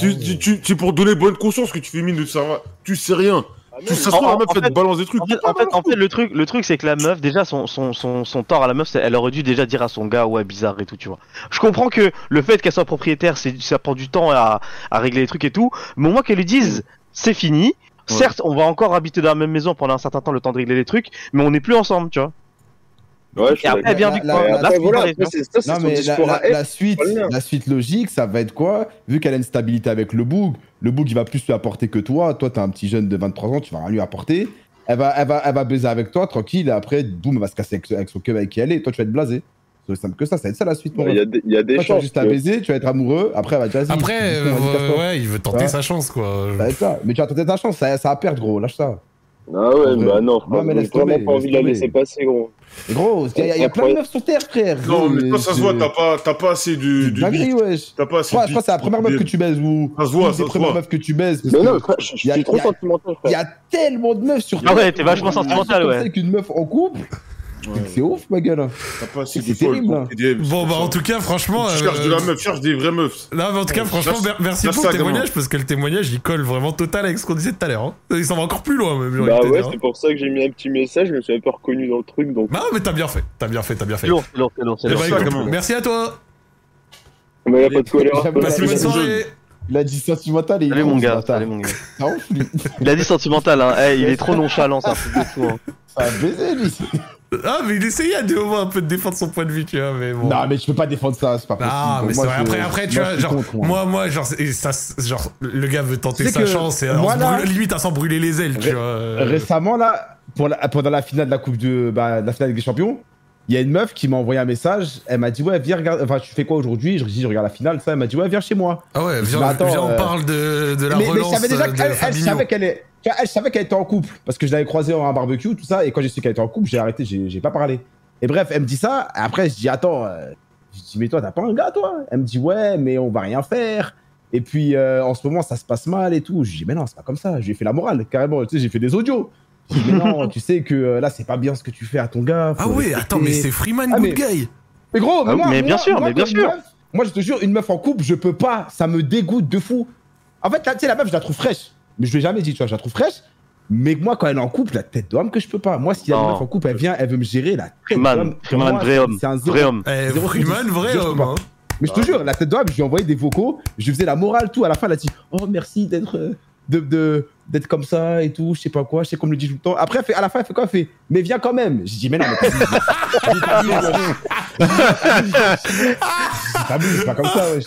[SPEAKER 3] Tu, tu, tu- c'est pour donner bonne conscience que tu fais mine de savoir. Tu sais rien.
[SPEAKER 10] Ah,
[SPEAKER 3] Tu sais
[SPEAKER 4] En-
[SPEAKER 3] la meuf,
[SPEAKER 4] en
[SPEAKER 3] elle te
[SPEAKER 4] fait-
[SPEAKER 3] balance des trucs.
[SPEAKER 4] En fait, en fait, en fait, le truc, le truc, c'est que la meuf, déjà, son, son, son, son tort à la meuf, c'est- elle aurait dû déjà dire à son gars, ouais, bizarre et tout, tu vois. Je comprends que le fait qu'elle soit propriétaire, c'est, ça prend du temps à, à régler les trucs et tout, mais au moins qu'elle lui dise, c'est fini.
[SPEAKER 3] Ouais.
[SPEAKER 4] Certes, on va encore habiter dans la même maison pendant un certain temps, le temps de régler les trucs, mais on n'est plus ensemble, tu vois.
[SPEAKER 10] Ouais, je suis
[SPEAKER 4] Et après,
[SPEAKER 10] d'accord.
[SPEAKER 4] elle vient du
[SPEAKER 2] la-
[SPEAKER 4] coin.
[SPEAKER 2] la-
[SPEAKER 4] Là,
[SPEAKER 2] la-
[SPEAKER 4] c'est
[SPEAKER 10] Après, voilà,
[SPEAKER 4] pareil,
[SPEAKER 10] après,
[SPEAKER 4] tu
[SPEAKER 10] c'est- ça, c'est
[SPEAKER 2] Non,
[SPEAKER 10] son
[SPEAKER 2] mais la,
[SPEAKER 10] discours
[SPEAKER 2] la-
[SPEAKER 10] à elle.
[SPEAKER 2] la suite,
[SPEAKER 10] Voilà.
[SPEAKER 2] la suite logique, ça va être quoi Vu qu'elle a une stabilité avec le boug, le boug, il va plus lui apporter que toi. Toi, t'es un petit jeune de 23 ans, tu vas rien lui apporter. Elle va, elle, va, elle va baiser avec toi, tranquille, et après, boum, elle va se casser avec, avec son keuf avec qui elle est, et toi, tu vas être blasé. C'est aussi simple que ça, ça va être ça la suite. mon
[SPEAKER 10] Il y
[SPEAKER 2] gars.
[SPEAKER 10] a des, il y a des
[SPEAKER 2] Toi, tu vas
[SPEAKER 10] chances.
[SPEAKER 2] juste à
[SPEAKER 10] que-
[SPEAKER 2] baiser, tu vas être amoureux, après, elle va dire vas-y,
[SPEAKER 1] Après,
[SPEAKER 2] vas-y, vas-y,
[SPEAKER 1] euh,
[SPEAKER 2] casse-toi.
[SPEAKER 1] ouais, il veut tenter
[SPEAKER 2] Ouais.
[SPEAKER 1] sa chance, quoi.
[SPEAKER 2] Ça va être ça. Mais tu vas tenter ta chance, ça, ça va perdre, gros, lâche ça.
[SPEAKER 10] Ah ouais,
[SPEAKER 2] Ouais.
[SPEAKER 10] bah non,
[SPEAKER 2] Ouais, mais
[SPEAKER 10] j'ai
[SPEAKER 2] laisse
[SPEAKER 10] vraiment
[SPEAKER 2] tomber,
[SPEAKER 10] pas envie de
[SPEAKER 2] laisse
[SPEAKER 10] la
[SPEAKER 2] tomber.
[SPEAKER 10] laisser passer, gros.
[SPEAKER 2] Et gros, il y, a- il y a plein de
[SPEAKER 10] Incroyable.
[SPEAKER 2] meufs sur Terre, frère.
[SPEAKER 3] Non,
[SPEAKER 2] Gros,
[SPEAKER 3] mais toi, ça se voit,
[SPEAKER 2] c'est-
[SPEAKER 3] t'as pas, t'as pas assez de.
[SPEAKER 2] c'est
[SPEAKER 3] de
[SPEAKER 2] dinguerie,
[SPEAKER 3] bite.
[SPEAKER 2] wesh.
[SPEAKER 3] T'as pas
[SPEAKER 2] Je
[SPEAKER 3] assez
[SPEAKER 2] crois,
[SPEAKER 3] de
[SPEAKER 2] je crois que c'est la
[SPEAKER 3] bite.
[SPEAKER 2] première meuf que tu baises ou.
[SPEAKER 3] Ça se voit,
[SPEAKER 2] une
[SPEAKER 3] ça
[SPEAKER 2] des
[SPEAKER 3] se
[SPEAKER 2] premières
[SPEAKER 3] voit.
[SPEAKER 2] meufs que tu baises. parce
[SPEAKER 10] Mais
[SPEAKER 2] que
[SPEAKER 10] non, frère, je, je
[SPEAKER 2] y a-
[SPEAKER 10] suis trop
[SPEAKER 2] y a-
[SPEAKER 10] sentimental,
[SPEAKER 2] Il y
[SPEAKER 10] frère.
[SPEAKER 2] a tellement de meufs sur
[SPEAKER 4] Ah ouais, t'es vachement
[SPEAKER 2] Ah,
[SPEAKER 4] sentimental,
[SPEAKER 2] surtout
[SPEAKER 4] ouais.
[SPEAKER 2] Avec une meuf en couple,
[SPEAKER 3] Ouais,
[SPEAKER 2] c'est ouf, ma gueule.
[SPEAKER 3] T'as pas assez
[SPEAKER 2] C'est
[SPEAKER 3] de poils
[SPEAKER 2] terrible,
[SPEAKER 3] pour
[SPEAKER 2] hein.
[SPEAKER 3] tes DM,
[SPEAKER 1] Bon,
[SPEAKER 3] c'est
[SPEAKER 1] bah,
[SPEAKER 3] pour
[SPEAKER 1] en
[SPEAKER 3] ça.
[SPEAKER 1] tout cas, franchement.
[SPEAKER 3] Tu
[SPEAKER 1] euh,
[SPEAKER 3] cherches de la meuf, cherche des vraies meufs.
[SPEAKER 1] Non, mais en tout cas, franchement,
[SPEAKER 3] Cherche-
[SPEAKER 1] mer- merci
[SPEAKER 3] cherche
[SPEAKER 1] pour
[SPEAKER 3] ça,
[SPEAKER 1] le
[SPEAKER 3] gamin.
[SPEAKER 1] témoignage, parce que le témoignage, il colle vraiment total avec ce qu'on disait tout à l'heure. hein. Il s'en va encore plus loin, même. j'ai envie
[SPEAKER 10] Bah
[SPEAKER 1] de te
[SPEAKER 10] ouais,
[SPEAKER 1] dire, hein.
[SPEAKER 10] c'est pour ça que j'ai mis un petit message, je me suis même pas reconnu dans le truc, donc.
[SPEAKER 1] Bah non, mais t'as bien fait, t'as bien fait, t'as bien fait.
[SPEAKER 4] C'est lourd, c'est lourd, c'est lourd, c'est
[SPEAKER 1] Eh
[SPEAKER 4] lourd.
[SPEAKER 1] bah,
[SPEAKER 3] ça,
[SPEAKER 1] écoute,
[SPEAKER 3] gamin.
[SPEAKER 1] merci à toi.
[SPEAKER 10] Mais y a pas de colère. hein.
[SPEAKER 2] J'aime pas
[SPEAKER 1] Passe
[SPEAKER 2] Ouais,
[SPEAKER 1] une bonne
[SPEAKER 2] ouais,
[SPEAKER 1] soirée.
[SPEAKER 2] Il a dit sentimental et il
[SPEAKER 4] Salut
[SPEAKER 2] est
[SPEAKER 4] mon
[SPEAKER 2] con,
[SPEAKER 4] gars,
[SPEAKER 2] ce bâtard.
[SPEAKER 4] salut mon gars.
[SPEAKER 2] C'est un ouf, lui.
[SPEAKER 4] Il a dit sentimental, hein. Eh, il est trop nonchalant, ça fout de fou. hein.
[SPEAKER 2] C'est un baiser, lui.
[SPEAKER 1] Ah, mais il essayait à des moments un peu de défendre son point de vue, tu vois, mais bon.
[SPEAKER 2] Non, mais je peux pas défendre ça, c'est pas possible.
[SPEAKER 1] Ah,
[SPEAKER 2] Pour
[SPEAKER 1] mais c'est
[SPEAKER 2] moi,
[SPEAKER 1] vrai.
[SPEAKER 2] je-
[SPEAKER 1] Après, après, tu
[SPEAKER 2] moi, je
[SPEAKER 1] vois,
[SPEAKER 2] suis
[SPEAKER 1] genre,
[SPEAKER 2] contre,
[SPEAKER 1] moi, moi, genre, c'est- et ça, c'est- genre, le gars veut tenter
[SPEAKER 2] Tu sais
[SPEAKER 1] sa
[SPEAKER 2] que
[SPEAKER 1] chance et
[SPEAKER 2] moi,
[SPEAKER 1] en se
[SPEAKER 2] là-
[SPEAKER 1] brûle- limite à s'en brûler les ailes, tu
[SPEAKER 2] Ré-
[SPEAKER 1] vois. euh.
[SPEAKER 2] Récemment, là, pour la- pendant la finale de la Coupe de, bah, la finale des Champions, il y a une meuf qui m'a envoyé un message. Elle m'a dit Ouais, viens, regarde. Enfin, tu fais quoi aujourd'hui Je dis Je regarde la finale, ça. Elle m'a dit Ouais, viens chez moi.
[SPEAKER 1] Ah ouais, viens,
[SPEAKER 2] Mais attends,
[SPEAKER 1] viens, on
[SPEAKER 2] euh,
[SPEAKER 1] parle de, de la
[SPEAKER 2] mais, mais je
[SPEAKER 1] relance
[SPEAKER 2] savais déjà
[SPEAKER 1] euh, de
[SPEAKER 2] qu'elle elle
[SPEAKER 1] Fabinho.
[SPEAKER 2] savait qu'elle est. tu vois, Elle savait qu'elle était en couple parce que je l'avais croisée en un barbecue, tout ça. Et quand j'ai su qu'elle était en couple, j'ai arrêté, j'ai j'ai pas parlé. Et bref, elle me dit ça. Après, je dis Attends, euh, je dis Mais toi, t'as pas un gars, toi Elle me dit Ouais, mais on va rien faire. Et puis euh, en ce moment, ça se passe mal et tout. Je dis Mais non, c'est pas comme ça. J'ai fait la morale, carrément. Tu sais, j'ai fait des audios. Je dis, mais non, tu sais que euh, là, c'est pas bien ce que tu fais à ton gars. faut
[SPEAKER 1] Ah ouais,
[SPEAKER 2] respecter.
[SPEAKER 1] attends, mais c'est Freeman
[SPEAKER 2] Ah,
[SPEAKER 1] Good
[SPEAKER 2] mais-
[SPEAKER 1] Guy.
[SPEAKER 2] Mais gros,
[SPEAKER 4] Ah oui,
[SPEAKER 2] moi,
[SPEAKER 4] mais bien
[SPEAKER 2] moi-
[SPEAKER 4] sûr,
[SPEAKER 2] moi,
[SPEAKER 4] mais bien
[SPEAKER 2] comme
[SPEAKER 4] sûr.
[SPEAKER 2] meuf, moi, je te jure, une meuf en couple, je peux pas. Ça me dégoûte de fou. En fait, là, tu sais, la meuf, je la trouve fraîche. Mais je l'ai jamais dit, tu vois, je la trouve fraîche. Mais moi, quand elle est en couple, la tête d'homme que je peux pas. Moi, s'il y a une
[SPEAKER 4] Non.
[SPEAKER 2] meuf en couple, elle vient, elle veut me gérer la tête
[SPEAKER 4] Freeman,
[SPEAKER 2] d'homme.
[SPEAKER 4] Freeman,
[SPEAKER 2] Pour moi,
[SPEAKER 4] vrai
[SPEAKER 2] c'est-
[SPEAKER 4] homme,
[SPEAKER 2] C'est un zéro.
[SPEAKER 4] Vrai homme.
[SPEAKER 1] Eh,
[SPEAKER 2] Zéro
[SPEAKER 1] Freeman,
[SPEAKER 2] critique.
[SPEAKER 1] vrai
[SPEAKER 2] Je
[SPEAKER 1] homme.
[SPEAKER 2] comprends
[SPEAKER 1] hein.
[SPEAKER 2] Mais je te jure, la tête d'homme, je lui ai envoyé des vocaux, je lui faisais la morale, tout. À la fin, elle a dit Oh, merci d'être euh, de, de- d'être comme ça et tout, je sais pas quoi, je sais qu'on me le dit tout le temps. Après, elle fait- à la fin, elle fait quoi Elle fait Mais viens quand même. J'ai dit Mais non, mais t'abuses. J'ai dit, T'abuses, wesh. J'ai dit, T'abuses, c'est pas comme ça, wesh.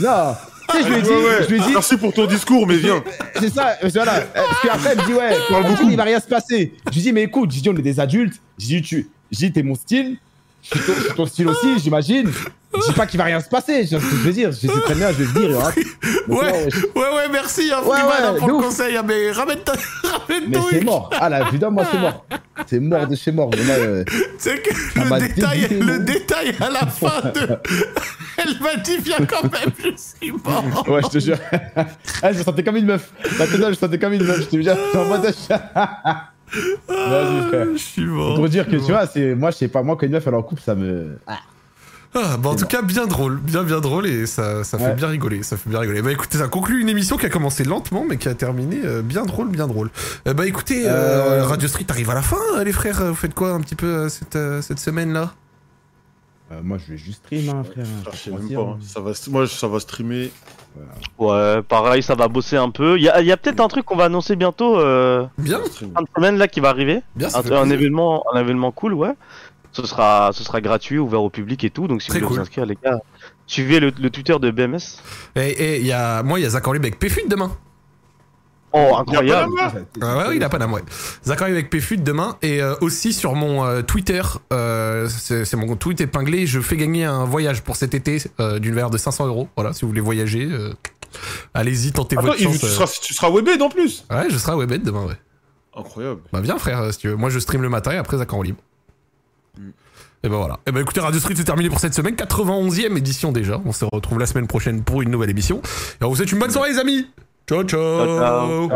[SPEAKER 2] Non. Tu sais, je lui ai dit,
[SPEAKER 3] Ouais, ouais.
[SPEAKER 2] je lui ai dit,
[SPEAKER 3] Merci pour ton discours, mais viens.
[SPEAKER 2] c'est ça, euh, voilà. Euh, Parce qu'après, elle me dit, ouais, elle me dit, il va rien se passer. Je lui dis, mais écoute, je dis, on est des adultes. Je dis, tu, je dis, t'es mon style. Je suis ton, je suis ton style aussi, j'imagine. Je dis pas qu'il va rien se passer. Je je veux dire, je sais très bien, je vais venir. hein. Donc,
[SPEAKER 1] Ouais.
[SPEAKER 2] ouais, je-
[SPEAKER 1] Ouais, ouais, merci, hein,
[SPEAKER 2] Ouais,
[SPEAKER 1] Freeman,
[SPEAKER 2] ouais,
[SPEAKER 1] hein, pour
[SPEAKER 2] de
[SPEAKER 1] le
[SPEAKER 2] ouf.
[SPEAKER 1] conseil. hein, Mais ramène ta. Ramène
[SPEAKER 2] Mais
[SPEAKER 1] ton
[SPEAKER 2] c'est
[SPEAKER 1] hic.
[SPEAKER 2] mort. Ah là, évidemment, moi, c'est mort. C'est mort de chez mort. Mais là, euh,
[SPEAKER 1] C'est que
[SPEAKER 2] m'a
[SPEAKER 1] le détail,
[SPEAKER 2] dégoûté,
[SPEAKER 1] le
[SPEAKER 2] non
[SPEAKER 1] détail à la fin de. Elle m'a dit, viens quand même, je suis mort.
[SPEAKER 2] Ouais, je te jure. ah, je me sentais comme une meuf. La tête, je me sentais comme une meuf. Je te jure, j'étais en mode. Vas-y, frère.
[SPEAKER 1] Je suis mort.
[SPEAKER 2] Pour dire que
[SPEAKER 1] je suis
[SPEAKER 2] tu vois, c'est moi, je sais pas, moi, quand une meuf elle est en couple, ça me.
[SPEAKER 1] Ah, bah en
[SPEAKER 2] C'est
[SPEAKER 1] tout cas, bien drôle, bien bien drôle et ça, ça fait
[SPEAKER 2] Ouais.
[SPEAKER 1] bien rigoler, ça fait bien rigoler. Bah écoutez, ça conclut une émission qui a commencé lentement mais qui a terminé euh, bien drôle, bien drôle. Euh, bah écoutez, euh,
[SPEAKER 2] Euh,
[SPEAKER 1] Radio Street arrive à la fin, euh, les frères, vous faites quoi un petit peu euh, cette, euh, cette semaine-là
[SPEAKER 2] Euh, moi, je vais juste stream, hein, frère.
[SPEAKER 3] Ah, je sais
[SPEAKER 2] Faut
[SPEAKER 3] même
[SPEAKER 2] mentir,
[SPEAKER 3] pas, hein.
[SPEAKER 2] hein.
[SPEAKER 3] Ça va, moi, ça va streamer.
[SPEAKER 4] Ouais, pareil, ça va bosser un peu. Il y a, il y a peut-être un truc qu'on va annoncer bientôt, euh,
[SPEAKER 1] Bien,
[SPEAKER 3] Streamer.
[SPEAKER 4] fin de semaine là qui va arriver.
[SPEAKER 1] bien, ça
[SPEAKER 4] un,
[SPEAKER 1] fait
[SPEAKER 4] un
[SPEAKER 1] plaisir.
[SPEAKER 4] événement, un événement cool, ouais. Ce sera, ce sera gratuit, ouvert au public et tout. Donc si
[SPEAKER 1] Très
[SPEAKER 4] vous
[SPEAKER 1] cool.
[SPEAKER 4] voulez vous inscrire, les gars, suivez le, le Twitter de BMS.
[SPEAKER 1] Et, et il y a, moi, il y a Zachary avec Péfut demain.
[SPEAKER 4] Oh,
[SPEAKER 3] Il y a pas hein.
[SPEAKER 4] incroyable.
[SPEAKER 3] la meuf.
[SPEAKER 1] Ah ouais, ouais, il a pas d'âme, ouais. Zachary avec Péfut demain. Et euh, aussi sur mon euh, Twitter, euh, c'est c'est mon tweet épinglé, je fais gagner un voyage pour cet été euh, d'une valeur de 500 euros. Voilà, si vous voulez voyager, euh, allez-y, tentez
[SPEAKER 3] Attends,
[SPEAKER 1] votre
[SPEAKER 3] il-
[SPEAKER 1] chance.
[SPEAKER 3] tu
[SPEAKER 1] euh.
[SPEAKER 3] seras, tu seras webed en plus.
[SPEAKER 1] Ouais, je serai à Webed demain, ouais.
[SPEAKER 3] Incroyable.
[SPEAKER 1] Bah viens frère, euh, si tu veux. Moi je stream le matin et après Zach en libre.
[SPEAKER 3] Mm.
[SPEAKER 1] Et ben voilà. Et ben écoutez, Radio Street c'est terminé pour cette semaine, 91e édition déjà. On se retrouve la semaine prochaine pour une nouvelle émission. Et on vous souhaite une bonne soirée les amis. Ciao ciao.
[SPEAKER 4] Ciao, ciao.